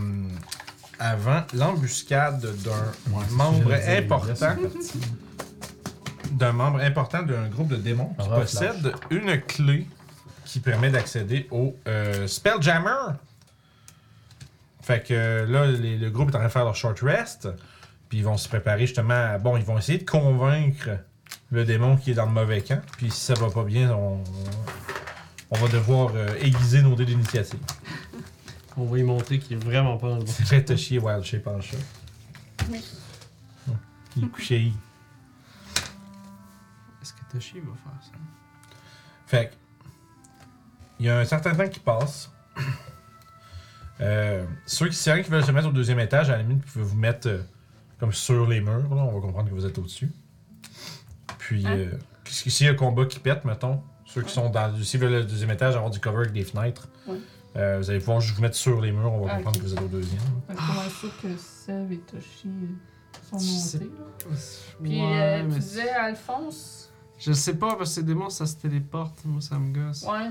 Speaker 2: avant l'embuscade d'un
Speaker 5: Ouais, c'est
Speaker 2: membre
Speaker 5: ce que j'allais dire,
Speaker 2: important,
Speaker 5: les bless, c'est parti.
Speaker 2: d'un membre important d'un groupe de démons qui
Speaker 5: Reflash.
Speaker 2: possède une clé qui permet d'accéder au euh, Spelljammer. Fait que euh, là, les- le groupe est en train de faire leur short rest, puis ils vont se préparer justement. à- bon, ils vont essayer de convaincre le démon qui est dans le mauvais camp. Puis si ça va pas bien, on, on va devoir euh, aiguiser nos dés d'initiative.
Speaker 3: On va lui montrer qu'il est vraiment pas dans le bon.
Speaker 2: Très te chier Wild Shape en chat.
Speaker 4: Oui.
Speaker 2: Hum, Il est couché. il.
Speaker 3: Est-ce que Toshi va faire ça?
Speaker 2: Fait que, il y a un certain temps qui passe. Euh, ceux qui, s'il y en a qui veulent se mettre au deuxième étage, à la limite, vous pouvez vous mettre euh, comme sur les murs. là. on va comprendre que vous êtes au-dessus. Puis,
Speaker 4: Hein?
Speaker 2: euh, qu'est-ce- s'il y a un combat qui pète, mettons, ceux qui sont dans s'ils veulent le deuxième étage, avoir du cover avec des fenêtres,
Speaker 4: Ouais.
Speaker 2: euh, vous allez pouvoir juste vous mettre sur les murs. On va
Speaker 4: Ah,
Speaker 2: comprendre
Speaker 4: ok.
Speaker 2: que vous êtes au deuxième.
Speaker 6: Fait que
Speaker 4: Ah.
Speaker 6: Comment ça que Seb et Toshi euh, sont
Speaker 3: C'est-
Speaker 6: montés? là?
Speaker 4: Puis
Speaker 3: Ouais,
Speaker 4: euh,
Speaker 3: mais
Speaker 4: tu disais Alphonse.
Speaker 3: Je sais pas, parce que ces démons, ça se téléporte. Moi, ça me gosse.
Speaker 4: Ouais.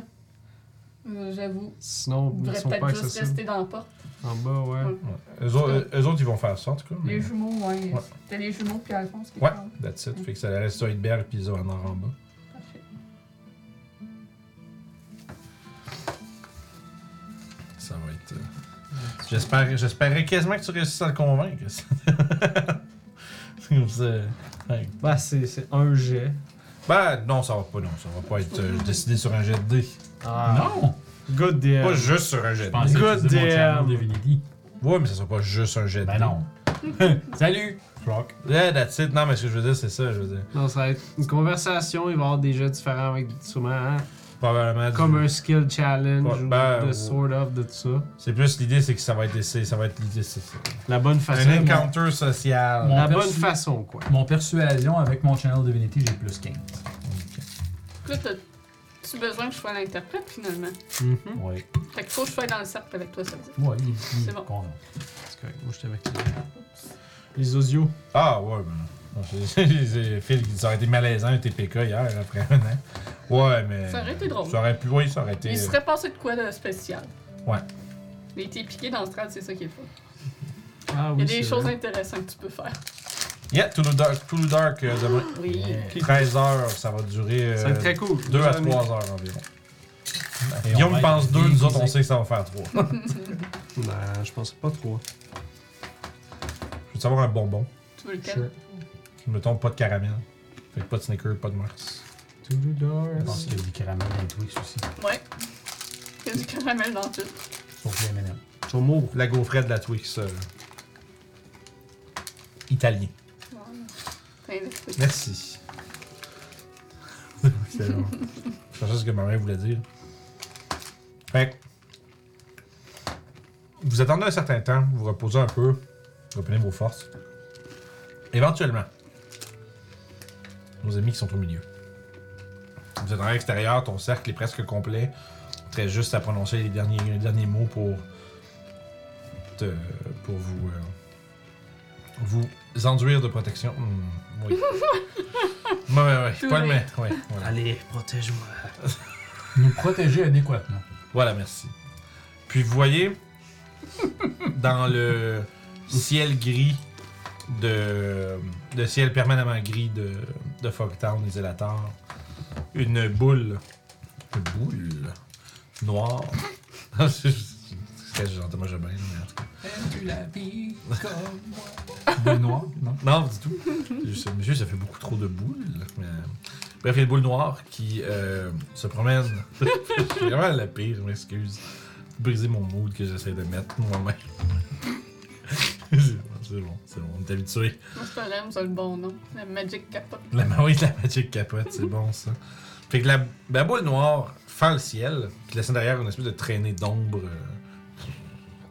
Speaker 4: Euh, J'avoue.
Speaker 3: Sinon,
Speaker 4: On
Speaker 3: ils
Speaker 4: devrait
Speaker 3: sont pas
Speaker 4: peut-être juste
Speaker 3: accessibles.
Speaker 4: rester dans la porte.
Speaker 3: En bas, ouais.
Speaker 4: Ouais.
Speaker 2: Ouais. Eux, autres, eux- eux autres, ils vont faire ça, en tout cas. mais-
Speaker 6: Les jumeaux, ouais.
Speaker 2: Ouais.
Speaker 6: C'était les jumeaux puis Alphonse qui
Speaker 2: Ouais,
Speaker 6: étaient en-
Speaker 2: that's it. Fait que ça reste Zoidberg puis Zoanor en bas.
Speaker 4: Parfait.
Speaker 2: Ça va être. euh, J'espère, j'espérais quasiment que tu réussisses à le convaincre. C'est comme ça. Ouais.
Speaker 3: Bah, c'est c'est un jet.
Speaker 2: Ben non, ça va pas, non, ça va pas être euh, décidé sur un jet de dés.
Speaker 3: Ah.
Speaker 5: Non!
Speaker 3: Good deal.
Speaker 2: Pas juste sur un jet de
Speaker 5: Je pensais
Speaker 2: dés.
Speaker 5: que tu disais mon
Speaker 3: damn.
Speaker 5: channel Divinity.
Speaker 2: Ouais, mais ça sera pas juste un jet de
Speaker 5: Ben
Speaker 2: dés.
Speaker 5: non. Salut! Rock.
Speaker 2: Yeah, that's it. Non, mais ce que je veux dire, c'est ça, je veux dire.
Speaker 3: Non, ça va être une conversation, il va y avoir des jeux différents avec sûrement, hein?
Speaker 2: Probablement. du-
Speaker 3: Comme un skill challenge
Speaker 2: Ouais,
Speaker 3: ou
Speaker 2: ben,
Speaker 3: de
Speaker 2: ouais.
Speaker 3: sort of, de tout ça.
Speaker 2: C'est plus l'idée, c'est que ça va être essayé, ça va être l'idée, c'est ça.
Speaker 3: La bonne façon.
Speaker 2: Un encounter social.
Speaker 5: Ah, Mon
Speaker 3: La
Speaker 5: perso-
Speaker 3: bonne façon, quoi.
Speaker 5: Mon persuasion avec mon channel Divinity, j'ai plus 15.
Speaker 2: Ok.
Speaker 4: Là, t'as-tu besoin que je sois l'interprète finalement?
Speaker 3: Mhm.
Speaker 5: Ouais.
Speaker 4: Fait qu'il faut que je sois dans le cercle avec toi, ça veut dire.
Speaker 5: Ouais, il- il-
Speaker 4: C'est bon.
Speaker 5: qu'on-
Speaker 3: C'est correct, moi j'étais avec les- les audios.
Speaker 2: Ah, ouais, ben. Phil, ça aurait été malaisant un TPK hier après un an. Ouais, mais.
Speaker 4: Ça aurait été drôle.
Speaker 2: Ça aurait pu, oui, ça aurait été.
Speaker 4: Il serait passé de quoi de spécial?
Speaker 2: Ouais.
Speaker 4: Il a été piqué dans le strade, c'est ça qu'il faut.
Speaker 3: Ah
Speaker 4: Il
Speaker 3: oui,
Speaker 4: y a des
Speaker 3: c'est
Speaker 4: choses
Speaker 3: vrai.
Speaker 4: intéressantes que tu peux faire.
Speaker 2: Yeah, Toulouse Dark, Toulouse Dark euh, demain.
Speaker 4: Oui.
Speaker 3: Ok.
Speaker 2: 13h, ça va durer.
Speaker 3: Ça va être très cool.
Speaker 2: 2 Euh, à 3
Speaker 3: Amis.
Speaker 2: heures environ.
Speaker 5: Et on
Speaker 2: Guillaume
Speaker 5: va
Speaker 2: pense
Speaker 5: être
Speaker 2: 2, nous
Speaker 5: déguisés.
Speaker 2: autres on sait que ça va faire 3. Je
Speaker 3: Ben, je pensais pas trop.
Speaker 2: veux savoir un bonbon.
Speaker 4: Tu veux lequel?
Speaker 2: Mettons pas de caramel. Fait que pas de sneaker, pas de Mars.
Speaker 3: Toodoo
Speaker 5: Je
Speaker 3: doors.
Speaker 5: pense qu'il y a du caramel dans les Twix aussi.
Speaker 4: Ouais. Il y a du caramel dans tout.
Speaker 5: Sauf les M&M.
Speaker 3: Ton mot.
Speaker 2: La gaufrette de la Twix. euh, Italien.
Speaker 4: Ouais. T'as des trucs.
Speaker 2: Merci. C'est bon. Je pensais ce que ma mère voulait dire. Fait que, Vous attendez un certain temps, vous reposez un peu, vous reprenez vos forces. Éventuellement, nos amis qui sont au milieu. Vous êtes à l'extérieur, ton cercle est presque complet. Très juste à prononcer les derniers, les derniers mots pour, te- pour vous, euh, vous enduire de protection. Hmm, oui. ouais, ouais, ouais. Pas le mais. Ouais, voilà.
Speaker 3: Allez, protège-moi.
Speaker 5: Nous protéger adéquatement.
Speaker 2: Voilà, merci. Puis vous voyez, dans le ciel gris de. le ciel permanemment gris de, de Fogtown, les Élatars, une boule. Une boule noire. C'est ce que j'entends, moi, je bien, mais en tout cas.
Speaker 5: Aimes-tu la vie comme moi? Boule noire, non?
Speaker 2: Non, du tout. Juste, monsieur, ça fait beaucoup trop de boules. mais- Bref, il y a une boule noire qui euh, se promène. C'est vraiment la pire, je m'excuse. Briser mon mood que j'essaie de mettre moi-même. c'est bon, c'est bon, on est habitué.
Speaker 4: Moi, je te l'aime, c'est le bon nom. La Magic Capote.
Speaker 2: La oui, de la Magic Capote, c'est bon ça. Fait que la, la boule noire fend le ciel, puis laisse derrière une espèce de traînée d'ombre. euh,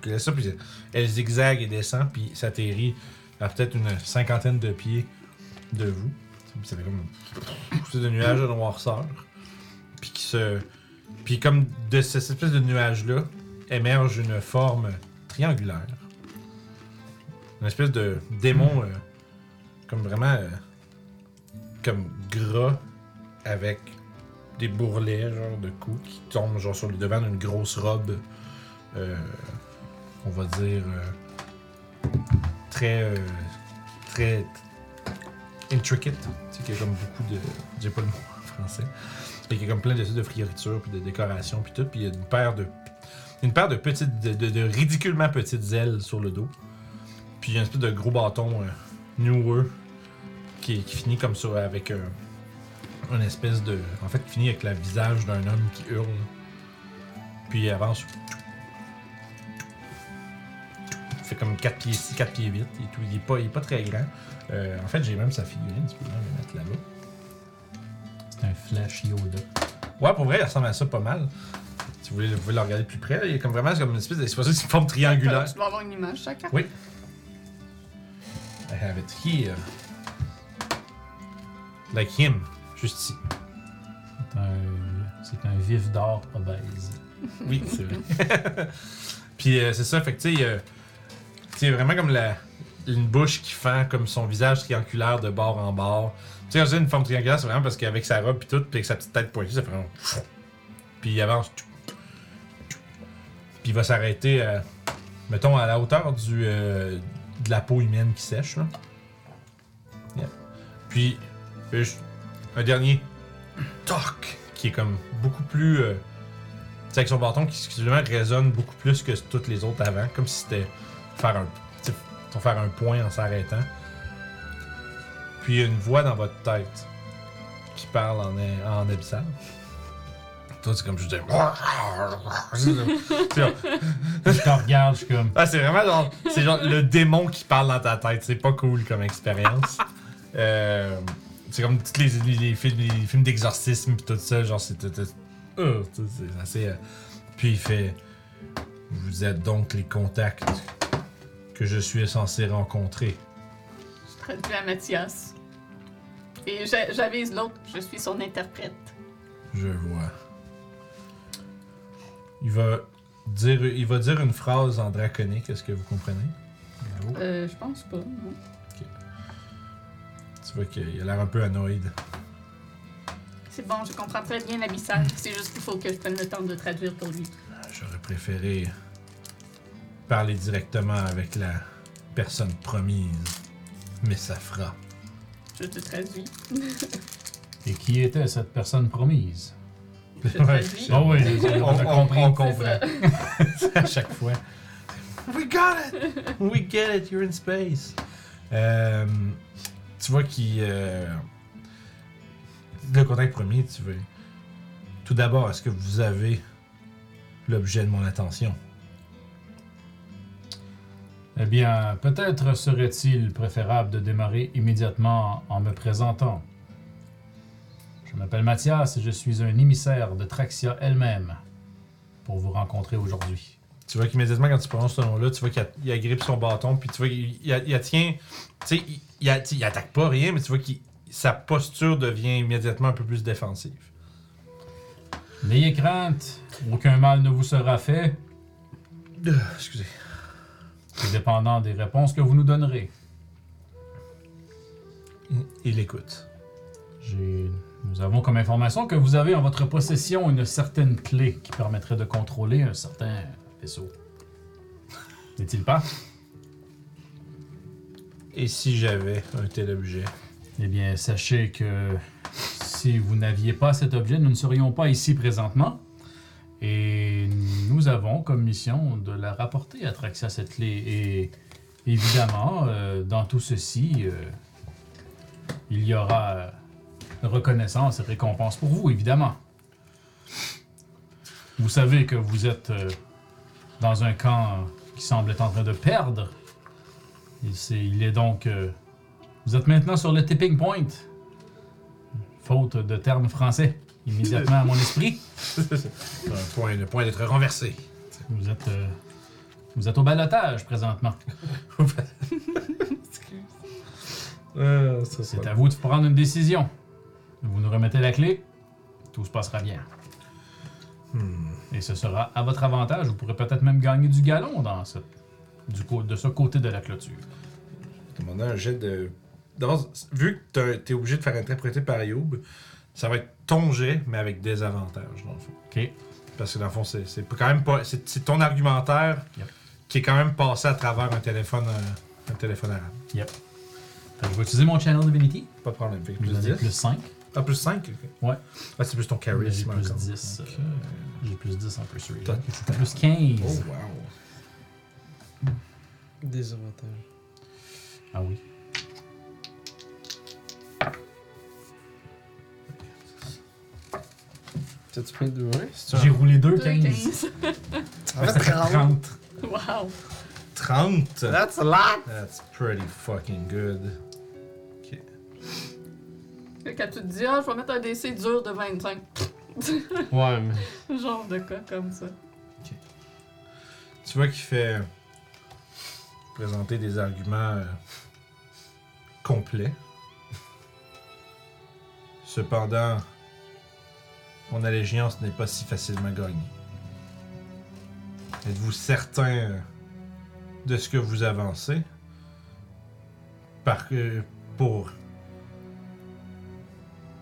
Speaker 2: qui laisse ça, puis elle zigzague et descend, puis s'atterrit à peut-être une cinquantaine de pieds de vous. Puis ça fait comme une espèce de nuage de noirceur. Puis qui se. Puis comme de ce- cette espèce de nuage-là émerge une forme triangulaire. Une espèce de démon euh, comme vraiment euh, comme gras avec des bourrelets genre de coups qui tombent genre sur le devant d'une grosse robe euh, on va dire euh, très euh, très intricate tu sais qui a comme beaucoup de j'ai pas le mot en français et qui a comme plein de de frioritures puis de décorations puis tout puis il y a une paire de une paire de petites de, de- de ridiculement petites ailes sur le dos puis il y a une espèce de gros bâton euh, noueux qui, qui finit comme ça avec un, une espèce de. En fait, qui finit avec le visage d'un homme qui hurle. Puis il avance. Il fait comme 4 pieds 6, 4 pieds 8 et tout. Il est pas, il est pas très grand. Euh, en fait, j'ai même sa figurine, tu peux même la mettre là-bas.
Speaker 5: C'est un flash Yoda.
Speaker 2: Ouais, pour vrai, il ressemble à ça pas mal. Si vous voulez, vous pouvez le regarder de plus près, il est comme vraiment c'est comme une espèce de, c'est pour ça que c'est une forme triangulaire.
Speaker 4: Tu dois avoir une image chacun.
Speaker 2: Oui. I have it here. Like him, juste ici.
Speaker 5: C'est un, c'est un vif d'or obèse.
Speaker 2: Oui, c'est vrai. Puis euh, c'est ça, fait que tu sais, euh, tu sais, vraiment comme la, une bouche qui fend comme son visage triangulaire de bord en bord. Tu sais, quand je dis une forme triangulaire, c'est vraiment parce qu'avec sa robe puis tout, puis avec sa petite tête pointue, ça fait vraiment... Puis il avance. Puis il va s'arrêter, à, mettons, à la hauteur du, euh, de la peau humaine qui sèche. Là. Yeah. Puis, euh, je- un dernier toc qui est comme beaucoup plus... euh, c'est avec son bâton qui exclusivement résonne beaucoup plus que toutes les autres avant, comme si c'était faire un, tu sais, faut faire un point en s'arrêtant. Puis il y a une voix dans votre tête qui parle en, en abyssal. Toi, c'est comme je disais. C'est genre-
Speaker 5: Je te regarde, je suis comme.
Speaker 2: ah, c'est vraiment genre, c'est genre le démon qui parle dans ta tête. C'est pas cool comme expérience. Euh, c'est comme tous les, les- les films, les films d'exorcisme pis tout ça. Genre, c'est, tout- tout- euh, tu sais, c'est assez. euh, Puis il fait Vous êtes donc les contacts que je suis censé rencontrer.
Speaker 4: Je traduis à Mathias. Et j'a- j'avise l'autre, je suis son interprète.
Speaker 2: Je vois. Il va dire, il va dire une phrase en draconique, est-ce que vous comprenez?
Speaker 4: Euh, je pense pas, non.
Speaker 2: Tu vois qu'il a l'air un peu anoïde.
Speaker 4: C'est bon, je comprends très bien Abyssal. C'est juste qu'il faut que je prenne le temps de traduire pour lui.
Speaker 2: J'aurais préféré parler directement avec la personne promise. Mais ça fera.
Speaker 4: Je te traduis.
Speaker 5: Et qui était cette personne promise?
Speaker 4: Je te
Speaker 2: Ouais.
Speaker 4: traduis.
Speaker 5: Ah oui,
Speaker 2: On,
Speaker 5: on a
Speaker 2: on-
Speaker 5: compris.
Speaker 2: on
Speaker 4: C'est
Speaker 2: comprend
Speaker 4: ça.
Speaker 5: à chaque fois.
Speaker 2: We got it! We get it, you're in space! Euh, tu vois qu'il. euh, le contact premier, tu veux. Tout d'abord, est-ce que vous avez l'objet de mon attention?
Speaker 5: Eh bien, peut-être serait-il préférable de démarrer immédiatement en me présentant. Je m'appelle Mathias et je suis un émissaire de Traxia elle-même pour vous rencontrer aujourd'hui.
Speaker 2: Tu vois qu'immédiatement, quand tu prononces ce nom-là, tu vois qu'il a- il agrippe son bâton, puis tu vois qu'il il a- il a tient. Tu sais, il, il a- il attaque pas rien, mais tu vois que sa posture devient immédiatement un peu plus défensive.
Speaker 5: N'ayez crainte, aucun mal ne vous sera fait,
Speaker 2: Euh, Excusez.
Speaker 5: tout dépendant des réponses que vous nous donnerez.
Speaker 2: Il, il écoute.
Speaker 5: J'ai- Nous avons comme information que vous avez en votre possession une certaine clé qui permettrait de contrôler un certain vaisseau. N'est-il pas?
Speaker 2: Et si j'avais un tel objet?
Speaker 5: Eh bien, sachez que si vous n'aviez pas cet objet, nous ne serions pas ici présentement. Et nous avons comme mission de la rapporter à Traxia cette clé. Et évidemment, euh, dans tout ceci, euh, il y aura euh, reconnaissance et récompense pour vous, évidemment. Vous savez que vous êtes euh, dans un camp qui semble être en train de perdre. Il, s'est- il est donc... euh, vous êtes maintenant sur le tipping point. Faute de terme français, immédiatement à mon esprit.
Speaker 2: Un point, le point d'être renversé.
Speaker 5: Vous êtes, euh, vous êtes au balotage présentement.
Speaker 3: Ah, ça,
Speaker 5: C'est à vous de prendre une décision. Vous nous remettez la clé, tout se passera bien.
Speaker 2: Hmm.
Speaker 5: Et ce sera à votre avantage. Vous pourrez peut-être même gagner du galon dans ce, du cô- de ce côté de la clôture.
Speaker 2: Demander un jet de. d'abord, vu que t'as- t'es obligé de faire interpréter par Youb, ça va être ton jet, mais avec des avantages, dans le fond.
Speaker 5: OK.
Speaker 2: Parce que dans le fond, c'est c'est quand même pas. C'est c'est ton argumentaire
Speaker 5: Yep.
Speaker 2: qui est quand même passé à travers un téléphone, euh, un téléphone arabe.
Speaker 5: Fait que je vais utiliser mon channel Divinity.
Speaker 2: Pas de problème. Fait que
Speaker 5: Je
Speaker 2: plus
Speaker 5: vous en ai
Speaker 2: 10.
Speaker 5: plus 5.
Speaker 2: Ah, plus 5
Speaker 5: Ouais.
Speaker 2: Ah, c'est plus ton
Speaker 5: J'ai
Speaker 2: charisme
Speaker 5: plus
Speaker 2: encore.
Speaker 5: 10.
Speaker 2: Ok.
Speaker 5: euh, J'ai plus 10 en plus. celui-là.
Speaker 2: Toi, t'es-
Speaker 5: Plus 15.
Speaker 2: Oh, wow.
Speaker 3: Des avantages.
Speaker 5: Ah oui.
Speaker 3: T'as-tu pris deux 1
Speaker 2: C'est
Speaker 5: J'ai
Speaker 2: un
Speaker 5: roulé 2
Speaker 4: Deux
Speaker 5: 15.
Speaker 4: quinze.
Speaker 5: Ça fait 30.
Speaker 4: Wow.
Speaker 2: 30.
Speaker 3: That's a lot!
Speaker 2: That's pretty fucking good.
Speaker 4: Fait que Quand tu te dis, ah, je vais mettre un DC dur de 25.
Speaker 3: Ouais, mais.
Speaker 4: Genre de cas comme ça.
Speaker 2: Tu vois qu'il fait présenter des arguments euh, complets. Cependant, mon allégeance n'est pas si facilement gagnée. Êtes-vous certain euh, de ce que vous avancez Par que- pour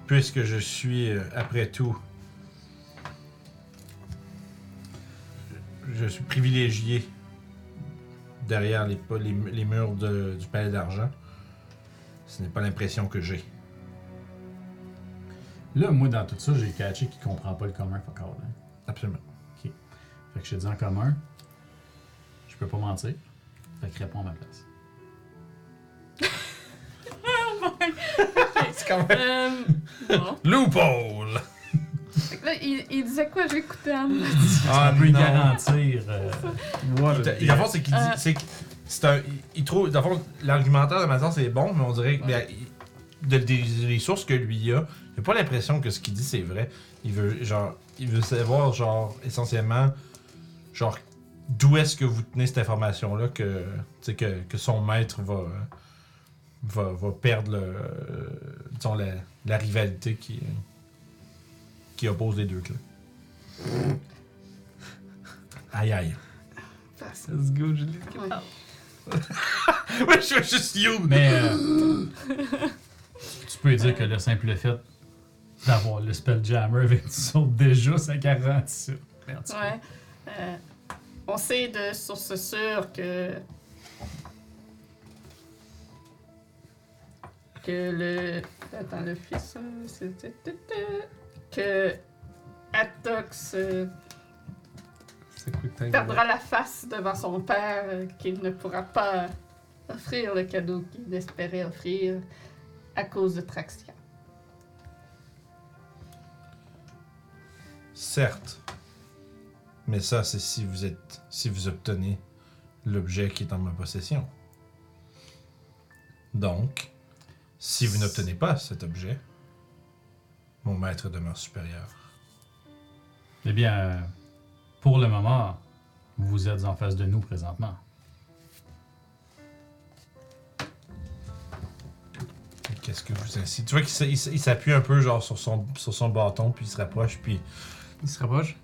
Speaker 2: puisque je suis euh, après tout je suis privilégié derrière les, pa- les, mu- les murs de- du palais d'argent. Ce n'est pas l'impression que j'ai.
Speaker 5: Là, moi, dans tout ça, j'ai catché qui comprend pas le commun, fuck all. hein.
Speaker 2: Absolument.
Speaker 5: Fait que je te dis en commun, je peux pas mentir. Fait que réponds à ma place.
Speaker 4: Euh, bon.
Speaker 2: Loophole!
Speaker 4: Fait que là, il, il disait quoi? J'écoutais en mode.
Speaker 2: Ah,
Speaker 5: on peut y
Speaker 2: non.
Speaker 5: garantir. euh,
Speaker 3: What
Speaker 2: D'abord, c'est qu'il dit.
Speaker 4: Euh.
Speaker 2: C'est, qu'il- c'est un, il, il trouve. dans le fond, l'argumentaire de Mazar, c'est bon, mais on dirait que.
Speaker 4: Ouais.
Speaker 2: mais, il- de- des, des sources que lui a, j'ai pas l'impression que ce qu'il dit, c'est vrai. Il veut, genre, il veut savoir, genre, essentiellement, genre, d'où est-ce que vous tenez cette information-là que, tu sais, que, que son maître va, va, va perdre, le, euh, disons, la, la rivalité qui, qui qui oppose les deux clans. Aïe aïe.
Speaker 4: Facile.
Speaker 3: Let's go, Julie.
Speaker 4: Ouais.
Speaker 2: Ouais, je suis juste you!
Speaker 5: Mais euh, tu peux dire que le simple fait d'avoir le Spelljammer avec sont déjà, ça garantit ça. Merde, c'est
Speaker 4: Ouais. Euh, on sait de source sûre que. Que le. Attends, le fils. euh, c'est- Que. Atox euh,
Speaker 3: C'est quoi que t'as
Speaker 4: perdra la face devant son père, euh, qu'il ne pourra pas offrir le cadeau qu'il espérait offrir à cause de Traxia.
Speaker 2: Certes. Mais ça, c'est si vous êtes. si vous obtenez l'objet qui est en ma possession. Donc, si vous n'obtenez pas cet objet, mon maître demeure supérieur.
Speaker 5: Eh bien, euh, pour le moment, vous êtes en face de nous présentement.
Speaker 2: Et Qu'est-ce que vous ainsi. Tu vois qu'il s- il s- il s'appuie un peu genre sur son, sur son bâton, puis il se rapproche, puis.
Speaker 3: Il se rapproche.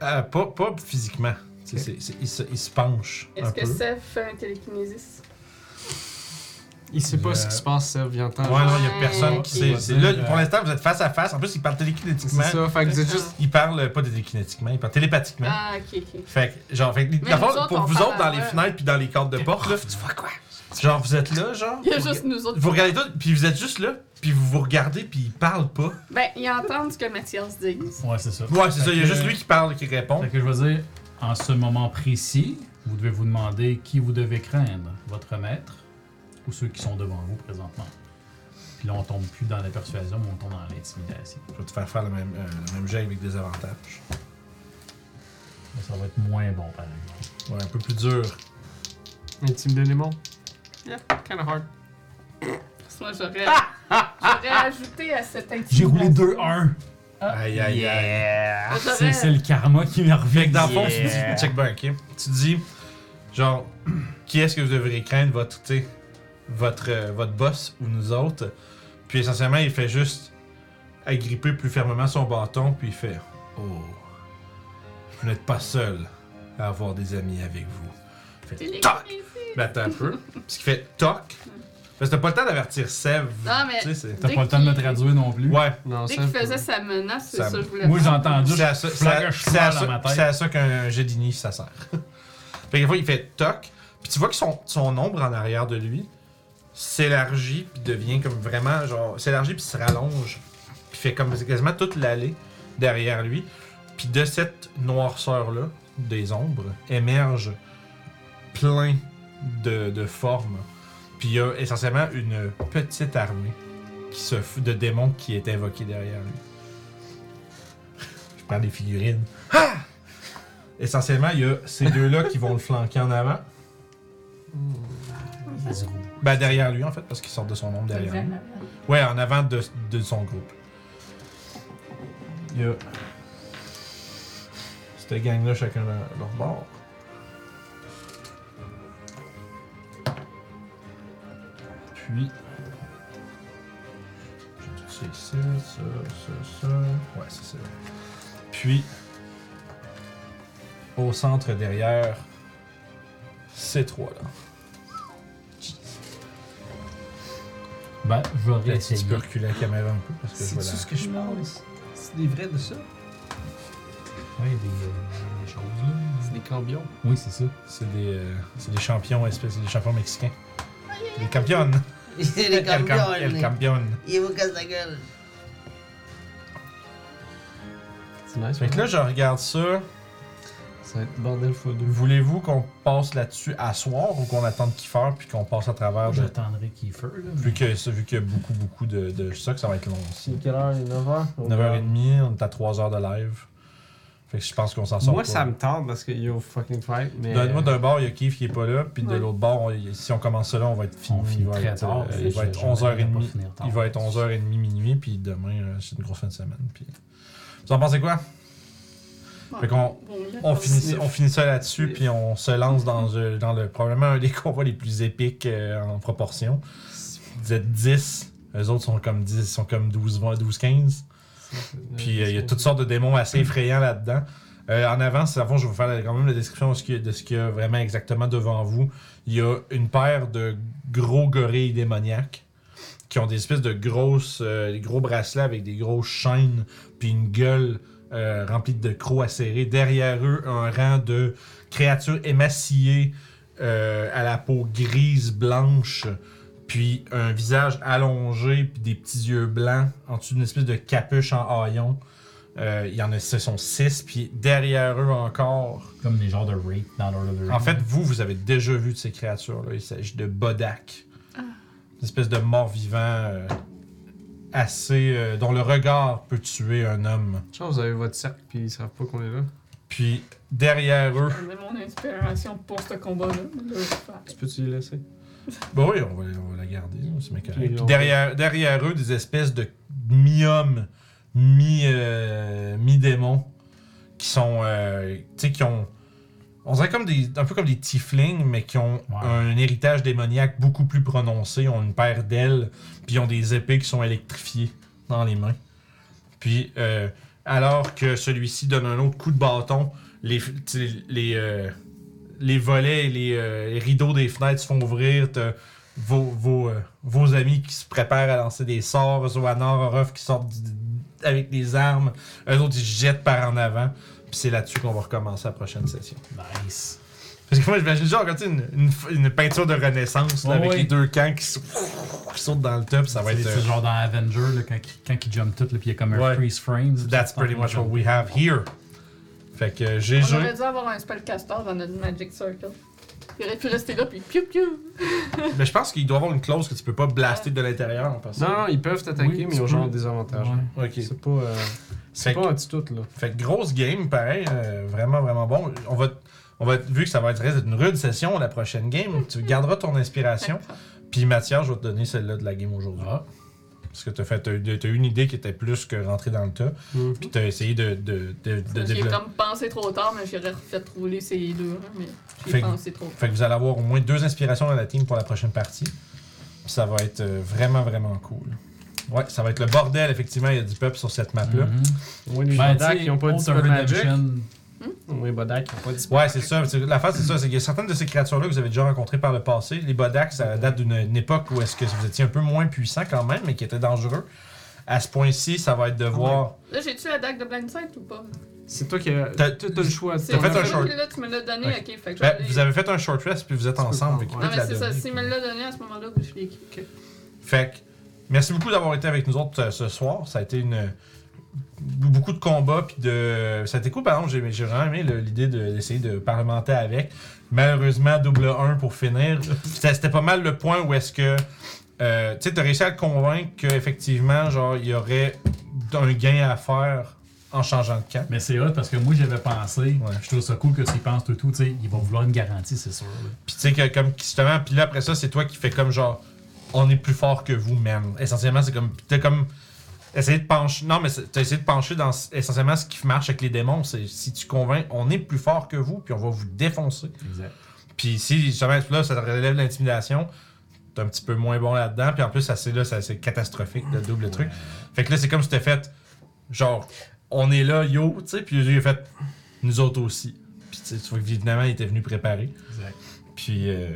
Speaker 2: Ah, pas, pas physiquement. Tu sais, c'est- c'est- il, se, il se penche. un
Speaker 4: Est-ce que
Speaker 2: peu.
Speaker 4: Seth fait un télékinésis?
Speaker 3: Il sait pas
Speaker 2: Euh,
Speaker 3: ce qui se passe, Seb, il entend.
Speaker 2: Ouais, non, il y a
Speaker 4: Ouais,
Speaker 2: personne
Speaker 4: ok.
Speaker 2: qui. c'est- c'est- là, pour l'instant, vous êtes face à face. En plus, il parle télékinétiquement.
Speaker 3: C'est ça, fait que vous êtes juste.
Speaker 2: Il parle euh, pas télékinétiquement, il parle télépathiquement.
Speaker 4: Ah, ok, ok.
Speaker 2: Fait que, genre, fait que,
Speaker 4: Mais
Speaker 2: dans le
Speaker 4: nous
Speaker 2: fond,
Speaker 4: autres,
Speaker 2: pour
Speaker 4: on
Speaker 2: vous
Speaker 4: parle
Speaker 2: autres, dans
Speaker 4: à
Speaker 2: les
Speaker 4: eux.
Speaker 2: fenêtres puis dans les cadres de porte, là, tu vois quoi? Genre, vous êtes là, genre.
Speaker 4: Il y a
Speaker 2: vous
Speaker 4: juste
Speaker 2: rega-
Speaker 4: nous autres.
Speaker 2: Vous regardez tout, puis vous êtes juste là, puis vous vous regardez, puis il parle pas.
Speaker 4: Ben, ils entendent ce que Mathias dit.
Speaker 5: Ouais, c'est ça.
Speaker 2: Ouais, c'est ça, il y a
Speaker 5: que-
Speaker 2: juste lui qui parle, qui répond.
Speaker 5: Fait que je veux dire, en ce moment précis, vous devez vous demander qui vous devez craindre, votre maître ou ceux qui sont devant vous présentement. Puis là, on tombe plus dans la persuasion, mais on tombe dans l'intimidation.
Speaker 2: Je vais te faire faire le même, euh, le même jet avec des avantages.
Speaker 5: Là, Ça va être moins bon, par exemple.
Speaker 2: Ouais, un peu plus dur.
Speaker 3: Intime de démon. Yeah, kinda hard.
Speaker 4: Parce que moi, j'aurais. J'aurais ajouté à cette intimidation.
Speaker 5: J'ai roulé 2-1.
Speaker 4: Ah.
Speaker 2: Aïe, aïe, aïe. Ah,
Speaker 5: C'est c'est le karma qui me revient.
Speaker 2: Fait que dans le fond, tu
Speaker 5: Yeah.
Speaker 2: dis, check back, ok? Tu dis, genre, qui est-ce que vous devriez craindre, votre, tu sais, votre, euh, votre boss ou nous autres? Puis essentiellement, il fait juste agripper plus fermement son bâton, puis il fait, oh, vous n'êtes pas seul à avoir des amis avec vous. Fait, toc! Ben, attends un peu. Ce qui fait toc. Parce que t'as pas le temps d'avertir Sev.
Speaker 4: Non, mais-
Speaker 2: tu sais, c'est-
Speaker 5: T'as pas le temps de me traduire non plus.
Speaker 2: Ouais.
Speaker 3: Non,
Speaker 4: Dès
Speaker 3: ça.
Speaker 4: qu'il faisait sa menace, c'est
Speaker 2: Ça-
Speaker 4: ça que je voulais
Speaker 5: Moi, j'ai
Speaker 4: faire.
Speaker 5: entendu.
Speaker 2: C'est à ça, c'est à-
Speaker 5: Flagrage
Speaker 2: c'est à
Speaker 5: froid
Speaker 2: ça-
Speaker 5: dans ma tête.
Speaker 2: c'est à ça qu'un jet d'ini, ça sert. fait que des fois, il fait toc, puis tu vois que son, son ombre en arrière de lui s'élargit, puis devient comme vraiment, genre, s'élargit, puis se rallonge, puis fait comme quasiment toute l'allée derrière lui. Puis de cette noirceur-là, des ombres, émergent plein de, de formes. Puis il y a essentiellement une petite armée qui se f- de démons qui est invoquée derrière lui. Je prends des figurines. Essentiellement, il y a ces deux-là qui vont le flanquer en avant. Ben, derrière lui, en fait, parce qu'ils sortent de son ombre derrière lui. Ouais, en avant de, de son groupe. Il y a. Cette gang-là, chacun leur, leur bord. Puis. C'est ça, ça, ça, ça. Ouais, c'est ça. Puis. Au centre derrière. Ces trois-là.
Speaker 5: Ben, je vais
Speaker 2: Peut-être si
Speaker 5: réessayer.
Speaker 2: tu peux reculer la caméra un peu parce que je
Speaker 3: C'est
Speaker 2: vais
Speaker 3: tout ce
Speaker 2: la...
Speaker 3: que je pense. C'est des vrais de ça.
Speaker 5: Ouais, des, euh, des choses là.
Speaker 3: C'est des cambions.
Speaker 5: Oui, c'est ça.
Speaker 2: C'est des, euh, c'est des champions, espèce, c'est des champions mexicains. Les campionnes.
Speaker 6: C'est
Speaker 2: El cam- El campion.
Speaker 6: Il vous casse la gueule.
Speaker 3: C'est nice.
Speaker 2: Fait que là, je regarde ça.
Speaker 3: Ça va être bordel fois deux.
Speaker 2: Voulez-vous qu'on passe là-dessus à soir ou qu'on attende qu'il fasse puis qu'on passe à travers de...
Speaker 5: J'attendrai Kiefer. Là, mais-
Speaker 2: Vu que ça- vu qu'il y a beaucoup, beaucoup de, de ça, que ça va être long aussi.
Speaker 3: quelle heure? 9h?
Speaker 2: 9h30, on est à 3h de live. Fait que je pense qu'on s'en sort
Speaker 3: Moi,
Speaker 2: pas.
Speaker 3: ça me tente parce que yo fucking fight, mais. euh,
Speaker 2: D'un- Moi, d'un bord, il y a Keith qui est pas là, puis de
Speaker 4: Ouais.
Speaker 2: l'autre bord, on- si on commence ça là, on va être fini.
Speaker 5: On finit
Speaker 2: il va
Speaker 5: très
Speaker 2: être,
Speaker 5: tard,
Speaker 2: euh,
Speaker 5: fait
Speaker 2: il
Speaker 5: que
Speaker 2: va être
Speaker 5: j'aimerais pas
Speaker 2: 11h30.
Speaker 5: finir tard.
Speaker 2: Il va être 11h30 minuit, puis demain, euh, c'est une grosse fin de semaine. Puis... Vous en pensez quoi? Fait qu'on- On finit, on finit ça là-dessus, puis on se lance dans, euh, dans le probablement un des combats les plus épiques euh, en proportion. Vous êtes 10, eux autres sont comme 10, sont comme 12, 20, 12, 15. Puis euh, il y a toutes sortes de démons assez effrayants là-dedans. Euh, en avant, c'est- avant, je vais vous faire la- quand même la description de ce qu'il y a- de ce qu'il y a vraiment exactement devant vous. Il y a une paire de gros gorilles démoniaques qui ont des espèces de grosses, euh, des gros bracelets avec des grosses chaînes, puis une gueule euh, remplie de crocs acérés. Derrière eux, un rang de créatures émaciées euh, à la peau grise, blanche, puis un visage allongé, puis des petits yeux blancs, en dessous d'une espèce de capuche en haillon. Euh, Il y en a, ce sont six, puis derrière eux encore.
Speaker 5: Comme des genres de rape dans Lord of the Rings.
Speaker 2: En fait, vous, vous avez déjà vu de ces créatures-là. Il s'agit de Bodak. Une espèce de mort-vivant euh, assez. euh, dont le regard peut tuer un homme.
Speaker 3: Je pense que vous avez votre cercle, puis ils savent pas qu'on est là.
Speaker 2: Puis derrière eux.
Speaker 4: J'ai mon inspiration pour ce combat-là. Là, je fais-
Speaker 3: Tu peux-tu les laisser?
Speaker 2: Bah oui, on va, on va la garder, là, c'est bien correct.
Speaker 3: Puis
Speaker 2: Puis
Speaker 3: on-
Speaker 2: derrière, derrière eux, des espèces de mi-hommes, mi, euh, mi-démons, qui sont, euh, tu sais, qui ont, on dirait comme des, un peu comme des tieflings, mais qui ont
Speaker 5: Ouais.
Speaker 2: un héritage démoniaque beaucoup plus prononcé, ont une paire d'ailes, puis ils ont des épées qui sont électrifiées dans les mains. Puis, euh, alors que celui-ci donne un autre coup de bâton, les, tu sais, les, euh, les volets et les, euh, les rideaux des fenêtres se font ouvrir. T'as vos, vos, euh, vos amis qui se préparent à lancer des sorts, Zoanor, Orof qui sortent du- avec des armes. Eux autres, ils se jettent par en avant. Puis c'est là-dessus qu'on va recommencer la prochaine session.
Speaker 5: Nice.
Speaker 2: Parce que moi, j'imagine genre, quand tu sais, une, une f- une peinture de renaissance, là,
Speaker 5: Ouais,
Speaker 2: avec
Speaker 5: ouais.
Speaker 2: les deux camps qui, s- qui sautent dans le top, ça va
Speaker 5: C'est
Speaker 2: être.
Speaker 5: c'est
Speaker 2: euh,
Speaker 5: genre dans Avenger, là, quand, il- quand il jump tout, là, puis il y a comme un
Speaker 2: Ouais.
Speaker 5: freeze frame. là,
Speaker 2: euh, That's
Speaker 5: tu t'entends
Speaker 2: pretty much what
Speaker 5: jump.
Speaker 2: we have here. Fait que euh, j'ai
Speaker 4: On
Speaker 2: joué.
Speaker 4: aurait dû avoir un spellcaster dans notre Magic Circle. Il aurait pu rester là, puis piou piou.
Speaker 2: Mais je pense qu'il doit avoir une clause que tu peux pas blaster de l'intérieur en passant.
Speaker 3: Non, non, ils peuvent t'attaquer,
Speaker 5: Oui,
Speaker 3: mais
Speaker 5: tu
Speaker 3: ils ont genre
Speaker 5: peux.
Speaker 3: des avantages.
Speaker 5: Ouais.
Speaker 2: Ok.
Speaker 3: C'est pas, euh, c'est
Speaker 2: Fait
Speaker 3: pas un petit tout, là.
Speaker 2: Fait que grosse game, pareil, euh, vraiment, vraiment bon. On va, on va, vu que ça va être reste une rude session, la prochaine game, tu garderas ton inspiration. Puis Mathias, je vais te donner celle-là de la game aujourd'hui.
Speaker 5: Ah.
Speaker 2: Parce que t'as fait, t'as eu t'as eu une idée qui était plus que rentrer dans le tas. Puis t'as essayé de, de, de, de
Speaker 4: J'ai
Speaker 2: développer.
Speaker 4: comme pensé trop tard, mais j'aurais refait rouler ces deux. hein, mais j'ai
Speaker 2: Fait que-
Speaker 4: pensé trop tard.
Speaker 2: Fait que vous allez avoir au moins deux inspirations dans la team pour la prochaine partie. Puis ça va être euh, vraiment, vraiment cool. Ouais, ça va être le bordel, effectivement, il y a du peuple sur cette map-là.
Speaker 5: Mhm.
Speaker 3: Moins les
Speaker 5: Ben,
Speaker 3: Bodak,
Speaker 5: tu sais,
Speaker 3: ils ont pas
Speaker 5: Oath
Speaker 3: dit
Speaker 5: of
Speaker 3: pas de magic.
Speaker 5: Redemption,
Speaker 3: Moins les Bodak, ils ont pas dit
Speaker 2: Ouais, c'est ça. C'est- La face, c'est ça. C'est qu'il y a certaines de ces créatures-là que vous avez déjà rencontrées par le passé. Les Bodak,
Speaker 3: Mhm.
Speaker 2: ça date d'une une époque où est-ce que vous étiez un peu moins puissant quand même, mais qui était dangereux. À ce point-ci, ça va être
Speaker 3: Ah
Speaker 2: de voir.
Speaker 4: Là, j'ai-tu la dague de Blindsight ou pas?
Speaker 3: C'est toi qui as
Speaker 2: T'as-
Speaker 3: t'as t'as le choix.
Speaker 4: C'est-
Speaker 2: T'as fait
Speaker 4: c'est
Speaker 2: un
Speaker 4: toi
Speaker 2: short.
Speaker 4: qui, Là, tu me l'as donné, ok. Fait que
Speaker 2: Ben,
Speaker 4: je l'ai-
Speaker 2: vous avez fait un short rest, puis vous êtes
Speaker 3: Tu peux
Speaker 2: ensemble.
Speaker 3: prendre,
Speaker 2: fait que
Speaker 3: ouais.
Speaker 2: vous
Speaker 4: Non, mais
Speaker 2: la
Speaker 4: c'est ça.
Speaker 2: donnez,
Speaker 4: S'il
Speaker 2: puis-
Speaker 4: me l'a donné à ce moment-là, je l'ai écrit. Ok.
Speaker 2: Fait que, merci beaucoup d'avoir été avec nous autres euh, ce soir. Ça a été une beaucoup de combats puis de ça a été cool par exemple j'ai j'ai vraiment aimé le- l'idée de- d'essayer de parlementer avec malheureusement double 1 pour finir C'était c'était pas mal le point où est-ce que euh, tu sais t'as réussi à le convaincre qu'effectivement genre il y aurait un gain à faire en changeant de camp
Speaker 5: Mais c'est hot parce que moi j'avais pensé,
Speaker 2: Ouais.
Speaker 5: je trouve ça cool que s'il pense tout, tout, tu sais, il va vouloir une garantie, c'est sûr. là.
Speaker 2: Puis tu sais que comme justement, puis là après ça, c'est toi qui fais comme genre, on est plus fort que vous-même. Essentiellement, c'est comme, t'as comme essayé de pencher. Non, mais c'est- t'as essayé de pencher dans s- essentiellement ce qui marche avec les démons, c'est si tu convaincs, on est plus fort que vous, puis on va vous défoncer.
Speaker 5: Exact.
Speaker 2: Puis si justement là, ça te relève de l'intimidation, t'es un petit peu moins bon là-dedans. Puis en plus, ça c'est là, ça, c'est catastrophique le double truc. Fait que là, c'est comme si t'as fait genre, on est là, yo, tu sais, puis lui il a fait, nous autres aussi. Puis tu sais, tu vois que évidemment, il était venu préparer.
Speaker 5: Exact.
Speaker 2: Puis euh,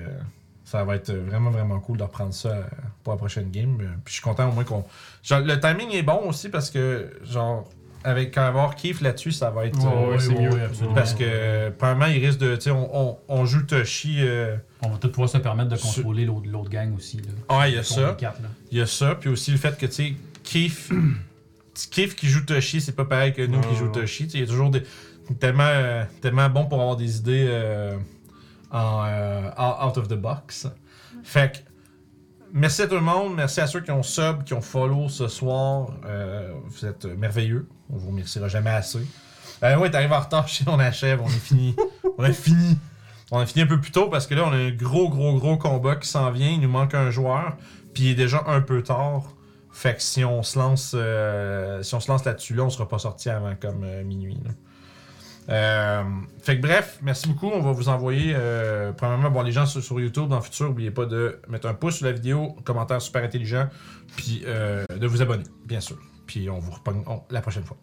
Speaker 2: ça va être vraiment, vraiment cool de reprendre ça euh, pour la prochaine game. Euh, Puis je suis content au moins qu'on. genre, le timing est bon aussi parce que, genre, avec quand il va y avoir Keith là-dessus, ça va être. euh,
Speaker 3: Ouais, ouais, c'est mieux.
Speaker 5: absolument.
Speaker 2: parce que, euh, premièrement, il risque de. Tu sais, on, on- on joue Toshi. euh,
Speaker 5: On va tout pouvoir se permettre de
Speaker 2: Sur-
Speaker 5: contrôler l'autre l'autre gang aussi. Là.
Speaker 2: Ah, il y a
Speaker 5: Qu'on
Speaker 2: ça.
Speaker 5: est quatre, là.
Speaker 2: Il y a ça. Puis aussi le fait que, tu sais, Keith. Keith qui joue Toshi, c'est pas pareil que nous
Speaker 3: Non,
Speaker 2: qui jouons
Speaker 3: non.
Speaker 2: Toshi. Tu sais, Il y a toujours des. Tellement, euh, tellement bon pour avoir des idées euh, en, euh, out out of the box. Fait que, merci à tout le monde. Merci à ceux qui ont sub, qui ont follow ce soir. Euh, vous êtes merveilleux. On vous remerciera jamais assez. Euh, ouais, t'arrives en retard, chez on achève, on est fini. on est fini. On est fini un peu plus tôt parce que là, on a un gros, gros, gros combat qui s'en vient. Il nous manque un joueur. Puis il est déjà un peu tard. Fait que si on se lance, euh, si on se lance là-dessus, là, on sera pas sorti avant comme euh, minuit. là. Euh, fait que bref, merci beaucoup. On va vous envoyer, euh, premièrement, bon, les gens sur, sur YouTube dans le futur, n'oubliez pas de mettre un pouce sur la vidéo, commentaire super intelligent, puis euh, de vous abonner, bien sûr. Puis on vous repogne on- la prochaine fois.